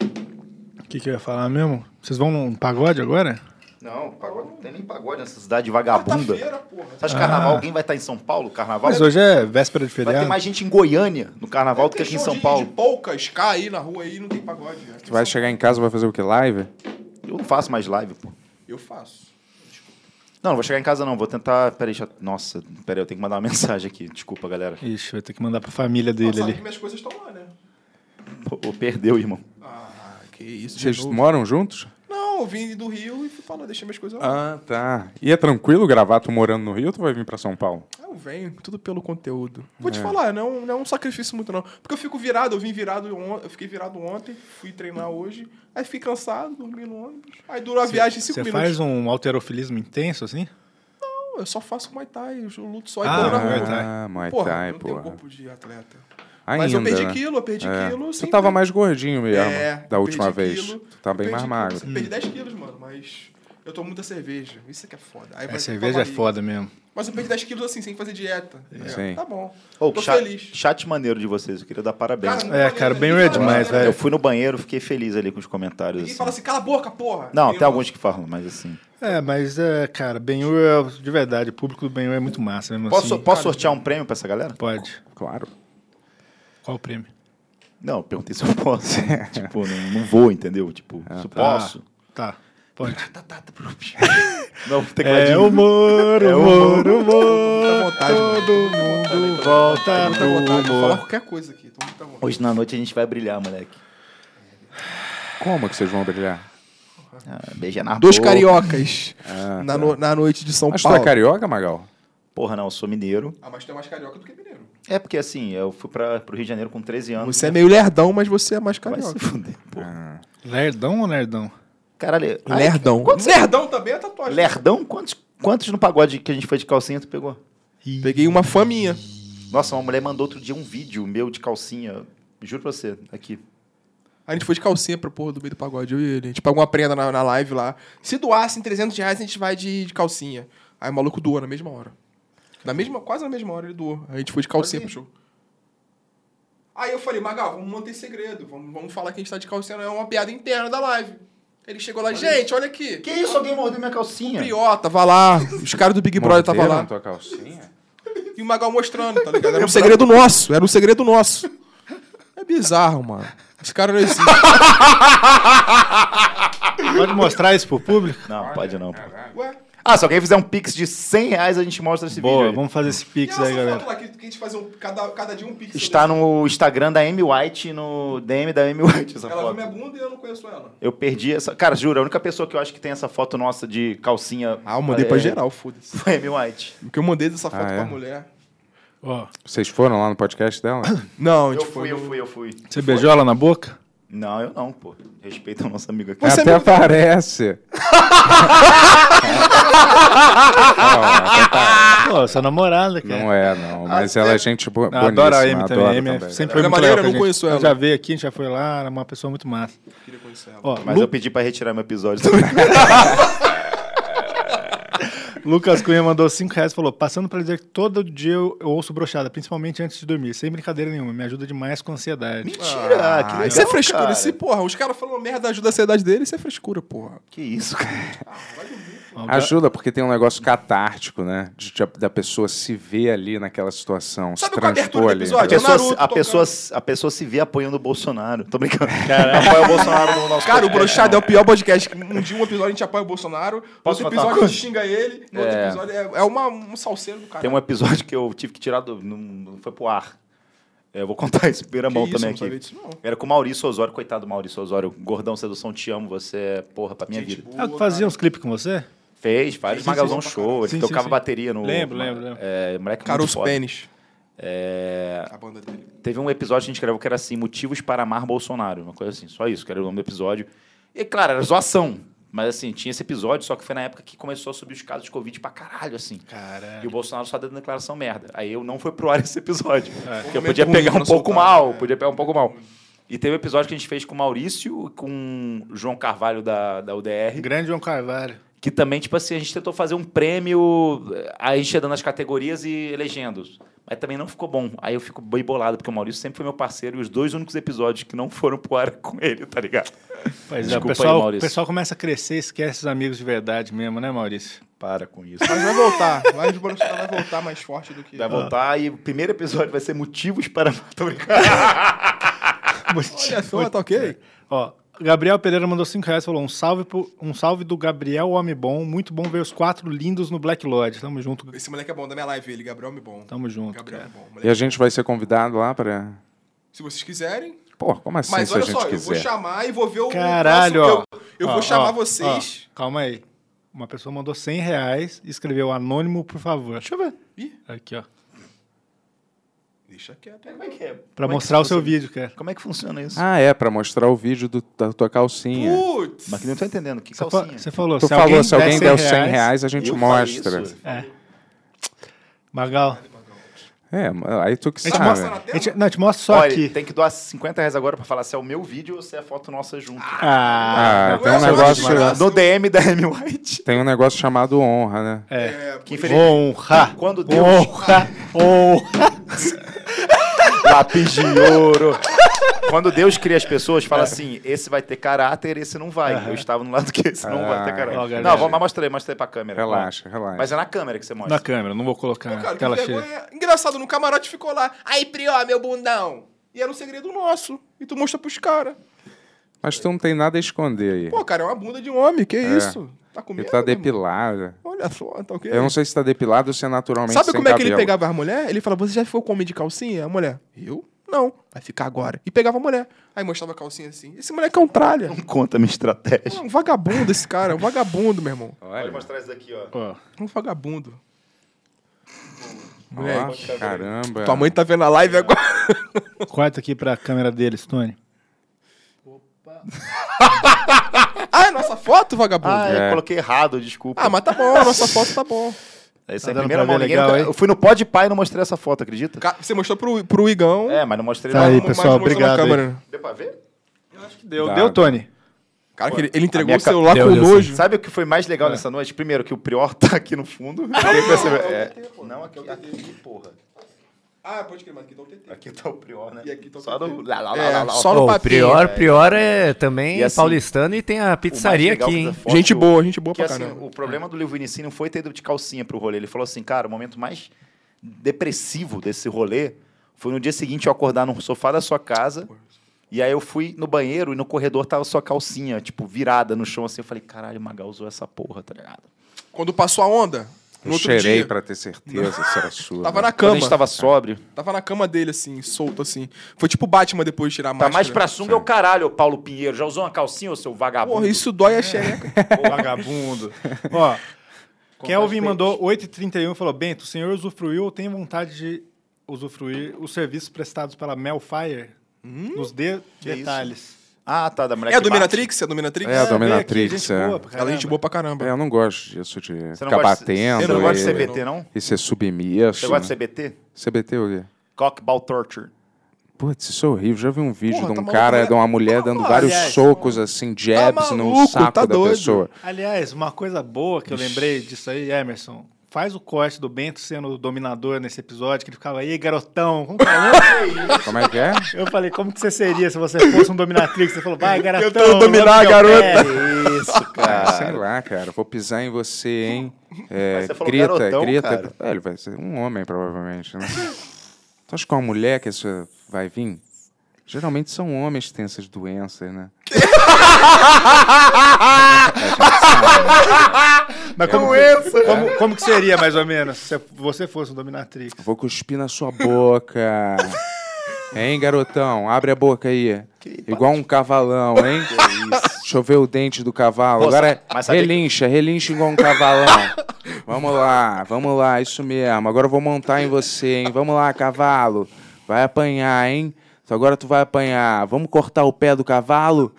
S4: O que, que eu ia falar mesmo? Vocês vão num pagode agora?
S6: Não, pagode não tem nem pagode nessa cidade vagabunda.
S7: Quarta-feira, porra.
S6: Você acha que carnaval alguém vai estar em São Paulo? Carnaval?
S4: Ah. Mas hoje é véspera de
S6: Vai ter
S4: feriado.
S6: mais gente em Goiânia no carnaval do que
S7: Tem
S6: aqui em
S7: show
S6: São
S7: É de-
S6: Paulo.
S7: De polca, ska aí na rua aí, não tem pagode. né?
S3: Tu vai chegar em casa e vai fazer o que? Live?
S6: Eu não faço mais live, pô.
S7: Eu faço.
S6: Não, não vou chegar em casa não, vou tentar... Peraí, já... Nossa, peraí, eu tenho que mandar uma mensagem aqui. Desculpa, galera.
S4: Ixi, vai ter que mandar pra família
S7: Não,
S4: dele
S7: sabe que
S4: ali.
S7: minhas coisas estão lá, né?
S6: Pô, pô, perdeu, irmão.
S7: Ah, que isso,
S3: Vocês moram juntos?
S7: Não, eu vim do Rio e fui pra lá, deixei minhas coisas lá.
S3: Ah, tá. E é tranquilo gravar tu morando no Rio ou tu vai vir pra São Paulo?
S7: Ah, Eu venho, tudo pelo conteúdo. Vou te falar, não, é um- não é um sacrifício muito, não. Porque eu fico virado, eu vim virado ontem, eu fiquei virado ontem, fui treinar hoje, aí fiquei cansado, dormi no ônibus. Aí durou a viagem cinco
S4: Você
S7: minutos.
S4: faz um alterofilismo intenso assim?
S7: Não, eu só faço Muay Thai, eu luto só e
S4: Ah,
S7: corro na
S4: Muay
S7: rua.
S4: Thai.
S3: Ah, Muay
S7: Porra,
S3: Thai,
S7: eu não tenho
S3: porra.
S7: corpo de atleta.
S3: Ainda,
S7: Mas eu perdi
S3: né?
S7: quilo, eu perdi
S3: É.
S7: quilo.
S3: Tu
S7: sempre-
S3: tava mais gordinho mesmo
S7: É,
S3: da última
S7: perdi
S3: vez.
S7: quilo,
S3: tu tá bem
S7: perdi
S3: mais
S7: quilo,
S3: magro.
S7: Perdi 10 quilos, mano, mas eu tomo muita cerveja. Isso é que é foda. Aí vai
S4: A
S7: pra
S4: cerveja é
S7: barriga.
S4: foda mesmo.
S7: Mas eu perdi 10 quilos assim, sem fazer dieta.
S3: É. Sim.
S7: Tá bom.
S6: Ô,
S7: Tô
S6: chat,
S7: feliz.
S6: chat maneiro de vocês, eu queria dar parabéns.
S7: Cara,
S4: É, cara, bem é demais,
S6: Eu
S4: velho.
S6: fui no banheiro, fiquei feliz ali com os comentários.
S7: Ninguém
S6: assim.
S7: fala assim, cala a boca, porra.
S6: Não,
S7: Eu-
S6: tem alguns que falam, mas assim.
S4: É, mas, é, cara, Benhur, é- de verdade, o público do Benhur é muito massa mesmo
S8: Posso,
S4: assim.
S8: posso sortear um prêmio pra essa galera?
S4: Pode.
S3: Claro.
S4: Qual o prêmio?
S8: Não, eu perguntei se eu posso.
S4: É.
S8: tipo, não, não vou, entendeu? Tipo,
S4: Ah,
S8: se eu posso.
S4: Tá, pode.
S8: Não, tecladinho.
S4: É humor,
S8: É
S4: humor, humor.
S6: Muita vontade, mano.
S4: Todo mundo
S7: assim,
S4: volta
S6: Muita
S4: pro
S6: vontade. Vou falar
S4: humor.
S6: qualquer coisa aqui. Tô com muita vontade.
S8: Hoje na noite a gente vai brilhar, moleque.
S3: Como que vocês vão brilhar?
S8: Ah, beijar na
S7: Dois
S8: boca.
S7: cariocas na, no- na noite de
S3: Ah,
S7: São
S3: tá. Mas tu é
S7: Paulo.
S3: carioca, Magal?
S8: Porra, não, eu sou mineiro.
S6: Ah, mas tu é mais carioca do que mineiro.
S8: É porque assim, eu fui pra, pro Rio de Janeiro com 13 anos.
S7: Você é meio lerdão, mas você é mais
S8: Vai se
S7: carioca. Ah.
S8: fuder, porra.
S4: Lerdão ou nerdão?
S8: Caralho. ai,
S7: Lerdão.
S6: Lerdão também é tatuagem.
S8: Lerdão? Quantos, quantos no pagode que a gente foi de calcinha tu pegou?
S7: Peguei uma fã minha.
S8: Nossa, uma mulher mandou outro dia um vídeo meu de calcinha. Juro pra você, aqui.
S7: A gente foi de calcinha pra porra do meio do pagode, eu e ele. A gente pagou uma prenda na, na live lá. Se doassem 300 reais, a gente vai de, de calcinha. Aí o maluco doou na mesma hora. Na mesma, quase na mesma hora ele doou. Aí a gente foi de calcinha pro show. Aí eu falei, Magal, vamos manter segredo. Vamos, vamos falar que a gente tá de calcinha, não é uma piada interna da live. Ele chegou lá, gente, olha aqui.
S8: Que isso? Alguém mordeu minha calcinha?
S7: Priota, tava lá. Os caras do Big Brother tava
S3: Morderam
S7: lá.
S3: tua calcinha?
S7: E o Magal mostrando, tá ligado? Era um segredo nosso, era um segredo nosso. É bizarro, mano. Esse cara não existe.
S4: Pode mostrar isso pro público?
S8: Não, pode não. pô.
S7: Ué?
S8: Ah, se alguém fizer um pix de 100 reais, a gente mostra esse
S4: Boa,
S8: vídeo. aí.
S4: vamos fazer esse
S6: E
S4: pix
S6: essa
S4: aí,
S7: né,
S6: foto
S4: galera.
S6: lá que, que a gente faz um, cada, cada dia um pixel.
S8: Está no Instagram da Amy White, no DM da Amy White essa
S6: Ela viu
S8: foto.
S6: minha bunda e eu não conheço ela.
S8: Eu perdi essa. Cara, juro, a única pessoa que eu acho que tem essa foto nossa de calcinha.
S7: Ah, eu mandei pra
S8: é,
S7: geral, foda-se.
S8: Foi a Amy White.
S7: Porque eu mandei essa foto
S3: Ah, é?
S7: pra mulher.
S4: Ó,
S3: Vocês foram lá no podcast dela?
S7: Não, a
S8: Eu
S7: gente foi.
S8: fui, eu fui, eu fui.
S4: você beijou ela na boca?
S8: Não, eu não, pô. Respeita o nosso amigo aqui.
S7: Você
S3: até
S7: me-
S3: parece.
S4: Pô, sua namorada, cara.
S3: Não é, não. Mas ela é gente bo
S4: Ah,
S3: boníssima.
S4: adoro a Amy também.
S3: adoro
S4: A Amy é-
S3: também.
S4: sempre foi
S7: Ela é
S4: muito
S7: maneira,
S4: legal.
S7: eu
S4: com
S7: não
S4: a gente.
S7: conheço ela.
S4: já veio aqui, a gente já foi lá, era uma pessoa muito massa.
S6: Queria conhecer ela.
S4: Ó,
S8: Mas
S4: Lu-
S8: eu pedi pra retirar meu episódio também.
S4: Lucas Cunha mandou 5 reais e falou: Passando pra dizer que todo dia eu, eu ouço brochada, principalmente antes de dormir, sem brincadeira nenhuma, me ajuda demais com ansiedade.
S8: Mentira, que legal,
S7: Isso é frescura.
S8: cara.
S7: Isso, porra, os caras falam merda, ajuda a ansiedade dele, isso é frescura, porra.
S8: Que isso, cara.
S4: Vamos
S7: Então,
S4: dar-
S3: Ajuda, porque tem um negócio catártico, né? De- de- da pessoa se ver ali naquela situação.
S7: Sabe
S3: se
S7: qual é a
S3: transpor
S7: abertura do
S3: ali.
S8: A
S7: episódio?
S8: pessoa,
S7: Naruto
S8: a, pessoa, a pessoa se vê apoiando o Bolsonaro. Tô brincando. Cara, apoia o Bolsonaro no nosso
S7: Cara, o
S8: podcast.
S7: Brochado é o pior podcast. Um dia um episódio a gente apoia o Bolsonaro,
S8: Posso
S7: outro
S8: contar uma
S7: episódio a
S8: coisa?
S7: gente xinga ele, no outro episódio é, é uma, um salseiro do cara.
S8: Tem um episódio que eu tive que tirar do. Não, não foi pro ar. É, Eu vou contar isso em primeira mão
S7: isso,
S8: também
S7: não sabia
S8: aqui.
S7: disso, não.
S8: Era com o Maurício Osório, coitado do Maurício Osório. Gordão Sedução, te amo, você é porra pra minha vida.
S4: Ah, tu fazia uns clipes com você?
S8: Fez vários
S4: Sim, sim,
S8: Magalzão
S4: sim.
S8: Show, ele
S4: Sim, sim,
S8: tocava
S4: sim.
S8: bateria no.
S4: Lembro, lembro, lembro.
S8: É, moleque muito
S7: Caroço
S8: foda.
S7: Pênis.
S8: É,
S6: A banda dele.
S8: teve um episódio que a gente gravou que era assim: Motivos para Amar Bolsonaro. Uma coisa assim, só isso, que era o nome do episódio. E claro, era zoação. Mas assim, tinha esse episódio, só que foi na época que começou a subir os casos de Covid pra caralho, assim.
S4: Cara.
S8: E o Bolsonaro só deu declaração merda. Aí eu não fui pro ar esse episódio.
S4: É.
S8: Porque eu
S6: Momento
S8: podia
S6: ruim
S8: pegar
S6: pra
S8: um pouco
S6: soltar,
S8: mal,
S6: né?
S8: podia pegar um pouco mal. E teve um episódio que a gente fez com o Maurício, com o João Carvalho da, da UDR.
S4: Grande João Carvalho.
S8: Que também, tipo assim, a gente tentou fazer um prêmio, eh, aí a gente ia dando as categorias e elegendo. Mas também não ficou bom. Aí eu fico bem bolado, porque o Maurício sempre foi meu parceiro e os dois únicos episódios que não foram pro ar com ele, tá ligado?
S4: Pois é, o
S8: Desculpa aí,
S4: pessoal, o
S8: Maurício.
S4: pessoal começa a crescer, esquece os amigos de verdade mesmo, né, Maurício?
S8: Para com isso.
S7: Mas vai voltar. Mas o Bolsonaro vai voltar mais forte do que.
S4: Ah.
S8: Vai voltar e o primeiro episódio vai ser Motivos para... Tô brincando.
S7: Olha só, tá ok?
S4: Ó, Gabriel Pereira mandou 5 reais e falou: um salve, pro- um salve do Gabriel Homem Bom. Muito bom ver os quatro lindos no Black Lodge. Tamo junto.
S7: Esse moleque é bom, da minha live ele, Gabriel me bom.
S4: Tamo junto.
S7: Gabriel me
S4: Cara.
S7: bom.
S3: E
S7: moleque.
S3: a gente vai ser convidado lá pra.
S7: Se vocês quiserem.
S3: Pô, como assim
S7: Mas
S3: se a
S7: olha
S3: gente
S7: só, eu vou
S3: quiser?
S7: chamar e vou ver o. o
S4: Caralho,
S7: próximo-
S4: ó.
S7: Eu, eu
S4: Ó,
S7: vou chamar
S4: ó,
S7: vocês.
S4: ó, calma aí. Uma pessoa mandou 100 reais e escreveu anônimo, por favor. Deixa eu ver.
S7: Ih.
S4: Aqui, ó.
S7: Deixa quieto.
S8: Como é que é?
S4: Pra
S8: Como é que
S4: mostrar o seu
S8: funciona?
S4: vídeo, cara.
S8: Como é que funciona isso?
S3: Ah, é, pra mostrar o vídeo do- da tua calcinha.
S7: Putz!
S8: Mas que não tô entendendo. Que
S4: Você,
S8: calcinha?
S4: fa- você falou,
S3: tu
S4: se
S3: falou,
S4: alguém
S3: se alguém
S4: der
S3: der 100 reais, a gente
S8: Eu falei
S3: mostra.
S8: isso.
S4: Magal.
S3: É, mas aí tu que
S4: A gente
S3: sabe.
S4: mostra, a gente- não, a gente mostra só
S8: Olha,
S4: aqui.
S8: tem que doar 50 reais agora pra falar se é o meu vídeo ou se é a foto nossa junto.
S4: Ah,
S3: Ah, tem um
S7: Nossa,
S3: negócio.
S7: mas-
S8: no DM da Amy White.
S3: Tem um negócio chamado honra, né?
S4: É,
S8: Que infelizmente.
S4: honra.
S8: Quando Deus.
S4: Honra. Honra.
S8: lápis de ouro. Quando Deus cria as pessoas,
S4: É.
S8: fala assim: esse vai ter caráter, esse não vai. Eu estava no lado que esse não vai ter caráter.
S4: Ó, galera.
S8: não, vamos, mas mostra aí, mostra aí pra câmera.
S3: Relaxa, relaxa.
S8: Mas é na câmera que você mostra.
S4: Na câmera, não vou colocar
S7: Cara,
S4: tela
S7: que
S4: cheia.
S7: vergonha. Engraçado, no camarote ficou lá. Aí, Prió, meu bundão. E era um segredo nosso. E tu mostra pros caras.
S3: Mas tu não tem nada a esconder aí.
S7: Pô, cara, é uma bunda de homem, que isso? Tá com
S3: E
S7: medo?
S3: tá
S7: meu irmão?
S3: depilada.
S7: Olha só, tá ok.
S3: Eu não sei se tá depilado ou se é naturalmente
S7: Sabe
S3: sem
S7: como é que ele
S3: cabelo.
S7: pegava as mulheres? Ele falava, você já ficou com homem de calcinha? A mulher, eu? Não, vai ficar agora. E pegava a mulher. Aí mostrava a calcinha assim. Esse moleque é um tralha.
S8: Não conta a minha estratégia.
S7: É um vagabundo esse cara, é um vagabundo, meu irmão.
S8: Pode
S3: Olha,
S8: mostrar isso daqui, ó.
S4: Ó,
S7: É Um vagabundo.
S3: ó,
S7: Moleque.
S3: caramba.
S7: Tua mãe tá vendo a live agora.
S4: corta aqui pra câmera dele, Stone.
S7: Ah, é nossa foto, vagabundo?
S8: Ah,
S3: É.
S8: eu coloquei errado, desculpa.
S7: Ah, mas tá bom, a nossa foto tá bom.
S8: Essa
S4: Tá
S8: é a
S4: dando
S8: primeira
S4: pra
S8: mão.
S4: ver
S8: Ninguém
S4: legal,
S8: nunca-
S4: hein?
S8: Eu fui no Pod Pai e não mostrei essa foto, acredita?
S7: Ca- Você mostrou pro, pro Igão.
S8: É, mas não mostrei
S4: Tá
S8: nada.
S4: aí,
S7: mas
S4: pessoal,
S7: não mostrou na
S4: obrigado aí.
S7: câmera.
S8: Deu pra ver?
S4: Deu,
S3: Dá,
S4: deu,
S3: dá.
S4: Tony.
S7: Cara, que ele, ele entregou
S8: minha
S7: o celular
S11: ca-
S7: com
S11: Deu, deu,
S7: nojo.
S8: Sabe o que foi mais
S7: É.
S8: legal nessa noite? Primeiro, que o Prior tá aqui no fundo. Ninguém percebeu. É. Não, aqui, aqui, porra.
S7: Ah, pode crer, mas aqui tá o TT.
S8: Aqui tá o Prior, né?
S7: E aqui tá o
S8: Só
S7: perfil.
S8: do... Lá, lá, lá, lá,
S7: É,
S8: lá.
S7: só no
S11: Ô,
S7: papinho.
S11: Prior, Prior é também
S8: E assim,
S11: paulistano e tem a
S8: O mais
S11: pizzaria
S8: legal
S11: aqui,
S8: da
S11: hein?
S8: foto-
S7: Gente boa, gente boa
S8: Que,
S7: pra
S8: assim,
S7: caramba.
S8: o problema do Livro Inici não foi ter ido de calcinha pro rolê. Ele falou assim, cara, o momento mais depressivo desse rolê foi no dia seguinte eu acordar no sofá da sua casa. E aí eu fui no banheiro e no corredor tava sua calcinha, tipo, virada no chão assim. Eu falei, caralho, o Magal usou essa porra, tá ligado?
S7: Quando passou a onda, no
S3: Eu
S7: outro
S3: cheirei
S7: dia,
S3: pra ter certeza se era sua. né?
S7: tava na
S8: Quando a
S7: cama.
S8: gente tava sóbrio.
S7: Tava na cama dele, assim, solto, assim. Foi tipo Batman depois de tirar a
S8: Tá
S7: máscara.
S8: mais pra sunga é o caralho, ô Paulo Pinheiro. Já usou uma calcinha, ô seu vagabundo?
S7: Porra, isso dói a
S3: É.
S7: xereca.
S4: Vagabundo. Ó, Kelvin mandou 8h31 e um, falou: Bento, o senhor usufruiu ou tem vontade de usufruir os serviços prestados pela Melfire?
S7: Hum?
S4: Nos dê
S8: isso?
S4: detalhes.
S8: Ah, tá, da mulher
S7: É a
S8: que bate.
S7: Dominatrix? É a Dominatrix?
S3: É, a
S4: veio
S3: Dominatrix,
S4: aqui, gente
S3: é.
S4: boa pra
S7: Ela é gente
S4: caramba.
S7: boa pra caramba.
S3: É, eu não gosto disso de
S8: Você não
S3: ficar
S8: gosta-
S3: batendo
S8: Você não gosta de
S3: e,
S8: CBT, não?
S3: e ser submisso. né?
S8: Você gosta de CBT?
S3: CBT o quê?
S8: Cockball torture.
S3: Putz, isso é horrível. Já vi um vídeo
S7: Porra,
S3: de um
S7: tá
S3: cara,
S7: maluco,
S3: de uma mulher dando vários
S4: aliás,
S3: socos, assim, jabs no
S7: Tá maluco,
S3: saco da
S7: tá doido.
S3: pessoa.
S4: Aliás, uma coisa boa que eu lembrei disso aí, Emerson. Faz o corte do Bento sendo o dominador nesse episódio, que ele ficava aí, garotão. Como que é?
S3: Como é que é?
S4: Eu falei, como que você seria se você fosse um dominatrix? Você falou, vai, garotão. "É
S7: Tentando dominar a
S4: lambe meu pé.
S8: Isso,
S3: Ah,
S8: cara.
S3: sei lá, cara. Vou pisar em você, hein? É,
S8: Mas você falou
S3: grita,
S8: garotão,
S3: grita.
S8: cara.
S3: É, ele vai ser um homem, provavelmente, né? tu acha que é uma mulher que isso vai vir? Geralmente são homens que têm essas doenças, né?
S7: É
S4: Mas
S7: um
S4: como,
S3: É.
S4: que, como, como que seria, mais ou menos, se você fosse um dominatrix?
S3: Vou cuspir na sua boca. Hein, garotão? Abre a boca aí. Igual um cavalão, hein? Choveu o dente do cavalo.
S8: Pô,
S3: Agora
S8: mas sabe que-
S3: relincha, relincha igual um cavalão. vamos lá, vamos lá, isso mesmo. Agora eu vou montar em você, hein? Vamos lá, cavalo. Vai apanhar, hein? Agora tu vai apanhar. Vamos cortar o pé do cavalo?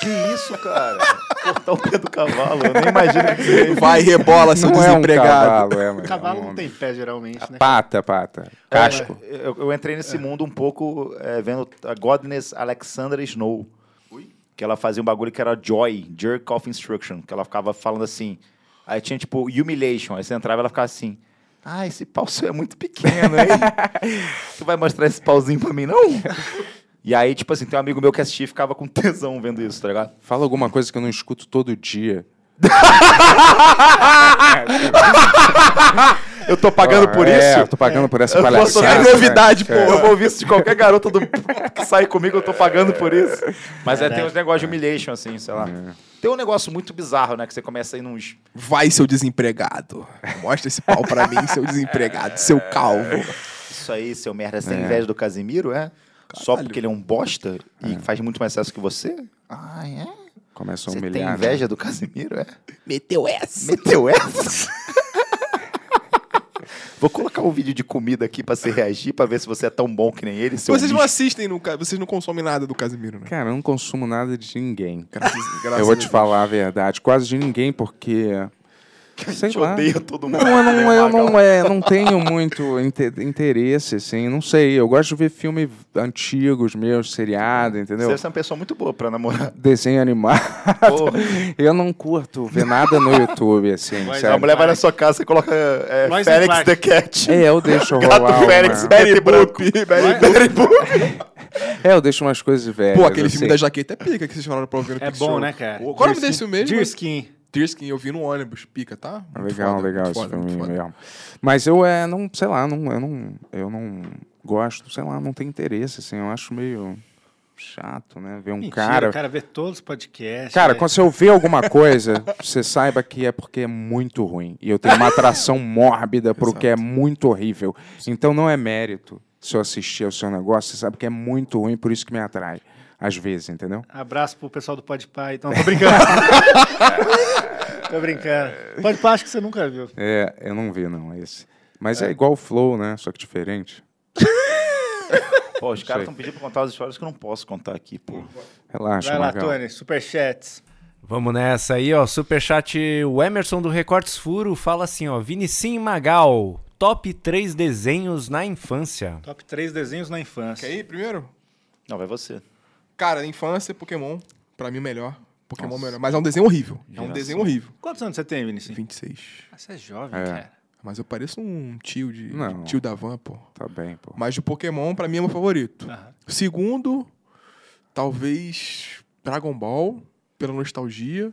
S8: Que isso, cara? Cortar o pé do cavalo, eu nem imagino que seria.
S7: Vai, rebola, seu
S3: Não é um
S7: desempregado.
S3: cavalo, é, mas é um
S4: Cavalo não
S3: homem.
S4: tem pé, geralmente, né?
S3: Pata, pata. Casco.
S8: Eu, eu entrei nesse mundo um pouco é, vendo a Godness Alexandra Snow. Que ela fazia um bagulho que era Joy, Jerk Off Instruction. Que ela ficava falando assim. Aí tinha tipo humiliation. Aí você entrava e ela ficava assim. Ah, esse pau seu é muito pequeno, hein? tu vai mostrar esse pauzinho pra mim, não? e aí, tipo assim, tem um amigo meu que assistia e ficava com tesão vendo isso, tá ligado?
S3: Fala alguma coisa que eu não escuto todo dia.
S8: Eu tô pagando
S3: Ah,
S8: por
S3: é,
S8: isso?
S3: eu Tô pagando por essa
S8: Eu posso-
S3: palhaçada.
S8: é
S3: né?
S8: novidade, pô. Eu vou ouvir isso de qualquer garota do que sai comigo, eu tô pagando por isso. Mas é, tem uns negócios de humiliation, assim, sei lá. Tem um negócio muito bizarro, né? Que você começa aí nos.
S7: Vai, seu desempregado. Mostra esse pau pra mim, seu desempregado, seu calvo.
S8: Isso aí, seu merda, você tem inveja do Casimiro, é? Só porque ele é um bosta e faz muito mais sucesso que você? Ah, é?
S3: Começa a
S8: Você tem
S3: humilhar. né?
S8: inveja do Casimiro, é?
S7: Meteu essa.
S8: Meteu essa? Vou colocar um vídeo de comida aqui pra você reagir, pra ver se você é tão bom que nem ele. Seu
S7: Vocês não
S8: lixo.
S7: assistem, nunca, vocês não consomem nada do Casimiro, né?
S3: Cara, eu não consumo nada de ninguém.
S7: Graças, graças
S3: eu vou
S7: a
S3: te
S7: Deus.
S3: falar a verdade. Quase de ninguém, porque Sei
S8: Te
S3: lá.
S8: odeia todo mundo.
S3: Não, eu não, eu
S8: Magal.
S3: não, é, não tenho muito inte- interesse, assim. Não sei. Eu gosto de ver filmes antigos meus, seriado, entendeu?
S8: Você deve ser uma pessoa muito boa pra namorar.
S3: Desenho animado.
S8: Porra.
S3: Eu não curto ver nada no YouTube, assim,
S4: Mas
S8: A
S3: sabe?
S8: mulher vai na sua casa e coloca é,
S4: Lois and
S8: Félix
S4: Clark.
S8: the Cat.
S3: É, eu deixo rolar.
S8: Gato
S3: uma-
S8: Félix, Betty Branco. Betty Boop.
S3: É, eu deixo umas coisas velhas.
S7: Pô, aquele filme da
S3: assim.
S7: jaqueta é pica que vocês falaram pra ouvir no
S4: É
S7: Pixel.
S4: bom, né, cara?
S7: Pô, Qual o nome desse filme mesmo?
S4: Deer Skin.
S7: Deerskin, eu vi no ônibus, pica, tá? Muito
S3: Legal,
S7: foda,
S3: legal
S7: muito
S3: esse
S7: foda,
S3: filme,
S7: muito foda.
S3: legal. Mas eu é, não, sei lá, não, eu não, eu não gosto, sei lá, não tenho interesse, assim, eu acho meio chato, né? Ver um
S4: Mentira,
S3: cara.
S4: o cara vê todos os podcasts.
S3: Cara,
S4: né?
S3: quando você vê alguma coisa, você saiba que é porque é muito ruim. E eu tenho uma atração mórbida pro que é muito horrível. Então não é mérito se eu assistir ao seu negócio, você sabe que é muito ruim, por isso que me atrai. Às vezes, entendeu?
S4: Abraço pro pessoal do Podpah. Então, tô brincando. tô brincando. Podpah acho que você nunca viu.
S3: É, eu não vi, não, esse. Mas é, igual o Flow, né? Só que diferente.
S8: Pô, os caras estão pedindo pra contar as histórias que eu não posso contar aqui, pô.
S3: Relaxa,
S4: Vai lá,
S3: Magal.
S4: Tony. Superchats.
S11: Vamos nessa aí, ó. Superchat, o Emerson do Recortes Furo fala assim, ó. Vinicim Magal, top 3 desenhos na infância.
S4: Top 3 desenhos na infância.
S7: Quer ir primeiro?
S8: Não, vai você.
S7: Cara, na infância, Pokémon, pra mim, o melhor. Pokémon é o melhor. Mas é um desenho horrível. É um desenho horrível.
S4: Quantos anos você tem, Vinicius?
S7: 26.
S4: Ah, você é jovem,
S3: É.
S4: cara.
S7: Mas eu pareço um tio de.
S3: Não.
S7: Tio da van, pô.
S3: Tá bem, pô.
S7: Mas de Pokémon, pra mim, é meu favorito.
S4: Aham.
S7: Segundo, talvez Dragon Ball, pela nostalgia.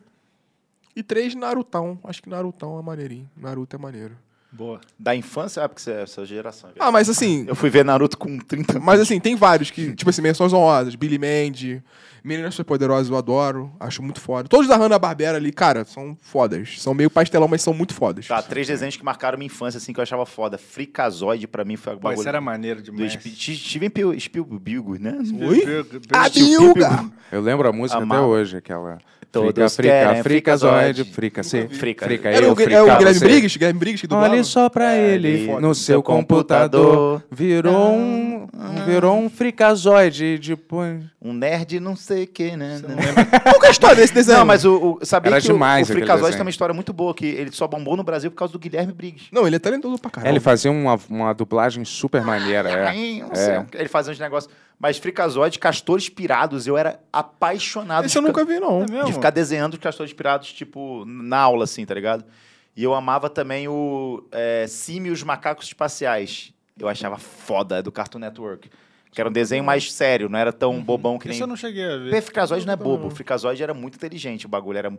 S7: E três, Narutão. Acho que Narutão é maneirinho. Naruto é maneiro.
S4: Boa.
S8: Da infância, ah, porque você é essa geração. é
S7: Ah,
S8: verdade.
S7: mas assim.
S8: Eu fui ver Naruto com 30 anos.
S7: Mas assim, tem vários
S3: Uhum.
S7: que, tipo assim, menções honrosas. Billy Mandy, Meninas Superpoderosas eu adoro, acho muito foda. Todos da Hanna-Barbera ali, cara, são fodas. São meio pastelão, mas são muito fodas.
S8: Tá, três desenhos que marcaram minha infância, assim, que eu achava foda. Fricazoide, pra mim, foi a
S4: Pô,
S8: bagulho.
S4: isso era maneiro
S8: do
S4: demais.
S8: Sp- Ti- Steven Pil- Spielberg, né?
S7: Oi?
S4: Bill-
S7: A
S4: Bill-
S7: Bilga!
S3: Eu lembro a música
S8: Amava.
S3: até hoje, aquela. Frica,
S8: Todos
S3: frica,
S8: querem
S3: frica, zoide,
S8: fricazoide.
S3: frica, se,
S8: Frica.
S3: frica,
S7: Era
S3: eu,
S7: o,
S3: frica,
S7: é o Guilherme
S3: você.
S7: Briggs? Guilherme Briggs que dublava?
S3: Olhe só pra ele,
S8: ele
S3: no seu computador, virou um, virou um fricazoide de punho.
S8: Um nerd não sei o que, né? Não,
S7: Qual que é a história desse desenho?
S8: não, mas o, o- sabia
S3: Era
S8: que
S3: demais
S8: o, o
S3: aquele
S8: Fricazoide
S3: desenho.
S8: tem uma história muito boa, que ele só bombou no Brasil por causa do Guilherme Briggs.
S7: Não, ele é talentoso pra
S3: É,
S7: caralho.
S3: ele fazia uma, uma dublagem super maneira, é.
S8: Ai, não sei, Ele fazia uns negócios. Mas Fricazoide, Castores Pirados, eu era apaixonado
S7: Esse eu
S8: de ficar-
S7: nunca vi, não.
S4: É
S8: de
S4: mesmo?
S8: ficar desenhando os castores pirados, tipo, na aula, assim, tá ligado? E eu amava também o é, Sim e os Macacos Espaciais. Eu achava foda, é do Cartoon Network. Que era um desenho mais sério, não era
S7: Uhum.
S8: tão bobão que nem...
S4: Isso eu não cheguei a ver.
S8: Porque Fricazoide não é bobo. Fricazoide era muito inteligente, o bagulho. Era,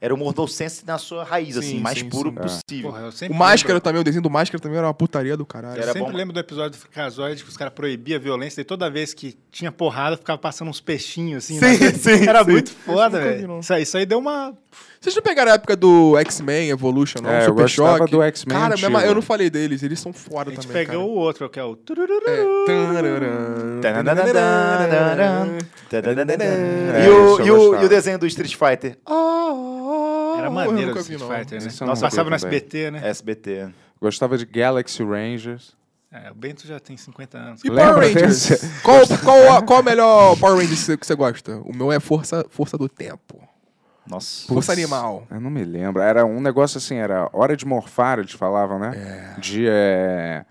S8: era o Mordolcense na sua raiz,
S7: Sim,
S8: assim, mais
S7: sim,
S8: puro
S7: sim.
S8: possível.
S4: Porra, eu
S7: O
S4: sempre
S7: Máscara
S4: lembro-
S7: também, o desenho do Máscara também era uma putaria do caralho.
S3: É.
S4: Eu
S8: Era
S4: sempre
S8: bom.
S4: lembro do episódio do Fricazoide que os caras proibiam a violência e toda vez que tinha porrada ficava passando uns peixinhos assim. na frente. Era muito foda,
S7: Isso eu nunca vi,
S4: velho.
S7: não.
S4: Isso, aí- isso aí deu uma.
S7: Vocês não pegaram a época do X-Men Evolution, não?
S3: É, eu
S7: Super
S3: gostava
S7: Choque?
S3: do X-Men
S7: Cara,
S3: antigo.
S7: mas eu não falei deles, eles são
S4: A
S7: fora
S4: gente
S7: também,
S4: pegou o outro, que é o. turururu.
S8: E o-
S3: isso eu
S8: e o-
S3: gostava.
S8: e o desenho do Street Fighter?
S4: Era
S7: eu
S4: maneiro
S7: nunca
S4: o
S7: vi,
S4: Street
S7: não.
S4: Fighter, né?
S3: Esse eu não
S4: Nossa, passava no
S3: vi também.
S4: SBT, né?
S8: SBT.
S3: Gostava de Galaxy Rangers.
S4: É, o Bento já tem 50 anos.
S7: E
S3: Lembra
S7: Power Rangers?
S3: desse?
S7: Qual, qual, a- qual o melhor Power Rangers que você gosta? O meu é Força, força do Tempo.
S8: Nossa.
S7: Força Animal.
S3: Eu não me lembro. Era um negócio assim, era hora de morfar, eles falavam, né? De, é,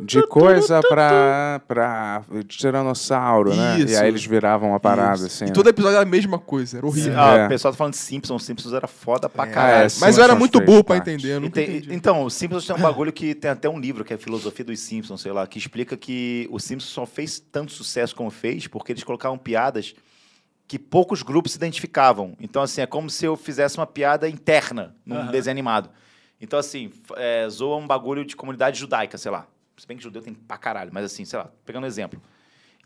S3: de coisa pra, pra tiranossauro, né? E
S7: Isso.
S3: aí eles viravam uma parada,
S7: Isso.
S3: assim.
S7: E
S3: né?
S7: todo episódio era a mesma coisa, era horrível.
S8: Ah,
S3: É.
S8: o pessoal tá falando de Simpsons. Simpsons era foda pra
S3: Ah,
S8: caralho.
S3: é,
S7: Mas
S3: Simpsons
S7: eu era muito
S3: fez
S7: burro pra
S3: parte.
S7: entender, eu nunca
S8: Ente-
S7: entendi.
S8: Então, o Simpsons tem um bagulho que tem até um livro, que é a Filosofia dos Simpsons, sei lá, que explica que o Simpsons só fez tanto sucesso como fez porque eles colocavam piadas que poucos grupos se identificavam. Então, assim, é como se eu fizesse uma piada interna num
S4: Aham.
S8: desenho animado. Então, assim, f- é, zoa um bagulho de comunidade judaica, sei lá. Se bem que judeu tem pra caralho, mas assim, sei lá, pegando um exemplo.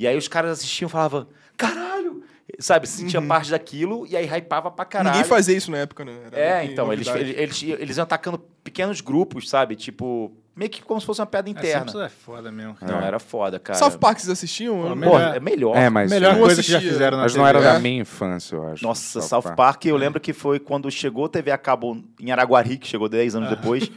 S8: E aí os caras assistiam e falavam, caralho! Sabe, se sentia parte daquilo e aí hypava pra caralho.
S7: Uhum. Ninguém fazia isso na época, né? Era
S8: É,
S7: meio que
S8: então, eles,
S7: novidade.
S8: eles, eles, eles iam atacando pequenos grupos, sabe? Tipo, meio que como se fosse uma piada interna.
S4: Isso é foda mesmo. cara.
S8: Não, era foda, cara.
S7: South Park vocês assistiam?
S4: Pô,
S7: Eu-
S4: melhor-
S8: Pô, é melhor.
S3: É, mas,
S4: Melhor
S7: não
S4: coisa que já
S7: assistia.
S4: fizeram na
S3: mas
S4: TV.
S3: não era
S7: né?
S3: da minha infância, eu acho.
S8: Nossa, South, Park, eu lembro que foi quando chegou TV a cabo em Araguari, que chegou 10
S7: É.
S8: anos depois.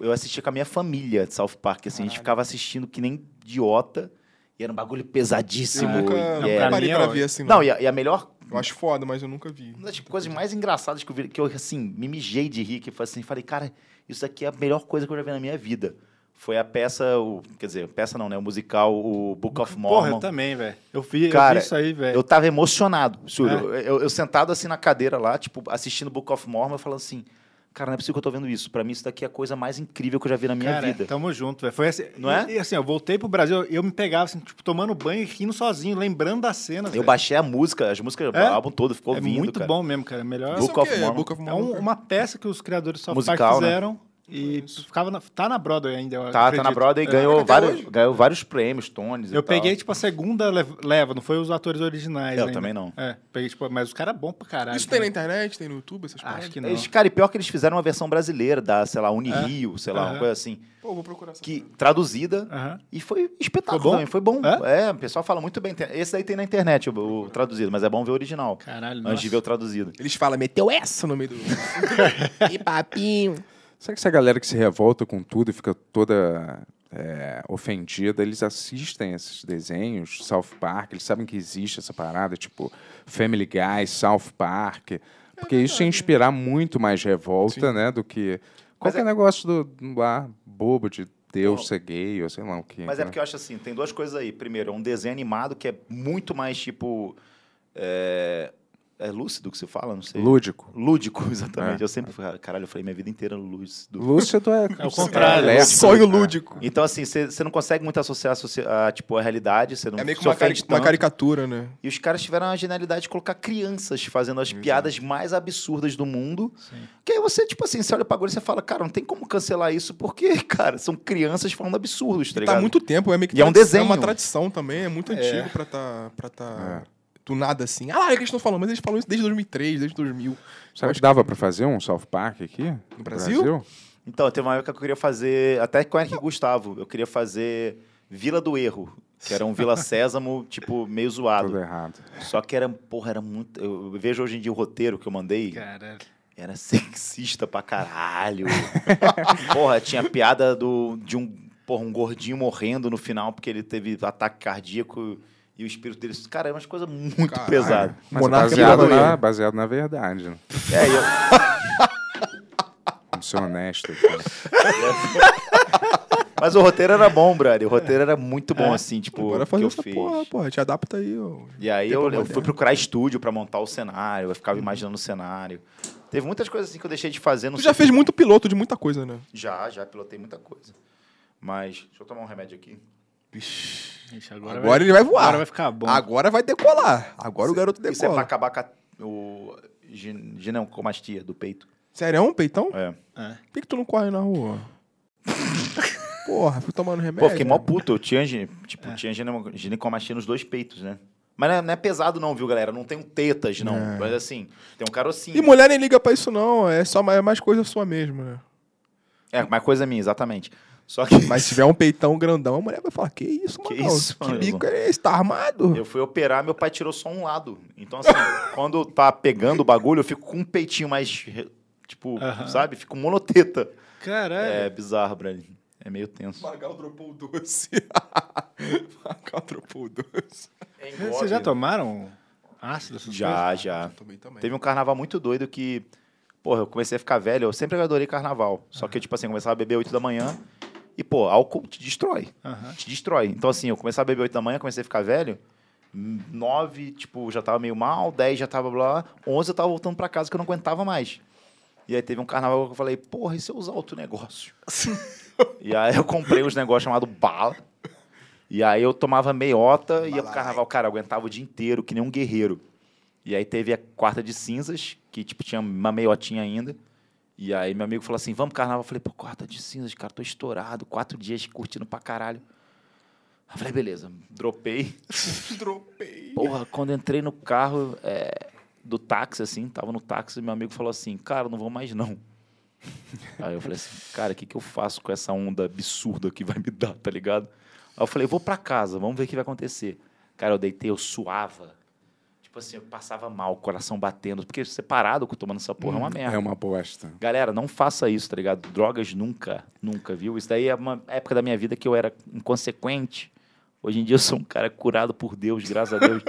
S8: Eu assisti com a minha família de South Park, assim, a gente ficava assistindo que nem idiota. E era um bagulho
S7: Eu
S8: pesadíssimo.
S7: nunca,
S8: e
S7: nunca
S8: era-
S7: parei
S4: pra mim
S7: pra
S4: é
S7: ver assim.
S8: Não, e a, e a melhor
S7: Eu acho foda, mas eu nunca vi.
S8: Uma das coisas mais engraçadas que eu vi, que eu, assim, me mijei de rir, que foi assim, falei, cara, isso aqui é a melhor coisa que eu já vi na minha vida. Foi a peça, o, quer dizer, peça não, né? O musical, o Book of
S4: Porra,
S8: Mormon.
S4: eu também, velho. Eu, vi- eu
S8: Cara,
S4: vi isso aí, velho.
S8: Eu tava emocionado, juro.
S4: É.
S8: Eu, eu- eu sentado assim na cadeira lá, tipo, assistindo Book of Mormon, eu falando assim, cara, não é possível que eu tô vendo isso. Pra mim, isso daqui é a coisa mais incrível que eu já vi na minha
S4: Cara,
S8: vida.
S4: tamo junto, velho. Foi assim,
S8: Não
S4: e-
S8: é?
S4: E assim, eu voltei pro Brasil, eu me pegava, assim, tipo, tomando banho e rindo sozinho, lembrando das cenas.
S8: Eu
S4: velho.
S8: baixei a música, as músicas,
S4: É?
S8: o álbum todo ficou
S4: É
S8: ouvindo,
S4: muito
S8: cara.
S4: bom mesmo, cara. Melhor.
S8: Book
S7: Isso é o
S8: of
S7: quê?
S8: Mormon.
S7: Book of
S4: É
S7: Mormon.
S4: um- uma peça que os criadores do South Park
S8: Musical, né?
S4: fizeram e ficava na- tá na Broadway ainda. eu
S8: Tá, tá
S4: acredito.
S8: na
S4: É.
S8: Broadway e ganhou,
S7: até
S8: vários,
S7: hoje.
S8: ganhou vários prêmios, Tones e
S4: Eu
S8: tal.
S4: peguei, tipo, a segunda lev- leva, não foi os atores originais.
S8: Eu
S4: ainda.
S8: também não.
S4: É, peguei, tipo, mas os caras é bom pra caralho.
S7: Isso tem na
S4: cara.
S7: internet, tem no YouTube, essas
S4: Acho que não.
S8: Eles, cara, e pior né? que eles fizeram uma versão brasileira da, sei lá, Unirio, sei lá,
S4: É, Aham.
S8: uma coisa assim,
S7: Pô, vou procurar essa
S8: que
S7: parada.
S8: traduzida
S4: Aham.
S8: e foi um espetáculo
S4: Foi bom?
S8: também, foi bom.
S4: É?
S8: É? o pessoal fala muito bem. Tem- Esse daí tem na internet, o, o traduzido, mas é bom ver o original.
S4: Caralho,
S8: Antes
S4: nossa.
S8: de ver o traduzido.
S7: Eles falam, meteu essa no meio do. e papinho.
S3: Será que essa galera que se revolta com tudo e fica toda é, ofendida, eles assistem esses desenhos, South Park, eles sabem que existe essa parada, tipo Family Guy, South Park. Porque isso ia inspirar muito mais revolta, né? Do que qualquer negócio do, do lá, bobo de Deus ser gay ou sei lá o né? que.
S8: Mas é porque eu acho assim, tem duas coisas aí. Primeiro, é um desenho animado que é muito mais, tipo... É, é lúcido que se fala? Não sei.
S3: Lúdico.
S8: Lúdico, exatamente. Eu sempre fui, caralho, eu falei minha vida inteira lúcido.
S3: Lúcido é...
S4: É o contrário.
S3: É,
S7: Um Sonho
S3: cara.
S7: lúdico.
S8: Então, assim, você não consegue muito associar a, socie- a, tipo, a realidade. Você não
S7: É meio que
S8: se
S7: uma, cari-
S8: ofende
S7: uma
S8: tanto.
S7: caricatura, né?
S8: E os caras tiveram a genialidade de colocar crianças fazendo as piadas mais absurdas do mundo. Que aí você, tipo assim, você olha pra agora e você fala, cara, não tem como cancelar isso, porque, cara, são crianças falando absurdos, tá
S7: Tá
S8: ligado?
S7: há muito tempo, é meio que
S8: E é um
S7: tradição,
S8: desenho.
S7: uma tradição também, é muito antigo pra tá, pra
S8: É.
S7: tá do nada assim. Ah, lá, é que eles estão falando, mas eles falam isso desde 2003, desde 2000.
S3: Será que dava pra fazer um South Park aqui? No
S7: Brasil?
S8: Então, teve uma época que eu queria fazer, até com o Henrique Gustavo, eu queria fazer Vila do Erro, que era um Vila Sésamo, tipo, meio
S3: Tudo
S8: zoado.
S3: errado.
S8: Só que era, porra, era muito... Eu vejo hoje em dia o roteiro que eu mandei,
S4: Caralho.
S8: Era sexista pra caralho. porra, tinha piada do, de um, porra, um gordinho morrendo no final porque ele teve ataque cardíaco e o espírito dele. Cara, é umas coisas muito
S7: Caralho. tá
S8: pesadas.
S3: Mas
S7: Monarca
S3: baseado,
S7: brasileiro.
S3: na, baseado na verdade. né?
S8: É, e eu-
S3: Vamos ser honestos. cara.
S8: Mas o roteiro era bom, brother. O roteiro era muito bom, assim, tipo,
S7: É. Bora
S8: que
S7: fazer
S8: eu
S7: essa
S8: fiz.
S7: porra, porra, te adapta aí, ó.
S8: E aí
S7: Tempo
S8: eu, eu
S7: moderno.
S8: fui procurar estúdio pra montar o cenário, eu ficava imaginando o cenário. Teve muitas coisas assim que eu deixei de fazer. Não
S7: Uhum. Tu
S8: sei
S7: já fez muito piloto de muita coisa, né?
S8: Já, já pilotei muita coisa. Mas, deixa eu tomar um remédio aqui.
S4: Ixi, agora
S7: Agora ele vai voar.
S4: Agora vai ficar bom.
S7: Agora vai decolar. Agora o garoto
S8: Isso é pra
S7: decola.
S8: acabar com a, o gin- ginecomastia do peito.
S7: Sério, é um peitão?
S8: É.
S7: Por que, que tu não corre na rua? porra, fui tomando remédio. né?
S8: Pô, fiquei mó puto. Eu tinha, gine- tipo, tinha gine- ginecomastia nos dois peitos, né? Mas não é, não é pesado não, viu, galera? Não tem um tetas, não. Mas assim, tem um carocinho.
S7: E mulher nem liga pra isso, não. É só mais, é mais coisa sua mesmo, né?
S8: É, mas coisa minha, exatamente. Só que
S7: Mas se tiver um peitão grandão, a mulher vai falar: Que isso, mano?
S8: Que isso,
S7: que
S8: mano?
S7: bico é esse? Tá armado?
S8: eu fui operar, meu pai tirou só um lado. Então assim, quando tá pegando o bagulho, eu fico com um peitinho mais, re- tipo,
S4: Aham.
S8: sabe? Fico monoteta.
S4: Caralho.
S8: É, bizarro, Brad. É meio tenso.
S7: Magal dropou o doce. Magal dropou o doce.
S4: Vocês já tomaram ácido? essas coisas?
S8: Já, já.
S7: Também, também.
S8: Teve um carnaval muito doido que, porra, eu comecei a ficar velho, eu sempre adorei carnaval. Só que, tipo assim, eu começava a beber 8 da manhã e, pô, álcool te destrói.
S4: Aham.
S8: Te destrói. Então, assim, eu comecei a beber 8 da manhã, comecei a ficar velho. 9, tipo, já tava meio mal, 10 já tava blá, 11 eu tava voltando pra casa que eu não aguentava mais. E aí teve um carnaval que eu falei, porra, e se eu usar outro negócio? e aí eu comprei uns negócios chamado bala. E aí eu tomava meiota, ia pro carnaval, cara, eu aguentava o dia inteiro, que nem um guerreiro. E aí teve a quarta de cinzas, que tipo tinha uma meiotinha ainda. E aí meu amigo falou assim: "Vamos pro carnaval". Eu falei: "Pô, quarta de cinzas, cara, tô estourado, quatro dias curtindo pra caralho". Eu falei: "Beleza". Dropei.
S7: Dropei.
S8: Porra, quando entrei no carro é, do táxi assim, tava no táxi, meu amigo falou assim: "Cara, não vou mais não". Aí eu falei assim: "Cara, o que que eu faço com essa onda absurda que vai me dar, tá ligado?". Aí eu falei: "Vou pra casa, vamos ver o que vai acontecer". Cara, eu deitei, eu suava. Tipo assim, eu passava mal, coração batendo, porque separado com tomando essa porra é uma merda.
S3: É uma bosta.
S8: Galera, não faça isso, tá ligado? Drogas nunca, nunca, viu? Isso daí é uma época da minha vida que eu era inconsequente. Hoje em dia eu sou um cara curado por Deus, graças a Deus.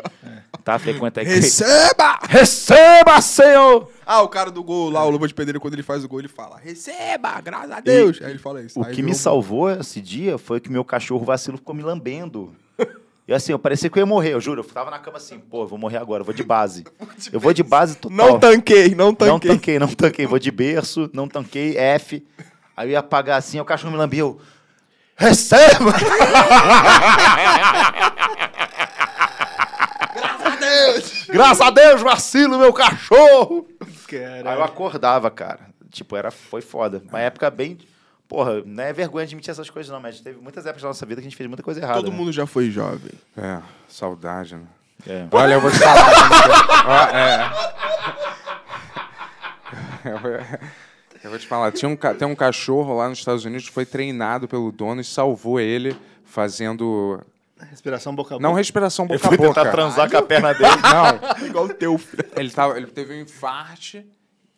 S8: tá? Frequenta a igreja.
S7: Receba!
S8: Receba, Senhor!
S7: É Ah, o cara do gol lá, o Luva de Pedreiro, quando ele faz o gol, ele fala: Receba, graças a Deus! Aí ele fala isso.
S8: O
S7: Aí
S8: que
S7: eu-
S8: me salvou esse dia foi que meu cachorro vacilo ficou me lambendo. E assim, eu parecia que eu ia morrer, eu juro. Eu tava na cama assim, pô, eu vou morrer agora, eu vou de base. Eu vou de base total.
S7: Não tanquei, não
S8: Não
S7: tanquei.
S8: tanquei, não tanquei. Vou de berço, não tanquei, F. Aí eu ia apagar assim, o cachorro me lambeu. Receba! Graças a Deus, vacilo, meu cachorro! Aí eu acordava, cara. Tipo, era, foi foda. Uma época bem. Porra, não é vergonha admitir essas coisas, não, mas teve muitas épocas da nossa vida que a gente fez muita coisa errada.
S7: Todo
S8: né?
S7: mundo já foi jovem.
S3: É, saudade, né?
S8: É.
S3: Olha, eu vou te falar. é. como que é. Ó, é. Eu vou te falar, tinha um, ca- tem um cachorro lá nos Estados Unidos que foi treinado pelo dono e salvou ele fazendo.
S4: Respiração boca a boca.
S3: Não respiração
S8: Eu
S3: boca
S8: fui
S3: a boca.
S8: tentar transar com a perna dele.
S3: Não,
S7: Igual o teu, filho.
S3: ele, tava, ele teve um infarte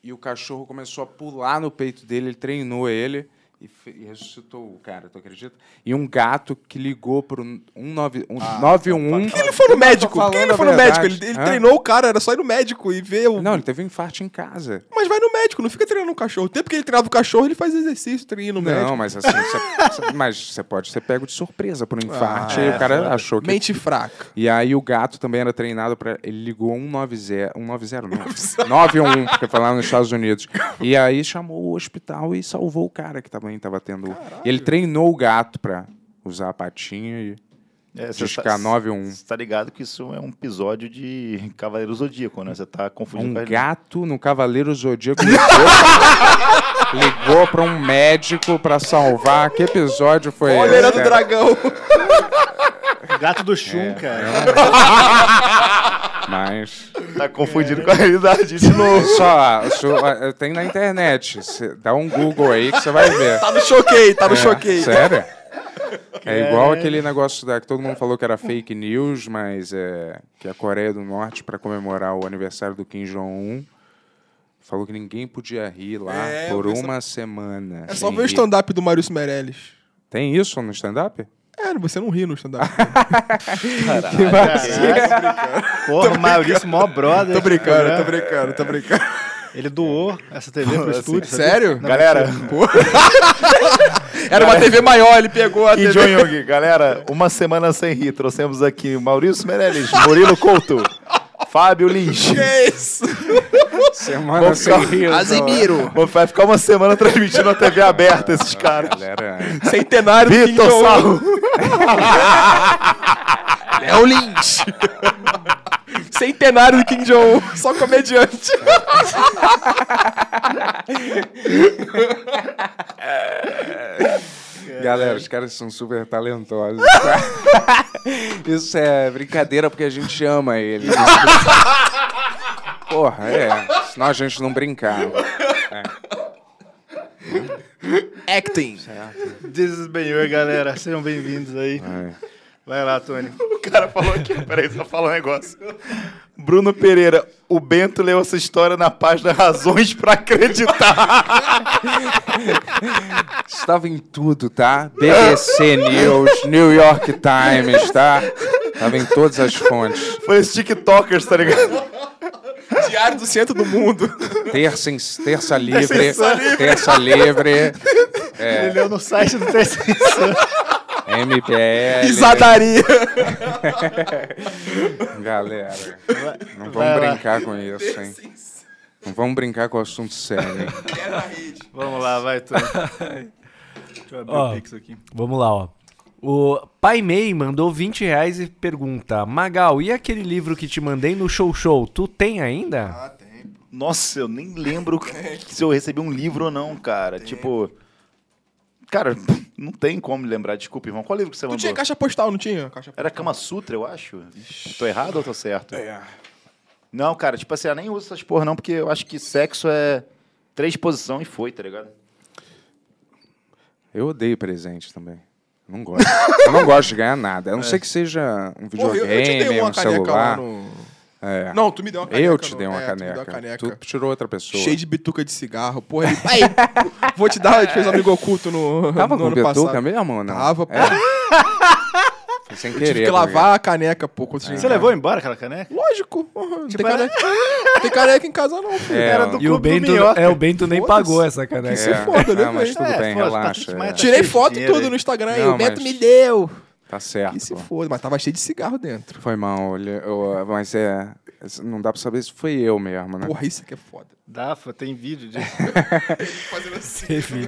S3: e o cachorro começou a pular no peito dele, ele treinou ele e, fe- e ressuscitou o cara, tu acredita? E um gato que ligou pro 19, um, 911.
S7: Ele foi no médico.
S3: falando
S7: Quem ele
S3: a
S7: foi no
S3: verdade.
S7: médico? Ele, ele
S3: Hã?
S7: treinou o cara, era só ir no médico e ver o.
S3: É. Não, ele teve um infarte em casa.
S7: Mas vai no médico, não fica treinando o cachorro. O tempo que ele treinava o cachorro, ele faz exercício, treina no
S3: Não,
S7: médico.
S3: mas assim, você, cê- mas você pode ser pego de surpresa por um infarte. e o cara achou que.
S7: Mente fraca.
S3: E aí o gato também era treinado para Ele ligou 190. 190 não. 911, porque foi lá nos Estados Unidos. E aí chamou o hospital e salvou o cara que também tava tendo. E ele treinou o gato pra usar a patinha e.
S8: É,
S3: Discar 9-1.
S8: Você tá ligado que isso é um episódio de Cavaleiro Zodíaco, né? Você tá confundindo
S3: Um
S8: com a-
S3: gato no Cavaleiro Zodíaco ligou, ligou pra um médico pra salvar. Que episódio foi esse?
S7: Olha, do
S3: cara?
S7: dragão.
S4: Gato do
S8: É.
S4: chum, cara.
S3: Mas.
S8: Tá confundindo com a realidade de novo.
S3: Só, só- tem na internet. Cê dá um Google aí que você vai ver.
S7: Tá no choquei, tá no choquei.
S3: Sério? É igual aquele negócio da que todo mundo falou que era fake news, mas é que a Coreia do Norte, pra comemorar o aniversário do Kim Jong-un, falou que ninguém podia rir lá
S7: É, eu
S3: por
S7: vi essa-
S3: uma semana.
S7: É só
S3: sem
S7: ver o
S3: rir.
S7: stand-up do Maurício Meirelles.
S3: Tem isso no stand-up?
S7: É, você não ri no stand-up. Tá,
S4: Ah,
S8: Porra, o Maurício, mó brother.
S7: tô brincando, tô brincando, tô brincando.
S4: né? Ele doou essa TV pro estúdio. sabe?
S7: Sério?
S8: Galera,
S7: Era uma TV maior, ele pegou a
S8: Kim
S7: TV.
S8: Jong-un, galera, uma semana sem rir. Trouxemos aqui Maurício Meirelles, Murilo Couto, Fábio Lins.
S7: É isso.
S3: Semana sem rir.
S7: Casimiro.
S8: Vou- Vai ficar uma semana transmitindo a TV aberta esses caras.
S3: Galera,
S7: Centenário do Kim
S8: Vitor
S7: Jong-un.
S8: Sarro.
S7: É o Lynch. Centenário do Kim Jong-un. Só comediante.
S3: Galera, os caras são super talentosos. Isso é brincadeira porque a gente ama eles. Porra, é. Senão a gente não brincava. É.
S7: Acting.
S4: This is Ben-Hur, galera. Sejam bem-vindos aí. Vai lá, Tony.
S8: O cara falou aqui, peraí, só falar um negócio. Bruno Pereira, o Bento leu essa história na página Razões pra Acreditar.
S3: Estava em tudo, tá? BBC News, New York Times, tá? Estava em todas as fontes.
S8: Foi os TikTokers, tá ligado?
S7: Diário do centro do mundo.
S3: Tá Terça, em- terça livre. Terça livre.
S4: Ele leu no site do TCC.
S3: MPL.
S7: Pisadaria.
S3: Galera, não
S4: vai
S3: vamos
S4: lá.
S3: brincar com isso, hein? Não vamos brincar com o assunto sério, hein?
S4: Vamos lá, vai, Tony. Deixa eu abrir
S11: Ó.
S4: o Pix aqui.
S11: Vamos lá, ó. O Pai Mei mandou 20 reais e pergunta: Magal, e aquele livro que te mandei no show show? Tu tem ainda?
S8: Nossa, eu nem lembro se eu recebi um livro ou não, cara. Tipo. Cara, não tem como lembrar. Desculpa, irmão. Qual livro que você
S7: Não
S8: mandou?
S7: tinha caixa postal, não tinha?
S3: É,
S7: Caixa
S8: Era Kama Sutra, eu acho. Tô errado ou tô certo?
S4: É.
S8: Não, cara, tipo assim, eu nem uso essas porra, não, porque eu acho que sexo é três posição e foi, tá ligado?
S3: Eu odeio presente também. Não gosto. eu não gosto de ganhar nada. A não ser que seja um
S7: É. Porra, eu, eu te dei
S3: videogame,
S7: uma
S3: um
S7: caneca lá
S3: celular.
S7: no...
S3: É.
S7: Não, tu me deu uma caneca.
S3: eu te
S7: não.
S3: dei uma
S7: É, Tu me deu
S3: caneca.
S7: uma caneca.
S3: Tu tirou outra pessoa.
S7: Cheio de bituca de cigarro. Porra, ele... Aí, vou te dar, a gente fez amigo um oculto no,
S3: Tava
S7: no
S3: com
S7: ano
S3: bituca
S7: passado.
S3: mesmo ou não?
S7: Tava, pô.
S3: É. Sem
S7: Eu tive
S3: querer.
S7: que
S3: tá ligado?
S7: lavar a caneca, pô. quando cheguei em
S4: Você
S7: casa.
S4: levou embora aquela caneca?
S7: Lógico. Uhum. Tem, caneca... tem caneca em casa não, filho.
S3: É,
S4: Era
S3: ó.
S4: do
S11: E o
S4: clube do
S11: Bento,
S4: Minhoca.
S11: é, o Bento nem
S7: Foda-se.
S11: pagou essa
S3: É,
S11: caneca.
S7: se foda, né,
S3: é, mas
S7: velho?
S3: tudo
S4: É,
S3: bem,
S4: foda,
S3: relaxa.
S4: Patrick Maia tá
S3: é.
S7: Tirei
S4: cheio de
S7: foto e
S8: dinheiro
S7: tudo
S8: aí.
S7: no Instagram aí.
S3: Não,
S7: O Beto
S3: mas-
S7: me deu.
S3: Tá certo.
S7: Que se
S3: pô.
S7: foda. Mas tava cheio de cigarro dentro.
S3: Foi mal, ele- eu- mas é. Não dá pra saber se foi eu mesmo, né?
S7: Porra, isso aqui é foda.
S4: Dá, fa- tem vídeo disso.
S7: Fazendo assim.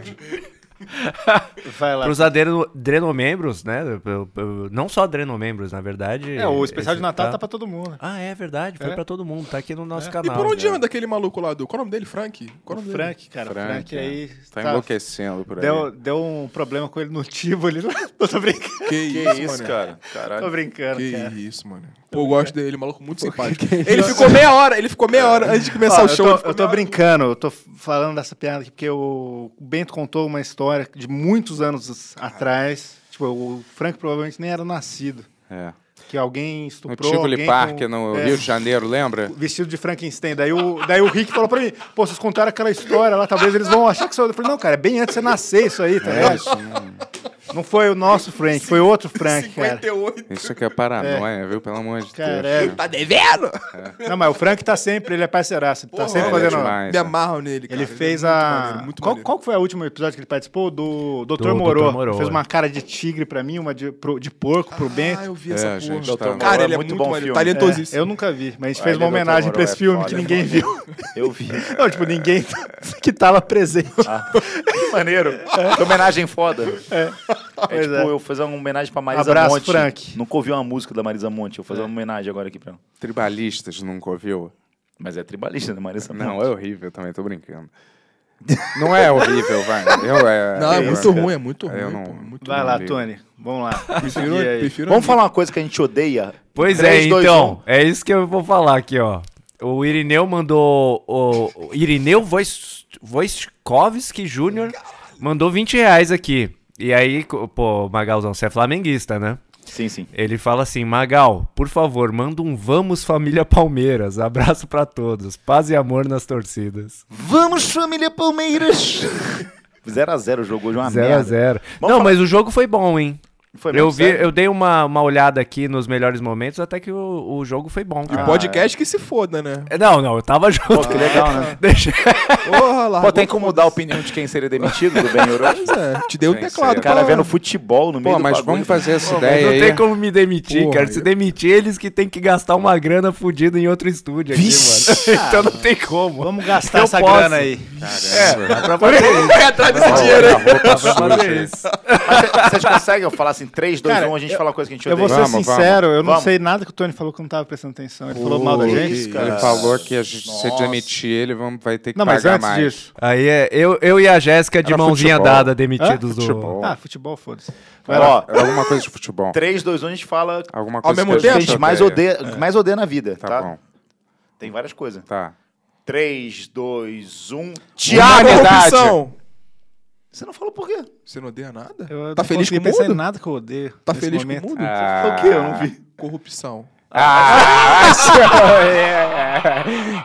S4: Vai lá.
S11: Para os adrenomembros, né? eu- eu- Não só adrenomembros, na verdade.
S4: É, o especial de
S11: esse-
S4: Natal tá pra todo mundo.
S11: Ah, é verdade. Foi
S4: É.
S11: pra todo mundo. Tá aqui no nosso
S7: E
S11: canal.
S7: por onde
S11: né?
S7: anda aquele maluco lá do. Qual é o nome dele? Frank? Qual é o
S4: O
S7: nome
S4: Frank, cara, o Frank,
S3: Frank,
S4: aí.
S3: Tá enlouquecendo por aí.
S4: Deu, deu um problema com ele no Tivoli lá. Tô, tô brincando,
S7: dele? Que,
S8: Que isso,
S7: mano.
S8: cara?
S4: tô
S8: Caralho.
S4: brincando,
S7: Que
S4: cara.
S7: isso, mano. Pô, eu gosto dele, maluco muito simpático. Ele ficou meia hora, ele ficou meia hora antes de
S4: Ó,
S7: começar o show.
S4: eu
S7: ele
S4: tô,
S7: ficou
S4: eu tô
S7: meia hora.
S4: brincando, eu tô falando dessa piada aqui porque o Bento contou uma história de muitos anos atrás. Tipo, o Frank provavelmente nem era nascido.
S3: É.
S4: Que alguém
S3: No
S4: estuprou
S3: Tivoli
S4: alguém
S3: Park,
S4: com-
S3: no
S4: é,
S3: Rio de Janeiro, lembra?
S4: Vestido de Frankenstein. Daí o, daí o Rick falou pra mim, pô, vocês contaram aquela história lá, talvez eles vão achar que sou eu. Eu falei, não, cara, é bem antes de você nascer isso aí, tá ligado?
S3: Isso, hum,
S4: Não foi o nosso Frank, foi outro Frank, cara.
S7: 58.
S3: isso aqui é paranoia, viu? Pelo amor de
S4: Caralho.
S3: Deus.
S7: Tá devendo?
S4: Não, mas o Frank tá sempre, ele é parceiraço, ele tá
S7: um. Porra,
S4: sempre
S7: ele é
S4: fazendo.
S3: demais.
S7: Me amarro nele, cara.
S4: Ele fez
S7: é muito
S4: a.
S7: maneiro, muito
S4: qual,
S7: maneiro.
S4: qual que foi o último episódio que ele participou? Do Dr.
S11: Do
S4: Moro.
S11: Dr. Moro,
S4: Fez
S11: é.
S4: uma cara de tigre pra mim, uma de, pro- de porco pro Bento.
S7: Ah, eu vi
S3: É,
S7: essa
S3: gente,
S7: porra.
S3: tá-
S7: Cara, ele é
S8: É
S7: muito,
S8: muito bom
S7: maneiro,
S8: filme.
S4: É,
S7: talentoso.
S4: eu nunca vi, mas a gente
S8: Ah,
S4: fez
S8: ele
S4: uma
S8: é Dr.
S4: homenagem
S8: Moro,
S4: pra esse
S8: é
S4: filme
S8: foda,
S4: que
S8: é
S4: ninguém
S8: foda.
S4: viu.
S8: Eu vi.
S4: Não, tipo, ninguém que tava presente.
S8: Ah, Que maneiro. Que homenagem foda. É,
S4: Pois
S8: tipo,
S4: é.
S8: eu fazer uma homenagem pra Marisa
S4: Abraço,
S8: Monte.
S4: Frank. É.
S8: Nunca ouvi uma música da Marisa Monte. Eu vou fazer uma homenagem agora aqui pra ela.
S3: Tribalistas nunca ouviu?
S8: Mas é tribalista, né, Marisa
S3: Não,
S8: Monte?
S3: é horrível também, tô brincando. Não é horrível, vai. Eu, é,
S7: Não, é
S3: eu-
S7: muito ruim, é muito ruim.
S3: Eu não-
S7: pô, é muito
S4: Vai
S3: bom,
S4: lá,
S3: liga.
S4: Tony. Vamos lá.
S7: Prefiro,
S4: E aí?
S7: prefiro
S8: Vamos falar uma coisa que a gente odeia?
S11: Pois
S8: Três,
S11: é,
S8: dois, um.
S11: então. É isso que eu vou falar aqui, ó. O Irineu mandou. O, o Irineu Vois- Voiskovski Jr. mandou 20 reais aqui. E aí, co- pô, Magalzão, você é flamenguista, né?
S8: Sim, sim.
S11: Ele fala assim: Magal, por favor, manda um Vamos Família Palmeiras. Abraço pra todos. Paz e amor nas torcidas.
S8: Vamos, família Palmeiras! 0x0 o jogo hoje, é uma
S11: 0
S8: merda.
S11: a 0
S8: Vamos
S11: Não,
S8: falar-
S11: mas o jogo foi bom, hein?
S8: Foi mesmo,
S11: eu, vi,
S8: sério?
S11: eu dei uma, uma olhada aqui nos melhores momentos, até que o, o jogo foi
S8: Ah,
S11: bom. cara.
S7: Podcast que se foda, né?
S11: É, Não, não, eu tava junto.
S8: Pô, que legal, né?
S11: Deixa...
S7: Porra, lá.
S8: Pô, tem como mudar a opinião de quem seria demitido do Ben Ouro?
S7: Pois é, te deu um
S3: Tem
S7: teclado,
S3: que
S8: O
S3: ser.
S8: cara
S7: pra-
S8: vendo futebol no meio
S3: Pô,
S8: do
S3: mas
S8: bagulho.
S3: vamos fazer essa
S11: Mas não
S3: ideia É, aí.
S11: tem como me demitir,
S7: Porra,
S11: cara. Se
S7: eu-
S11: demitir, eles que tem que gastar uma grana fodida em outro estúdio aqui, mano. então não tem como.
S4: Vamos gastar
S11: Eu
S4: Tá essa
S11: posso.
S4: grana aí.
S8: assim,
S11: É, dá pra fazer isso. Dá pra fazer isso.
S8: Mas Vocês conseguem falar assim, 3, 2,
S4: Cara,
S8: 1, a gente fala uma coisa que a gente
S4: Eu
S8: odeia?
S4: vou ser
S3: Vamos,
S4: sincero, eu não
S8: vamos.
S4: sei nada que o Tony falou que eu não tava prestando atenção. Ele falou mal da
S3: Pô,
S4: gente.
S3: Ele falou que a gente, se
S8: Nossa.
S3: demitir ele, vamos, vai ter que
S4: Não, mas
S3: pagar
S4: antes
S3: mais.
S4: disso.
S11: Aí é, eu, eu e a Jéssica de
S3: Era
S11: mãozinha
S3: futebol.
S11: dada, demitidos do.
S3: Futebol.
S4: Ah, futebol, foda-se. Vai lá.
S8: Ó,
S3: É Alguma coisa de futebol.
S8: 3, 2, 1, a gente fala
S3: Alguma
S7: Ao
S3: coisa
S7: mesmo
S3: que
S8: que
S7: tempo?
S8: a
S3: gente
S8: gente
S4: É.
S8: mais odeia, que mais odeia na vida,
S3: Tá,
S8: tá?
S3: bom.
S8: Tem várias coisas. um,
S3: Tá.
S8: 3, 2, 1...
S7: Thiago,
S3: Humanidade.
S7: corrupção.
S8: Você não falou por quê?
S7: Você não odeia nada?
S4: Eu
S7: tá
S4: não
S7: feliz com
S4: consegui
S7: o
S4: pensar em
S7: mundo?
S4: nada que eu odeio.
S7: Tá
S4: nesse
S7: feliz
S4: momento.
S7: com o mundo?
S3: Ah,
S8: O quê? Eu não vi.
S7: Corrupção.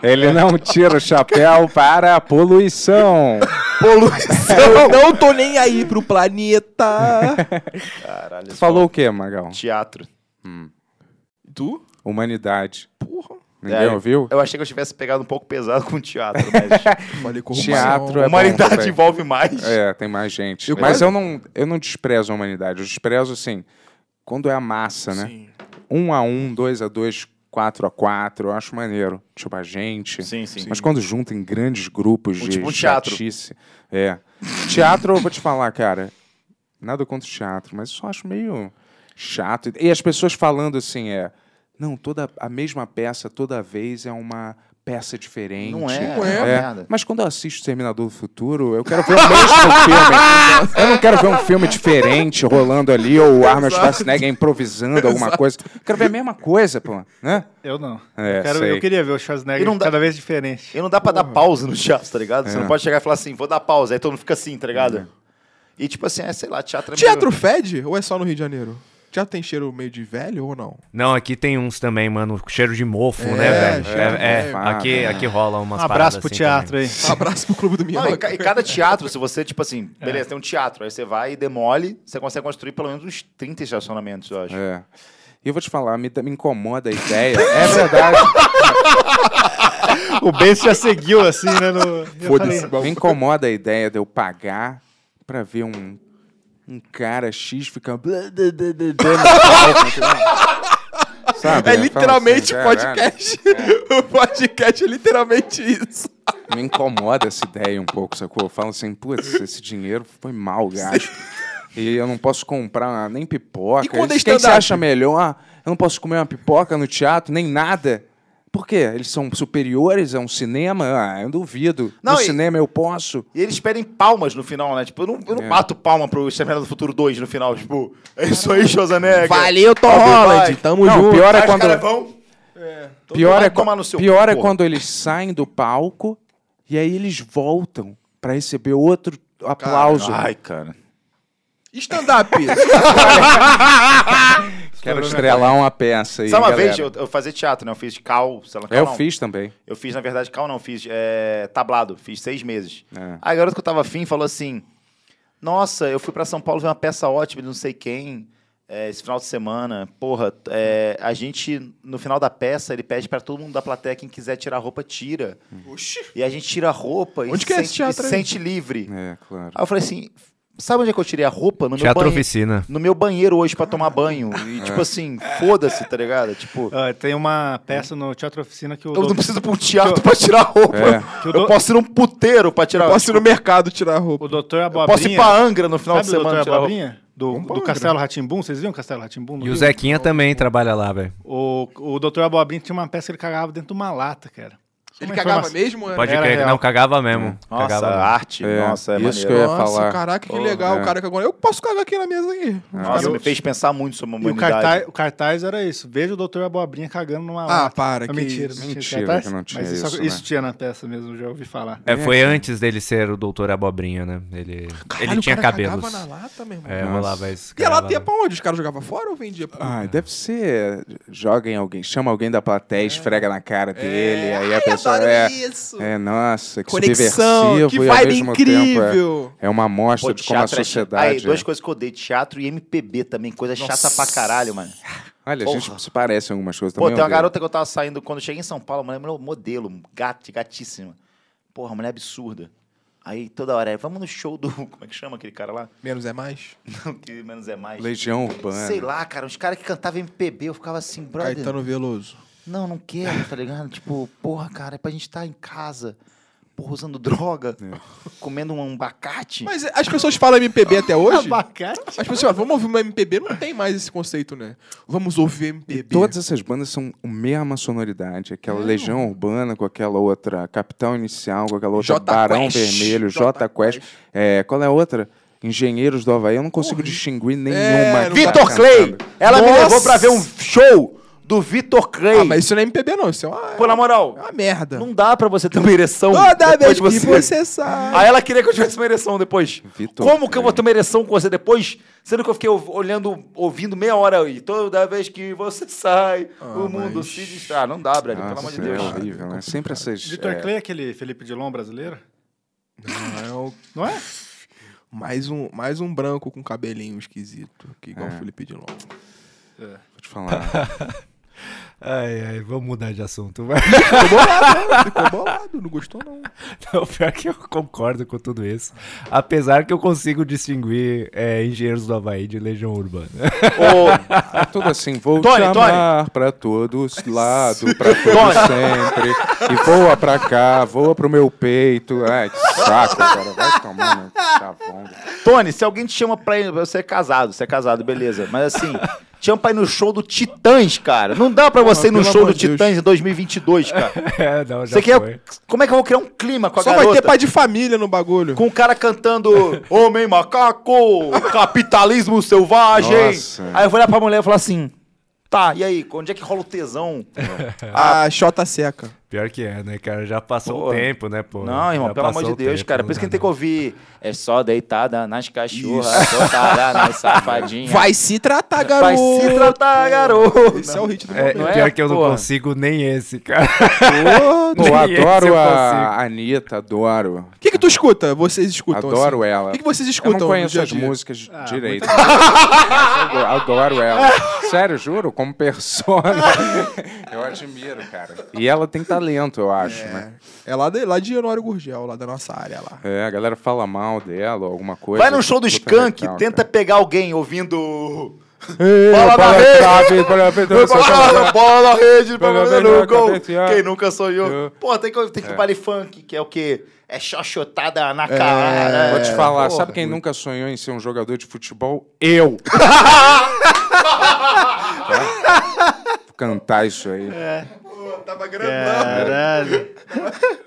S3: Ele não tira o chapéu para a poluição.
S7: Poluição. não tô nem aí pro planeta.
S8: Caralho.
S3: Tu falou o quê, Magal?
S8: Teatro.
S7: tu?
S3: Humanidade.
S7: Porra.
S3: Ninguém
S8: É,
S3: ouviu?
S8: Eu achei que eu tivesse pegado um pouco pesado com teatro, mas...
S7: Falei corrupção.
S3: Teatro é bom
S8: humanidade
S3: também.
S8: envolve mais.
S3: É, tem mais gente.
S7: Eu
S3: Mas
S7: quase-
S3: eu não, eu não desprezo a humanidade. Eu desprezo, assim, quando é a massa, né?
S7: Sim.
S3: Um a um, dois a dois, quatro a quatro. Eu acho maneiro. Tipo, a gente.
S8: Sim, sim.
S3: Mas quando junta em grandes grupos
S8: Um
S3: de
S8: tipo um teatro.
S3: chatice- É. teatro, eu vou te falar, cara. Nada contra o teatro, mas eu só acho meio chato. E as pessoas falando assim, é. Não, toda a mesma peça toda vez é uma peça diferente.
S8: Não é,
S7: Não é.
S8: é. merda.
S3: Mas quando eu assisto Terminador do Futuro, eu quero ver o mesmo filme. Eu não quero ver um filme diferente rolando ali, ou o Arnold Schwarzenegger improvisando alguma coisa. Eu quero ver a mesma coisa, pô. Né?
S4: Eu não.
S3: É,
S4: eu, quero-
S3: sei.
S4: eu queria ver o
S8: E
S4: Schwarzenegger
S8: não dá-
S4: cada vez diferente.
S8: E não dá pra dar pausa no teatro, tá ligado? Você
S3: É.
S8: não pode chegar e falar assim, vou dar pausa. Aí todo mundo fica assim, tá ligado? E tipo assim, é, sei lá, teatro é meio-
S7: Teatro fede ou é só no Rio de Janeiro? Já tem cheiro meio de velho ou não?
S11: Não, aqui tem uns também, mano. Cheiro de mofo, né,
S7: É,
S11: velho?
S7: cheiro de
S11: É, é,
S3: mofo.
S11: aqui, aqui rola
S4: Um
S11: umas paradas
S4: abraço pro
S11: assim
S4: teatro
S11: também.
S4: aí.
S7: Abraço pro clube do
S8: Não, e,
S7: Minhoca.
S8: ca- e cada teatro, se você, tipo assim, beleza, tem um teatro, aí você vai e demole, você consegue construir pelo menos uns 30 estacionamentos, eu acho.
S3: É. E eu vou te falar, me, me incomoda a ideia. É verdade.
S4: O Benz já seguiu assim, né? No... Eu falei,
S7: Foda-se. vamos.
S3: Me incomoda a ideia de eu pagar pra ver um, um cara X ficando. blá, blá, blá, blá, blá no palco, entendeu? Sabe?
S7: É
S3: Eu falo
S7: literalmente
S3: assim, caralho,
S7: podcast. O podcast é literalmente isso.
S3: Me incomoda essa ideia um pouco, sacou? Eu falo assim, putz,
S8: Uhum.
S3: esse dinheiro foi mal gasto. E eu não posso comprar nem pipoca.
S7: E quando é
S3: Quem você
S7: stand-up?
S3: acha melhor? Ah, Eu não posso comer uma pipoca no teatro, nem nada. Por quê? Eles são superiores a um cinema? Ah, eu duvido.
S8: Não,
S3: no
S8: e-
S3: cinema eu posso.
S8: E eles pedem palmas no final, né? Tipo, eu não, eu
S3: É.
S8: não bato palma pro Exterminado do Futuro 2 no final. Tipo, é isso aí, Schwarzenegger.
S7: Tom
S8: Holland,
S7: Tamo
S3: não,
S7: junto.
S3: pior é
S8: Aí os
S3: quando...
S8: caras vão... Todo
S3: Pior,
S8: lado
S3: é, quan-
S8: tomar no seu
S3: pior é
S8: cu,
S3: quando eles saem do palco e aí eles voltam pra receber outro aplauso.
S8: Ai, cara.
S7: Stand-up.
S3: Quero estrelar uma peça aí,
S8: é Sabe uma vez
S3: galera.
S8: eu, eu fazia teatro, né? Eu fiz cal, sei lá, cal
S3: Eu
S8: não.
S3: fiz também.
S8: Eu fiz, na verdade, cal não, fiz é, tablado, fiz seis meses.
S3: É.
S8: Aí a garota que eu tava afim falou assim: Nossa, eu fui pra São Paulo ver uma peça ótima de não sei quem é, esse final de semana. Porra, é, a gente, no final da peça, ele pede pra todo mundo da plateia, quem quiser tirar a roupa, tira. E a gente tira a roupa e
S7: Onde
S8: se
S7: que é
S8: sente,
S7: esse teatro
S8: e se
S7: aí?
S8: sente livre.
S3: É, claro.
S8: Aí eu falei assim: Sabe onde é que eu tirei a roupa? No meu
S11: Teatro
S8: banheiro.
S11: Oficina.
S8: No meu banheiro hoje pra tomar banho. E tipo assim, foda-se, tá ligado? Tipo.
S4: "Ah, tem uma peça no Teatro Oficina que o
S8: Eu não
S4: Dom-
S8: preciso ir pra um teatro pra tirar roupa.
S3: É.
S4: que o
S8: Eu,
S4: Dom-
S8: posso ir num puteiro pra tirar
S7: Posso ir no mercado tirar a roupa.
S4: O doutor
S8: Eu
S4: Abobrinha.
S8: posso ir pra Angra no final
S4: Sabe o
S8: de
S4: doutor
S8: semana tirar roupa.
S4: Abobrinha? Do,
S7: Vamos pra
S4: do
S7: Angra.
S4: Castelo Ratimbum, vocês viram o Castelo Ratimbum?
S11: E o Zequinha também trabalha lá, velho.
S4: O, o doutor Abobrinha tinha uma peça que ele cagava dentro de uma lata, cara. Só
S7: Ele
S4: uma
S7: cagava
S4: informação.
S7: mesmo? é?
S11: Pode
S4: Era
S11: crer.
S4: real.
S11: Não, cagava mesmo.
S8: Nossa,
S11: Cagava mesmo.
S8: arte.
S3: É,
S8: Nossa, é
S3: isso
S8: maneiro.
S3: eu ia falar.
S7: caraca, que
S8: Porra,
S7: legal.
S3: é.
S7: O cara que agora. Eu posso cagar aqui na mesa aqui.
S8: Nossa,
S4: eu-
S8: me fez pensar muito sobre a
S4: E o
S8: humanidade.
S4: cartaz, o cartaz era isso. Veja o doutor Abobrinha cagando numa
S7: Ah,
S4: lata.
S3: É
S7: para,
S4: Ah,
S7: que
S4: mentira,
S7: isso.
S4: não tinha
S3: Mentira
S4: cartaz,
S3: que não tinha
S4: assim. mas
S3: isso,
S4: isso,
S3: né?
S4: isso tinha na peça mesmo, já ouvi falar.
S11: É, foi antes dele ser o doutor Abobrinha, né? Ele,
S7: Caralho,
S11: ele
S7: o
S11: tinha
S7: cara
S11: cabelos.
S7: Cagava na lata, meu irmão.
S11: É, rolava isso.
S7: E a
S11: cagava
S7: lata ia
S11: lá.
S7: pra onde? Os caras jogavam fora ou vendia? pra-
S3: Ah, deve ser. Joga em alguém, chama alguém da plateia, esfrega na cara dele, aí a pessoa
S7: É. adoro
S3: é.
S7: isso.
S3: É, nossa, que
S7: Conexão,
S3: subversivo
S7: que
S3: e ao
S7: vibe
S3: mesmo tempo
S7: incrível.
S3: é, é uma amostra
S8: Pô,
S3: de como a
S8: teatro é-
S3: sociedade.
S8: Aí, duas
S3: é.
S8: coisas que eu odeio. Teatro e MPB também. Coisa chata pra caralho, mano.
S3: Olha, a
S8: Porra.
S3: gente se parece em algumas coisas
S8: Pô,
S3: também.
S8: tem uma
S3: Rodrigo.
S8: garota que eu tava saindo quando eu cheguei em São Paulo, uma mulher modelo, gato, gatíssima. Porra, mulher absurda. Aí toda hora é, vamos no show do. Como é que chama aquele cara lá?
S7: Menos é mais?
S8: Não, que menos é mais.
S3: Legião Urbana.
S8: Sei lá, cara, uns caras que cantavam MPB, eu ficava assim, brother.
S7: Caetano Veloso.
S8: Não, não quero, tá ligado? Tipo, porra, cara, é pra gente estar em casa, porra, usando droga, comendo um abacate.
S7: Mas as pessoas falam MPB até hoje?
S4: Abacate?
S7: As pessoas falam, vamos ouvir uma MPB? Não tem mais esse conceito, né? Vamos ouvir MPB.
S3: Todas essas bandas são a mesma sonoridade. Aquela
S7: É.
S3: Legião Urbana com aquela outra Capital Inicial, com aquela outra
S7: Jota
S3: Barão
S7: Quest.
S3: Vermelho,
S7: Jota
S3: J Quest.
S7: Quest.
S3: É, qual é a outra? Engenheiros do Havaí. Eu não consigo distinguir nenhuma.
S7: É, não
S3: que tá
S8: Vitor Clay!
S3: cantando.
S8: Ela me
S7: Nossa!
S8: levou pra ver um show do Vitor Clay.
S7: Ah, mas isso não é MPB, não. Isso é uma,
S8: Pô, na moral,
S7: é uma merda.
S8: não dá pra você ter uma ereção.
S7: Toda
S8: depois
S7: vez
S8: de
S7: que é um, você sai.
S8: Aí ela queria que eu tivesse uma ereção depois.
S3: Vitor
S8: Como que
S3: Clay.
S8: eu vou ter uma ereção com você depois? Sendo que eu fiquei ov- olhando, ouvindo meia hora aí. Toda é vez que você sai, o mundo se distrai. Ah, não dá, Brad, pelo amor de
S3: Nossa,
S8: Deus.
S3: é horrível, né? Sempre essas.
S4: Vitor
S3: é,
S4: Clay é aquele Felipe Dilon brasileiro?
S7: Ah, é o-
S4: Não é?
S7: mais, um, mais um branco com cabelinho esquisito, que
S3: É.
S7: igual o Felipe Dilon.
S3: Vou te falar. né?
S11: Ai, ai, vamos mudar de assunto, vai.
S7: Ficou bolado, né? Ficou bolado. Não gostou, não.
S11: Não, pior que eu concordo com tudo isso. Apesar que eu consigo distinguir é, Engenheiros do Havaí de Legião Urbana.
S8: Ô,
S3: É tudo assim, vou
S8: Tony,
S3: te
S8: Tony.
S3: amar pra todos lados, pra todos sempre. E voa pra cá, voa pro meu peito. Ai, que saco, cara. Vai tomar no tá chavonga.
S8: Tony, se alguém te chama pra ir. Você é casado, você é casado, beleza. Mas assim, te chama pra ir no show do Titãs, cara. Não dá pra você ir no
S7: Ah, pelo
S8: show do
S7: amor de Deus.
S8: Titãs em 2022, cara.
S11: É, não, já
S8: Você
S11: foi.
S8: quer. Como é que eu vou criar um clima com a
S7: Só
S8: garota?
S7: vai ter pai de família no bagulho.
S8: Com o cara cantando Homem Macaco, Capitalismo Selvagem.
S3: Nossa.
S8: Aí eu vou olhar pra mulher e falar assim: Tá, e aí, onde é que rola o tesão?
S7: A Xota Seca.
S11: Pior que é, né, cara? Já passou
S8: Pô.
S11: o tempo, né, pô?
S8: Não, irmão,
S11: Já
S8: pelo amor
S11: passou
S8: de
S11: o
S8: Deus,
S11: tempo, né,
S8: cara.
S11: não
S8: Por isso que a gente
S11: dá,
S8: tem que ouvir. É só deitada nas cachorras, soltada nas safadinhas.
S7: É. Vai se tratar,
S8: Vai
S7: garoto.
S8: se tratar, garoto.
S7: Esse é o hit do
S11: não. É,
S8: Não é,
S11: pior que eu não
S8: porra?
S11: consigo nem esse, cara.
S3: Pô,
S11: Nem esse eu
S3: adoro
S11: consigo.
S3: a Anitta, adoro.
S7: O que, que tu escuta? Vocês escutam?
S3: adoro ela.
S7: O que, que vocês
S3: Eu
S7: escutam?
S3: não conheço
S7: no
S3: as
S7: dia a dia?
S3: músicas direito. Eu adoro ela. Sério, juro, como persona. Eu admiro, cara. E ela tem talento, eu acho, né?
S7: É lá de, lá de Honório Gurgel, lá da nossa área lá.
S3: É, a galera fala mal dela, alguma coisa.
S8: Vai num show do
S3: é Puta
S8: Skank,
S3: legal,
S8: tenta pegar alguém ouvindo.
S3: cara.
S8: Bola na rede!
S3: Bola na rede,
S8: Bola
S3: bola na rede.
S8: na rede,
S3: Bola
S8: bola
S3: na
S8: na
S3: rede,
S8: no gol.
S3: cabeça,
S8: Quem nunca sonhou?
S3: Eu-
S8: Pô, tem que, tem que baile funk, que é o quê? É xoxotada na cara.
S3: Vou te falar,
S8: É, Porra.
S3: sabe quem nunca sonhou em ser um jogador de futebol? Eu! Tá? Vou Cantar isso aí.
S8: É.
S4: Caralho.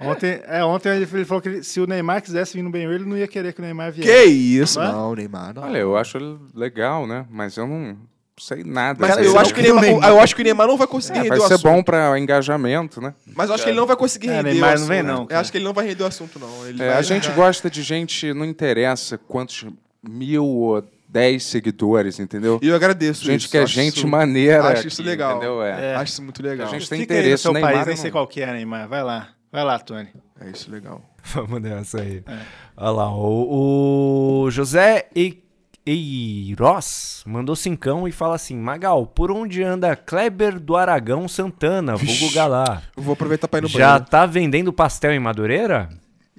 S4: Ontem, é, ontem ele falou que se o Neymar quisesse vir no Benhur, ele não ia querer que o Neymar viesse.
S7: Que isso?
S4: Não é?
S7: Não, Neymar, não.
S3: Olha, eu acho ele legal, né? Mas eu não sei nada.
S7: Mas
S3: Sei
S7: eu,
S3: lá
S7: acho
S3: o
S7: que o Neymar, eu acho que o Neymar não vai conseguir
S3: É,
S7: render
S3: vai
S7: o
S3: ser
S7: assunto.
S3: bom pra engajamento, né?
S7: Mas eu acho que ele não vai conseguir
S4: É,
S7: render
S4: Neymar
S7: o
S4: não
S7: assunto. né?
S4: vem não,
S7: Eu
S4: cara.
S7: acho que ele não vai render o assunto, não. Ele
S3: É,
S7: vai
S3: a gente
S7: ficar-
S3: gosta de gente, não interessa quantos mil ou dez seguidores, entendeu?
S7: E eu agradeço
S3: gente
S7: isso,
S3: que é
S7: acho
S3: gente
S7: isso-
S3: maneira.
S7: acho isso
S3: aqui,
S7: legal.
S3: Entendeu? É.
S7: Acho isso muito legal.
S3: A gente tem
S4: Fica aí no
S3: interesse,
S4: seu
S3: Neymar
S4: país,
S3: eu
S4: nem sei
S3: não-
S4: qual que é, Neymar. Vai lá. Vai lá, Tony.
S7: É isso legal.
S11: Vamos nessa aí.
S7: É.
S11: Olha lá, o, o José e- Eiroz mandou cincão e fala assim: Magal, por onde anda Kleber do Aragão Santana, vulgo Galá?
S7: Eu vou aproveitar pra ir no
S11: Já
S7: banheiro.
S11: tá vendendo pastel em Madureira?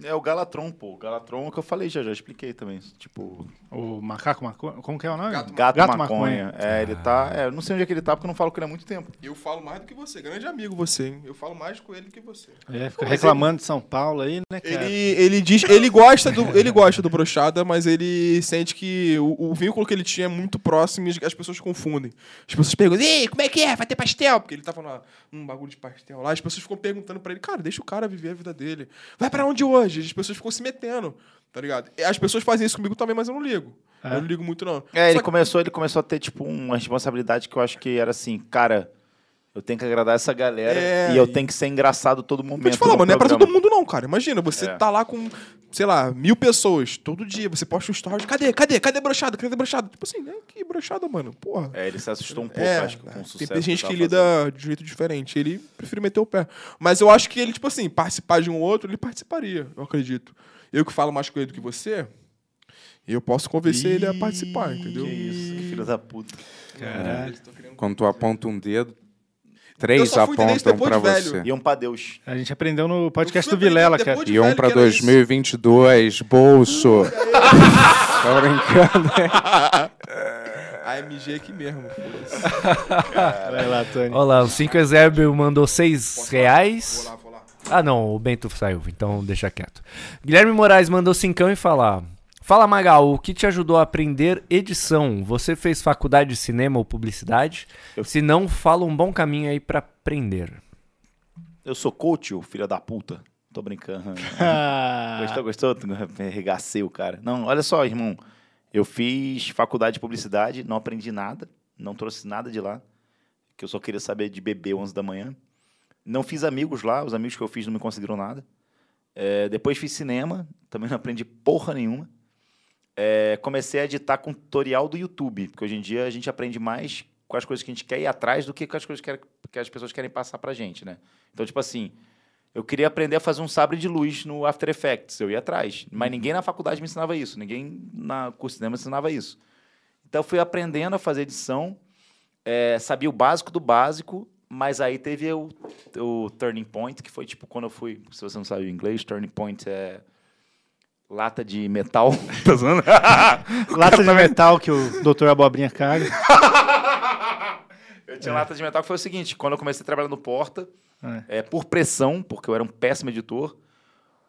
S8: É o Galatron, pô. O Galatron é o que eu falei já, já expliquei também. Tipo,
S4: O macaco maconha. Como que é o nome?
S8: gato, maconha. É, ele tá. É, eu não sei onde é que ele tá, porque eu não falo com ele há muito tempo.
S7: Eu falo mais do que você. Grande amigo você, hein? Eu falo mais com ele do que você.
S4: É, fica reclamando de São Paulo aí, né, cara?
S7: Ele, ele diz, ele gosta do, ele gosta do brochada, mas ele sente que o, o vínculo que ele tinha é muito próximo e as- as pessoas confundem. As pessoas perguntam: "Ei, como é que é? Vai ter pastel?" Porque ele tava lá um bagulho de pastel lá, as pessoas ficam perguntando pra ele: "Cara, deixa o cara viver a vida dele. Vai pra onde hoje?" As pessoas ficam se metendo, tá ligado? E As pessoas fazem isso comigo também, mas eu não ligo. Eu não ligo muito não.
S8: É, ele
S7: Só que-
S8: começou, ele começou a ter, tipo, uma responsabilidade que eu acho que era assim, cara, eu tenho que agradar essa galera
S7: É,
S8: e eu
S7: e-
S8: tenho que ser engraçado todo momento.
S7: Vou te falar,
S8: no
S7: mano, não é pra todo
S8: programa.
S7: mundo não, cara. Imagina, você
S8: É.
S7: tá lá com, sei lá, mil pessoas todo dia, você posta um story, cadê, cadê, cadê brochada, cadê brochada? Tipo assim, né? Que brochada, mano, porra.
S8: É, ele se assustou um pouco,
S7: É,
S8: acho que com
S7: é.
S8: o sucesso.
S7: tem gente que
S8: tava
S7: lida
S8: fazendo.
S7: de um jeito diferente. Ele prefere meter o pé. Mas eu acho que ele, tipo assim, participar de um outro, ele participaria, eu acredito. Eu que falo mais com ele do que você, eu posso convencer ele a participar, entendeu? É.
S8: Que isso, que filho da puta.
S4: Caralho.
S3: Quando tu aponta um dedo,
S7: Eu
S3: três
S7: só fui entender isso
S3: apontam
S7: depois
S3: pra
S7: de velho.
S3: você.
S8: Iam é um pra Deus.
S4: A gente aprendeu no podcast
S7: Eu fui
S4: do Vilela,
S7: aprender
S4: cara.
S7: depois de
S3: E um
S7: velho
S3: pra
S7: que era isso. Hum,
S3: 2022, bolso. Tô brincando.
S7: É AMG aqui mesmo. foda-se.
S4: Vai lá, Tony.
S11: Olha lá, o 5 Exébio mandou 6 reais.
S7: Vou lá.
S11: Ah, não, o Bento saiu, então deixa quieto. Guilherme Moraes mandou cincão e falar. Fala, Magal, o que te ajudou a aprender edição? Você fez faculdade de cinema ou publicidade? Se não, fala um bom caminho aí pra aprender.
S8: Eu sou coach, ô filho da puta. Tô brincando.
S4: Ah,
S8: Gostou, gostou? Arregacei o cara. Não, olha só, irmão. Eu fiz faculdade de publicidade, não aprendi nada, não trouxe nada de lá, que eu só queria saber de beber 11 da manhã. Não fiz amigos lá, os amigos que eu fiz não me conseguiram nada. É, depois fiz cinema, também não aprendi porra nenhuma. É, comecei a editar com tutorial do YouTube, porque hoje em dia a gente aprende mais com as coisas que a gente quer ir atrás do que com as coisas que, era- que as pessoas querem passar pra gente, né? Então, tipo assim, eu queria aprender a fazer um sabre de luz no After Effects. Eu ia atrás. Mas ninguém na faculdade me ensinava isso. Ninguém na curso de cinema ensinava isso. Então eu fui aprendendo a fazer edição. eh, sabia o básico do básico. Mas aí teve o, o turning point, que foi tipo quando eu fui. Se você não sabe o inglês, turning point é. Lata de metal. Tá zoando?
S4: lata de metal que o doutor Abobrinha caga.
S8: Eu tinha lata de metal que foi o seguinte: quando eu comecei a trabalhar no Porta,
S4: É.
S8: é, por pressão, porque eu era um péssimo editor,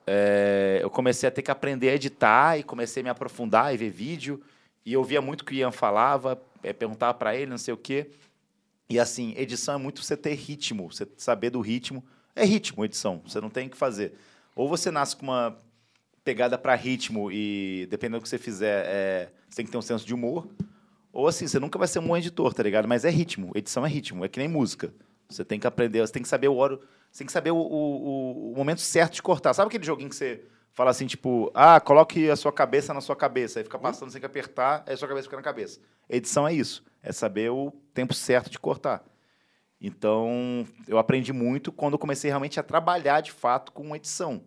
S8: é, eu comecei a ter que aprender a editar e comecei a me aprofundar e ver vídeo. E eu via muito o que o Ian falava, é, perguntava pra ele, não sei o quê. E assim, edição é muito você ter ritmo, você saber do ritmo. É ritmo, edição, você não tem o que fazer. Ou você nasce com uma pegada pra ritmo e, dependendo do que você fizer, é, você tem que ter um senso de humor. Ou assim, você nunca vai ser um bom editor, tá ligado? Mas é ritmo, edição é ritmo, é que nem música. Você tem que aprender, você tem que saber o hora, você tem que saber o, o- o- o momento certo de cortar. Sabe aquele joguinho que você fala assim, tipo, ah, coloque a sua cabeça na sua cabeça, aí fica passando, você tem que apertar, aí a sua cabeça fica na cabeça. Edição é isso, é saber o tempo certo de cortar. Então, eu aprendi muito quando eu comecei realmente a trabalhar de fato com edição.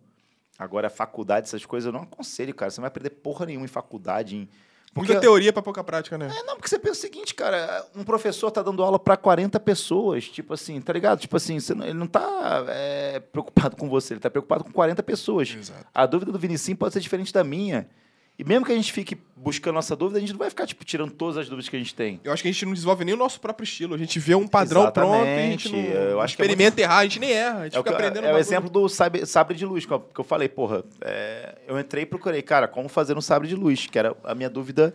S8: Agora, faculdade, essas coisas, eu não aconselho, cara. Você não vai aprender porra nenhuma em faculdade, em...
S7: Muita teoria pra pouca prática, né?
S8: É, não, porque você pensa o seguinte, cara, um professor tá dando aula pra 40 pessoas, tipo assim, tá ligado? Tipo assim, você não- ele não tá é, preocupado com você, ele tá preocupado com 40 pessoas.
S7: Exato.
S8: A dúvida do Vinicinho pode ser diferente da minha. E mesmo que a gente fique buscando nossa dúvida, a gente não vai ficar, tipo, tirando todas as dúvidas que a gente tem.
S7: Eu acho que a gente não desenvolve nem o nosso próprio estilo. A gente vê um padrão pronto e a gente não
S8: Exatamente, eu acho que é
S7: experimenta errar, a gente nem erra. A gente
S8: É o,
S7: fica
S8: que-
S7: aprendendo
S8: é o
S7: bagulho.
S8: exemplo do sabe- sabre de luz, que eu, que eu falei, porra. é, eu entrei e procurei, cara, como fazer um sabre de luz, que era a minha dúvida,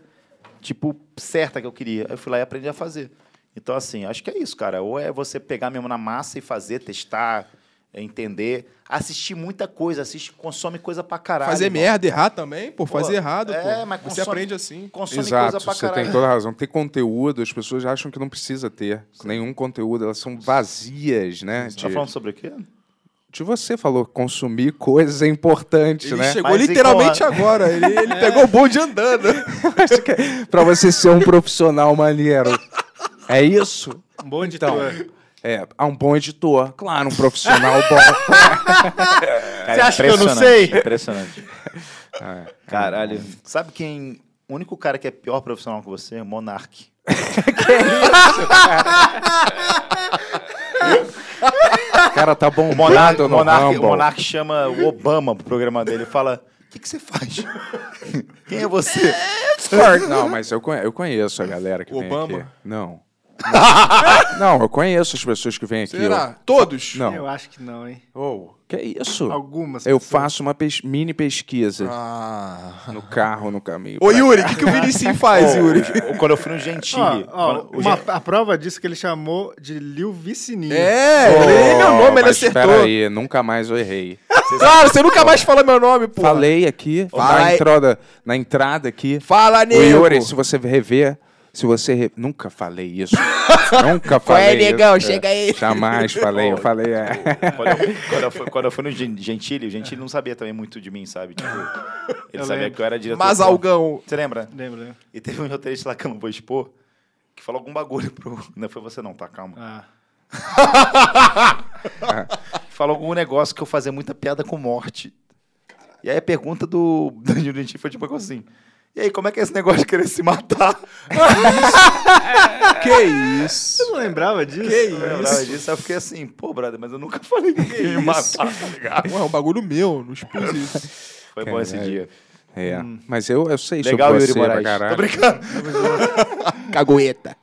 S8: tipo, certa que eu queria. Aí Eu fui lá e aprendi a fazer. Então, assim, acho que é isso, cara. Ou é você pegar mesmo na massa e fazer, testar, é, entender, assistir muita coisa, assiste, consome coisa pra caralho.
S7: Fazer
S8: irmão.
S7: merda, errar também, pô, fazer errado,
S8: é,
S7: pô.
S8: mas
S7: Você
S8: consome-
S7: aprende assim.
S8: Consome
S3: Exato,
S8: coisa pra
S3: você
S8: caralho.
S3: tem toda a razão. Tem conteúdo, as pessoas acham que não precisa ter nenhum conteúdo, elas são vazias, né?
S8: Você tá
S3: De,
S8: falando sobre o quê?
S3: de você falou, consumir coisas é importante,
S7: Ele
S3: né?
S7: chegou
S8: Mas e
S7: literalmente
S8: qual
S7: agora. Ele, ele pegou o bonde andando.
S3: Pra você ser um profissional maneiro. É isso?
S4: Um bom
S3: Então,
S4: editor.
S3: é, há um bom editor, claro, um profissional bom.
S8: Você
S11: acha que eu não
S8: sei? Impressionante. Ah, é. Caralho. Sabe quem. O único cara que é pior profissional que você é Monark.
S3: O cara tá bom,
S8: O Monark,
S3: no
S8: o Monark, o
S3: Rumble.
S8: Monark chama o Obama pro programa dele e fala: O que, que você faz? quem é você?
S3: Não, mas eu, conhe- eu conheço a galera que
S7: O
S3: vem
S7: Obama?
S3: aqui. Não. Não, eu conheço as pessoas que vêm aqui.
S7: Será? Todos?
S3: Eu- Não.
S4: Eu acho que não, hein?
S3: Oh, que isso?
S4: Algumas.
S3: Eu
S4: pessoas.
S3: faço uma pes- mini pesquisa
S7: Ah.
S3: no carro, no caminho.
S7: Ô, Yuri, o que, que o Vinicius
S8: é.
S7: faz, Yuri?
S8: Quando eu fui no Gentili.
S4: Ó, ó,
S8: quando- o
S4: uma-
S8: Gen-
S4: a prova disso é que ele chamou de Liu Vicini.
S7: É,
S3: Pô,
S7: ele enganou, mas ele
S3: Oh, mas
S7: acertou.
S3: Peraí, nunca mais eu errei.
S7: Claro, você nunca mais fala meu nome, pô.
S3: Falei aqui, na
S7: Vai.
S3: entrada, na entrada aqui.
S7: Fala,
S3: O
S7: nego.
S3: Yuri, se você rever, se você... re- Nunca falei isso. Nunca falei isso. É.
S7: aí.
S3: Jamais falei, eu falei... É.
S8: quando, eu, quando eu fui, quando eu fui no Gen- Gentili, o Gentili não sabia também muito de mim, sabe? Tipo, ele
S4: Eu
S8: sabia
S4: lembro.
S8: que eu era diretor.
S7: Mas algão.
S8: Você lembra?
S4: Lembra, lembra?
S8: E teve um roteirista lá que eu não vou expor, que falou algum bagulho pro. Não foi você, não, tá? Calma.
S4: Ah.
S8: Falou algum negócio que eu fazia muita piada com morte. E aí a pergunta do Danilo Gentili foi tipo assim: E aí, como é que é esse negócio de querer se matar?
S7: Que isso?
S4: Eu não lembrava disso.
S8: Eu lembrava disso, aí eu fiquei assim, pô, brother, mas eu nunca falei que ia me matar, tá ligado?
S7: Ué, é um bagulho meu, não expus isso.
S8: Foi bom esse dia.
S3: É, mas eu, eu sei
S8: Legal,
S3: sobre
S8: Yuri
S3: você pra
S8: Moraes. Tô
S3: caralho.
S8: brincando.
S7: Cagoeta.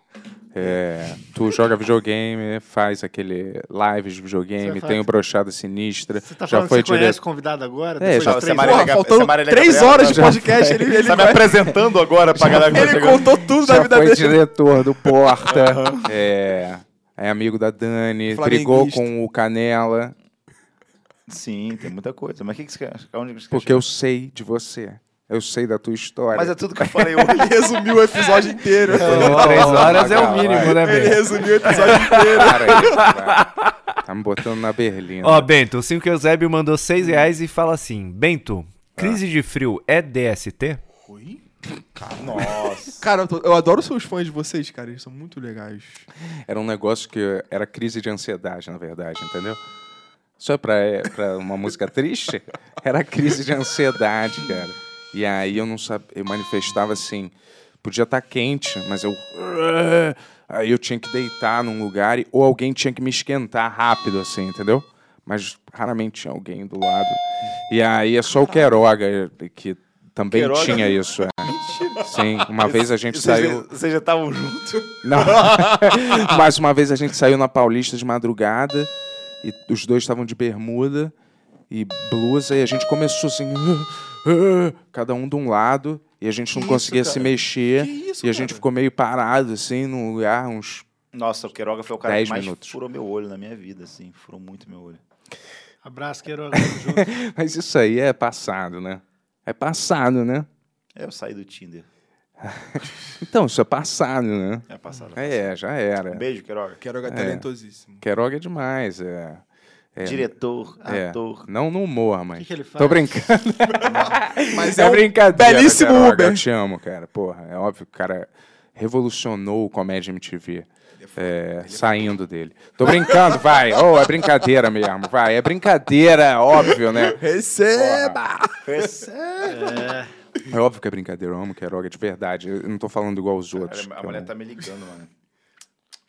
S3: É, tu joga videogame, faz aquele lives de videogame,
S4: Você faz-
S3: tem o brochada sinistra.
S4: Você tá
S3: já
S4: falando
S3: foi
S4: que você conhece
S3: direto.
S4: o convidado agora?
S3: É,
S4: Depois
S3: já-
S4: de
S8: Você é
S4: três
S8: Marília
S4: horas?
S7: Porra,
S8: Gab- você é
S7: faltando
S8: Marília
S7: três
S8: Gabriela,
S7: horas de
S8: tá?
S7: podcast, ele, ele,
S8: Tá me apresentando agora pra galera que tá
S7: ele
S8: chegando.
S7: contou tudo da
S3: Já
S7: vida
S3: foi
S7: dele.
S3: diretor do Porta. é, é amigo da Dani, brigou
S7: Flamenguista.
S3: com o Canela,
S8: Sim, tem muita coisa. Mas o que, que você quer? Onde você quer
S3: porque
S8: chegar?
S3: eu sei de você. Eu sei da tua história.
S8: Mas é tudo que eu falei hoje.
S7: Ele resumiu o episódio inteiro.
S11: Três horas é o
S3: Magal,
S11: mínimo, né,
S7: Ele
S11: Bento?
S7: resumiu o episódio
S3: Para isso, vai. Tá me botando na berlina.
S11: Ó, Bento, o 5 Eusébio mandou 6 reais e fala assim: Bento, crise de frio é DST?
S8: Nossa.
S7: Cara, eu, tô- eu adoro os seus fãs de vocês, cara. Eles são muito legais.
S3: Era um negócio que era crise de ansiedade, na verdade, entendeu? Só pra, é, pra uma música triste, era crise de ansiedade, cara. E aí eu não sabia, eu manifestava assim, podia estar quente, mas eu aí eu tinha que deitar num lugar e, ou alguém tinha que me esquentar rápido assim, entendeu? Mas raramente tinha alguém do lado. E aí é só o Queiroga que também
S8: Queiroga?
S3: tinha isso. É. Sim, uma vez a gente
S8: Vocês
S3: saiu
S8: já- Vocês já estavam juntos?
S3: não. Mais uma vez a gente saiu na Paulista de madrugada e os dois estavam de bermuda e blusa e a gente começou assim, "Ah, ah", cada um de um lado e a gente não conseguia se mexer
S7: Que isso,
S3: É. e a gente
S7: cara?
S3: ficou meio parado assim num lugar uns
S8: Nossa, o Queiroga foi o cara
S3: Dez
S8: que mais
S3: minutos.
S8: furou meu olho na minha vida, assim. Furou muito meu olho.
S4: Abraço, Queiroga. tamo junto.
S3: mas isso aí é passado, né? É passado, né?
S8: É, eu saí do Tinder.
S3: Então, isso é passado, né?
S8: É passado.
S3: É, já era.
S8: Um Beijo, Queiroga.
S7: Quero é talentosíssimo.
S3: Queiroga é demais, é. É,
S8: Diretor,
S3: é.
S8: ator.
S3: Não no humor, mas.
S4: que que ele faz?
S3: Tô brincando.
S7: Mas
S3: é
S7: é um
S3: brincadeira.
S7: belíssimo
S3: Queiroga,
S7: Uber.
S3: Eu te amo, cara. Porra, é óbvio que o cara revolucionou o Comédia MTV. é, saindo dele. Tô brincando, vai. Oh, é brincadeira mesmo. Vai, é brincadeira, óbvio, né?
S7: Receba!
S3: É óbvio que é brincadeira, eu amo Queiroga de verdade. Eu não tô falando igual os outros.
S8: Cara, a
S3: que eu
S8: mulher
S3: amo.
S8: tá me ligando, mano.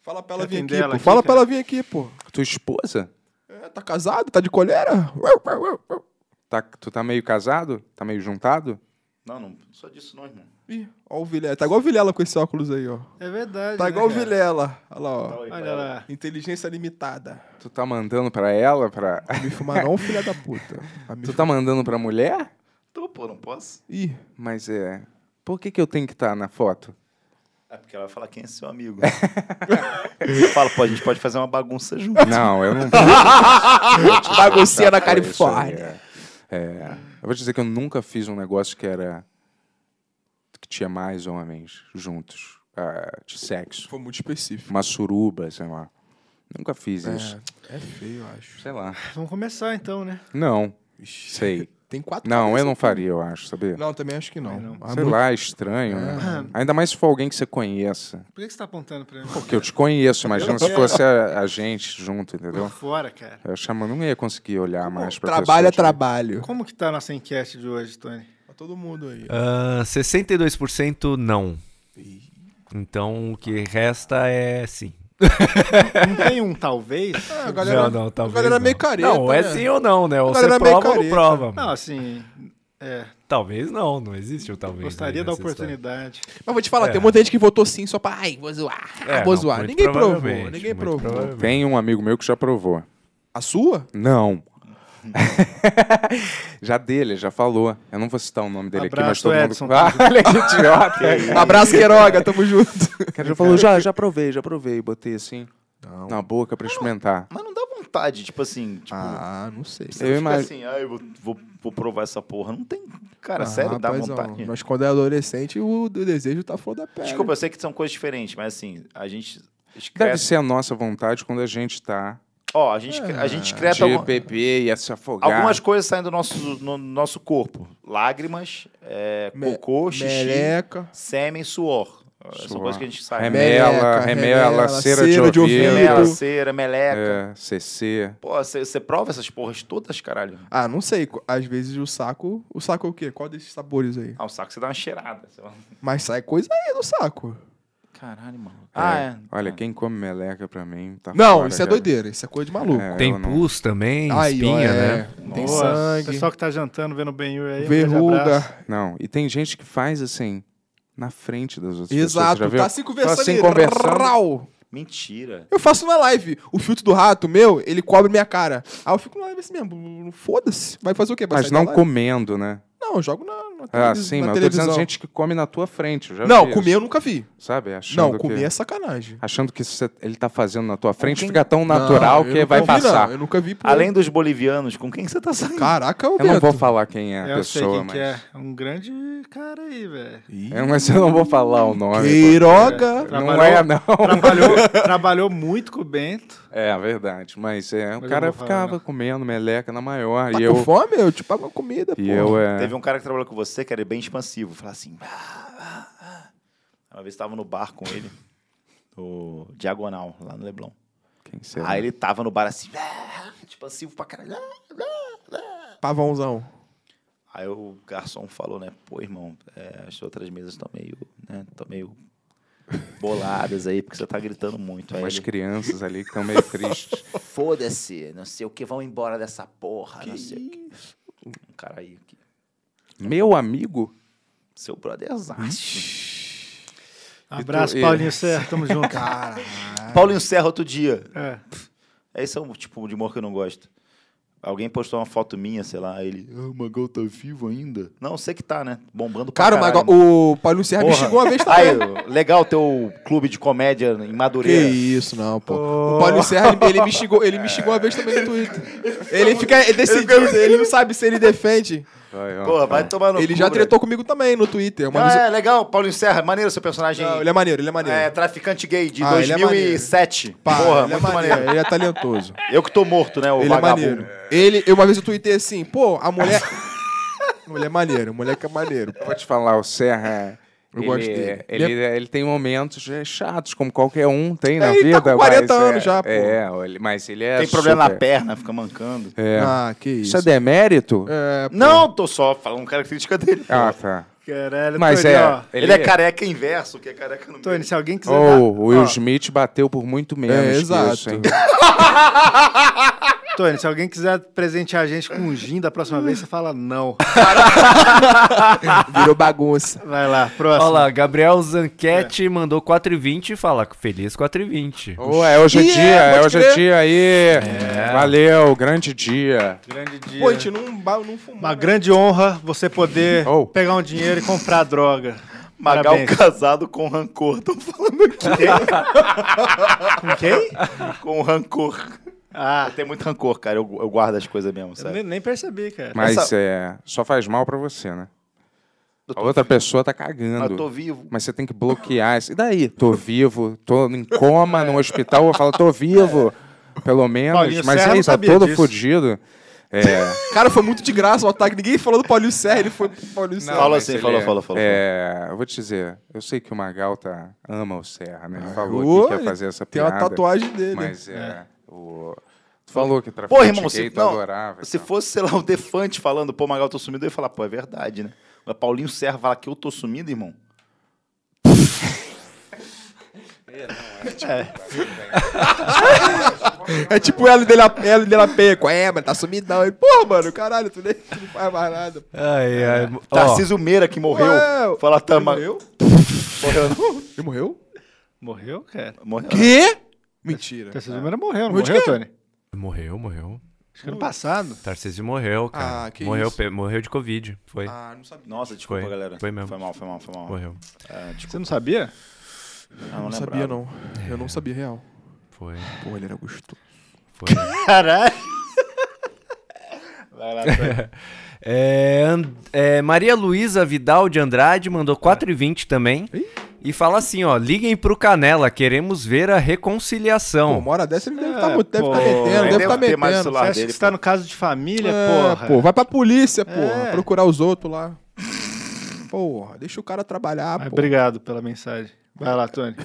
S7: Fala pra ela vir
S4: atender
S7: aqui,
S4: ela
S7: pô.
S4: aqui,
S7: Fala pra
S4: cara?
S7: ela vir aqui, pô.
S3: Tua esposa?
S7: É, tá casado? Tá de colheira? Uau, uau, uau, uau.
S3: Tá, tu tá meio casado? Tá meio juntado?
S8: Não, não, não sou disso não, irmão.
S7: Ih, ó o Vilela. Tá igual o Vilela com esse óculos aí, ó.
S8: Então,
S4: É verdade.
S7: Tá
S4: né,
S7: igual o
S4: cara?
S7: Vilela. Olha lá, ó.
S8: Olha
S4: Olha lá.
S7: Inteligência limitada.
S3: Tu tá mandando pra ela, pra...
S7: Me fumar não, filha da puta. A me
S3: Tu tá mandando pra mulher?
S8: Tô, pô, não posso.
S7: Ih,
S3: Mas é... Por que que eu tenho que estar na foto?
S8: É porque ela vai falar quem é seu amigo. eu falo, pô, a gente pode fazer uma bagunça junto.
S3: Não, eu não...
S7: baguncinha na
S3: Foi isso aí,
S7: Califórnia.
S3: É. É. Eu vou dizer que eu nunca fiz um negócio que era... Que tinha mais homens juntos. ah, de sexo.
S7: Foi muito específico.
S3: Uma suruba, sei lá. Nunca fiz isso.
S7: É feio, eu acho.
S3: Sei lá.
S4: Vamos começar então, né?
S3: Não. Sei.
S7: Tem quatro
S3: Não,
S7: cabeças
S3: eu não
S7: aqui.
S3: faria, eu acho, sabia?
S7: Não, também acho que não.
S4: Também não.
S7: Ah,
S3: Sei
S7: muito- É.
S3: lá, é estranho, né? Ainda mais se for alguém que você conheça.
S4: Por que que você tá apontando pra mim?
S3: Porque eu te conheço, imagina se
S4: quero.
S3: fosse a, a gente junto, entendeu?
S4: Tá Fora, cara.
S3: Eu chamando, não ia conseguir olhar mais pra
S7: Trabalho
S3: pessoa,
S7: é
S3: tipo,
S7: trabalho.
S4: Como que tá a nossa enquete de hoje, Tony?
S7: Pra todo mundo aí.
S11: Ah, 62% não. Então o que resta é sim.
S4: Não tem um talvez?
S7: Ah, a galera,
S11: não, não,
S7: a
S11: talvez.
S7: galera é meio
S11: não.
S7: careta.
S11: Não, é
S7: né?
S11: sim ou não, né? Ou
S7: Agora era
S11: você
S7: meio
S11: prova ou não
S7: careta.
S11: prova.
S4: Não, assim,
S11: Talvez não, não existe o talvez.
S4: gostaria
S11: aí
S4: da
S11: nessa história.
S4: oportunidade.
S7: Mas vou te falar, tem muita gente que votou sim só pra. Ai, vou zoar.
S11: É,
S7: vou
S11: não,
S7: zoar.
S11: muito
S7: Ninguém provou.
S11: provavelmente,
S7: Ninguém
S11: muito
S7: provou.
S11: provavelmente.
S3: Tem um amigo meu que já provou.
S7: A sua?
S3: Não. já dele, já falou. Eu não vou citar o nome dele aqui, mas
S4: Abraço,
S3: todo
S4: Edson.
S3: mundo. Ah, Olha que idiota.
S7: Abraço, Queiroga, tamo junto.
S3: O cara já falou, já, já provei, já provei. Botei assim na boca pra experimentar.
S8: Mas não dá vontade, tipo assim, tipo...
S7: Ah, não sei.
S8: Você eu
S3: Eu imag-
S8: assim, ah, eu vou, vou, vou provar essa porra. Não tem.
S4: Ah,
S8: Cara, sério, dá
S7: rapazão,
S8: vontade.
S7: Ah, Mas quando é adolescente, o o desejo tá flor da pele.
S8: Desculpa, eu sei que são coisas diferentes, mas assim, a gente.
S3: Deve
S8: Excreta...
S3: ser a nossa vontade quando a gente tá
S8: Ó, a gente, a gente
S3: de
S8: excreta alguma-
S3: bebê e ia se afogar.
S8: algumas coisas saem do nosso, no nosso corpo: lágrimas, é,
S7: Me-
S8: cocô, xixi,
S7: Meleca.
S8: sêmen, suor. São
S3: Suor.
S8: coisas que a gente sai.
S3: Remela,
S7: Meleca, remela,
S3: remela, cera
S7: cera
S3: de
S7: de ouvido.
S8: Remela,
S3: ouvido.
S8: cera, meleca.
S3: É, CC.
S8: Pô, você prova essas porras todas, caralho?
S7: Ah, não sei. co- Às vezes o saco. O saco é o quê? Qual desses sabores aí?
S8: Ah, o saco você dá uma cheirada. sei lá.
S7: Mas sai coisa aí do saco.
S8: Caralho, mano.
S3: É,
S8: Ah, é.
S3: Olha,
S8: Ah.
S3: quem come meleca pra mim tá
S7: Não,
S3: fora,
S7: isso é
S3: cara.
S7: doideira. Isso é coisa de maluco.
S3: É, eu
S11: Tem
S3: não-
S11: pus também, espinha, né?
S7: né? Tem
S8: Nossa,
S7: sangue,
S4: Pessoal que tá jantando, vendo o Ben aí. um grande abraço.
S7: verruga.
S3: Não, e tem gente que faz assim, na frente das outras pessoas.
S7: Exato.
S3: já viu?
S7: Tá assim conversando.
S3: Tá assim
S7: ali,
S3: conversando.
S7: rau.
S8: Mentira.
S7: Eu faço na live. O filtro do rato, meu, ele cobre minha cara. Aí eu fico na live assim mesmo. Foda-se. Vai fazer o quê? Vai
S3: Mas
S7: sair da
S3: não
S7: live?
S3: comendo, né?
S7: Não, eu jogo na, na,
S3: Ah,
S7: televis-
S3: sim, mas
S7: na
S3: eu tô
S7: televisão.
S3: dizendo gente que come na tua frente. eu já
S7: não,
S3: vi
S7: comer
S3: isso,
S7: eu nunca vi.
S3: Sabe? Achando
S7: Não, comer
S3: que,
S7: é sacanagem.
S3: Achando que isso ele tá fazendo na tua frente, fica tão natural
S7: Não, eu
S3: que
S7: nunca
S3: vai
S7: vi,
S3: passar.
S7: Não, eu nunca vi. Por...
S8: Além dos bolivianos, com quem você tá saindo?
S7: Caraca, o
S3: Eu não vou falar quem é a
S4: Eu sei
S3: pessoa,
S4: quem
S3: mas...
S4: que é. É um grande cara aí, velho.
S3: É, mas eu não vou falar o nome.
S7: Queiroga.
S3: porque- Não
S4: Trabalhou-
S3: é, não.
S4: Trabalhou, trabalhou muito com o Bento.
S3: É, verdade. Mas é, o
S4: Mas eu
S3: cara
S4: não vou falar,
S3: ficava
S4: não.
S3: comendo meleca na maior.
S7: Tá
S3: e
S7: com
S3: eu...
S7: fome? Eu te pago uma comida,
S3: E
S7: pô.
S3: eu é...
S8: Teve um cara que trabalhou com você que era bem expansivo. Falava assim. "Ah, ah, ah." Uma vez tava no bar com ele, no Diagonal, lá no Leblon.
S3: Quem será?
S8: Aí ele tava no bar assim, "Ah, expansivo pra caralho. ah."
S3: é-
S7: Pavãozão.
S8: Aí o garçom falou, né? Pô, irmão, é, as outras mesas estão meio, né? Tão meio boladas aí, porque você tá gritando muito. Aí
S3: Umas
S8: ele,
S3: crianças ali que estão meio tristes.
S8: foda-se, não sei o que, vão embora dessa porra, não sei o que. Um cara aí, que-
S3: Meu amigo?
S8: seu é brotherzaço.
S4: Abraço,
S3: E-
S4: Paulinho Serra. Tamo junto.
S8: Paulinho Serra, outro dia,
S4: É.
S8: Esse é um tipo de humor que eu não gosto. Alguém postou uma foto minha, sei lá, ele. Ah, o Magal tá vivo ainda? Não, sei que tá, né? Bombando pra
S7: Cara, mas
S8: caralho.
S7: o Paulinho Serra me
S8: Porra.
S7: xingou uma vez também.
S8: Aí, legal teu clube de comédia em
S7: Que
S8: Madureira.
S7: isso, não, pô. O Paulo Serra, ele, ele me xingou, ele me xingou uma vez também no Twitter. Ele fica decidido, ele não sabe se ele defende.
S3: Vai, ó,
S6: Porra, vai
S3: cara.
S6: tomar no
S7: Ele
S6: cu,
S7: já
S6: velho.
S7: tretou comigo também no Twitter. Uma
S6: Ah,
S7: vez eu-
S6: é, legal, Paulo Serra, maneiro seu personagem.
S7: Não, ele é maneiro, ele é maneiro.
S6: É, traficante gay de
S7: Ah, ele é
S6: 2007.
S7: Pá,
S6: Porra,
S7: ele é
S6: muito maneiro.
S7: maneiro, ele é talentoso.
S6: Eu que tô morto, né, o
S7: ele
S6: vagabundo.
S7: é maneiro. Ele, eu, uma vez eu tuitei assim, pô, a mulher. mulher é maneira, mulher que é maneiro.
S3: Eu vou te falar, o Serra.
S7: Eu
S3: ele,
S7: gosto dele.
S3: Ele, ele tem momentos é, chatos, como qualquer um tem na
S7: ele
S3: vida.
S7: tá com 40
S3: mas, é,
S7: anos já, pô.
S3: É, ele- mas ele é.
S6: Tem problema na
S3: super-
S6: perna, fica mancando.
S3: É.
S7: Ah, que
S3: Isso
S7: isso.
S3: é demérito?
S7: É,
S6: Não, tô só falando característica dele.
S3: Ah, tá.
S4: Caralho,
S3: Mas
S4: Tony,
S3: é.
S4: ó.
S6: Ele, é careca inverso, que é careca no
S4: Tony,
S6: meio.
S4: se alguém quiser.
S3: Ou
S4: dar-
S3: o Will
S4: ó,
S3: Smith bateu por muito menos.
S7: É,
S3: que
S7: exato.
S3: isso, hein?
S4: Tony, se alguém quiser presentear a gente com um gin da próxima vez, você fala não.
S7: virou bagunça.
S4: Vai lá,
S11: Olha
S4: próximo.
S11: lá, Gabriel
S7: É.
S11: Zanquete mandou 4,20 e fala feliz 4,20.
S3: Ô, é hoje é
S7: Ih,
S3: dia,
S7: é,
S3: é,
S7: pode
S3: hoje
S7: crer.
S3: é dia aí. É. Valeu, grande dia.
S4: Grande dia.
S7: Pô, a gente não, ba- não fumou.
S4: Uma grande honra você poder
S3: Oh.
S4: pegar um dinheiro e comprar droga.
S6: Magal
S4: Parabéns.
S6: casado com rancor. Tô falando aqui.
S4: Com quem?
S6: com rancor.
S4: Ah,
S6: Tem muito rancor, cara. Eu, eu guardo as coisas mesmo,
S4: eu
S6: sabe?
S4: nem, nem percebi, cara.
S3: Mas
S6: Essa-
S3: é, só faz mal pra você, né?
S6: Eu
S3: A
S6: tô
S3: outra pessoa tá
S6: Mas eu tô
S3: cagando.
S6: vivo.
S3: Mas você tem que bloquear isso. E daí? Tô vivo, tô em coma no hospital, eu falo, tô vivo. Pelo menos.
S4: Paulinho
S3: mas
S4: Serra
S3: aí,
S4: não
S3: tá
S4: sabia
S3: todo
S4: disso.
S3: fudido. É,
S7: Cara, foi muito de graça o ataque. Ninguém falou do Paulinho Serra, ele foi pro Paulinho Serra.
S6: fala
S3: mas
S6: assim,
S3: ele
S6: fala,
S3: é-
S6: fala, fala.
S3: É, eu vou te dizer, eu sei que o Magal tá, ama o Serra, né? Ele falou
S7: Ô,
S3: que quer fazer essa
S7: Tem
S3: piada.
S7: uma tatuagem dele.
S3: Mas é. o- Tu falou que traficante
S6: Pô, irmão, se,
S3: gay tu
S6: não,
S3: adorava. e
S6: se
S3: tal.
S6: fosse, sei lá, o Defante falando, pô, Magal, tô sumido, eu ia falar, pô, é verdade, né? Mas Paulinho Serra fala que eu tô sumido, irmão.
S7: É tipo ela dele, ela dela Penha. Qual é, mano? Tá sumidão. Ele, Pô, mano, caralho, tu, nem, tu não faz mais nada. É.
S11: Ai, ai. ó,
S6: Tarcísio Meira, que morreu,
S7: Ué,
S6: fala, tá,
S7: Ele
S6: Ma-
S7: morreu?
S6: morreu, não?
S7: Ele morreu?
S4: Morreu, cara.
S6: Morreu.
S7: Quê? Mentira.
S3: Ah,
S4: Tarcísio Meira morreu, não
S7: Morreu de
S4: morreu,
S7: quê?
S4: Tony?
S11: Morreu, morreu.
S4: Acho que ano passado.
S11: Tarcísio morreu, cara.
S7: Ah, que
S11: morreu,
S7: isso.
S11: pe- morreu de Covid, foi.
S7: Ah, não sabia.
S6: Nossa, desculpa,
S11: Foi.
S6: galera.
S11: Foi mesmo.
S6: Foi mal, foi mal, foi mal.
S11: Morreu.
S6: É, desculpa,
S4: Você não sabia?
S6: não,
S7: não
S6: lembrava.
S7: sabia, não. Eu não sabia real.
S11: Foi.
S7: Pô, ele era gostoso.
S11: Foi.
S4: Caralho.
S6: Vai lá, Tony.
S11: É, And- é, Maria Luísa Vidal de Andrade mandou 4,20 também. E fala assim, ó, liguem pro Canela, queremos ver a
S7: Pô,
S11: reconciliação.
S7: uma hora dessa ele deve
S4: É,
S7: estar metendo, deve
S4: pô.
S7: tá metendo,
S4: Ele
S7: deve
S6: deve
S7: tá
S6: ter mais
S7: metendo.
S4: Você
S6: celular. Lá
S4: acha
S6: dele,
S4: que está
S6: pô.
S4: no caso de família,
S7: É,
S4: porra?
S7: pô, vai pra polícia, porra.
S4: É.
S7: Procurar os outros lá. Porra, deixa o cara trabalhar,
S4: Mas
S7: pô.
S4: obrigado pela mensagem. Vai lá, Tony.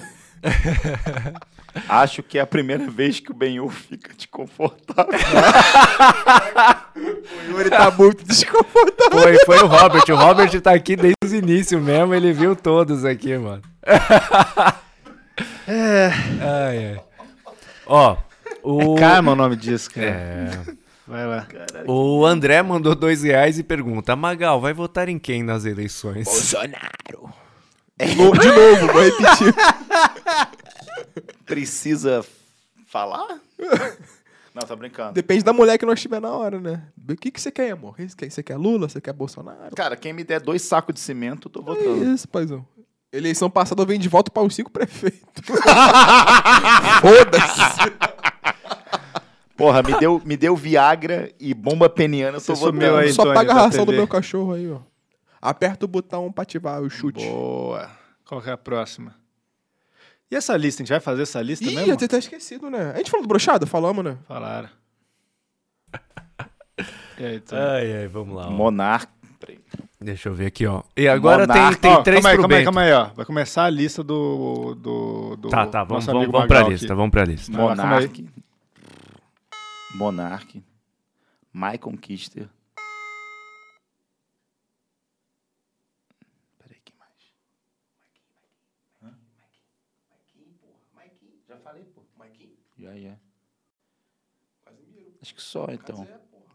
S6: Acho que é a primeira vez que o Benhur fica desconfortável.
S7: Ele tá muito desconfortável.
S11: Foi, foi o Robert. O Robert tá aqui desde os inícios mesmo, ele viu todos aqui, mano. Ai, ai. Ó, o...
S4: Karma é né? o nome disso, cara.
S11: É.
S4: Vai lá.
S11: O André mandou dois reais e pergunta: Magal, vai votar em quem nas eleições?
S6: É.
S7: De novo, de novo, vou repetir.
S6: Precisa falar? Não, tô brincando.
S7: Depende da mulher que nós tiver na hora, né? O que, que você quer, amor? Você quer, você quer Lula? Você quer Bolsonaro?
S6: Cara, quem me der dois sacos de cimento, eu tô
S7: É
S6: votando.
S7: isso, paizão. Eleição passada eu venho de volta para os cinco prefeitos. Foda-se.
S6: Porra, me deu, me deu Viagra e bomba peniana, eu tô
S4: Você sumiu
S6: votando.
S4: aí.
S7: Só
S4: Tony, tá
S7: paga a
S4: da
S7: ração do
S4: TV.
S7: meu cachorro aí, ó. Aperta o botão pra ativar o chute.
S4: Boa. Qual que é a próxima? E essa lista? A gente vai fazer essa lista
S7: Ih,
S4: mesmo?
S7: eu tinha até esquecido, né? A gente falou do brochado? Falamos, né?
S4: Falaram. E aí, Tony?
S7: Ah,
S11: Ai, ai, vamos lá. ó.
S6: Monarca.
S11: Deixa eu ver aqui, ó. E agora tem,
S6: Monarca.
S11: tem
S4: Ó,
S11: três
S4: calma aí,
S11: pro
S4: calma aí,
S11: Bento.
S4: calma aí, ó. Vai começar a lista do. do, do
S11: Tá, tá, vamos,
S4: nosso
S11: vamos,
S4: amigo
S11: vamos pra
S4: Magal
S11: lista,
S4: aqui.
S11: vamos pra lista.
S4: Vai lá, calma aí.
S6: Monark. Monark. Michael Kister. Peraí, quem mais? Hã? Já, já. Acho que só, então.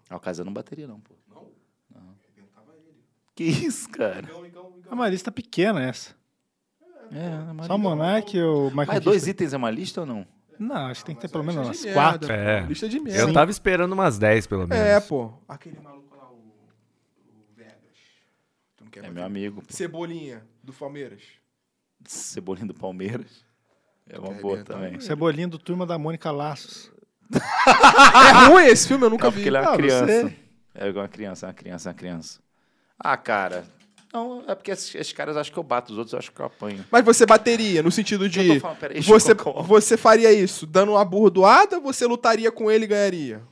S6: Ah, o Casé não bateria, não, pô. Não? Não. Que isso, cara?
S4: É uma lista pequena essa.
S6: É,
S4: Só o Monark e o Michael
S6: Mas dois
S4: Kister.
S6: itens é uma lista ou não?
S4: Não, acho que tem que ter pelo menos umas
S7: Lista de
S4: quatro.
S7: merda,
S11: É.
S7: pô. Lista de merda.
S11: Eu tava esperando umas 10, pelo menos.
S7: É, pô. Aquele maluco lá, o. o Vegas. Tu não quer
S6: É
S7: mais
S6: meu
S7: ver?
S6: amigo. pô.
S7: Cebolinha, do Palmeiras.
S6: Cebolinha do Palmeiras. É uma
S7: Quer
S6: boa
S7: arrebentar
S6: também.
S4: Cebolinha do Turma da Mônica Laços.
S7: É ruim esse filme, eu nunca
S6: Não,
S7: vi.
S6: porque ele é uma
S4: Ah, não
S6: criança.
S4: sei.
S6: É igual uma criança, é uma criança, é uma criança.
S8: Ah, cara. Não, é porque esses, esses caras acham que eu bato, os outros acham que eu apanho.
S7: Mas você bateria, no sentido
S8: Eu
S7: de.
S8: tô falando, peraí, deixa eu
S7: Você,
S8: colocar o-
S7: você faria isso dando uma burdoada, você lutaria com ele e ganharia?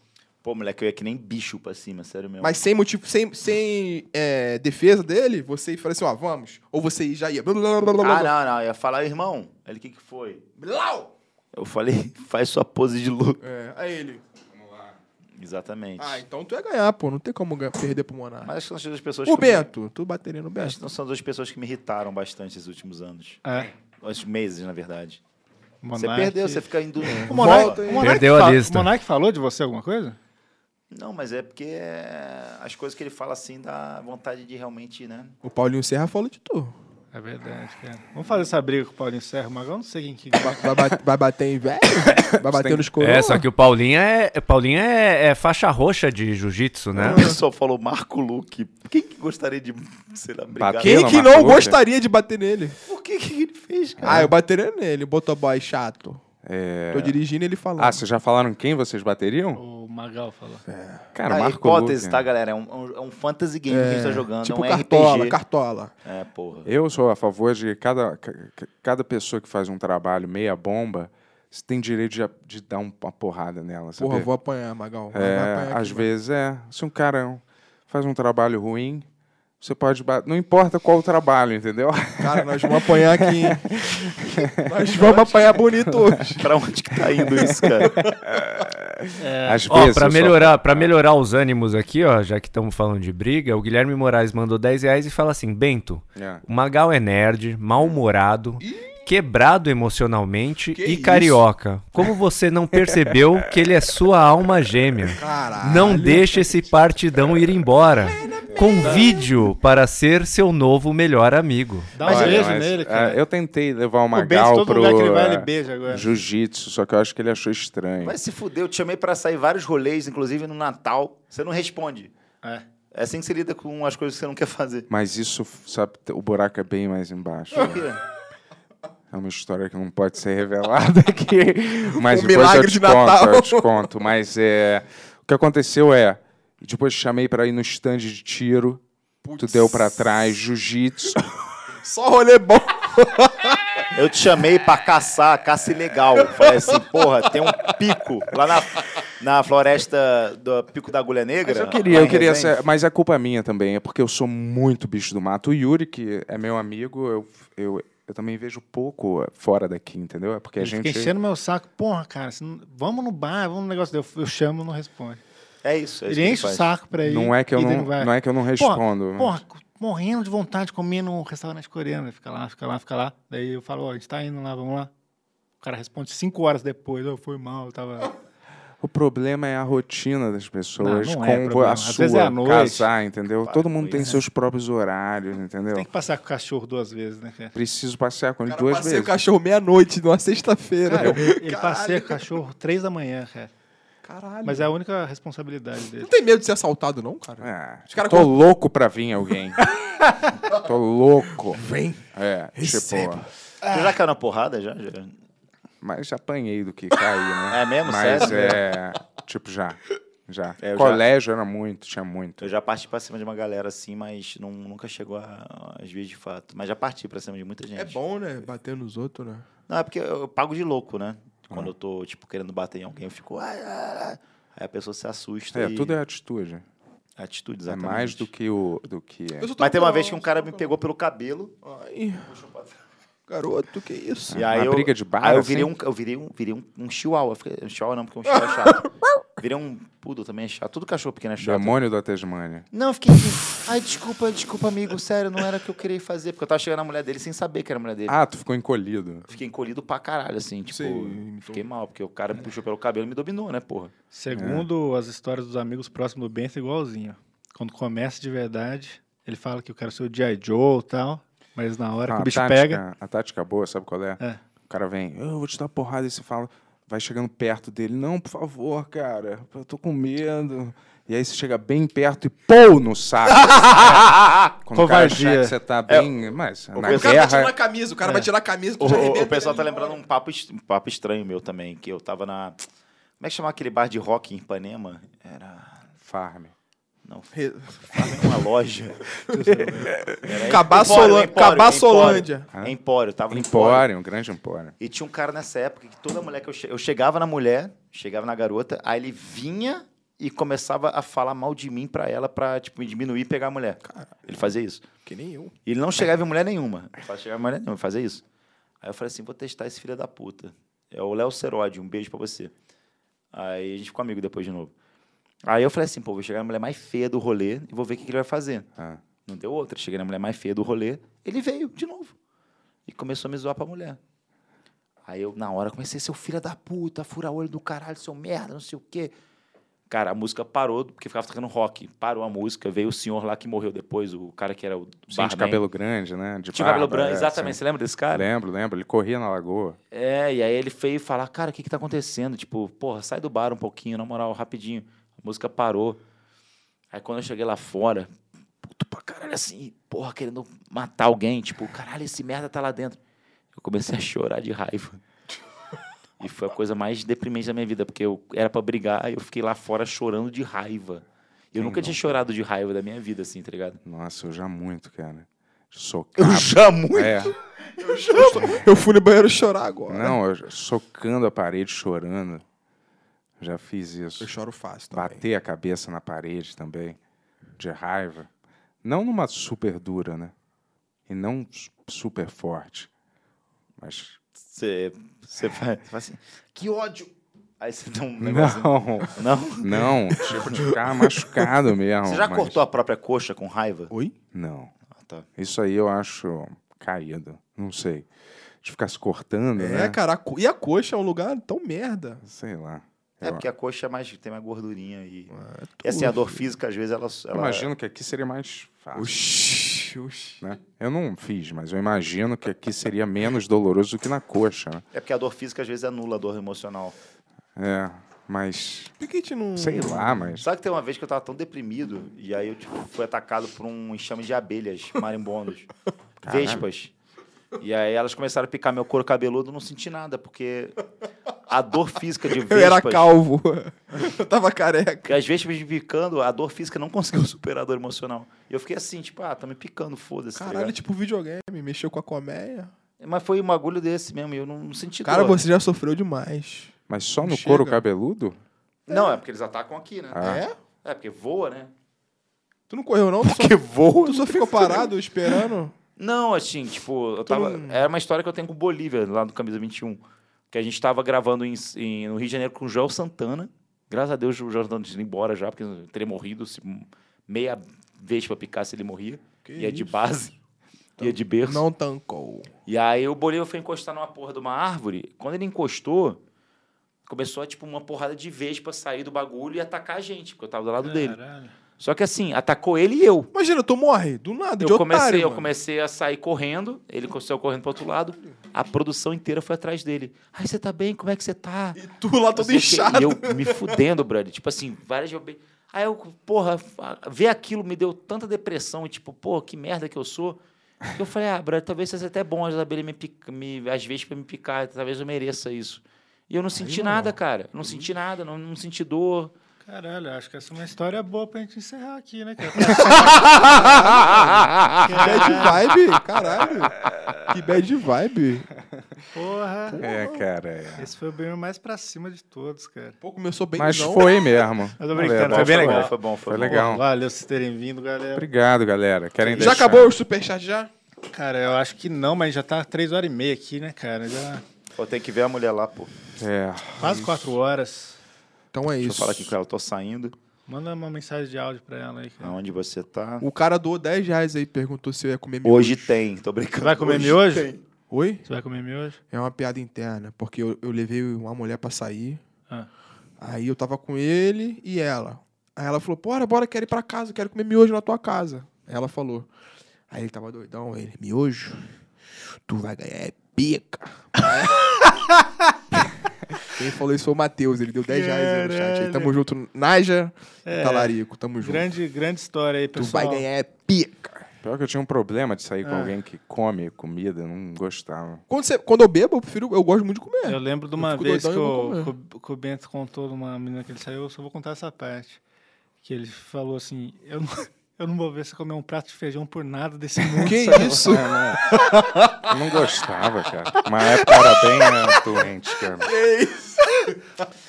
S8: Pô, moleque, eu ia que nem bicho pra cima, sério mesmo.
S7: Mas sem motivo, sem, sem é, defesa dele, você falaria assim, ó, vamos. Ou você já ia. Blá, blá, blá, blá,
S8: Ah,
S7: blá.
S8: não, não. Eu ia falar, irmão. Ele, o que que foi? Eu falei, faz sua pose de luta.
S7: É, aí ele.
S8: Exatamente.
S7: Ah, então tu ia ganhar, pô. Não tem como ganhar- perder pro Monarca.
S8: Mas acho que são as pessoas
S7: O
S8: que... eu me- É,
S7: Bento, tu bateria no
S8: Acho
S7: Bento.
S8: que são duas pessoas que me irritaram bastante esses últimos anos.
S4: É.
S8: Esses meses, na verdade. Você
S4: Monark-
S8: perdeu, você fica indo.
S4: O Monark,
S8: Volta.
S4: o Monark
S11: Perdeu a
S4: fa-
S11: lista.
S4: O Monark falou de você alguma coisa?
S8: Não, mas é porque é, as coisas que ele fala assim dá vontade de realmente, né?
S7: O Paulinho Serra falou de tu.
S4: É verdade, cara. Vamos fazer essa briga com o Paulinho Serra, mas eu não sei quem que.
S7: Vai, vai bat- vai bater em velho? Vai bater nos coroas?
S11: É, só que o Paulinho é, Paulinho é, é faixa roxa de jiu-jitsu, né?
S8: O pessoal falou Marco Luque. Quem que gostaria de, sei lá, brigar?
S3: Bater?
S7: Quem
S3: Pena,
S7: que
S3: Marco
S7: não
S3: Luca.
S7: gostaria de bater nele?
S8: Por que, que ele fez, cara?
S7: Ah, eu bateria nele, botoboy chato. É. Tô dirigindo e ele falando.
S3: Ah, vocês já falaram quem vocês bateriam?
S4: O Magal falou.
S3: Cara,
S8: Ah,
S3: Marco
S8: hipótese,
S3: Luque.
S8: tá, galera? É um, é um- é um fantasy game que a gente tá jogando,
S7: tipo
S8: é um
S7: cartola,
S8: RPG.
S7: cartola.
S8: É, porra.
S3: Eu sou a favor de cada, ca- ca- cada pessoa que faz um trabalho meia bomba, você tem direito de, a- de dar um- uma porrada nela, sabe?
S7: Porra, vou apanhar, Magal. Vai,
S3: É,
S7: vai apanhar
S3: às
S7: aqui,
S3: vezes é. Se um cara faz um trabalho ruim, você pode bater. Não importa qual o trabalho, entendeu?
S7: Cara, nós vamos apanhar aqui, hein? nós vamos apanhar bonito hoje.
S8: Pra onde que tá indo isso, cara?
S4: É.
S3: Às
S11: Ó,
S3: vezes.
S11: pra
S3: eu só-
S11: melhorar, pra melhorar os ânimos aqui, ó, já que estamos falando de briga, o Guilherme Moraes mandou 10 reais e fala assim: Bento,
S3: É.
S11: o Magal é nerd, mal-humorado, quebrado emocionalmente
S7: Que
S11: e
S7: isso?
S11: carioca. Como você não percebeu que ele é sua alma gêmea?
S7: Caralho.
S11: Não deixe esse partidão ir embora. Convide-o para ser seu novo melhor amigo.
S4: Dá um
S3: Olha,
S4: beijo
S3: mas,
S4: nele,
S3: é,
S4: cara.
S3: eu tentei levar o
S4: o beijo,
S3: Magal
S4: todo
S3: pro
S4: lugar que ele vai, ele
S3: é,
S4: beija agora.
S3: jiu-jitsu, só que eu acho que ele achou estranho.
S8: Vai se fuder, eu te chamei pra sair vários rolês, inclusive no Natal. Você não responde.
S4: É.
S8: É assim que você lida com as coisas que você não quer fazer.
S3: Mas isso, sabe, o buraco é bem mais embaixo. né?
S8: Por quê?
S3: É uma história que não pode ser revelada aqui. Mas
S7: Um
S3: depois
S7: milagre
S3: eu te
S7: de
S3: conto,
S7: Natal.
S3: eu te conto. Mas é, o que aconteceu é, depois chamei pra ir no stand de tiro, tu deu pra trás, jiu-jitsu.
S7: Só rolê bom.
S8: Eu te chamei pra caçar, caça ilegal. Falei assim, porra, tem um pico lá na, na floresta do Pico da Agulha Negra.
S3: Mas eu queria,
S8: lá
S3: eu
S8: em
S3: queria
S8: Resende.
S3: ser, mas é culpa minha também, é porque eu sou muito bicho do mato. O Yuri, que é meu amigo, eu, eu, eu também vejo pouco fora daqui, entendeu? É porque a
S4: Ele
S3: gente...
S4: fica enchendo meu saco. Porra, cara, você não- vamos no bar, vamos no negócio dele. Eu, eu chamo não responde.
S8: É isso. É isso
S4: ele
S8: que ele
S4: enche o
S8: faz.
S4: saco pra ir.
S3: Não é que eu
S4: e daí
S3: não,
S4: vai.
S3: não é que eu não
S4: Porra,
S3: respondo. mas-
S4: Porra, co- morrendo de vontade de comer num restaurante coreano. Ele Fica lá, fica lá, fica lá. Daí eu falo, ó, a gente tá indo lá, vamos lá. O cara responde cinco horas depois, ó, foi mal, eu tava.
S3: O problema é a rotina das pessoas
S4: Não, não é
S3: com
S4: problema.
S3: a
S4: Às
S3: sua
S4: vezes é à noite.
S3: casar, entendeu?
S8: Para
S3: Todo
S8: com
S3: mundo tem
S8: isso.
S3: seus próprios horários,
S4: Tem
S3: entendeu?
S7: Então.
S4: que passar com o cachorro duas vezes, né, cara?
S3: Preciso passear com ele
S7: Cara,
S3: duas
S7: passei
S3: vezes. É,
S7: o cachorro meia-noite, numa sexta-feira.
S4: Cara, ele
S7: Caralho.
S4: passeia com o cachorro três da manhã, cara.
S7: Caralho.
S4: Mas é a única responsabilidade dele.
S7: Não tem medo de ser assaltado, não, cara?
S3: É,
S7: Os cara
S3: tô
S7: com-
S3: louco pra vir alguém. tô louco.
S7: Vem.
S3: É,
S7: Receba.
S3: tipo,
S8: Você já caiu na porrada? Já? já?
S3: mas já apanhei do que caí, né?
S8: É mesmo?
S3: Mas
S8: Sério?
S3: é, tipo, já. Já.
S8: É, eu
S3: Colégio era muito, tinha muito.
S8: Então, Eu já parti pra cima de uma galera assim, mas não- nunca chegou a- às vias de fato. Mas já parti pra cima de muita gente.
S7: É bom, né? Bater nos outros, né?
S8: Não, é porque eu, eu pago de louco, né? Quando eu tô, tipo, querendo bater em alguém, eu fico. "Ai, ai, ai". Aí a pessoa se assusta.
S3: É,
S8: e...
S3: tudo é atitude.
S8: Atitude,
S3: É
S8: exatamente.
S3: mais do que o. Do que...
S7: Eu só tô
S8: Mas tem uma
S7: falando,
S8: vez que um
S7: só
S8: cara
S7: tô
S8: me pegou pelo cabelo.
S7: falando. Ai, garoto, que isso?
S8: E
S3: é. Uma
S8: aí eu,
S3: briga de bar,
S8: Aí eu
S3: assim?
S8: virei um, eu virei um, virei um, um chihuahua. Fiquei- Um chihuahua não, porque um chihuahua é chato. Virei um poodle também é chato. Tudo cachorro pequeno é chato.
S3: Demônio da Tasmania.
S8: Não, eu fiquei assim, ai, desculpa, desculpa, amigo, sério, não era o que eu queria fazer. Porque eu tava chegando na mulher dele sem saber que era a mulher dele.
S3: Ah, tu ficou encolhido.
S8: Fiquei encolhido pra caralho, assim, tipo,
S7: Sim,
S8: fiquei mal, porque o cara me puxou pelo cabelo e me dominou, né, porra?
S4: Segundo as histórias dos amigos próximos do Bento, é igualzinho. Quando começa de verdade, ele fala que eu quero ser o G.I. Joe e tal, mas na hora
S3: Ah,
S4: que o bicho
S3: tática-
S4: pega,
S3: A tática boa, sabe qual é?
S4: É.
S3: O cara vem, eu vou te dar porrada, e você fala, vai chegando perto dele, não, por favor, cara, eu tô com medo. E aí você chega bem perto e pô no saco. É. Quando o
S4: Covardia.
S3: cara achar que você tá
S6: É,
S3: bem. Ah, mas É. na
S8: pessoal-
S7: O cara vai
S3: guerra.
S7: tirar a camisa, o cara vai tirar a camisa, tu
S8: O,
S7: já
S8: o-
S7: arrebenta
S8: o pessoal tá
S7: ele.
S8: lembrando um papo, est- um papo estranho meu também, que eu tava na. Como é que chamava aquele bar de rock em Ipanema? Era.
S3: Farm.
S6: Não, fazem uma loja. Era
S7: Cabaçolan- Cabaçolândia.
S6: Empório, empório, tava no empório.
S3: Empório, um grande empório.
S6: E tinha um cara nessa época que toda mulher que eu, che... eu chegava na mulher, chegava na garota, aí ele vinha e começava a falar mal de mim pra ela, pra, tipo, me diminuir e pegar a mulher. Ele fazia isso.
S7: Que nem eu.
S6: E ele não chegava em mulher nenhuma. Ele falava, chegava em mulher nenhuma, fazia isso. Aí eu falei assim, vou testar esse filho da puta. É o Léo Serodi, um beijo pra você. Aí a gente ficou amigo depois de novo. Aí eu falei assim, pô, vou chegar na mulher mais feia do rolê e vou ver o que, que ele vai fazer.
S3: Ah.
S6: Não deu outra. Cheguei na mulher mais feia do rolê, ele veio de novo. E começou a me zoar pra mulher. Aí eu, na hora, comecei, seu filho da puta, fura-olho do caralho, seu merda, não sei o quê. Cara, a música parou, porque ficava tocando rock. Parou a música, veio o senhor lá que morreu depois, o cara que era o
S3: Sim, de
S6: barman.
S3: cabelo grande, né? De
S6: Tinha o cabelo
S3: barba,
S6: branco,
S3: é,
S6: exatamente.
S3: sim.
S6: Você lembra desse cara?
S3: Lembro, lembro. Ele corria na lagoa.
S6: É, e aí ele veio falar, cara, o que que tá acontecendo? Tipo, porra, sai do bar um pouquinho, na moral, rapidinho. A música parou. Aí quando eu cheguei lá fora, puto pra caralho, assim, porra, querendo matar alguém. Tipo, caralho, esse merda tá lá dentro. Eu comecei a chorar de raiva. E foi a coisa mais deprimente da minha vida, porque eu era pra brigar, eu fiquei lá fora chorando de raiva. Eu nunca tinha chorado de raiva da minha vida, assim, tá ligado?
S3: Nossa, eu já muito, cara.
S6: Eu
S3: Socado.
S6: já muito.
S3: É.
S7: Eu fui no banheiro chorar agora.
S3: Não, eu já- socando a parede, chorando. Já fiz isso.
S7: Eu choro fácil também.
S3: Bater a cabeça na parede também, de raiva. Não numa super dura, né? E não su- super forte. Mas.
S6: Você, você faz, você faz assim, que ódio! Aí você dá um negócio.
S3: Não,
S6: Não.
S3: não. Tipo de ficar machucado mesmo.
S6: Você já
S3: mas-
S6: cortou a própria coxa com raiva?
S7: Oi?
S3: Não.
S6: Ah, tá.
S3: Isso aí eu acho caído. Não sei. De ficar se cortando, né?
S7: É, cara. a co- E a coxa é um lugar tão merda.
S3: Sei lá.
S6: É
S3: Eu-
S6: porque a coxa é mais, tem mais gordurinha e. e
S3: é
S6: assim, a dor física, às vezes, ela.
S3: eu
S6: ela
S3: imagino que aqui seria mais fácil.
S7: Oxi, oxi.
S3: né? Eu não fiz, mas eu imagino que aqui seria menos doloroso do que na coxa. né?
S6: É porque a dor física, às vezes, anula a dor emocional.
S3: É, mas.
S7: Por que a gente não.
S3: Sei lá, mas.
S6: Sabe que tem uma vez que eu tava tão deprimido e aí eu tipo, fui atacado por um enxame de abelhas marimbondas. vespas. E aí elas começaram a picar meu couro cabeludo, eu não senti nada, porque a dor física de vespas.
S7: Eu era calvo. Eu tava careca.
S6: Porque às vezes me picando, a dor física não conseguiu superar a dor emocional. E eu fiquei assim, tipo, ah, tá me picando, foda-se. tá
S7: Caralho,
S6: ligado?
S7: tipo videogame, mexeu com a colmeia.
S6: Mas foi um bagulho desse mesmo, e eu não, não senti
S7: Cara,
S6: dor.
S7: você já sofreu demais.
S3: Mas só no
S7: Chega.
S3: couro cabeludo?
S6: Não, é porque eles atacam aqui, né?
S3: Ah.
S7: É?
S6: É, porque voa, né?
S7: Tu não correu, não? Tu só,
S6: Porque voa?
S7: tu só ficou parado esperando?
S6: Não, assim, tipo, eu tava. Era uma história que eu tenho com o Bolívia, lá no Camisa 21. Que a gente tava gravando em, em- no Rio de Janeiro com o Joel Santana. Graças a Deus o Joel Santana tinha ido embora já, porque eu teria morrido. Se meia vez pra picar se ele morria.
S7: Que
S6: ia é de
S7: isso? Então,
S6: base. Ia de berço.
S7: Não tancou.
S6: E aí o Bolívar foi encostar numa porra de uma árvore. Quando ele encostou, começou a, tipo, uma porrada de vespa sair do bagulho e atacar a gente, porque eu tava do lado dele. Só que assim, atacou ele e eu.
S7: Imagina, tu morre, do nada, de
S6: Eu comecei,
S7: otário,
S6: eu
S7: mano.
S6: comecei a sair correndo, ele começou correndo pro outro lado, a produção inteira foi atrás dele. Ai, você tá bem? Como é que você tá?
S7: E tu lá todo
S6: Não sei o quê. E
S7: inchado.
S6: eu me fudendo, brother. Tipo assim, várias vezes. eu- Aí eu, porra, fa- ver aquilo me deu tanta depressão. E tipo, porra, que merda que eu sou. Que eu falei, ah, brother, talvez seja até bom as abelhas me, pica- me às vezes pra me picar. Talvez eu mereça isso. E eu não senti nada, cara. Não senti nada, não, não senti dor.
S4: Caralho, acho que essa é uma história boa pra gente encerrar aqui, né, cara?
S7: Bad vibe, caralho. Que bad vibe.
S4: Porra.
S3: É, cara. é.
S4: Esse foi o bem mais pra cima de todos, cara.
S7: Pô, começou bem
S3: Mas foi mesmo.
S4: Eu
S3: Valeu,
S4: tô brincando,
S3: bom,
S4: foi bem
S3: bom,
S4: legal.
S3: É? Foi bom, foi,
S4: Pô,
S3: legal.
S4: Valeu vocês terem vindo, galera.
S3: Obrigado, galera. Querem
S7: Já
S3: deixar?
S7: acabou o superchat já?
S4: Cara, eu acho que não, mas já tá três horas e meia aqui, né, cara? Já
S6: Pô, tem que ver a mulher lá, pô. Deixa
S3: É.
S4: quase quatro horas.
S7: Então é isso.
S6: ela. Eu tô saindo.
S4: Manda uma mensagem de áudio pra ela aí, cara.
S6: Aonde você tá?
S7: O cara doou 10 reais aí, perguntou se eu ia comer miojo.
S6: Hoje tem. Tô brincando.
S4: Você vai comer miojo?
S7: Oi?
S4: Você vai comer miojo?
S7: É uma piada interna, porque eu, eu levei uma mulher pra sair.
S4: Ah.
S7: Aí eu tava com ele e ela. Aí ela falou: Bora, bora, quero ir pra casa, quero comer miojo na tua casa. Aí ela falou. Aí ele tava doidão, ele: Miojo? Tu vai ganhar é pica. Quem falou isso foi o Matheus, ele deu 10 reais aí no chat. Aí, tamo junto, Naja
S8: É.
S7: e Talarico, tamo junto.
S4: Grande, grande história aí,
S7: tu
S4: pessoal.
S7: vai ganhar é pica.
S3: Pior que eu tinha um problema de
S4: É.
S3: sair com alguém que come comida, eu não gostava.
S7: Quando, você- quando eu bebo, eu prefiro, eu gosto muito de comer.
S4: É, Eu lembro de uma
S7: fico
S4: vez que
S7: doidão e vou
S4: o, que o- que o Bento contou de uma menina que ele saiu, eu só vou contar essa parte. Que ele falou assim: eu não, eu não vou ver você comer um prato de feijão por nada desse mundo.
S7: Que
S4: sabe?
S7: isso?
S3: É, né? Eu não gostava, cara. Uma época era bem né, doente, cara.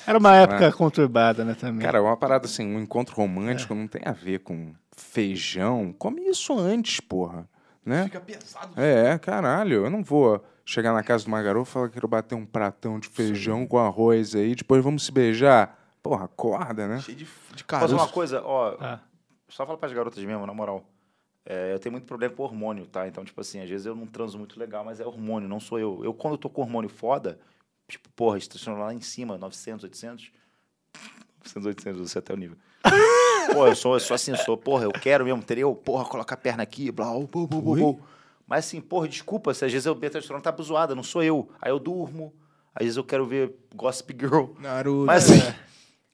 S4: Era uma época conturbada, né, também.
S3: Cara, uma parada assim, um encontro romântico não tem a ver com feijão. Come isso antes, porra. Né?
S13: Fica pesado.
S3: É, caralho, eu não vou chegar na casa de uma garota e falar que quero bater um pratão de feijão com arroz aí, depois vamos se beijar. Porra, acorda, né?
S13: Cheio de, de
S8: Posso falar
S13: caroço.
S8: uma coisa? Ó,
S4: Ah.
S8: só fala pras garotas mesmo, na moral. É, eu tenho muito problema com hormônio, tá? Então, tipo assim, às vezes eu não transo muito legal, mas é hormônio, não sou eu. Eu, quando eu tô com hormônio foda, tipo, porra, estacionou lá em cima, 900, 800. 900, 800, você até o nível. Pô, eu sou, eu sou assim, eu sou, porra, eu quero mesmo, entendeu? Porra, coloca a perna aqui, blá, blá, blá, blá, blá, blá. Mas assim, porra, desculpa, se às vezes eu testosterona tá zoada, não sou eu. Aí eu durmo, às vezes eu quero ver Gossip Girl.
S7: Naruto.
S8: Mas assim,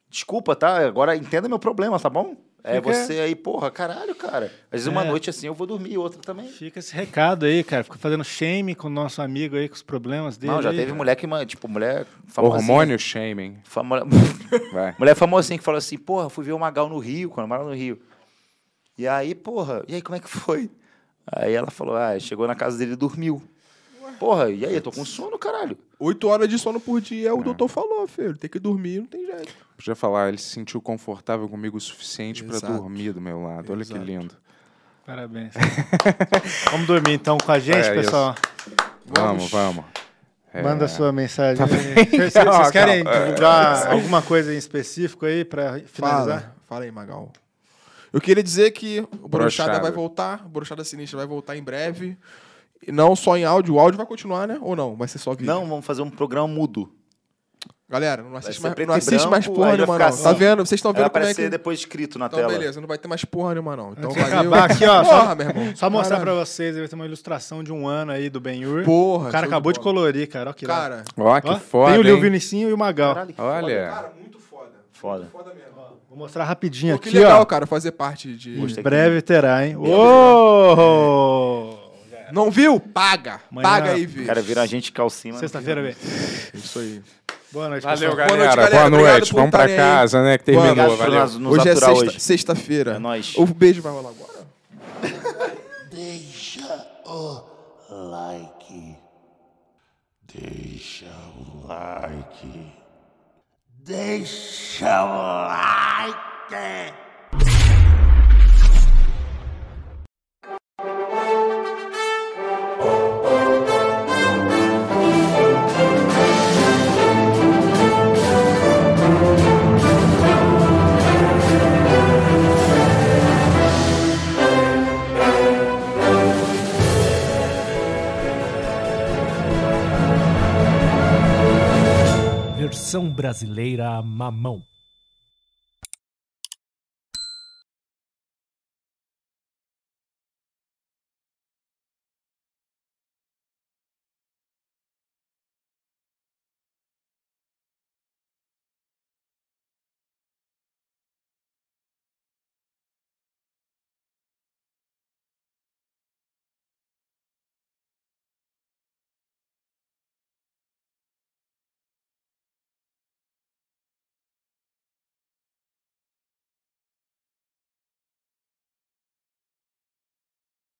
S8: desculpa, tá? Agora entenda meu problema, tá bom? É
S4: Fica-
S8: você aí, porra, caralho, cara. Às vezes
S7: É.
S8: uma noite assim eu vou dormir, outra também.
S4: Fica esse recado aí, cara. Fica fazendo shame com o nosso amigo aí, com os problemas dele.
S8: Não, já
S4: aí,
S8: teve
S4: cara.
S8: mulher que, man- tipo, mulher famosinha.
S3: Hormônio shaming.
S8: Famo...
S3: Vai.
S8: mulher famosinha que falou assim, porra, fui ver o Magal no Rio, quando eu morava no Rio. E aí, porra, e aí como é que foi? Aí ela falou, ah, chegou na casa dele e dormiu. Porra, e aí? Eu tô com sono, caralho.
S7: Oito horas de sono por dia, é
S4: É.
S7: o doutor falou, filho. Tem que dormir, não tem jeito.
S3: Podia falar, ele se sentiu confortável comigo o suficiente pra
S7: Exato.
S3: dormir do meu lado. Olha que lindo.
S4: Parabéns. Vamos dormir então com a gente,
S3: É,
S4: pessoal.
S3: Vamos, vamos.
S4: Manda sua mensagem. aí. Vocês,
S3: Calma,
S4: vocês querem
S3: calma.
S4: divulgar alguma coisa em específico aí pra finalizar?
S7: Fala, fala aí, Magal. Eu queria dizer que o Brochada
S3: Brochada.
S7: vai voltar, o Brochada Sinistra vai voltar em breve. E não só em áudio, o áudio vai continuar, né? Ou não? Vai ser só vídeo.
S8: Não, vamos fazer um programa mudo.
S7: Galera, não assiste
S8: ser
S7: mais,
S8: preto
S7: não
S8: e
S7: assiste
S8: branco,
S7: mais porra
S8: aí vai
S7: nenhuma, não.
S8: ficar
S7: Tá
S8: assim.
S7: vendo? Vocês estão
S8: Vai
S7: vendo como é
S8: aparecer
S7: que...
S8: depois escrito na
S7: Então,
S8: tela.
S7: beleza, não vai ter mais porra nenhuma, não. Então,
S4: Antes de
S7: valeu.
S4: acabar aqui, ó,
S7: Porra,
S4: só-
S7: meu irmão.
S4: Só mostrar
S7: Caralho.
S4: pra vocês, vai ter uma ilustração de um ano aí do Ben-Hur.
S7: Porra,
S4: O cara
S7: show de
S4: acabou de,
S7: bola.
S4: colorir, cara. Ó, que irado.
S7: Cara,
S3: Ó, que
S4: Ó,
S3: foda.
S4: Tem o
S3: hein?
S4: Liu Vinicinho e o Magal.
S8: Caralho, que
S3: Olha.
S7: muito foda.
S8: Foda.
S7: Foda mesmo.
S4: Vou mostrar rapidinho
S7: que
S4: aqui,
S7: legal,
S4: ó.
S7: cara, fazer parte de...
S4: Em breve terá, hein? Ô!
S7: Não viu? Paga.
S4: Amanhã-
S7: Paga aí, Vitor.
S8: Cara, vira a gente calcina.
S4: Sexta-feira, vem.
S7: É Isso aí.
S4: Boa noite,
S3: Valeu,
S4: pessoal.
S3: galera.
S7: noite, galera.
S3: Boa
S7: Obrigado
S3: noite.
S7: por
S3: Vamos pra
S7: estarem aí.
S3: casa, né? Que terminou.
S8: Obrigado por
S3: Valeu.
S8: nos, nos
S7: Hoje é
S8: aturar
S7: sexta-
S8: hoje.
S7: sexta-feira.
S8: É nóis.
S7: O beijo vai rolar agora?
S14: Deixa o like. Deixa o like. Deixa o like.
S11: Versão brasileira mamão.